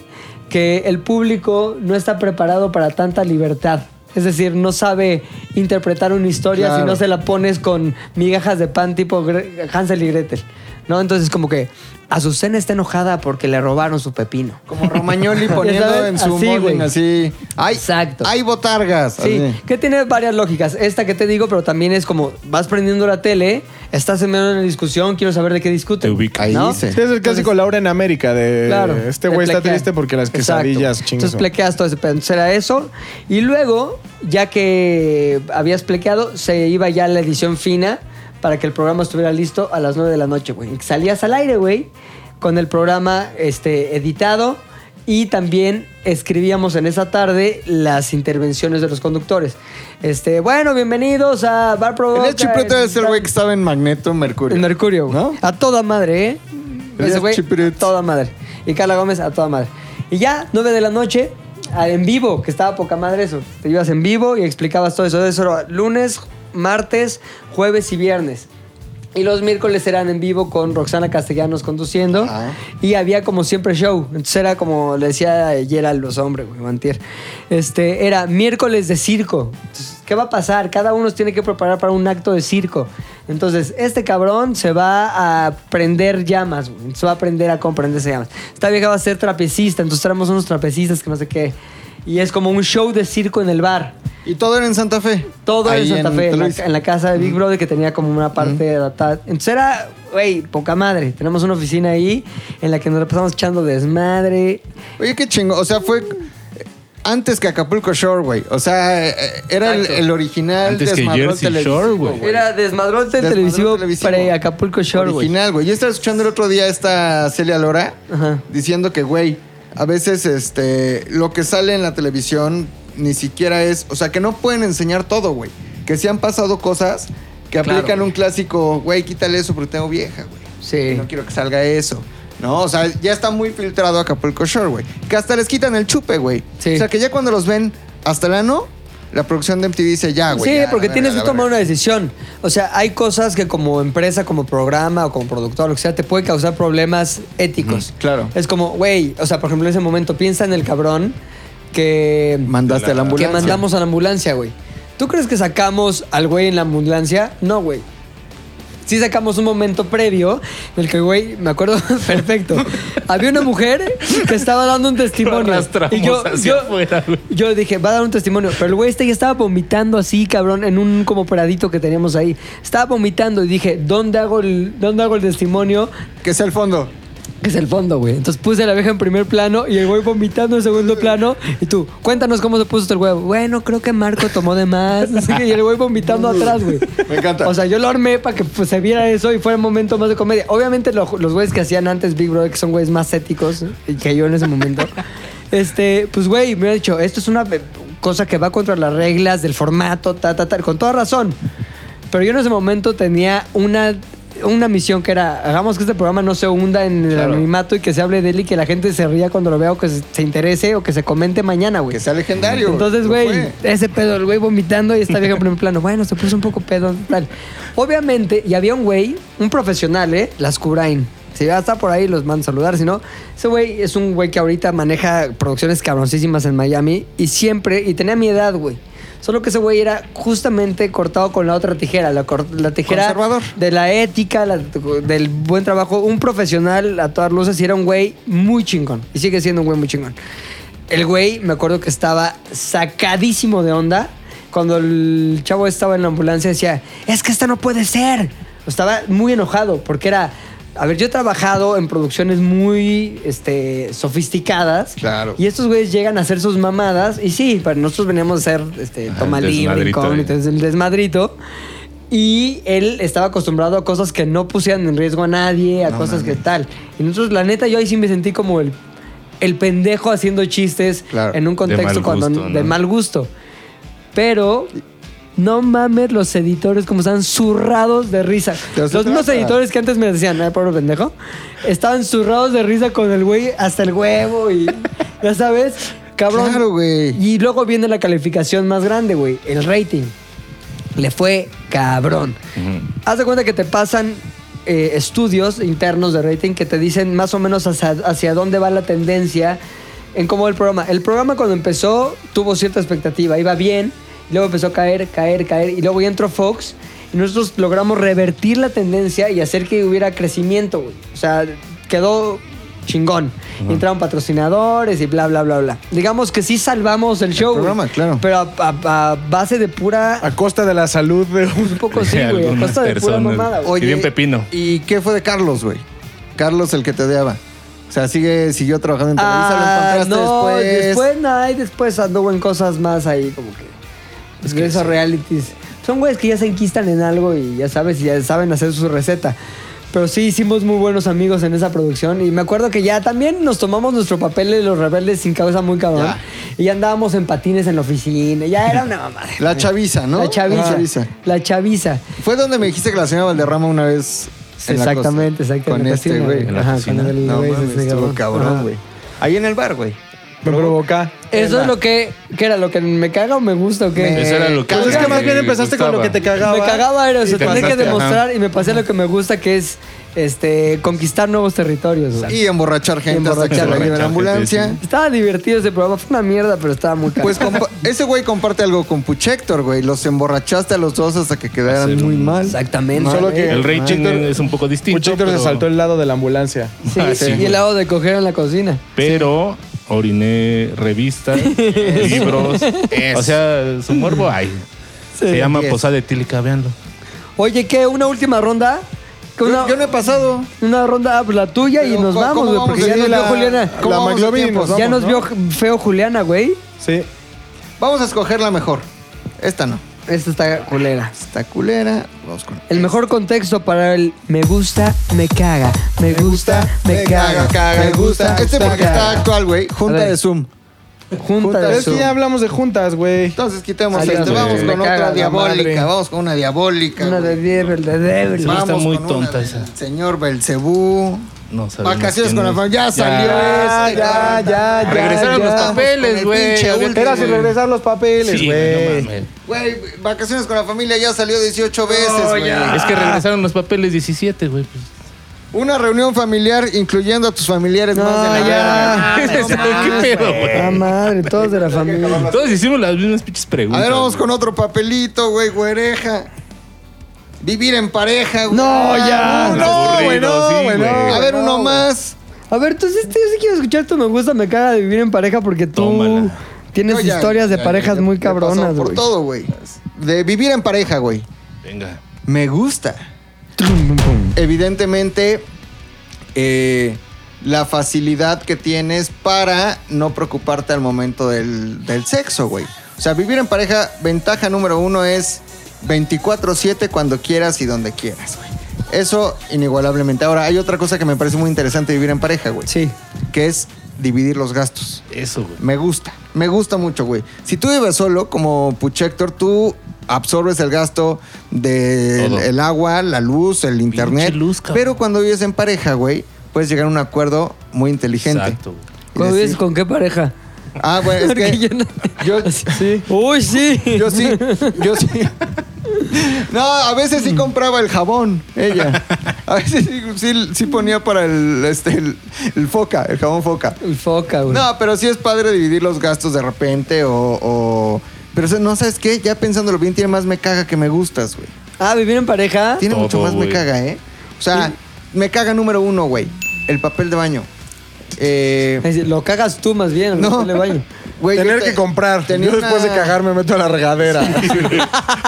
[SPEAKER 1] que el público no está preparado para tanta libertad. Es decir, no sabe interpretar una historia
[SPEAKER 3] Claro.
[SPEAKER 1] si no se la pones con migajas de pan tipo Gre- Hansel y Gretel. ¿No? Entonces, como que Azucena está enojada porque le robaron su pepino.
[SPEAKER 3] Como Romagnoli
[SPEAKER 1] Ya
[SPEAKER 3] poniendo
[SPEAKER 1] sabes,
[SPEAKER 3] en su
[SPEAKER 1] así,
[SPEAKER 3] morning
[SPEAKER 1] güey.
[SPEAKER 3] así. Ay,
[SPEAKER 1] Exacto.
[SPEAKER 3] Hay botargas.
[SPEAKER 1] Sí,
[SPEAKER 3] así. este
[SPEAKER 1] que tiene varias lógicas. Esta que te digo, pero también es como vas prendiendo la tele estás en medio de una discusión, quiero saber de qué discuten.
[SPEAKER 5] Te ubica.
[SPEAKER 3] Ahí
[SPEAKER 1] ¿no?
[SPEAKER 3] dice.
[SPEAKER 4] Sí, es el clásico Laura en América de
[SPEAKER 1] Claro.
[SPEAKER 4] este
[SPEAKER 1] te
[SPEAKER 4] güey está
[SPEAKER 1] plequean.
[SPEAKER 4] triste porque las
[SPEAKER 1] Exacto.
[SPEAKER 4] quesadillas chingas.
[SPEAKER 1] Entonces plequeas todo ese pedo. Entonces era eso. Y luego, ya que habías plequeado, se iba ya la edición fina para que el programa estuviera listo a las 9 de la noche, güey. Y Salías al aire, güey, con el programa este, editado. Y también escribíamos en esa tarde las intervenciones de los conductores. Este, bueno, bienvenidos a Bar Pro.
[SPEAKER 3] El Chiprueta es el güey que estaba en Magneto, en Mercurio.
[SPEAKER 1] En Mercurio, güey.
[SPEAKER 3] ¿No?
[SPEAKER 1] A toda madre, ¿eh?
[SPEAKER 3] El
[SPEAKER 1] Ese güey,
[SPEAKER 3] Chipirits.
[SPEAKER 1] a toda madre. Y Carla Gómez, a toda madre. Y ya, 9 de la noche, a- en vivo, que estaba poca madre eso. Te ibas en vivo y explicabas todo eso. Eso era lunes, martes, jueves y viernes. Y los miércoles eran en vivo con Roxana Castellanos conduciendo.
[SPEAKER 3] Ah.
[SPEAKER 1] Y había como siempre show. Entonces era como le decía Gerald los hombres, güey, Mantier. Este, era miércoles de circo. Entonces, ¿qué va a pasar? Cada uno se tiene que preparar para un acto de circo. Entonces, este cabrón se va a prender llamas, güey. Entonces, va a aprender a comprenderse llamas. Esta vieja va a ser trapecista, entonces traemos unos trapecistas que no sé qué. Y es como un show de circo en el bar.
[SPEAKER 3] Y todo era en Santa Fe.
[SPEAKER 1] Todo
[SPEAKER 3] Ahí
[SPEAKER 1] en Santa Fe, en la,
[SPEAKER 3] Televisa.
[SPEAKER 1] en la casa de Big Brother que tenía como una parte de la ta- Entonces era, güey, poca madre. Tenemos una oficina ahí en la que nos la pasamos echando desmadre.
[SPEAKER 3] Oye, qué chingo. O sea, fue antes que Acapulco Shore, güey. O sea, eh, era el, el original
[SPEAKER 5] Antes que
[SPEAKER 3] desmadrón
[SPEAKER 5] Jersey
[SPEAKER 3] televisivo,
[SPEAKER 5] Shore, güey.
[SPEAKER 1] Era desmadrote
[SPEAKER 3] Desmadrón
[SPEAKER 1] televisivo,
[SPEAKER 3] televisivo.
[SPEAKER 1] pre-Acapulco Shore, güey.
[SPEAKER 3] Original, güey. Yo estaba escuchando el otro día esta Celia Lora
[SPEAKER 1] Ajá.
[SPEAKER 3] diciendo que, güey, a veces este, lo que sale en la televisión ni siquiera es. O sea, que no pueden enseñar todo, güey. Que sí han pasado cosas que
[SPEAKER 1] Claro,
[SPEAKER 3] aplican
[SPEAKER 1] güey.
[SPEAKER 3] un clásico, güey, quítale eso porque tengo vieja, güey.
[SPEAKER 1] Sí.
[SPEAKER 3] No quiero que salga eso. No, o sea, ya está muy filtrado Acapulco Shore, güey. Que hasta les quitan el chupe, güey.
[SPEAKER 1] Sí.
[SPEAKER 3] O sea, que ya cuando los ven hasta el ano, la producción de MTV dice ya, güey.
[SPEAKER 1] Sí,
[SPEAKER 3] ya,
[SPEAKER 1] porque
[SPEAKER 3] la
[SPEAKER 1] tienes que
[SPEAKER 3] verga, la
[SPEAKER 1] tomar
[SPEAKER 3] verga.
[SPEAKER 1] una decisión. O sea, hay cosas que como empresa, como programa o como productor, lo que sea, te puede causar problemas éticos.
[SPEAKER 3] claro.
[SPEAKER 1] Es como, güey, o sea, por ejemplo, en ese momento, piensa en el cabrón que...
[SPEAKER 3] Mandaste a la ambulancia.
[SPEAKER 1] Que mandamos a la ambulancia, güey. ¿Tú crees que sacamos al güey en la ambulancia? No, güey. Sí sacamos un momento previo en el que, güey, me acuerdo perfecto. Había una mujer que estaba dando un testimonio.
[SPEAKER 5] arrastramos
[SPEAKER 1] Y yo,
[SPEAKER 5] hacia
[SPEAKER 1] yo,
[SPEAKER 5] afuera, güey.
[SPEAKER 1] yo dije, va a dar un testimonio. Pero el güey este ya estaba vomitando así, cabrón, en un como paradito que teníamos ahí. Estaba vomitando y dije, ¿dónde hago el, dónde hago el testimonio?
[SPEAKER 3] Que sea el fondo.
[SPEAKER 1] Que es el fondo, güey. Entonces puse a la abeja en primer plano y el güey vomitando en segundo plano. Y tú, cuéntanos cómo se puso este huevo. Bueno, creo que Marco tomó de más. Así que, y el güey vomitando atrás, güey.
[SPEAKER 3] Me encanta.
[SPEAKER 1] O sea, yo lo armé para que pues, se viera eso y fuera el momento más de comedia. Obviamente, lo- los güeyes que hacían antes Big Brother, que son güeyes más éticos eh, que yo en ese momento. este, pues, güey, me ha dicho, esto es una eh, cosa que va contra las reglas del formato, ta, ta, ta. Con toda razón. Pero yo en ese momento tenía una, una misión que era, hagamos que este programa no se hunda en el anonimato y que se hable de él y que la gente se ría cuando lo vea o que se, se interese o que se comente mañana, güey.
[SPEAKER 3] Que sea legendario.
[SPEAKER 1] Entonces,
[SPEAKER 3] Lo
[SPEAKER 1] güey,
[SPEAKER 3] fue.
[SPEAKER 1] ese pedo, el güey vomitando y está vieja en primer plano. Bueno, se puso un poco pedo, tal. Obviamente, y había un güey, un profesional, ¿eh? Las Curain. Si ya está por ahí, los mando a saludar. Si no, ese güey es un güey que ahorita maneja producciones cabroncísimas en Miami y siempre, y tenía mi edad, güey. Solo que ese güey era justamente cortado con la otra tijera, la, cor- la tijera
[SPEAKER 3] Conservador.
[SPEAKER 1] de la ética, la- del buen trabajo. Un profesional a todas luces y era un güey muy chingón. Y sigue siendo un güey muy chingón. El güey, me acuerdo que estaba sacadísimo de onda cuando el chavo estaba en la ambulancia decía, es que esta no puede ser. Estaba muy enojado porque era, a ver, yo he trabajado en producciones muy este, sofisticadas.
[SPEAKER 3] Claro.
[SPEAKER 1] Y estos güeyes llegan a hacer sus mamadas y sí, para nosotros veníamos a hacer este,
[SPEAKER 5] Ajá,
[SPEAKER 1] toma
[SPEAKER 5] el
[SPEAKER 1] libre,
[SPEAKER 5] desmadrito,
[SPEAKER 1] incógnito,
[SPEAKER 5] eh.
[SPEAKER 1] el desmadrito. Y él estaba acostumbrado a cosas que no pusieran en riesgo a nadie, a cosas que tal. Y nosotros, la neta, yo ahí sí me sentí como el, el pendejo haciendo chistes
[SPEAKER 3] Claro.
[SPEAKER 1] en un contexto
[SPEAKER 5] mal
[SPEAKER 1] cuando,
[SPEAKER 5] gusto, ¿no?
[SPEAKER 1] de mal gusto. Pero no mames los editores como están zurrados de risa.
[SPEAKER 3] De
[SPEAKER 1] Los
[SPEAKER 3] eso
[SPEAKER 1] mismos
[SPEAKER 3] trata.
[SPEAKER 1] editores que antes me decían, ay, pobre pendejo, estaban zurrados de risa con el güey hasta el huevo y ya sabes, cabrón.
[SPEAKER 3] Claro, güey.
[SPEAKER 1] Y luego viene la calificación más grande, güey, el rating. Le fue cabrón. Haz de cuenta que te pasan eh, estudios internos de rating que te dicen más o menos hacia, hacia dónde va la tendencia en cómo va el programa. El programa cuando empezó tuvo cierta expectativa, iba bien, y luego empezó a caer, caer, caer, y luego ya entró Fox y nosotros logramos revertir la tendencia y hacer que hubiera crecimiento, güey. O sea, quedó Chingón. Entraron patrocinadores y bla, bla, bla, bla. Digamos que sí salvamos el show. güey.
[SPEAKER 3] programa, claro.
[SPEAKER 1] Pero a, a- a base de pura.
[SPEAKER 4] A costa de la salud de
[SPEAKER 1] Un
[SPEAKER 4] un...
[SPEAKER 1] poco sí, güey. A
[SPEAKER 5] Algunas
[SPEAKER 1] costa de pura
[SPEAKER 5] personas.
[SPEAKER 1] mamada, güey.
[SPEAKER 5] Y bien pepino.
[SPEAKER 3] ¿Y qué fue de Carlos, güey? Carlos el que te odiaba. O sea, sigue, siguió trabajando en Televisa, lo
[SPEAKER 1] Ah,
[SPEAKER 3] encontraste
[SPEAKER 1] no,
[SPEAKER 3] después.
[SPEAKER 1] después nada, y después anduvo en cosas más ahí, como que. Es que esos realities. Son güeyes que ya se enquistan en algo y ya sabes, y ya saben hacer su receta. Pero sí hicimos muy buenos amigos en esa producción y me acuerdo que ya también nos tomamos nuestro papel de los rebeldes sin cabeza muy cabrón
[SPEAKER 3] Ya.
[SPEAKER 1] y ya andábamos en patines en la oficina, ya era una mamada.
[SPEAKER 3] La chaviza, ¿no?
[SPEAKER 1] La chaviza,
[SPEAKER 3] La chaviza.
[SPEAKER 1] la chaviza.
[SPEAKER 3] Fue donde me dijiste que la señora Valderrama una vez. en la
[SPEAKER 1] Exactamente,
[SPEAKER 3] costa,
[SPEAKER 1] exactamente.
[SPEAKER 3] Con este, güey.
[SPEAKER 5] En la
[SPEAKER 1] Ajá,
[SPEAKER 5] oficina.
[SPEAKER 1] con el
[SPEAKER 3] No
[SPEAKER 1] güey,
[SPEAKER 3] mames,
[SPEAKER 1] ese
[SPEAKER 3] estuvo cabrón,
[SPEAKER 1] Ajá.
[SPEAKER 3] güey. Ahí en el bar, güey.
[SPEAKER 4] Me provoca.
[SPEAKER 1] Eso es lo que. ¿Qué era? ¿Lo que me caga o me gusta o qué?
[SPEAKER 5] Eso era lo que.
[SPEAKER 4] Pues es que más bien
[SPEAKER 5] me
[SPEAKER 4] empezaste con lo
[SPEAKER 5] gustaba.
[SPEAKER 4] que te cagaba.
[SPEAKER 1] Me cagaba era eso,
[SPEAKER 5] te
[SPEAKER 1] tenía que
[SPEAKER 5] pasaste, ajá.
[SPEAKER 1] demostrar y me pasé lo que me gusta, que es este conquistar nuevos territorios. güey.
[SPEAKER 3] Y emborrachar gente hasta
[SPEAKER 1] emborrachar
[SPEAKER 3] que lo
[SPEAKER 1] gente,
[SPEAKER 3] lleven a la
[SPEAKER 5] sí,
[SPEAKER 3] ambulancia.
[SPEAKER 1] Estaba divertido ese programa, fue una mierda, pero estaba muy caro.
[SPEAKER 3] Pues compa- ese güey comparte algo con Puchector, güey. Los emborrachaste a los dos hasta que quedaran
[SPEAKER 5] Hacer
[SPEAKER 3] muy
[SPEAKER 5] un-
[SPEAKER 3] mal.
[SPEAKER 1] Exactamente.
[SPEAKER 4] Solo que-
[SPEAKER 5] El Rey
[SPEAKER 4] Ah,
[SPEAKER 5] Chicken
[SPEAKER 4] Héctor-
[SPEAKER 5] es un poco distinto.
[SPEAKER 4] Puchector se
[SPEAKER 5] pero-
[SPEAKER 4] saltó el lado de la ambulancia.
[SPEAKER 1] Sí,
[SPEAKER 5] Ah, sí,
[SPEAKER 1] y
[SPEAKER 5] güey.
[SPEAKER 1] el lado de coger en la cocina.
[SPEAKER 5] Pero oriné revistas, libros. O sea, su morbo hay. Se llama
[SPEAKER 3] Yes.
[SPEAKER 5] Posada Etílica, véanlo.
[SPEAKER 1] Oye, ¿qué? ¿Una última ronda? ¿Que Una,
[SPEAKER 3] Yo, yo no he pasado.
[SPEAKER 1] una ronda, ah, pues la tuya y
[SPEAKER 3] Pero,
[SPEAKER 1] nos
[SPEAKER 3] ¿cómo-
[SPEAKER 1] vamos,
[SPEAKER 3] cómo
[SPEAKER 1] güey,
[SPEAKER 3] vamos
[SPEAKER 1] porque
[SPEAKER 3] a
[SPEAKER 1] ya
[SPEAKER 3] ir
[SPEAKER 1] nos
[SPEAKER 3] la-
[SPEAKER 1] vio Juliana.
[SPEAKER 3] ¿Cómo
[SPEAKER 4] La
[SPEAKER 3] vamos de
[SPEAKER 4] McLovin
[SPEAKER 3] tiempos?
[SPEAKER 4] nos
[SPEAKER 1] ya
[SPEAKER 4] vamos,
[SPEAKER 1] nos
[SPEAKER 4] ¿no?
[SPEAKER 1] vio feo Juliana, güey.
[SPEAKER 4] Sí.
[SPEAKER 3] Vamos a escoger la mejor. Esta no.
[SPEAKER 1] Esta está culera.
[SPEAKER 3] Esta culera. Vamos con.
[SPEAKER 1] El mejor contexto para el me gusta, me caga. Me gusta, me caga.
[SPEAKER 3] me gusta. Este porque está actual, güey.
[SPEAKER 1] A
[SPEAKER 3] Junta
[SPEAKER 1] ver.
[SPEAKER 3] de Zoom.
[SPEAKER 1] Junta de
[SPEAKER 4] Es que
[SPEAKER 1] Zoom.
[SPEAKER 4] ya hablamos de juntas, güey.
[SPEAKER 3] Entonces quitemos
[SPEAKER 1] Adiós,
[SPEAKER 3] este.
[SPEAKER 1] güey.
[SPEAKER 3] Vamos
[SPEAKER 1] Me
[SPEAKER 3] con
[SPEAKER 1] caga
[SPEAKER 3] otra
[SPEAKER 1] la
[SPEAKER 3] diabólica.
[SPEAKER 4] madre.
[SPEAKER 3] Vamos con una diabólica.
[SPEAKER 1] Una de
[SPEAKER 3] güey.
[SPEAKER 1] débil, de débil.
[SPEAKER 5] Sí, está
[SPEAKER 3] Vamos
[SPEAKER 5] muy
[SPEAKER 3] con
[SPEAKER 5] tonta
[SPEAKER 3] del
[SPEAKER 5] esa.
[SPEAKER 3] Señor Belcebú.
[SPEAKER 5] No sabemos
[SPEAKER 3] Vacaciones
[SPEAKER 5] quién
[SPEAKER 3] con la
[SPEAKER 5] es.
[SPEAKER 3] familia. Ya salió
[SPEAKER 4] Ya,
[SPEAKER 3] este,
[SPEAKER 4] ya,
[SPEAKER 3] güey.
[SPEAKER 4] ya, ya.
[SPEAKER 5] Regresaron
[SPEAKER 4] ya.
[SPEAKER 5] los
[SPEAKER 3] Vamos con
[SPEAKER 5] papeles,
[SPEAKER 3] el
[SPEAKER 5] güey.
[SPEAKER 3] pinche
[SPEAKER 5] Había-
[SPEAKER 3] último,
[SPEAKER 4] Era sin
[SPEAKER 3] güey.
[SPEAKER 4] regresar los papeles,
[SPEAKER 5] Sí,
[SPEAKER 4] güey.
[SPEAKER 5] no mames.
[SPEAKER 3] Güey, vacaciones con la familia ya salió 18 veces, güey.
[SPEAKER 5] Es que regresaron los papeles 17, güey. pues.
[SPEAKER 3] Una reunión familiar incluyendo a tus familiares más de la
[SPEAKER 1] ya.
[SPEAKER 3] verga.
[SPEAKER 5] ¿Qué pedo, güey?
[SPEAKER 1] Ah, madre, todos de la familia.
[SPEAKER 5] Todos hicimos las mismas pinches preguntas.
[SPEAKER 3] A ver, vamos
[SPEAKER 5] güey.
[SPEAKER 3] con otro papelito, güey, güereja. Vivir en pareja, güey. Ah,
[SPEAKER 1] No, ya.
[SPEAKER 3] uno.
[SPEAKER 5] Aburrido,
[SPEAKER 4] güey, no,
[SPEAKER 5] sí,
[SPEAKER 4] güey, no.
[SPEAKER 3] A ver, uno más.
[SPEAKER 1] A ver, entonces yo sí quiero escuchar tu me gusta, me caga de vivir en pareja porque tú
[SPEAKER 5] Tómala.
[SPEAKER 1] tienes
[SPEAKER 3] Yo ya,
[SPEAKER 1] historias de
[SPEAKER 3] ya,
[SPEAKER 1] parejas
[SPEAKER 3] ya,
[SPEAKER 1] muy
[SPEAKER 3] ya pasó
[SPEAKER 1] cabronas,
[SPEAKER 3] Por
[SPEAKER 1] güey.
[SPEAKER 3] todo, güey. De vivir en pareja, güey.
[SPEAKER 5] Venga.
[SPEAKER 3] Me gusta. Evidentemente, eh, la facilidad que tienes para no preocuparte al momento del, del sexo, güey. O sea, vivir en pareja, ventaja número uno es 24-7 cuando quieras y donde quieras, güey. Eso inigualablemente. Ahora, hay otra cosa que me parece muy interesante de vivir en pareja, güey.
[SPEAKER 1] Sí.
[SPEAKER 3] Que es dividir los gastos.
[SPEAKER 5] Eso, güey.
[SPEAKER 3] Me gusta, me gusta mucho, güey. Si tú vives solo, como Puchector, tú absorbes el gasto del
[SPEAKER 5] Todo.
[SPEAKER 3] agua, la luz, el internet.
[SPEAKER 5] luz, cabrón.
[SPEAKER 3] pero cuando vives en pareja, güey, puedes llegar a un acuerdo muy inteligente.
[SPEAKER 5] Exacto, güey.
[SPEAKER 3] Y
[SPEAKER 1] ¿Cómo
[SPEAKER 3] decir,
[SPEAKER 1] vives con qué pareja?
[SPEAKER 3] Ah, güey, es
[SPEAKER 1] Porque
[SPEAKER 3] que
[SPEAKER 1] yo no-
[SPEAKER 3] yo, sí,
[SPEAKER 1] Uy, sí.
[SPEAKER 3] yo sí, yo sí. No, a veces sí compraba el jabón, ella. A veces sí, sí- sí ponía para el, este, el- el foca, el jabón foca.
[SPEAKER 1] El foca, güey.
[SPEAKER 3] No, pero sí es padre dividir los gastos de repente o... o- Pero eso, no, ¿sabes qué? Ya pensándolo bien, tiene más me caga que me gustas, güey.
[SPEAKER 1] Ah, vivir en pareja.
[SPEAKER 3] Tiene
[SPEAKER 5] Todo,
[SPEAKER 3] mucho más
[SPEAKER 5] güey.
[SPEAKER 3] me caga, ¿eh? O sea, me caga número uno, güey. El papel de baño. Eh,
[SPEAKER 1] Es decir, Lo cagas tú más bien,
[SPEAKER 3] No.
[SPEAKER 1] no le baño.
[SPEAKER 3] güey, yo
[SPEAKER 4] Tener
[SPEAKER 3] te-
[SPEAKER 4] que comprar. Yo
[SPEAKER 3] tenía
[SPEAKER 4] después de
[SPEAKER 3] una-
[SPEAKER 4] cagar me meto a la regadera.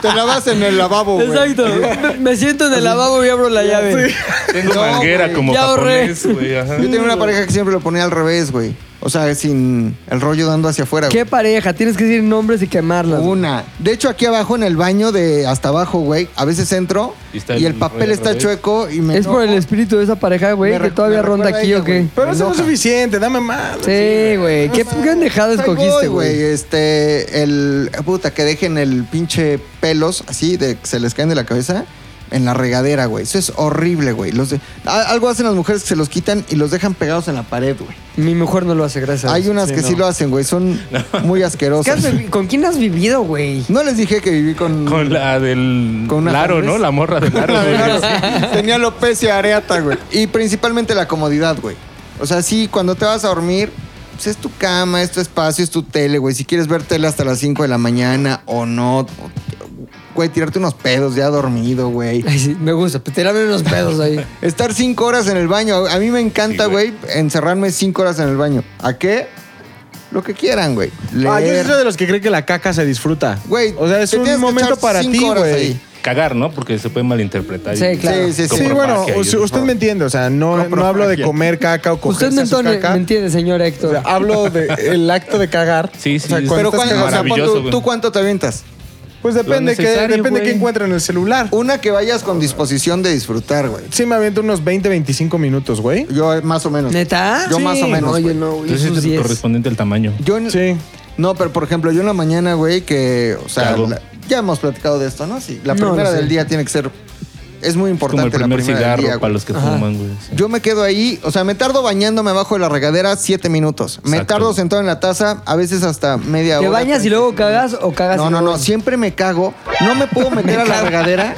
[SPEAKER 3] Te lavas en el lavabo, güey.
[SPEAKER 1] Exacto. Me- Me siento en el lavabo y abro la llave.
[SPEAKER 5] Tengo
[SPEAKER 3] No,
[SPEAKER 5] manguera
[SPEAKER 3] güey.
[SPEAKER 5] como
[SPEAKER 1] Ya ahorré.
[SPEAKER 5] japonés, güey. ajá.
[SPEAKER 3] Yo tenía una pareja que siempre lo ponía al revés, güey. O sea, sin el rollo dando hacia afuera, güey.
[SPEAKER 1] ¿Qué pareja? Tienes que decir nombres y quemarlas. güey.
[SPEAKER 3] Una. De hecho, aquí abajo en el baño de hasta abajo, güey, a veces entro
[SPEAKER 5] Y
[SPEAKER 3] y,
[SPEAKER 5] está
[SPEAKER 3] el
[SPEAKER 5] el
[SPEAKER 3] papel
[SPEAKER 5] rollo al
[SPEAKER 3] está
[SPEAKER 5] revés.
[SPEAKER 3] chueco y me
[SPEAKER 1] Es por el
[SPEAKER 3] enojo.
[SPEAKER 1] espíritu de esa pareja, güey,
[SPEAKER 3] Me
[SPEAKER 1] que
[SPEAKER 3] re-
[SPEAKER 1] todavía
[SPEAKER 3] me
[SPEAKER 1] ronda
[SPEAKER 3] recuerda a
[SPEAKER 1] aquí,
[SPEAKER 3] ella,
[SPEAKER 1] ¿o qué?
[SPEAKER 3] güey.
[SPEAKER 4] Pero eso no es
[SPEAKER 3] Enoja.
[SPEAKER 4] suficiente, dame más.
[SPEAKER 1] Sí, güey. ¿Qué, qué pendejada
[SPEAKER 3] Ahí
[SPEAKER 1] escogiste,
[SPEAKER 3] voy,
[SPEAKER 1] güey?
[SPEAKER 3] Este, el. Puta, que dejen el pinche pelos así, de que se les caen de la cabeza, en la regadera, güey. Eso es horrible, güey. Los de- a- algo hacen las mujeres que se los quitan y los dejan pegados en la pared, güey.
[SPEAKER 1] Mi mujer no lo hace, gracias.
[SPEAKER 3] Hay unas que
[SPEAKER 1] no.
[SPEAKER 3] sí lo hacen, güey. Son muy
[SPEAKER 1] ¿Qué has
[SPEAKER 3] asquerosas.
[SPEAKER 1] vivi- ¿Con quién has vivido, güey?
[SPEAKER 3] No les dije que viví con.
[SPEAKER 5] Con la del
[SPEAKER 3] Con una
[SPEAKER 5] Laro,
[SPEAKER 3] japonés.
[SPEAKER 5] ¿no? La morra del Laro. güey.
[SPEAKER 3] Tenía alopecia areata, güey. Y principalmente la comodidad, güey. O sea, sí, cuando te vas a dormir, pues es tu cama, es tu espacio, es tu tele, güey. Si quieres ver tele hasta las 5 de la mañana o no, o- güey, tirarte unos pedos ya dormido, güey.
[SPEAKER 1] Ay, sí, me gusta. Tirarme unos pedos ahí.
[SPEAKER 3] Estar cinco horas en el baño. A mí me encanta,
[SPEAKER 5] Sí, güey.
[SPEAKER 3] güey, encerrarme cinco horas en el baño. ¿A qué? Lo que quieran, güey.
[SPEAKER 4] Ah, yo soy
[SPEAKER 3] Leer.
[SPEAKER 4] de los que cree que la caca se disfruta.
[SPEAKER 3] Güey,
[SPEAKER 4] o sea, es
[SPEAKER 3] te tienes
[SPEAKER 4] un
[SPEAKER 3] que
[SPEAKER 4] momento
[SPEAKER 3] echar
[SPEAKER 4] para
[SPEAKER 3] cinco
[SPEAKER 4] ti,
[SPEAKER 3] horas
[SPEAKER 4] güey.
[SPEAKER 3] ahí.
[SPEAKER 5] Cagar, ¿no? Porque se puede malinterpretar. y-
[SPEAKER 1] Sí, claro.
[SPEAKER 3] Sí, sí,
[SPEAKER 4] Sí,
[SPEAKER 5] Compro
[SPEAKER 4] bueno,
[SPEAKER 5] magia,
[SPEAKER 4] o-
[SPEAKER 5] yo
[SPEAKER 4] usted,
[SPEAKER 5] digo,
[SPEAKER 4] me entiende, o sea, no,
[SPEAKER 3] Compro
[SPEAKER 4] no hablo de
[SPEAKER 3] magia.
[SPEAKER 4] comer caca o cogerse
[SPEAKER 1] Usted me
[SPEAKER 4] a su
[SPEAKER 1] entiende,
[SPEAKER 4] caca.
[SPEAKER 1] me entiende, señor
[SPEAKER 4] O
[SPEAKER 1] Héctor.
[SPEAKER 4] sea, hablo del acto de cagar.
[SPEAKER 5] Sí, sí,
[SPEAKER 4] O sea,
[SPEAKER 5] sí.
[SPEAKER 4] cuando
[SPEAKER 3] Pero
[SPEAKER 4] estás
[SPEAKER 5] cuál-
[SPEAKER 3] cuando,
[SPEAKER 4] cagando.
[SPEAKER 3] o sea, pon
[SPEAKER 5] Maravilloso,
[SPEAKER 3] tú-
[SPEAKER 5] güey.
[SPEAKER 3] ¿tú cuánto te avientas?
[SPEAKER 4] pues depende que
[SPEAKER 5] necesario,
[SPEAKER 4] depende
[SPEAKER 5] güey.
[SPEAKER 4] que encuentren en el celular.
[SPEAKER 3] Una que vayas con disposición de disfrutar, güey.
[SPEAKER 4] Sí me aviento unos 20, 25 minutos, güey.
[SPEAKER 3] Yo eh, más o menos.
[SPEAKER 1] ¿Neta?
[SPEAKER 3] Yo más o menos.
[SPEAKER 1] No, yo
[SPEAKER 3] güey.
[SPEAKER 1] no. güey,
[SPEAKER 5] Entonces
[SPEAKER 1] esos
[SPEAKER 5] es el
[SPEAKER 1] 10.
[SPEAKER 5] correspondiente al tamaño.
[SPEAKER 3] Yo en-
[SPEAKER 4] Sí.
[SPEAKER 3] No, pero por ejemplo, yo en la mañana, güey, que, o sea,
[SPEAKER 5] Cago.
[SPEAKER 3] la- ya hemos platicado de esto, ¿no? Sí, la
[SPEAKER 1] No,
[SPEAKER 3] primera
[SPEAKER 1] no sé.
[SPEAKER 3] del día tiene que ser es muy
[SPEAKER 5] Como
[SPEAKER 3] importante
[SPEAKER 5] el primer
[SPEAKER 3] la primera
[SPEAKER 5] cigarro
[SPEAKER 3] del día,
[SPEAKER 5] para
[SPEAKER 3] güey.
[SPEAKER 5] los que
[SPEAKER 1] Ajá.
[SPEAKER 5] fuman, güey.
[SPEAKER 3] Yo me quedo ahí, o sea, me tardo bañándome abajo de la regadera siete minutos. Me
[SPEAKER 5] Exacto.
[SPEAKER 3] tardo sentado en la taza, a veces hasta media
[SPEAKER 1] ¿Te
[SPEAKER 3] hora.
[SPEAKER 1] bañas y luego cagas o cagas
[SPEAKER 3] No,
[SPEAKER 1] y
[SPEAKER 3] no,
[SPEAKER 1] luego
[SPEAKER 3] no, siempre me cago. No me puedo meter a la regadera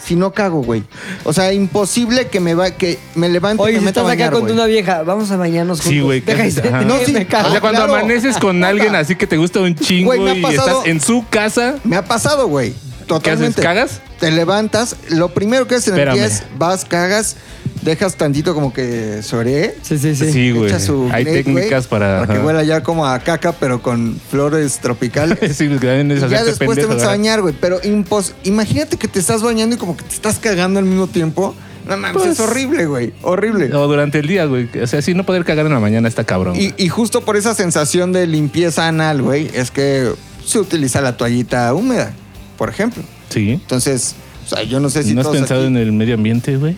[SPEAKER 3] si no cago, güey. O sea, imposible que me va que me levante y
[SPEAKER 1] Oye,
[SPEAKER 3] me
[SPEAKER 1] si
[SPEAKER 3] meta a
[SPEAKER 1] estás acá
[SPEAKER 3] bañar,
[SPEAKER 1] con
[SPEAKER 3] güey.
[SPEAKER 1] una vieja, vamos a bañarnos juntos.
[SPEAKER 5] Sí, güey.
[SPEAKER 1] Deja y
[SPEAKER 5] casi, ajá.
[SPEAKER 1] no,
[SPEAKER 3] sí,
[SPEAKER 1] me
[SPEAKER 5] O
[SPEAKER 1] cago.
[SPEAKER 5] sea, cuando
[SPEAKER 3] Ah, claro.
[SPEAKER 5] amaneces con alguien así que te gusta un chingo
[SPEAKER 3] Güey, me ha
[SPEAKER 5] y
[SPEAKER 3] pasado-
[SPEAKER 5] estás en su casa,
[SPEAKER 3] Me ha pasado, güey. Totalmente.
[SPEAKER 5] ¿Cagas?
[SPEAKER 3] Te levantas, lo primero que haces en
[SPEAKER 5] Espérame.
[SPEAKER 3] el pie es vas, cagas, dejas tantito como que sobre.
[SPEAKER 1] Sí, sí, sí.
[SPEAKER 5] sí, güey.
[SPEAKER 3] echa su
[SPEAKER 5] Hay
[SPEAKER 3] Glade, güey,
[SPEAKER 5] técnicas para...
[SPEAKER 3] Para que
[SPEAKER 5] ajá.
[SPEAKER 3] huela ya como a caca, pero con flores tropicales.
[SPEAKER 5] Sí, pues, que también
[SPEAKER 3] Y
[SPEAKER 5] es
[SPEAKER 3] ya
[SPEAKER 5] hacerte
[SPEAKER 3] después te
[SPEAKER 5] pendejo,
[SPEAKER 3] metes a
[SPEAKER 5] ¿verdad?
[SPEAKER 3] bañar, güey. Pero impos imagínate que te estás bañando y como que te estás cagando al mismo tiempo. No mames,
[SPEAKER 5] Pues-
[SPEAKER 3] es horrible, güey. Horrible.
[SPEAKER 5] O durante el día, güey. O sea, sí, no poder cagar en la mañana está cabrón.
[SPEAKER 3] Y,
[SPEAKER 5] güey.
[SPEAKER 3] y justo por esa sensación de limpieza anal, güey, es que se utiliza la toallita húmeda, por ejemplo.
[SPEAKER 5] Sí.
[SPEAKER 3] Entonces, o sea, yo no sé si
[SPEAKER 5] ¿No has
[SPEAKER 3] todos
[SPEAKER 5] pensado
[SPEAKER 3] aquí-
[SPEAKER 5] en el medio ambiente, güey?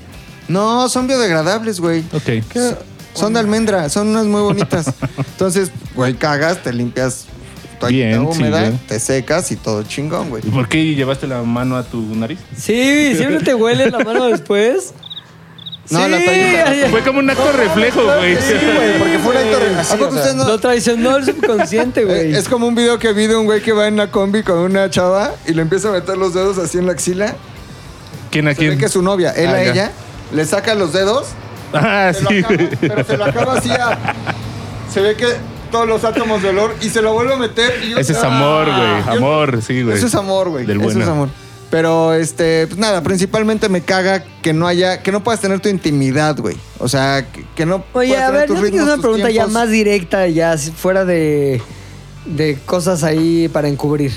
[SPEAKER 3] No, son biodegradables, güey.
[SPEAKER 5] Ok.
[SPEAKER 3] ¿Qué? Son de almendra, son unas muy bonitas. Entonces, güey, cagas, te limpias toallita
[SPEAKER 5] Bien, sí,
[SPEAKER 3] húmeda,
[SPEAKER 5] güey.
[SPEAKER 3] te secas y todo chingón, güey.
[SPEAKER 5] ¿Y por qué llevaste la mano a tu nariz?
[SPEAKER 1] Sí, siempre te huele la mano después.
[SPEAKER 3] No,
[SPEAKER 1] sí,
[SPEAKER 3] la toallita.
[SPEAKER 1] ay, ay.
[SPEAKER 5] Fue como un acto reflejo, güey.
[SPEAKER 3] Sí, güey, porque fue una torre.
[SPEAKER 1] ¿A poco usted no- Lo traicionó el subconsciente, güey.
[SPEAKER 3] eh, Es como un video que vi de un güey que va en una combi con una chava y le empieza a meter los dedos así en la axila.
[SPEAKER 5] ¿Quién a
[SPEAKER 3] Se ve
[SPEAKER 5] quién?
[SPEAKER 3] que es su novia, él
[SPEAKER 5] Ah,
[SPEAKER 3] a
[SPEAKER 5] ya.
[SPEAKER 3] ella, le saca los dedos,
[SPEAKER 5] Ah,
[SPEAKER 3] se lo
[SPEAKER 5] sí,
[SPEAKER 3] acaba,
[SPEAKER 5] güey.
[SPEAKER 3] pero se lo acaba así a... Se ve que todos los átomos de olor y se lo vuelve a meter. y yo-
[SPEAKER 5] Ese es
[SPEAKER 3] ¡Ah!
[SPEAKER 5] amor,
[SPEAKER 3] Yo-
[SPEAKER 5] güey. Amor, sí, güey.
[SPEAKER 3] Eso es amor, güey.
[SPEAKER 5] Del
[SPEAKER 3] Eso
[SPEAKER 5] bueno.
[SPEAKER 3] es amor. Pero, este, pues nada, principalmente me caga que no haya, que no puedas tener tu intimidad, güey. O sea, que, que no
[SPEAKER 1] Oye,
[SPEAKER 3] puedas
[SPEAKER 1] a
[SPEAKER 3] tener
[SPEAKER 1] ver,
[SPEAKER 3] tus
[SPEAKER 1] yo te quiero hacer
[SPEAKER 3] ritmos,
[SPEAKER 1] una
[SPEAKER 3] tus
[SPEAKER 1] pregunta ya
[SPEAKER 3] tiempos.
[SPEAKER 1] más directa, ya si- fuera de, de cosas ahí para encubrir.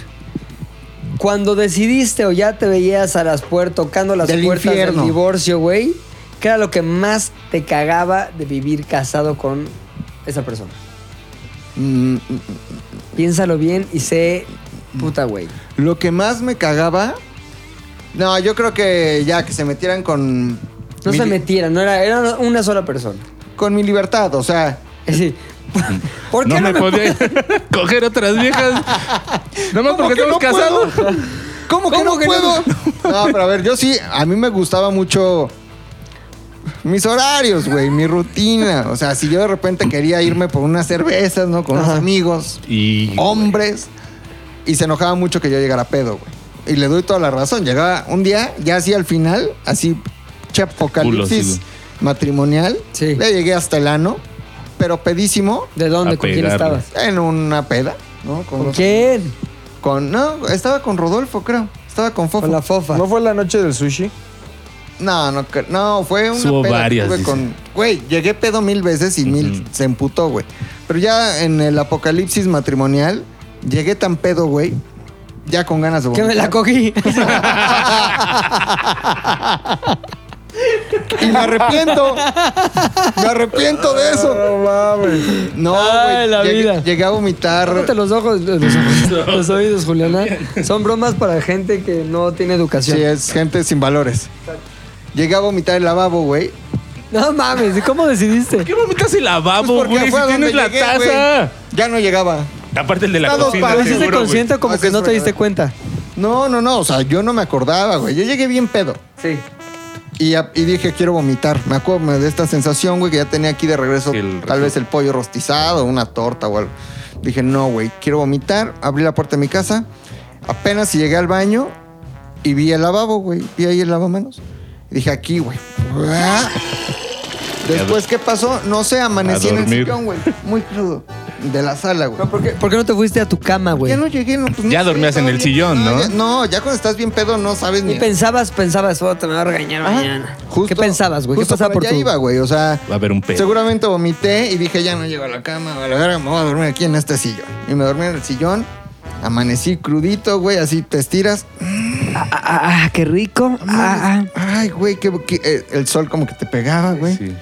[SPEAKER 1] Cuando decidiste o ya te veías a las puertas, tocando las
[SPEAKER 3] Del
[SPEAKER 1] puertas
[SPEAKER 3] infierno.
[SPEAKER 1] del divorcio, güey, ¿qué era lo que más te cagaba de vivir casado con esa persona?
[SPEAKER 3] Mm,
[SPEAKER 1] Piénsalo bien y sé, puta, güey.
[SPEAKER 3] Lo que más me cagaba. No, yo creo que ya que se metieran con.
[SPEAKER 1] No
[SPEAKER 3] mi
[SPEAKER 1] se
[SPEAKER 3] li-
[SPEAKER 1] metieran, no era, era una sola persona.
[SPEAKER 3] Con mi libertad, o sea.
[SPEAKER 1] Es decir, ¿por qué
[SPEAKER 5] No me
[SPEAKER 1] puedes-
[SPEAKER 5] podía coger otras viejas. Nada más
[SPEAKER 3] ¿Cómo
[SPEAKER 5] porque
[SPEAKER 3] que
[SPEAKER 5] estamos
[SPEAKER 3] no
[SPEAKER 5] casados.
[SPEAKER 3] puedo? ¿Cómo que
[SPEAKER 1] ¿Cómo
[SPEAKER 3] no
[SPEAKER 1] que no?
[SPEAKER 3] puedo? No, pero a ver, yo sí, a mí me gustaba mucho. Mis horarios, güey, mi rutina. O sea, si yo de repente quería irme por unas cervezas, ¿no? Con unos amigos,
[SPEAKER 5] Y.
[SPEAKER 3] hombres. Y se enojaba mucho que yo llegara pedo, güey. Y le doy toda la razón. Llegaba un día, ya así al final, así, che
[SPEAKER 5] Culo,
[SPEAKER 3] apocalipsis
[SPEAKER 5] sí,
[SPEAKER 3] matrimonial.
[SPEAKER 1] Sí.
[SPEAKER 3] Ya llegué hasta el ano, pero pedísimo
[SPEAKER 1] ¿De dónde?
[SPEAKER 5] A
[SPEAKER 1] ¿Con quién
[SPEAKER 5] pegarle.
[SPEAKER 1] estabas?
[SPEAKER 3] en una peda, ¿no? Con
[SPEAKER 1] ¿Con
[SPEAKER 3] los-
[SPEAKER 1] quién?
[SPEAKER 3] con- no, estaba con Rodolfo, creo. Estaba con Fofo.
[SPEAKER 1] Con la fofa.
[SPEAKER 4] ¿No fue la noche del sushi?
[SPEAKER 3] No, no, cre- no, fue una
[SPEAKER 5] Subo
[SPEAKER 3] peda que
[SPEAKER 5] varias,
[SPEAKER 3] tuve
[SPEAKER 5] dice.
[SPEAKER 3] con- Güey, llegué pedo mil veces y mil se emputó, güey. Pero ya en el apocalipsis matrimonial, llegué tan pedo, güey, ya con ganas de
[SPEAKER 1] Que me
[SPEAKER 3] vomitar.
[SPEAKER 1] la cogí.
[SPEAKER 3] Y me arrepiento. me arrepiento de eso.
[SPEAKER 4] No mames.
[SPEAKER 3] No,
[SPEAKER 1] Ay,
[SPEAKER 3] güey.
[SPEAKER 1] la
[SPEAKER 3] llegué,
[SPEAKER 1] vida.
[SPEAKER 3] llegué a vomitar.
[SPEAKER 1] Cállate los ojos, los, ojos, los oídos, Juliana. Son bromas para gente que no tiene educación.
[SPEAKER 3] Sí, eh. es gente sin valores. Llegué a vomitar el lavabo, güey.
[SPEAKER 1] No mames, ¿y ¿cómo decidiste?
[SPEAKER 5] ¿Qué vomitas el
[SPEAKER 3] Pues
[SPEAKER 5] lavabo,
[SPEAKER 3] porque
[SPEAKER 5] Ah, güey?
[SPEAKER 3] fue a
[SPEAKER 5] Si
[SPEAKER 3] donde
[SPEAKER 5] tienes la
[SPEAKER 3] llegué,
[SPEAKER 5] taza.
[SPEAKER 3] güey. Ya no llegaba.
[SPEAKER 5] Aparte el de la
[SPEAKER 3] Está dos
[SPEAKER 5] cocina.
[SPEAKER 1] ¿Lo
[SPEAKER 3] pares.
[SPEAKER 1] hiciste
[SPEAKER 5] seguro, güey.
[SPEAKER 1] consciente o como
[SPEAKER 3] No,
[SPEAKER 1] que
[SPEAKER 3] sí,
[SPEAKER 1] no
[SPEAKER 3] es
[SPEAKER 1] te diste
[SPEAKER 3] verdad.
[SPEAKER 1] cuenta?
[SPEAKER 3] No, no, no. O sea, yo no me acordaba, güey. Yo llegué bien pedo.
[SPEAKER 1] Sí.
[SPEAKER 3] Y, ya- y dije, quiero vomitar. Me acuerdo me- de esta sensación, güey, que ya tenía aquí de regreso
[SPEAKER 5] El
[SPEAKER 3] tal
[SPEAKER 5] refri-
[SPEAKER 3] vez el pollo rostizado, una torta o algo. Dije, no, güey, quiero vomitar. Abrí la puerta de mi casa. Apenas llegué al baño y vi el lavabo, güey. Vi ahí el lavamanos. Y dije, aquí, güey. Después, ¿qué pasó? No sé, amanecí
[SPEAKER 5] A
[SPEAKER 3] en el
[SPEAKER 5] dormir.
[SPEAKER 3] sillón, güey. Muy crudo. de la sala, güey.
[SPEAKER 1] ¿Por qué, por qué no te fuiste a tu cama, güey?
[SPEAKER 3] Ya no llegué, no, pues, no
[SPEAKER 5] Ya
[SPEAKER 3] sé,
[SPEAKER 5] dormías en
[SPEAKER 3] estaba
[SPEAKER 5] el
[SPEAKER 3] bien
[SPEAKER 5] sillón,
[SPEAKER 3] pedo,
[SPEAKER 5] ¿no?
[SPEAKER 3] ya- no, ya cuando estás bien pedo no sabes
[SPEAKER 1] Y
[SPEAKER 3] ni.
[SPEAKER 1] pensabas, pensabas, oh, te me va a regañar
[SPEAKER 3] Ajá,
[SPEAKER 1] mañana.
[SPEAKER 3] justo-
[SPEAKER 1] ¿Qué pensabas, güey? ¿Qué
[SPEAKER 3] justo
[SPEAKER 1] pasaba por
[SPEAKER 3] allá
[SPEAKER 1] tu...?
[SPEAKER 3] iba, güey? O sea,
[SPEAKER 5] Va a haber un pedo.
[SPEAKER 3] seguramente vomité y dije, ya no llego a la cama, a la verga, me voy a dormir aquí en este sillón. Y me dormí en el sillón, amanecí crudito, güey, así te estiras.
[SPEAKER 1] Ah, ah, ah, qué rico. Ah, ah.
[SPEAKER 3] Ay, güey, qué, qué- eh, el sol como que te pegaba, güey.
[SPEAKER 5] Sí.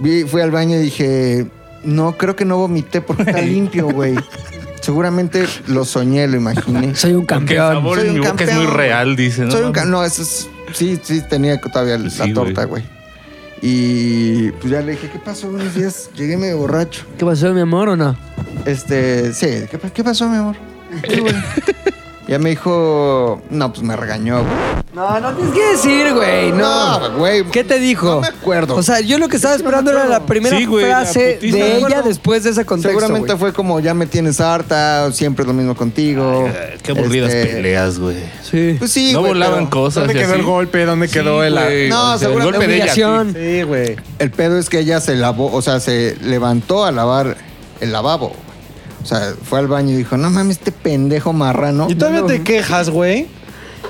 [SPEAKER 3] Vi- fui al baño y dije, no, creo que no vomité porque está limpio, güey. Seguramente lo soñé, lo imaginé.
[SPEAKER 1] Soy un
[SPEAKER 5] Porque el
[SPEAKER 1] campeón.
[SPEAKER 5] sabor
[SPEAKER 3] Soy
[SPEAKER 5] en
[SPEAKER 3] un
[SPEAKER 5] mi boca es
[SPEAKER 3] campeón,
[SPEAKER 5] muy
[SPEAKER 3] güey.
[SPEAKER 5] real, dice. ¿no?
[SPEAKER 3] Soy un ca- No, eso es. Sí, sí, tenía todavía la
[SPEAKER 5] Sí,
[SPEAKER 3] torta, güey. Y pues ya le dije, ¿qué pasó? Buenos días. Llegué medio borracho.
[SPEAKER 1] ¿Qué pasó, mi amor, o no?
[SPEAKER 3] Este, sí, ¿qué, pa- qué pasó, mi amor? Sí, güey. ya me dijo, no, pues me regañó, güey.
[SPEAKER 1] No, no tienes que decir, güey, no.
[SPEAKER 3] No, güey.
[SPEAKER 1] ¿Qué te dijo?
[SPEAKER 3] No me acuerdo.
[SPEAKER 1] O sea, yo lo que estaba esperando era la primera
[SPEAKER 5] Sí, güey, la
[SPEAKER 1] frase
[SPEAKER 5] putiza.
[SPEAKER 1] de
[SPEAKER 5] No me
[SPEAKER 1] ella
[SPEAKER 5] acuerdo.
[SPEAKER 1] después de ese contexto,
[SPEAKER 3] Seguramente
[SPEAKER 1] güey.
[SPEAKER 3] fue como, ya me tienes harta, siempre es lo mismo contigo.
[SPEAKER 5] Ay, Eh, Qué aburridas
[SPEAKER 3] Este,
[SPEAKER 5] peleas, güey.
[SPEAKER 1] Sí.
[SPEAKER 3] Pues sí,
[SPEAKER 5] no
[SPEAKER 3] güey,
[SPEAKER 5] volaban
[SPEAKER 3] pero
[SPEAKER 5] cosas.
[SPEAKER 4] ¿Dónde
[SPEAKER 5] y
[SPEAKER 4] quedó
[SPEAKER 5] así.
[SPEAKER 4] el golpe? ¿Dónde quedó el.?
[SPEAKER 5] güey,
[SPEAKER 3] No,
[SPEAKER 5] o sea, el
[SPEAKER 3] seguramente
[SPEAKER 5] golpe de ella. sí.
[SPEAKER 1] humillación.
[SPEAKER 4] Sí, güey.
[SPEAKER 3] El pedo es que ella se lavó, o sea, se levantó a lavar el lavabo. güey. O sea, fue al baño y dijo, no mames, este pendejo marrano.
[SPEAKER 4] Y todavía te quejas, güey.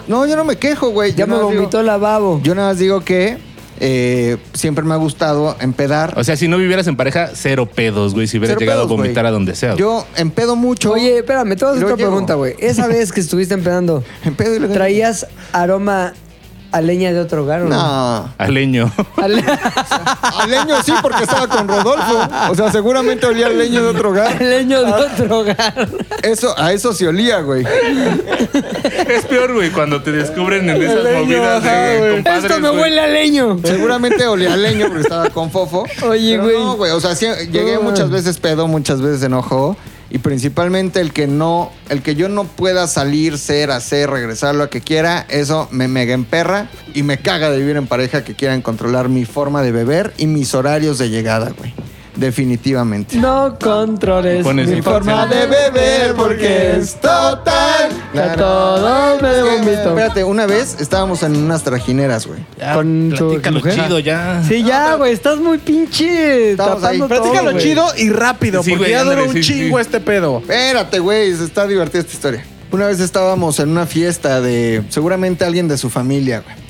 [SPEAKER 3] No, yo no me quejo, güey.
[SPEAKER 1] Ya
[SPEAKER 3] Yo
[SPEAKER 1] me
[SPEAKER 3] nada más digo-
[SPEAKER 1] vomitó el lavabo.
[SPEAKER 3] Yo nada más digo que eh, siempre me ha gustado empedar.
[SPEAKER 5] O sea, si no vivieras en pareja, cero pedos, güey. Si hubieras
[SPEAKER 3] Cero
[SPEAKER 5] llegado
[SPEAKER 3] pedos,
[SPEAKER 5] a vomitar
[SPEAKER 3] güey.
[SPEAKER 5] a donde sea. güey.
[SPEAKER 3] Yo empedo mucho.
[SPEAKER 1] Oye, espérame, te voy a hacer
[SPEAKER 3] Lo
[SPEAKER 1] otra
[SPEAKER 3] llevo.
[SPEAKER 1] pregunta, güey. Esa vez que estuviste empedando,
[SPEAKER 3] empedo y luego-
[SPEAKER 1] ¿traías aroma a leña de otro hogar o no?
[SPEAKER 3] No.
[SPEAKER 5] Al leño.
[SPEAKER 1] A le-
[SPEAKER 3] Al leño sí, porque estaba con Rodolfo. O sea, seguramente olía al leño de otro
[SPEAKER 1] a
[SPEAKER 3] hogar.
[SPEAKER 1] leño de otro hogar.
[SPEAKER 3] Eso, a eso se olía, güey.
[SPEAKER 5] es peor, güey, cuando te descubren en esas
[SPEAKER 4] leño,
[SPEAKER 5] movidas
[SPEAKER 4] ajá,
[SPEAKER 5] de
[SPEAKER 4] güey.
[SPEAKER 5] compadres,
[SPEAKER 1] Esto me
[SPEAKER 5] güey.
[SPEAKER 1] huele a leño.
[SPEAKER 3] Seguramente olía al leño porque estaba con Fofo.
[SPEAKER 1] Oye,
[SPEAKER 3] Pero
[SPEAKER 1] güey.
[SPEAKER 3] No, güey. O sea, sí, llegué
[SPEAKER 1] Ah.
[SPEAKER 3] muchas veces pedo, muchas veces enojó. Y principalmente el que no, el que yo no pueda salir, ser, hacer, regresar, lo que quiera, eso me mega emperra y me caga de vivir en pareja que quieran controlar mi forma de beber y mis horarios de llegada, güey. Definitivamente.
[SPEAKER 1] No controles
[SPEAKER 5] Pones
[SPEAKER 1] mi
[SPEAKER 5] mi
[SPEAKER 1] forma
[SPEAKER 5] forma
[SPEAKER 1] de beber porque es total. Que a todos me
[SPEAKER 3] Es que,
[SPEAKER 1] vomito.
[SPEAKER 3] Espérate, una vez estábamos en unas trajineras, güey.
[SPEAKER 5] Ya,
[SPEAKER 1] Con tu
[SPEAKER 5] platícalo
[SPEAKER 1] mujer.
[SPEAKER 5] chido ya.
[SPEAKER 1] Sí, ya, güey, estás muy pinche
[SPEAKER 3] Estamos ahí.
[SPEAKER 1] tapando todo,
[SPEAKER 4] Platícalo
[SPEAKER 1] güey.
[SPEAKER 4] chido y rápido,
[SPEAKER 5] Sí,
[SPEAKER 4] porque
[SPEAKER 5] güey,
[SPEAKER 4] ya duró
[SPEAKER 5] ándale,
[SPEAKER 4] un
[SPEAKER 5] sí,
[SPEAKER 4] chingo
[SPEAKER 5] sí.
[SPEAKER 4] este pedo.
[SPEAKER 3] Espérate, güey, se está divertida esta historia. Una vez estábamos en una fiesta de seguramente alguien de su familia, güey.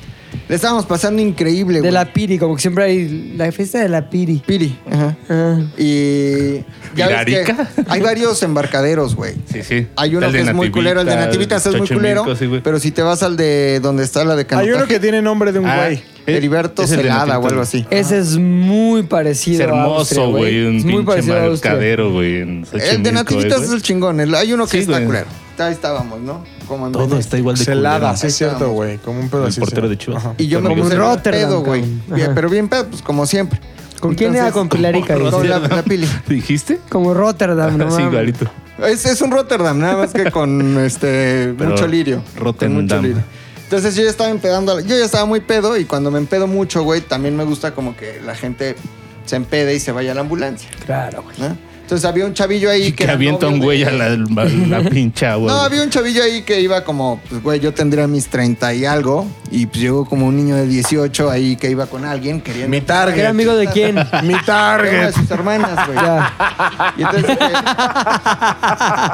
[SPEAKER 3] Le estábamos pasando increíble,
[SPEAKER 1] De
[SPEAKER 3] güey.
[SPEAKER 1] la piri, como que siempre hay la fiesta de la piri.
[SPEAKER 3] Piri. Ajá.
[SPEAKER 1] Ah.
[SPEAKER 3] Y. ya ves que
[SPEAKER 5] ¿Pirarica?
[SPEAKER 3] hay varios embarcaderos, güey.
[SPEAKER 5] Sí, sí.
[SPEAKER 3] Hay uno
[SPEAKER 5] El
[SPEAKER 3] que
[SPEAKER 5] de
[SPEAKER 3] es muy culero, el de Nativitas es muy
[SPEAKER 5] Xochimilco,
[SPEAKER 3] culero.
[SPEAKER 5] sí, güey.
[SPEAKER 3] pero si te vas al de donde está la de
[SPEAKER 4] Hay
[SPEAKER 3] Canotaje,
[SPEAKER 4] uno que tiene nombre de un
[SPEAKER 5] Ah,
[SPEAKER 4] güey.
[SPEAKER 3] Heriberto
[SPEAKER 5] Es el de
[SPEAKER 3] Celada
[SPEAKER 5] Nativitas.
[SPEAKER 3] o algo así.
[SPEAKER 1] Ese es muy parecido
[SPEAKER 5] Ah. Es
[SPEAKER 1] a Austria,
[SPEAKER 5] hermoso, güey. Un
[SPEAKER 1] Es muy
[SPEAKER 5] pinche
[SPEAKER 1] parecido a Austria.
[SPEAKER 5] mercadero, güey. en
[SPEAKER 3] El de
[SPEAKER 5] Xochimilco,
[SPEAKER 3] Nativitas
[SPEAKER 5] eh,
[SPEAKER 3] es
[SPEAKER 5] güey.
[SPEAKER 3] el chingón. el- Hay uno que
[SPEAKER 5] Sí,
[SPEAKER 3] está
[SPEAKER 5] güey.
[SPEAKER 3] culero. Ahí estábamos, ¿no? Como en
[SPEAKER 5] Todo
[SPEAKER 3] Venecia.
[SPEAKER 5] está igual de
[SPEAKER 4] Celada,
[SPEAKER 5] culero.
[SPEAKER 4] sí es cierto,
[SPEAKER 3] Estábamos.
[SPEAKER 4] güey. Como un pedo
[SPEAKER 5] El
[SPEAKER 4] así.
[SPEAKER 5] portero
[SPEAKER 4] sí.
[SPEAKER 5] de Chivas.
[SPEAKER 4] Ajá.
[SPEAKER 3] Y yo me
[SPEAKER 5] Como
[SPEAKER 3] puse
[SPEAKER 1] en
[SPEAKER 3] bien
[SPEAKER 1] Rotterdam,
[SPEAKER 3] pedo, güey.
[SPEAKER 1] cabrón.
[SPEAKER 3] Bien,
[SPEAKER 1] Ajá.
[SPEAKER 3] Pero bien pedo, pues como siempre.
[SPEAKER 1] ¿Con quién era? Con Pilarica.
[SPEAKER 5] Como
[SPEAKER 1] dices.
[SPEAKER 3] Con la,
[SPEAKER 5] Rotterdam.
[SPEAKER 3] la pili.
[SPEAKER 5] ¿Dijiste?
[SPEAKER 1] Como
[SPEAKER 3] Ah,
[SPEAKER 1] Rotterdam, ¿no?
[SPEAKER 5] Sí,
[SPEAKER 1] mames.
[SPEAKER 5] igualito.
[SPEAKER 3] Es, es un Rotterdam, nada más que con este
[SPEAKER 5] Pero
[SPEAKER 3] mucho lirio.
[SPEAKER 5] Rotterdam.
[SPEAKER 3] Con mucho lirio. Entonces yo ya estaba empedando, yo ya estaba muy pedo y cuando me empedo mucho, güey, también me gusta como que la gente se empede y se vaya a la ambulancia,
[SPEAKER 1] Claro, güey.
[SPEAKER 3] ¿no? Entonces había un chavillo ahí que...
[SPEAKER 5] Que
[SPEAKER 3] era
[SPEAKER 5] avienta
[SPEAKER 3] novio
[SPEAKER 5] un
[SPEAKER 3] de-
[SPEAKER 5] güey a la, la pincha, güey.
[SPEAKER 3] No, había un chavillo ahí que iba como, pues, güey, yo tendría mis 30 y algo y pues llegó como un niño de 18 ahí que iba con alguien queriendo...
[SPEAKER 4] Mi
[SPEAKER 1] ¿Que ¿Era
[SPEAKER 4] target.
[SPEAKER 1] amigo de quién?
[SPEAKER 4] Mi
[SPEAKER 3] Era una de
[SPEAKER 4] target.
[SPEAKER 3] sus hermanas, güey.
[SPEAKER 1] Ya.
[SPEAKER 3] Y entonces dije,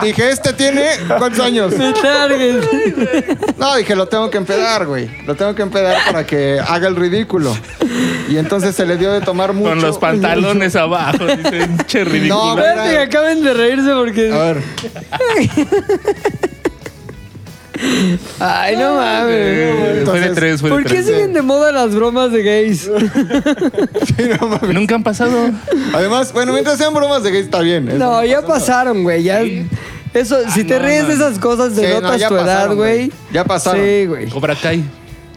[SPEAKER 3] dije, este tiene cuántos años.
[SPEAKER 1] Mi target.
[SPEAKER 3] No, dije, lo tengo que empedar, güey. Lo tengo que empedar para que haga el ridículo. Y entonces se le dio de tomar mucho.
[SPEAKER 5] Con los pantalones abajo. Dice, pinche
[SPEAKER 3] No,
[SPEAKER 5] ridículo. Eh,
[SPEAKER 3] güey.
[SPEAKER 1] Espérate que acaben de reírse
[SPEAKER 3] A
[SPEAKER 1] porque...
[SPEAKER 3] ver, Ah.
[SPEAKER 1] Ay, no mames.
[SPEAKER 5] Eh, fue de tres, fue de
[SPEAKER 1] ¿Por qué
[SPEAKER 5] tres.
[SPEAKER 1] siguen de moda las bromas de gays?
[SPEAKER 5] Nunca han pasado.
[SPEAKER 3] además, bueno, mientras sean bromas de gay está bien. Eso
[SPEAKER 1] No, ya pasaron, güey. Ya... Eso, si te
[SPEAKER 5] no,
[SPEAKER 1] ríes de
[SPEAKER 5] no.
[SPEAKER 1] esas cosas,
[SPEAKER 3] Sí, Ah, no,
[SPEAKER 1] denotas
[SPEAKER 3] ya
[SPEAKER 1] tu edad,
[SPEAKER 3] pasaron,
[SPEAKER 1] güey.
[SPEAKER 3] güey. Ya pasaron.
[SPEAKER 1] Sí, güey.
[SPEAKER 5] Cobra Kai.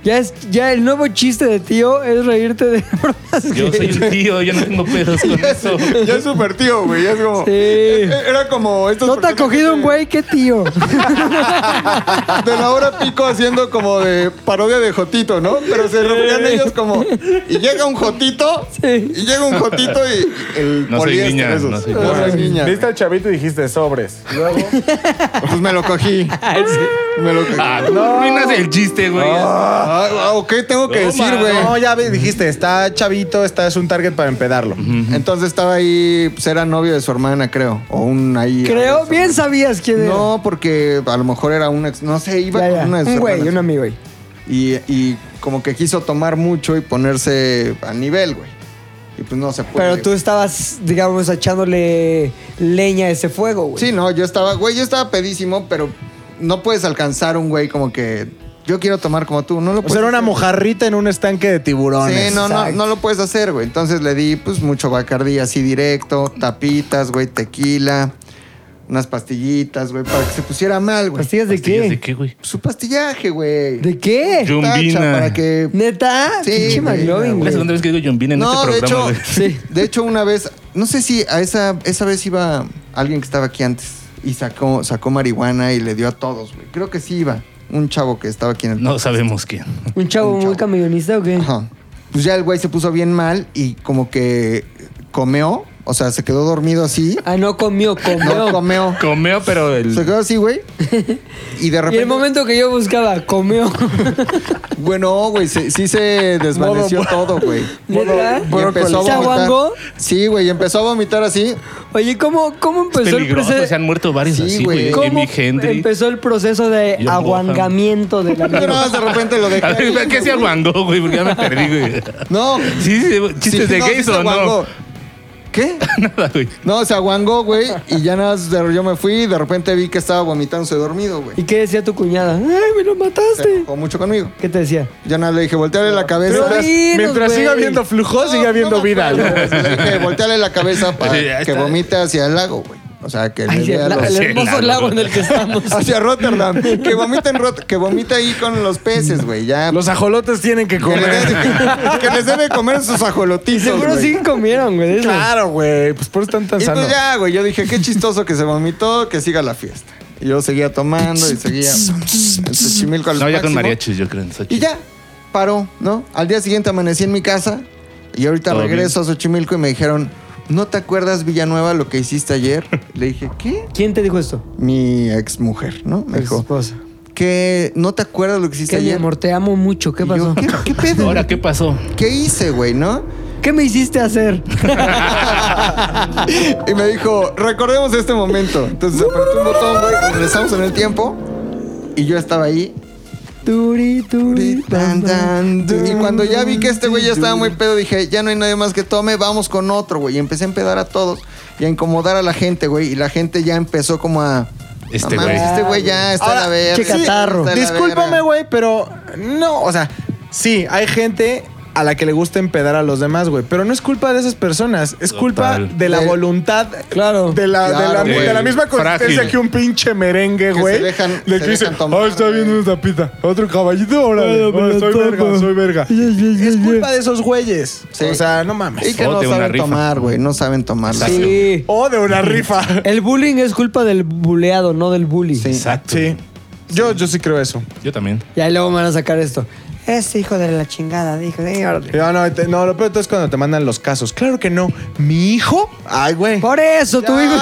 [SPEAKER 1] Ya, es, ya el nuevo chiste de tío es reírte de bromas
[SPEAKER 5] Yo soy
[SPEAKER 1] gays.
[SPEAKER 5] un tío, yo no tengo pedos con eso.
[SPEAKER 3] Ya es súper tío, güey. Ya es como. e,
[SPEAKER 1] Sí.
[SPEAKER 3] Era como estos.
[SPEAKER 1] ¿No te ha cogido un güey? ¿Qué tío?
[SPEAKER 3] De la hora pico haciendo como de parodia de Jotito, ¿no? Pero se referían ellos como. Y llega un Jotito.
[SPEAKER 1] Sí.
[SPEAKER 3] Y llega un Jotito y el
[SPEAKER 5] No soy
[SPEAKER 3] poliéster,
[SPEAKER 5] niña,
[SPEAKER 3] esos.
[SPEAKER 5] no soy
[SPEAKER 3] No
[SPEAKER 5] niña.
[SPEAKER 3] soy niña.
[SPEAKER 4] Viste al chavito y dijiste sobres. Luego.
[SPEAKER 3] Pues me lo cogí. Me lo cogí.
[SPEAKER 5] Ah, ¿cómo terminas el chiste, güey?
[SPEAKER 3] Ah, ah, ok, tengo que
[SPEAKER 5] No,
[SPEAKER 3] decir,
[SPEAKER 5] ma,
[SPEAKER 3] güey.
[SPEAKER 4] No, ya ve- dijiste, Este, está chavito, está, es un target para empedarlo.
[SPEAKER 3] Entonces estaba ahí, pues era novio de su hermana, creo. O un ahí.
[SPEAKER 1] Creo, bien sabías quién era.
[SPEAKER 3] No, porque a lo mejor era un ex. No sé, iba
[SPEAKER 1] Ya, ya.
[SPEAKER 3] con una de sus
[SPEAKER 1] Un güey,
[SPEAKER 3] hermanas.
[SPEAKER 1] un amigo, güey.
[SPEAKER 3] Y, y como que quiso tomar mucho y ponerse a nivel, güey. Y pues no se puede.
[SPEAKER 1] Pero tú
[SPEAKER 3] güey.
[SPEAKER 1] estabas, digamos, echándole leña a ese fuego, güey.
[SPEAKER 3] Sí, no, yo estaba, güey, yo estaba pedísimo, pero no puedes alcanzar un güey como que yo quiero tomar como tú. No lo
[SPEAKER 4] O
[SPEAKER 3] puedes.
[SPEAKER 4] sea, era una
[SPEAKER 3] hacer.
[SPEAKER 4] mojarrita en un estanque de tiburones.
[SPEAKER 3] Sí, no, no,
[SPEAKER 1] Exacto.
[SPEAKER 3] no lo puedes hacer, güey. Entonces le di, pues, mucho bacardí así directo, tapitas, güey, tequila, unas pastillitas, güey, para que se pusiera mal, güey.
[SPEAKER 1] ¿Pastillas de
[SPEAKER 5] ¿Pastillas
[SPEAKER 1] qué?
[SPEAKER 5] de qué, güey?
[SPEAKER 3] Su pastillaje, güey.
[SPEAKER 1] ¿De qué?
[SPEAKER 5] Yo-
[SPEAKER 3] Tacha,
[SPEAKER 5] Yumbina.
[SPEAKER 3] Para que...
[SPEAKER 1] ¿Neta?
[SPEAKER 3] Sí,
[SPEAKER 1] Pinche
[SPEAKER 3] güey,
[SPEAKER 1] McLovin,
[SPEAKER 5] Es la
[SPEAKER 1] güey.
[SPEAKER 5] segunda vez que digo John Bean en
[SPEAKER 3] no,
[SPEAKER 5] este
[SPEAKER 3] de hecho,
[SPEAKER 5] programa. güey.
[SPEAKER 3] de hecho, una vez, no sé si a esa, esa vez iba alguien que estaba aquí antes y sacó, sacó marihuana y le dio a todos, güey. Creo que sí iba. Un chavo que estaba aquí en el
[SPEAKER 5] No sabemos quién.
[SPEAKER 1] ¿Un chavo
[SPEAKER 3] Un chavo.
[SPEAKER 1] muy camionista o qué?
[SPEAKER 3] Ajá. Pues ya el güey se puso bien mal y como que comeó, o sea, se quedó dormido así.
[SPEAKER 1] Ah, no comió,
[SPEAKER 3] No,
[SPEAKER 1] comió.
[SPEAKER 3] comeó.
[SPEAKER 5] Comeo, pero
[SPEAKER 3] Se
[SPEAKER 5] el.
[SPEAKER 3] quedó así, güey. Y de
[SPEAKER 1] y
[SPEAKER 3] repente.
[SPEAKER 1] el momento que yo buscaba, comió.
[SPEAKER 3] Bueno, güey, se- sí se desvaneció todo, güey.
[SPEAKER 1] ¿Neta?
[SPEAKER 3] Y empezó a
[SPEAKER 1] ¿Se
[SPEAKER 3] vomitar.
[SPEAKER 1] aguangó?
[SPEAKER 3] Sí, güey, empezó a vomitar así.
[SPEAKER 1] Oye, ¿cómo, cómo
[SPEAKER 5] Es
[SPEAKER 1] empezó el
[SPEAKER 5] peligroso, se
[SPEAKER 1] proceso?
[SPEAKER 5] han muerto varios
[SPEAKER 3] Sí,
[SPEAKER 5] así, güey.
[SPEAKER 3] güey.
[SPEAKER 1] ¿Cómo
[SPEAKER 5] Jimi Hendrix.
[SPEAKER 1] empezó el proceso de
[SPEAKER 5] John
[SPEAKER 1] aguangamiento de la
[SPEAKER 3] Yo nada más de repente lo dejé.
[SPEAKER 5] A ver,
[SPEAKER 3] ahí.
[SPEAKER 5] ¿qué se aguangó, güey? Porque ya me perdí, güey.
[SPEAKER 3] No.
[SPEAKER 5] ¿Sí, sí, chistes
[SPEAKER 3] Sí,
[SPEAKER 5] de
[SPEAKER 3] no,
[SPEAKER 5] gays
[SPEAKER 3] sí se
[SPEAKER 5] o no?
[SPEAKER 3] aguangó. Pues ¿Qué?
[SPEAKER 5] Nada, güey.
[SPEAKER 3] No, se aguangó, güey. Y ya nada más de- yo me fui y de repente vi que estaba vomitándose dormido, güey.
[SPEAKER 1] ¿Y qué decía tu cuñada? ¡Ay, me lo
[SPEAKER 3] Se
[SPEAKER 1] mataste!
[SPEAKER 3] enojó mucho conmigo.
[SPEAKER 1] ¿Qué te decía?
[SPEAKER 3] Yo nada, le dije, volteale la cabeza.
[SPEAKER 1] Pero dinos,
[SPEAKER 4] Mientras
[SPEAKER 1] güey.
[SPEAKER 4] siga habiendo flujo, siga habiendo
[SPEAKER 3] No, no me
[SPEAKER 4] vida.
[SPEAKER 3] acuerdo,
[SPEAKER 4] ¿no?
[SPEAKER 3] güey. Le dije, volteale la cabeza para
[SPEAKER 5] Sí, ahí
[SPEAKER 3] que
[SPEAKER 5] está.
[SPEAKER 3] vomite hacia el lago, güey. O sea, que le
[SPEAKER 1] Ay,
[SPEAKER 3] dé a
[SPEAKER 1] el, la-
[SPEAKER 3] los-
[SPEAKER 1] el hermoso
[SPEAKER 5] Sí,
[SPEAKER 1] lago
[SPEAKER 5] claro.
[SPEAKER 1] en el que estamos.
[SPEAKER 3] Hacia Rotterdam. Que vomite, en Rot- que vomite ahí con los peces, güey. Ya.
[SPEAKER 4] Los ajolotes tienen que
[SPEAKER 3] que, les
[SPEAKER 4] comer.
[SPEAKER 3] debe, que les debe comer sus
[SPEAKER 1] Y
[SPEAKER 3] ajolotizos,
[SPEAKER 1] seguro
[SPEAKER 3] güey.
[SPEAKER 1] sí comieron, güey. de eso.
[SPEAKER 4] Claro, güey. Pues por eso están tan
[SPEAKER 3] Y
[SPEAKER 4] sanos.
[SPEAKER 3] pues ya, güey. Yo dije, qué chistoso que se vomitó, que siga la fiesta. Y yo seguía tomando y seguía... el Xochimilco al
[SPEAKER 5] No, ya con
[SPEAKER 3] máximo.
[SPEAKER 5] mariachis, yo creo. en
[SPEAKER 3] Y
[SPEAKER 5] Xochitl.
[SPEAKER 3] ya, paró, ¿no? Al día siguiente amanecí en mi casa y ahorita
[SPEAKER 5] Todo
[SPEAKER 3] regreso a Xochimilco y me dijeron, ¿no te acuerdas, Villanueva, lo que hiciste ayer? Le dije, ¿qué?
[SPEAKER 1] ¿Quién te dijo esto?
[SPEAKER 3] Mi exmujer, ¿no? Me
[SPEAKER 1] Su
[SPEAKER 3] dijo,
[SPEAKER 1] esposa.
[SPEAKER 3] ¿qué? ¿No te acuerdas lo que hiciste
[SPEAKER 1] Que mi
[SPEAKER 3] ayer?
[SPEAKER 1] amor, te amo mucho. ¿Qué
[SPEAKER 3] Y
[SPEAKER 1] pasó?
[SPEAKER 3] yo, ¿Qué, qué pedo?
[SPEAKER 5] Ahora, ¿qué pasó?
[SPEAKER 3] ¿Qué hice, güey, no?
[SPEAKER 1] ¿Qué me hiciste hacer?
[SPEAKER 3] Y me dijo, recordemos este momento. Entonces apreté un botón, güey, regresamos en el tiempo y yo estaba ahí
[SPEAKER 1] Turi, turi, tan, tan,
[SPEAKER 3] Y
[SPEAKER 1] tun,
[SPEAKER 3] cuando ya vi que este güey ya estaba muy
[SPEAKER 1] turi.
[SPEAKER 3] pedo, dije, ya no hay nadie más que tome, vamos con otro, güey. Y empecé a empedar a todos y a incomodar a la gente, güey. Y la gente ya empezó como a...
[SPEAKER 5] Este
[SPEAKER 3] "No mames,
[SPEAKER 5] güey.
[SPEAKER 3] Este güey ya está
[SPEAKER 4] Ahora,
[SPEAKER 3] a la verga.
[SPEAKER 1] Ah, che catarro.
[SPEAKER 3] está a la
[SPEAKER 4] Discúlpame,
[SPEAKER 3] verga".
[SPEAKER 4] güey, pero no, o sea, sí, hay gente a la que le gusta empedar a los demás, güey, pero no es culpa de esas personas, es culpa
[SPEAKER 5] Total.
[SPEAKER 4] de la
[SPEAKER 3] Del-
[SPEAKER 4] voluntad
[SPEAKER 1] Claro.
[SPEAKER 4] de la, de la-
[SPEAKER 3] Claro,
[SPEAKER 4] de la,
[SPEAKER 5] güey.
[SPEAKER 4] misma consistencia
[SPEAKER 5] Frágil.
[SPEAKER 4] que un pinche merengue,
[SPEAKER 3] se
[SPEAKER 4] güey.
[SPEAKER 3] dejan-
[SPEAKER 4] de
[SPEAKER 3] se
[SPEAKER 4] que dice,
[SPEAKER 3] dejan tomar,
[SPEAKER 4] "Ah, está bien
[SPEAKER 3] güey".
[SPEAKER 4] una tapita, otro caballito, órale,
[SPEAKER 1] Bueno,
[SPEAKER 4] órale,
[SPEAKER 1] me
[SPEAKER 4] soy
[SPEAKER 1] lo
[SPEAKER 4] verga,
[SPEAKER 1] tomo".
[SPEAKER 4] soy verga. Es culpa de esos güeyes.
[SPEAKER 3] Sí.
[SPEAKER 4] O sea, no mames.
[SPEAKER 3] Y que
[SPEAKER 5] O
[SPEAKER 3] no
[SPEAKER 5] de una
[SPEAKER 3] saben
[SPEAKER 5] rifa.
[SPEAKER 3] tomar, güey. No saben tomar.
[SPEAKER 1] Sí.
[SPEAKER 4] O de una rifa.
[SPEAKER 1] El bullying es culpa del buleado, no del bully.
[SPEAKER 5] Exacto.
[SPEAKER 4] Sí. Yo, yo sí creo eso.
[SPEAKER 5] Yo también.
[SPEAKER 1] Y ahí luego me van a sacar esto. Ese hijo de la chingada, dijo. "Sí, órale".
[SPEAKER 4] No, no, te- no, lo peor de todo es cuando te mandan los casos. Claro que no. Mi hijo. Ay, güey.
[SPEAKER 1] Por eso, tu hijo.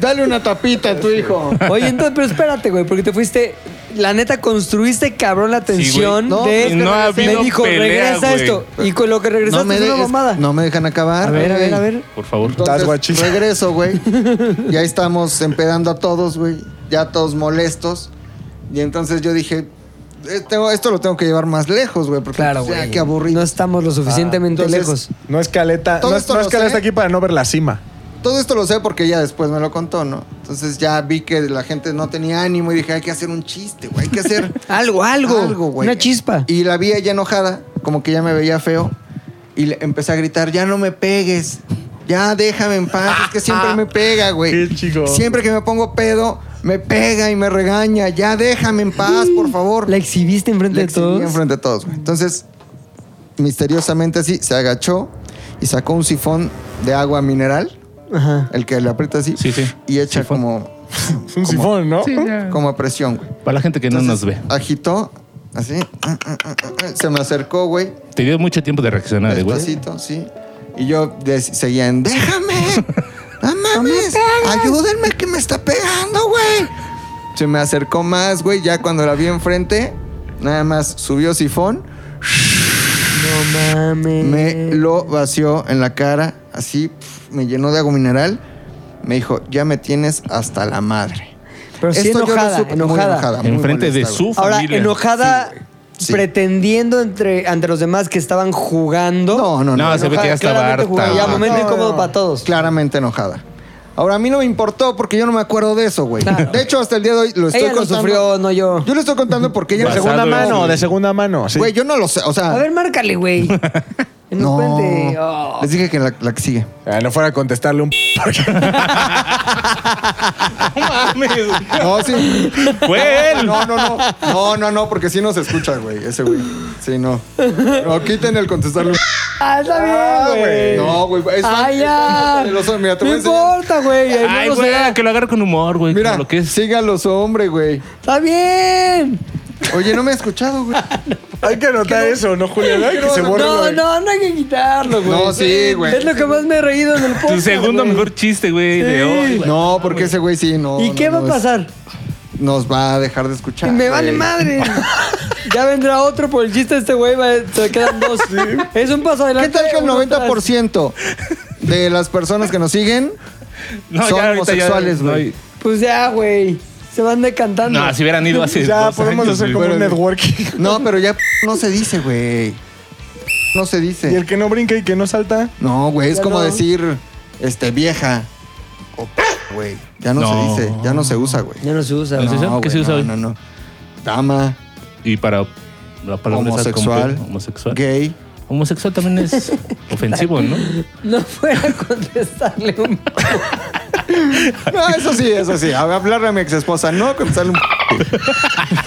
[SPEAKER 3] Dale una tapita a tu hijo.
[SPEAKER 1] Oye, entonces, pero espérate, güey, porque te fuiste. La neta, construiste cabrón la tensión
[SPEAKER 5] No,
[SPEAKER 1] de.
[SPEAKER 5] pues no ha habido
[SPEAKER 1] me dijo,
[SPEAKER 5] pelea,
[SPEAKER 1] regresa
[SPEAKER 5] güey".
[SPEAKER 1] esto. Y con lo que regresaste
[SPEAKER 3] No me,
[SPEAKER 1] es
[SPEAKER 3] de-
[SPEAKER 1] una mamada.
[SPEAKER 3] no me dejan acabar.
[SPEAKER 1] a ver, a
[SPEAKER 3] güey.
[SPEAKER 1] ver, a ver.
[SPEAKER 5] Por favor.
[SPEAKER 4] Estás
[SPEAKER 3] Entonces,
[SPEAKER 4] guachis.
[SPEAKER 3] regreso, güey. Ya estamos empedando a todos, güey. Ya todos molestos. Y entonces yo dije, eh, tengo- esto lo tengo que llevar más lejos, güey. Porque
[SPEAKER 1] Claro,
[SPEAKER 3] o sea,
[SPEAKER 1] güey.
[SPEAKER 3] Ah, qué aburrido.
[SPEAKER 1] No estamos lo suficientemente
[SPEAKER 3] Ah,
[SPEAKER 1] lejos.
[SPEAKER 3] entonces-
[SPEAKER 4] No es caleta.
[SPEAKER 3] Todo
[SPEAKER 4] No,
[SPEAKER 3] esto
[SPEAKER 4] no es
[SPEAKER 3] lo
[SPEAKER 4] caleta
[SPEAKER 3] sé.
[SPEAKER 4] aquí para no ver la cima.
[SPEAKER 3] Todo esto lo sé porque ya después me lo contó, ¿no? Entonces ya vi que la gente no tenía ánimo y dije, hay que hacer un chiste, güey. Hay que hacer
[SPEAKER 1] Algo, algo. Una chispa.
[SPEAKER 3] Y la vi ella enojada, como que ya me veía feo. Y le empecé a gritar, ya no me pegues. Ya déjame en paz. Es que siempre me pega, güey.
[SPEAKER 4] Qué chico.
[SPEAKER 3] Siempre que me pongo pedo, me pega y me regaña. Ya déjame en paz, por favor.
[SPEAKER 1] La exhibiste enfrente
[SPEAKER 3] Le
[SPEAKER 1] de
[SPEAKER 3] exhibí
[SPEAKER 1] todos.
[SPEAKER 3] enfrente de todos, güey. Entonces, misteriosamente así, se agachó y sacó un sifón de agua mineral.
[SPEAKER 1] Ajá.
[SPEAKER 3] El que le aprieta así.
[SPEAKER 5] Sí, sí.
[SPEAKER 3] Y echa
[SPEAKER 5] Sifón.
[SPEAKER 3] como...
[SPEAKER 4] Es un sifón, ¿no?
[SPEAKER 3] Como a presión, güey.
[SPEAKER 5] Para la gente que no nos ve.
[SPEAKER 3] Agitó, así. mm, Se me acercó, güey.
[SPEAKER 5] Te dio mucho tiempo de reaccionar, eh, güey.
[SPEAKER 3] Despacito, sí. Y yo des- seguía en, déjame. No mames. ayúdenme que me está pegando, güey. Se me acercó más, güey. Ya cuando la vi enfrente, nada más subió sifón.
[SPEAKER 1] No mames.
[SPEAKER 3] Me lo vació en la cara, así pf, me llenó de agua mineral. Me dijo, ya me tienes hasta la madre.
[SPEAKER 1] Pero sí
[SPEAKER 3] Esto yo lo
[SPEAKER 1] enojada,
[SPEAKER 3] supe- muy
[SPEAKER 1] enojada.
[SPEAKER 3] muy
[SPEAKER 5] Enfrente de
[SPEAKER 3] molesta, güey.
[SPEAKER 5] su
[SPEAKER 1] Ahora,
[SPEAKER 5] familia.
[SPEAKER 1] enojada,
[SPEAKER 3] Sí.
[SPEAKER 1] pretendiendo entre, ante los demás que estaban jugando.
[SPEAKER 3] No, no, no.
[SPEAKER 5] No, Ah, se ve que ya estaba
[SPEAKER 1] claramente
[SPEAKER 5] harta.
[SPEAKER 1] jugaba.
[SPEAKER 5] güey.
[SPEAKER 1] Ya, momento
[SPEAKER 3] No,
[SPEAKER 1] incómodo
[SPEAKER 3] no,
[SPEAKER 1] para todos.
[SPEAKER 3] Claramente enojada. Ahora, a mí no me importó porque yo no me acuerdo de eso, güey. De hecho, hasta el día de hoy lo estoy
[SPEAKER 1] Ella lo
[SPEAKER 3] contando.
[SPEAKER 1] sufrió, no yo.
[SPEAKER 3] Yo le estoy contando porque ella...
[SPEAKER 4] De segunda
[SPEAKER 5] Basado en-
[SPEAKER 4] mano, de segunda mano. sí.
[SPEAKER 3] Güey, yo no lo sé, o sea...
[SPEAKER 1] A ver, márcale, güey. Que nos
[SPEAKER 3] no.
[SPEAKER 1] cuente. Oh.
[SPEAKER 3] Les dije que la, la que sigue.
[SPEAKER 4] Ah, no fuera a contestarle un...
[SPEAKER 3] No, sí.
[SPEAKER 5] Fue él.
[SPEAKER 3] No, no, no. No, no, no, porque sí nos escucha, güey. Ese güey. Sí, no. No, quiten el contestarle un...
[SPEAKER 1] Ah, está bien, güey.
[SPEAKER 3] No, güey. Es fan-
[SPEAKER 1] Eh. Ay,
[SPEAKER 3] es
[SPEAKER 1] ya.
[SPEAKER 3] fan de los hombres. Mira, te
[SPEAKER 1] no
[SPEAKER 3] voy a enseñar.
[SPEAKER 1] importa, güey. Ay,
[SPEAKER 5] Ay,
[SPEAKER 1] no lo
[SPEAKER 5] güey,
[SPEAKER 1] será.
[SPEAKER 5] que lo agarre con humor, güey.
[SPEAKER 3] Mira,
[SPEAKER 5] con lo que es.
[SPEAKER 3] siga a los hombres, güey.
[SPEAKER 1] Está bien.
[SPEAKER 3] Oye, no me ha escuchado, güey.
[SPEAKER 4] Hay que anotar eso, ¿no, Julián? Hay que se borre lo
[SPEAKER 1] No,
[SPEAKER 4] de-
[SPEAKER 1] no, no hay que quitarlo, güey.
[SPEAKER 3] No, sí, güey.
[SPEAKER 1] Es lo que más me he reído en el podcast.
[SPEAKER 5] Tu segundo
[SPEAKER 1] güey.
[SPEAKER 5] mejor chiste, güey, de hoy. güey.
[SPEAKER 3] No, porque ese güey sí, no.
[SPEAKER 1] ¿Y
[SPEAKER 3] no,
[SPEAKER 1] qué va
[SPEAKER 3] no,
[SPEAKER 1] a
[SPEAKER 3] es-
[SPEAKER 1] pasar?
[SPEAKER 3] Nos va a dejar de escuchar.
[SPEAKER 1] me
[SPEAKER 3] güey.
[SPEAKER 1] vale madre. ya vendrá otro por el chiste de este güey. va- Se quedan dos. Es un paso
[SPEAKER 3] ¿Qué
[SPEAKER 1] adelante.
[SPEAKER 3] tal que el
[SPEAKER 1] uno atrás.
[SPEAKER 3] 90% de las personas que nos siguen
[SPEAKER 5] No,
[SPEAKER 3] son
[SPEAKER 5] ahorita
[SPEAKER 3] homosexuales,
[SPEAKER 5] no
[SPEAKER 3] güey?
[SPEAKER 5] hay-
[SPEAKER 1] Pues ya, güey. Se van decantando.
[SPEAKER 5] No, si hubieran ido hace.
[SPEAKER 4] Ya
[SPEAKER 5] dos
[SPEAKER 4] podemos
[SPEAKER 5] años,
[SPEAKER 4] hacer
[SPEAKER 5] güey.
[SPEAKER 4] como un networking.
[SPEAKER 3] No, pero ya no se dice, güey. No se dice.
[SPEAKER 4] Y el que no brinca y que no salta...
[SPEAKER 3] No, güey, es
[SPEAKER 1] Ya
[SPEAKER 3] como
[SPEAKER 1] no.
[SPEAKER 3] decir, este, vieja. O p- güey. Ya no,
[SPEAKER 5] No.
[SPEAKER 3] se dice, ya no se usa, güey.
[SPEAKER 1] Ya no se usa.
[SPEAKER 5] No
[SPEAKER 1] güey.
[SPEAKER 5] se usa?
[SPEAKER 3] No,
[SPEAKER 5] ¿Qué
[SPEAKER 3] güey,
[SPEAKER 5] se usa
[SPEAKER 3] no,
[SPEAKER 5] hoy?
[SPEAKER 3] No, no. Dama,
[SPEAKER 5] Y para la palabra esa como
[SPEAKER 3] homosexual,
[SPEAKER 5] que- homosexual.
[SPEAKER 3] gay.
[SPEAKER 5] Homosexual también es ofensivo, ¿no?
[SPEAKER 1] No fuera a contestarle un.
[SPEAKER 3] No, eso sí, eso sí. A ver, hablarle a mi ex esposa, no contestarle un p-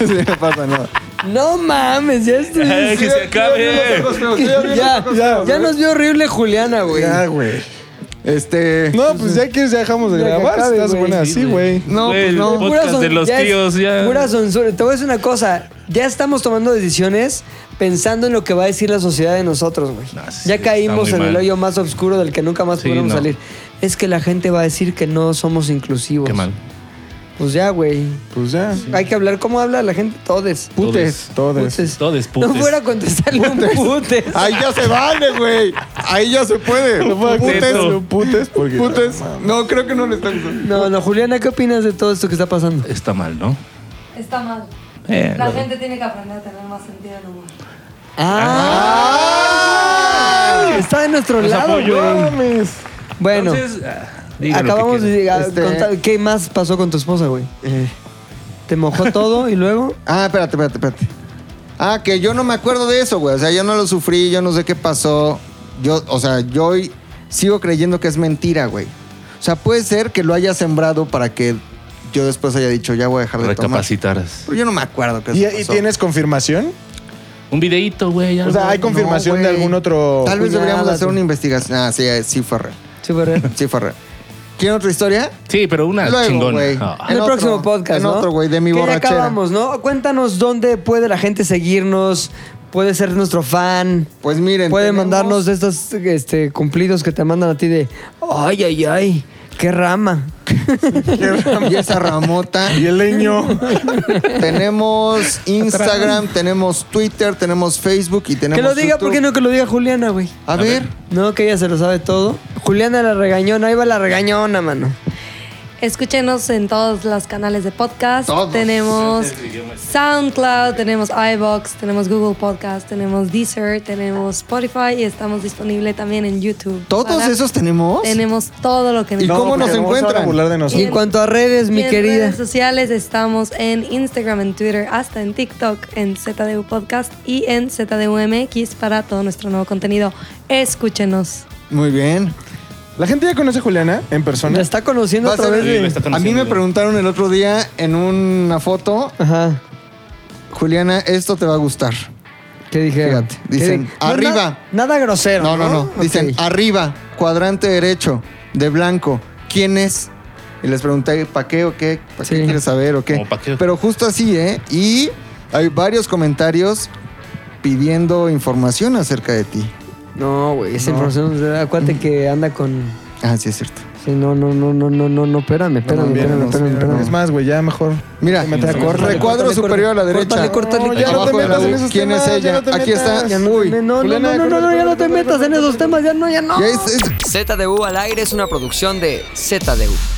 [SPEAKER 3] sí, no pasa nada.
[SPEAKER 1] No mames, ya estoy.
[SPEAKER 5] Ay, que se acabe.
[SPEAKER 3] ¿eh?
[SPEAKER 1] Ya, ya, ya nos vio horrible Juliana, güey.
[SPEAKER 4] güey.
[SPEAKER 3] Este.
[SPEAKER 4] No, pues ya quieres, ya dejamos de
[SPEAKER 1] Ya que
[SPEAKER 4] grabar.
[SPEAKER 1] acabe,
[SPEAKER 4] Estás
[SPEAKER 1] güey.
[SPEAKER 4] buena así, güey.
[SPEAKER 3] No,
[SPEAKER 5] Güey,
[SPEAKER 3] pues
[SPEAKER 5] el
[SPEAKER 3] no.
[SPEAKER 5] podcast
[SPEAKER 1] Pura son-
[SPEAKER 5] de los
[SPEAKER 1] ya es-
[SPEAKER 5] tíos, ya.
[SPEAKER 1] pura censura. Te voy a decir una cosa. Ya estamos tomando decisiones pensando en lo que va a decir la sociedad de nosotros, güey.
[SPEAKER 5] No, sí,
[SPEAKER 1] ya
[SPEAKER 5] está muy
[SPEAKER 1] caímos en el
[SPEAKER 5] mal.
[SPEAKER 1] hoyo más oscuro del que nunca más
[SPEAKER 5] Sí,
[SPEAKER 1] podremos
[SPEAKER 5] no.
[SPEAKER 1] salir. Es que la gente va a decir que no somos inclusivos.
[SPEAKER 5] Qué mal.
[SPEAKER 1] Pues ya, güey.
[SPEAKER 4] Pues ya.
[SPEAKER 1] Hay que hablar cómo habla la gente. Todes.
[SPEAKER 5] Putes.
[SPEAKER 4] Todos.
[SPEAKER 1] Putes.
[SPEAKER 5] Todes,
[SPEAKER 1] No
[SPEAKER 5] putes. Ah.
[SPEAKER 1] fuera a contestarle un putes.
[SPEAKER 3] Ahí ya se vale, güey. Ahí ya se puede. Putes,
[SPEAKER 5] Neto.
[SPEAKER 4] Putes, porque.
[SPEAKER 3] putes. No, creo que no le están usando.
[SPEAKER 1] No, no, Juliana, ¿qué opinas de todo esto que está pasando?
[SPEAKER 5] Está mal, ¿no?
[SPEAKER 8] Está mal.
[SPEAKER 5] Eh,
[SPEAKER 8] La
[SPEAKER 5] lo-
[SPEAKER 8] gente tiene que aprender a tener más sentido del humor.
[SPEAKER 1] Ah, está de nuestro lado, güey. Bueno.
[SPEAKER 5] Entonces, ah, digan lo que
[SPEAKER 1] Acabamos
[SPEAKER 5] quieran.
[SPEAKER 1] de ah,
[SPEAKER 3] Este-
[SPEAKER 1] contar- ¿Qué más pasó con tu esposa, güey?
[SPEAKER 3] Eh.
[SPEAKER 1] ¿Te mojó todo y luego?
[SPEAKER 3] Ah, espérate, espérate, espérate. Ah, que yo no me acuerdo de eso, güey. O sea, yo no lo sufrí, yo no sé qué pasó. Yo, o sea, yo hoy sigo creyendo que es mentira, güey. O sea, puede ser que lo haya sembrado para que yo después haya dicho, ya voy a dejar de tomar.
[SPEAKER 5] Recapacitaras.
[SPEAKER 3] Pero yo no me acuerdo que eso
[SPEAKER 4] ¿Y, y
[SPEAKER 3] pasó.
[SPEAKER 4] tienes confirmación?
[SPEAKER 5] Un videíto, güey. ya,
[SPEAKER 4] O sea,
[SPEAKER 5] güey.
[SPEAKER 4] hay confirmación
[SPEAKER 3] No,
[SPEAKER 4] de
[SPEAKER 3] güey.
[SPEAKER 4] algún otro.
[SPEAKER 3] Tal vez
[SPEAKER 1] Cuñada,
[SPEAKER 3] deberíamos hacer
[SPEAKER 1] tú.
[SPEAKER 3] una investigación. Ah, sí, eh, sí fue real.
[SPEAKER 1] Sí, fue real.
[SPEAKER 3] Sí fue real. ¿Quieren otra historia?
[SPEAKER 5] Sí, pero una
[SPEAKER 3] Luego,
[SPEAKER 5] chingona.
[SPEAKER 3] güey.
[SPEAKER 5] Ah.
[SPEAKER 1] En el
[SPEAKER 3] otro,
[SPEAKER 1] próximo podcast,
[SPEAKER 3] en
[SPEAKER 1] ¿no?
[SPEAKER 3] otro, güey, de mi
[SPEAKER 1] Que ya
[SPEAKER 3] borrachera.
[SPEAKER 1] acabamos, ¿no? Cuéntanos dónde puede la gente seguirnos, puede ser nuestro fan,
[SPEAKER 3] Pues miren.
[SPEAKER 1] puede
[SPEAKER 3] tenemos-
[SPEAKER 1] mandarnos de estos este, cumplidos que te mandan a ti de, ay, ay, ay, qué rama.
[SPEAKER 3] Y esa ramota.
[SPEAKER 4] Y el leño.
[SPEAKER 3] tenemos Instagram, tenemos Twitter, tenemos Facebook y tenemos.
[SPEAKER 1] Que lo diga,
[SPEAKER 3] YouTube.
[SPEAKER 1] ¿por qué no que lo diga Juliana, güey?
[SPEAKER 3] A ver.
[SPEAKER 1] No, que ella se lo sabe todo. Juliana la regañona, ahí va la regañona, mano.
[SPEAKER 8] Escúchenos en todos los canales de podcast.
[SPEAKER 3] Todos.
[SPEAKER 8] Tenemos SoundCloud, tenemos iBox, tenemos Google Podcast, tenemos Deezer, tenemos Spotify y estamos disponible también en YouTube.
[SPEAKER 3] ¿Todos
[SPEAKER 8] Para-
[SPEAKER 3] esos tenemos?
[SPEAKER 8] Tenemos todo lo que
[SPEAKER 3] ¿Y
[SPEAKER 4] porque
[SPEAKER 3] cómo nos
[SPEAKER 4] vamos ahora
[SPEAKER 3] encuentran?
[SPEAKER 4] a burlar
[SPEAKER 1] Y
[SPEAKER 4] de
[SPEAKER 1] en
[SPEAKER 4] nosotros.
[SPEAKER 1] cuanto a redes, mi
[SPEAKER 8] en
[SPEAKER 1] querida.
[SPEAKER 8] redes sociales estamos en Instagram, en Twitter, hasta en TikTok, en ZDU Podcast y en ZDUMX para todo nuestro nuevo contenido. Escúchenos.
[SPEAKER 3] Muy bien.
[SPEAKER 4] La gente ya conoce a Juliana en persona.
[SPEAKER 1] La está conociendo
[SPEAKER 3] Va a
[SPEAKER 1] otra
[SPEAKER 3] ser-
[SPEAKER 1] vez.
[SPEAKER 5] Sí,
[SPEAKER 1] de-
[SPEAKER 5] me está
[SPEAKER 3] a mí
[SPEAKER 5] conociendo,
[SPEAKER 3] me
[SPEAKER 5] güey.
[SPEAKER 3] preguntaron el otro día en una foto,
[SPEAKER 1] Ajá.
[SPEAKER 3] Juliana, esto te va a gustar.
[SPEAKER 1] ¿Qué dijeron?
[SPEAKER 3] Fíjate,
[SPEAKER 1] ¿Qué
[SPEAKER 3] dicen,
[SPEAKER 1] di- No,
[SPEAKER 3] arriba.
[SPEAKER 1] na- nada grosero.
[SPEAKER 3] No, no, no. Dicen, "Ah".
[SPEAKER 1] Ok.
[SPEAKER 3] arriba, cuadrante derecho, de blanco. ¿Quién es? Y les pregunté, ¿para qué o qué? ¿Para
[SPEAKER 1] Sí.
[SPEAKER 3] qué quieres saber o qué?
[SPEAKER 5] Como, ¿pa' qué?
[SPEAKER 3] Pero justo así, ¿eh? Y hay varios comentarios pidiendo información acerca de ti.
[SPEAKER 1] No, güey, esa información, acuérdate que anda con
[SPEAKER 3] Ah, sí, es cierto.
[SPEAKER 1] Sí, no, no, no, no, no, no, no, espérame, espérame,
[SPEAKER 4] Bien,
[SPEAKER 1] espérame,
[SPEAKER 4] no,
[SPEAKER 1] espérame,
[SPEAKER 4] mira,
[SPEAKER 1] espérame.
[SPEAKER 4] Es más, güey, ya mejor.
[SPEAKER 3] Mira,
[SPEAKER 4] Te metas-
[SPEAKER 3] recuadro
[SPEAKER 1] córtale,
[SPEAKER 3] superior a la derecha.
[SPEAKER 1] córtale, córtale,
[SPEAKER 4] No, ya no
[SPEAKER 3] Abajo
[SPEAKER 4] te
[SPEAKER 3] de la
[SPEAKER 4] metas en
[SPEAKER 3] U.
[SPEAKER 4] esos
[SPEAKER 3] ¿Quién es
[SPEAKER 4] temas,
[SPEAKER 3] ella?
[SPEAKER 4] ya no te
[SPEAKER 3] Aquí está.
[SPEAKER 4] metas.
[SPEAKER 3] Uy.
[SPEAKER 1] No, no, no,
[SPEAKER 4] Juliana,
[SPEAKER 1] no, no, no, ya no te metas en esos temas, ya no, ya no.
[SPEAKER 3] Ya es- es-
[SPEAKER 1] ZDU al aire es una producción de ZDU.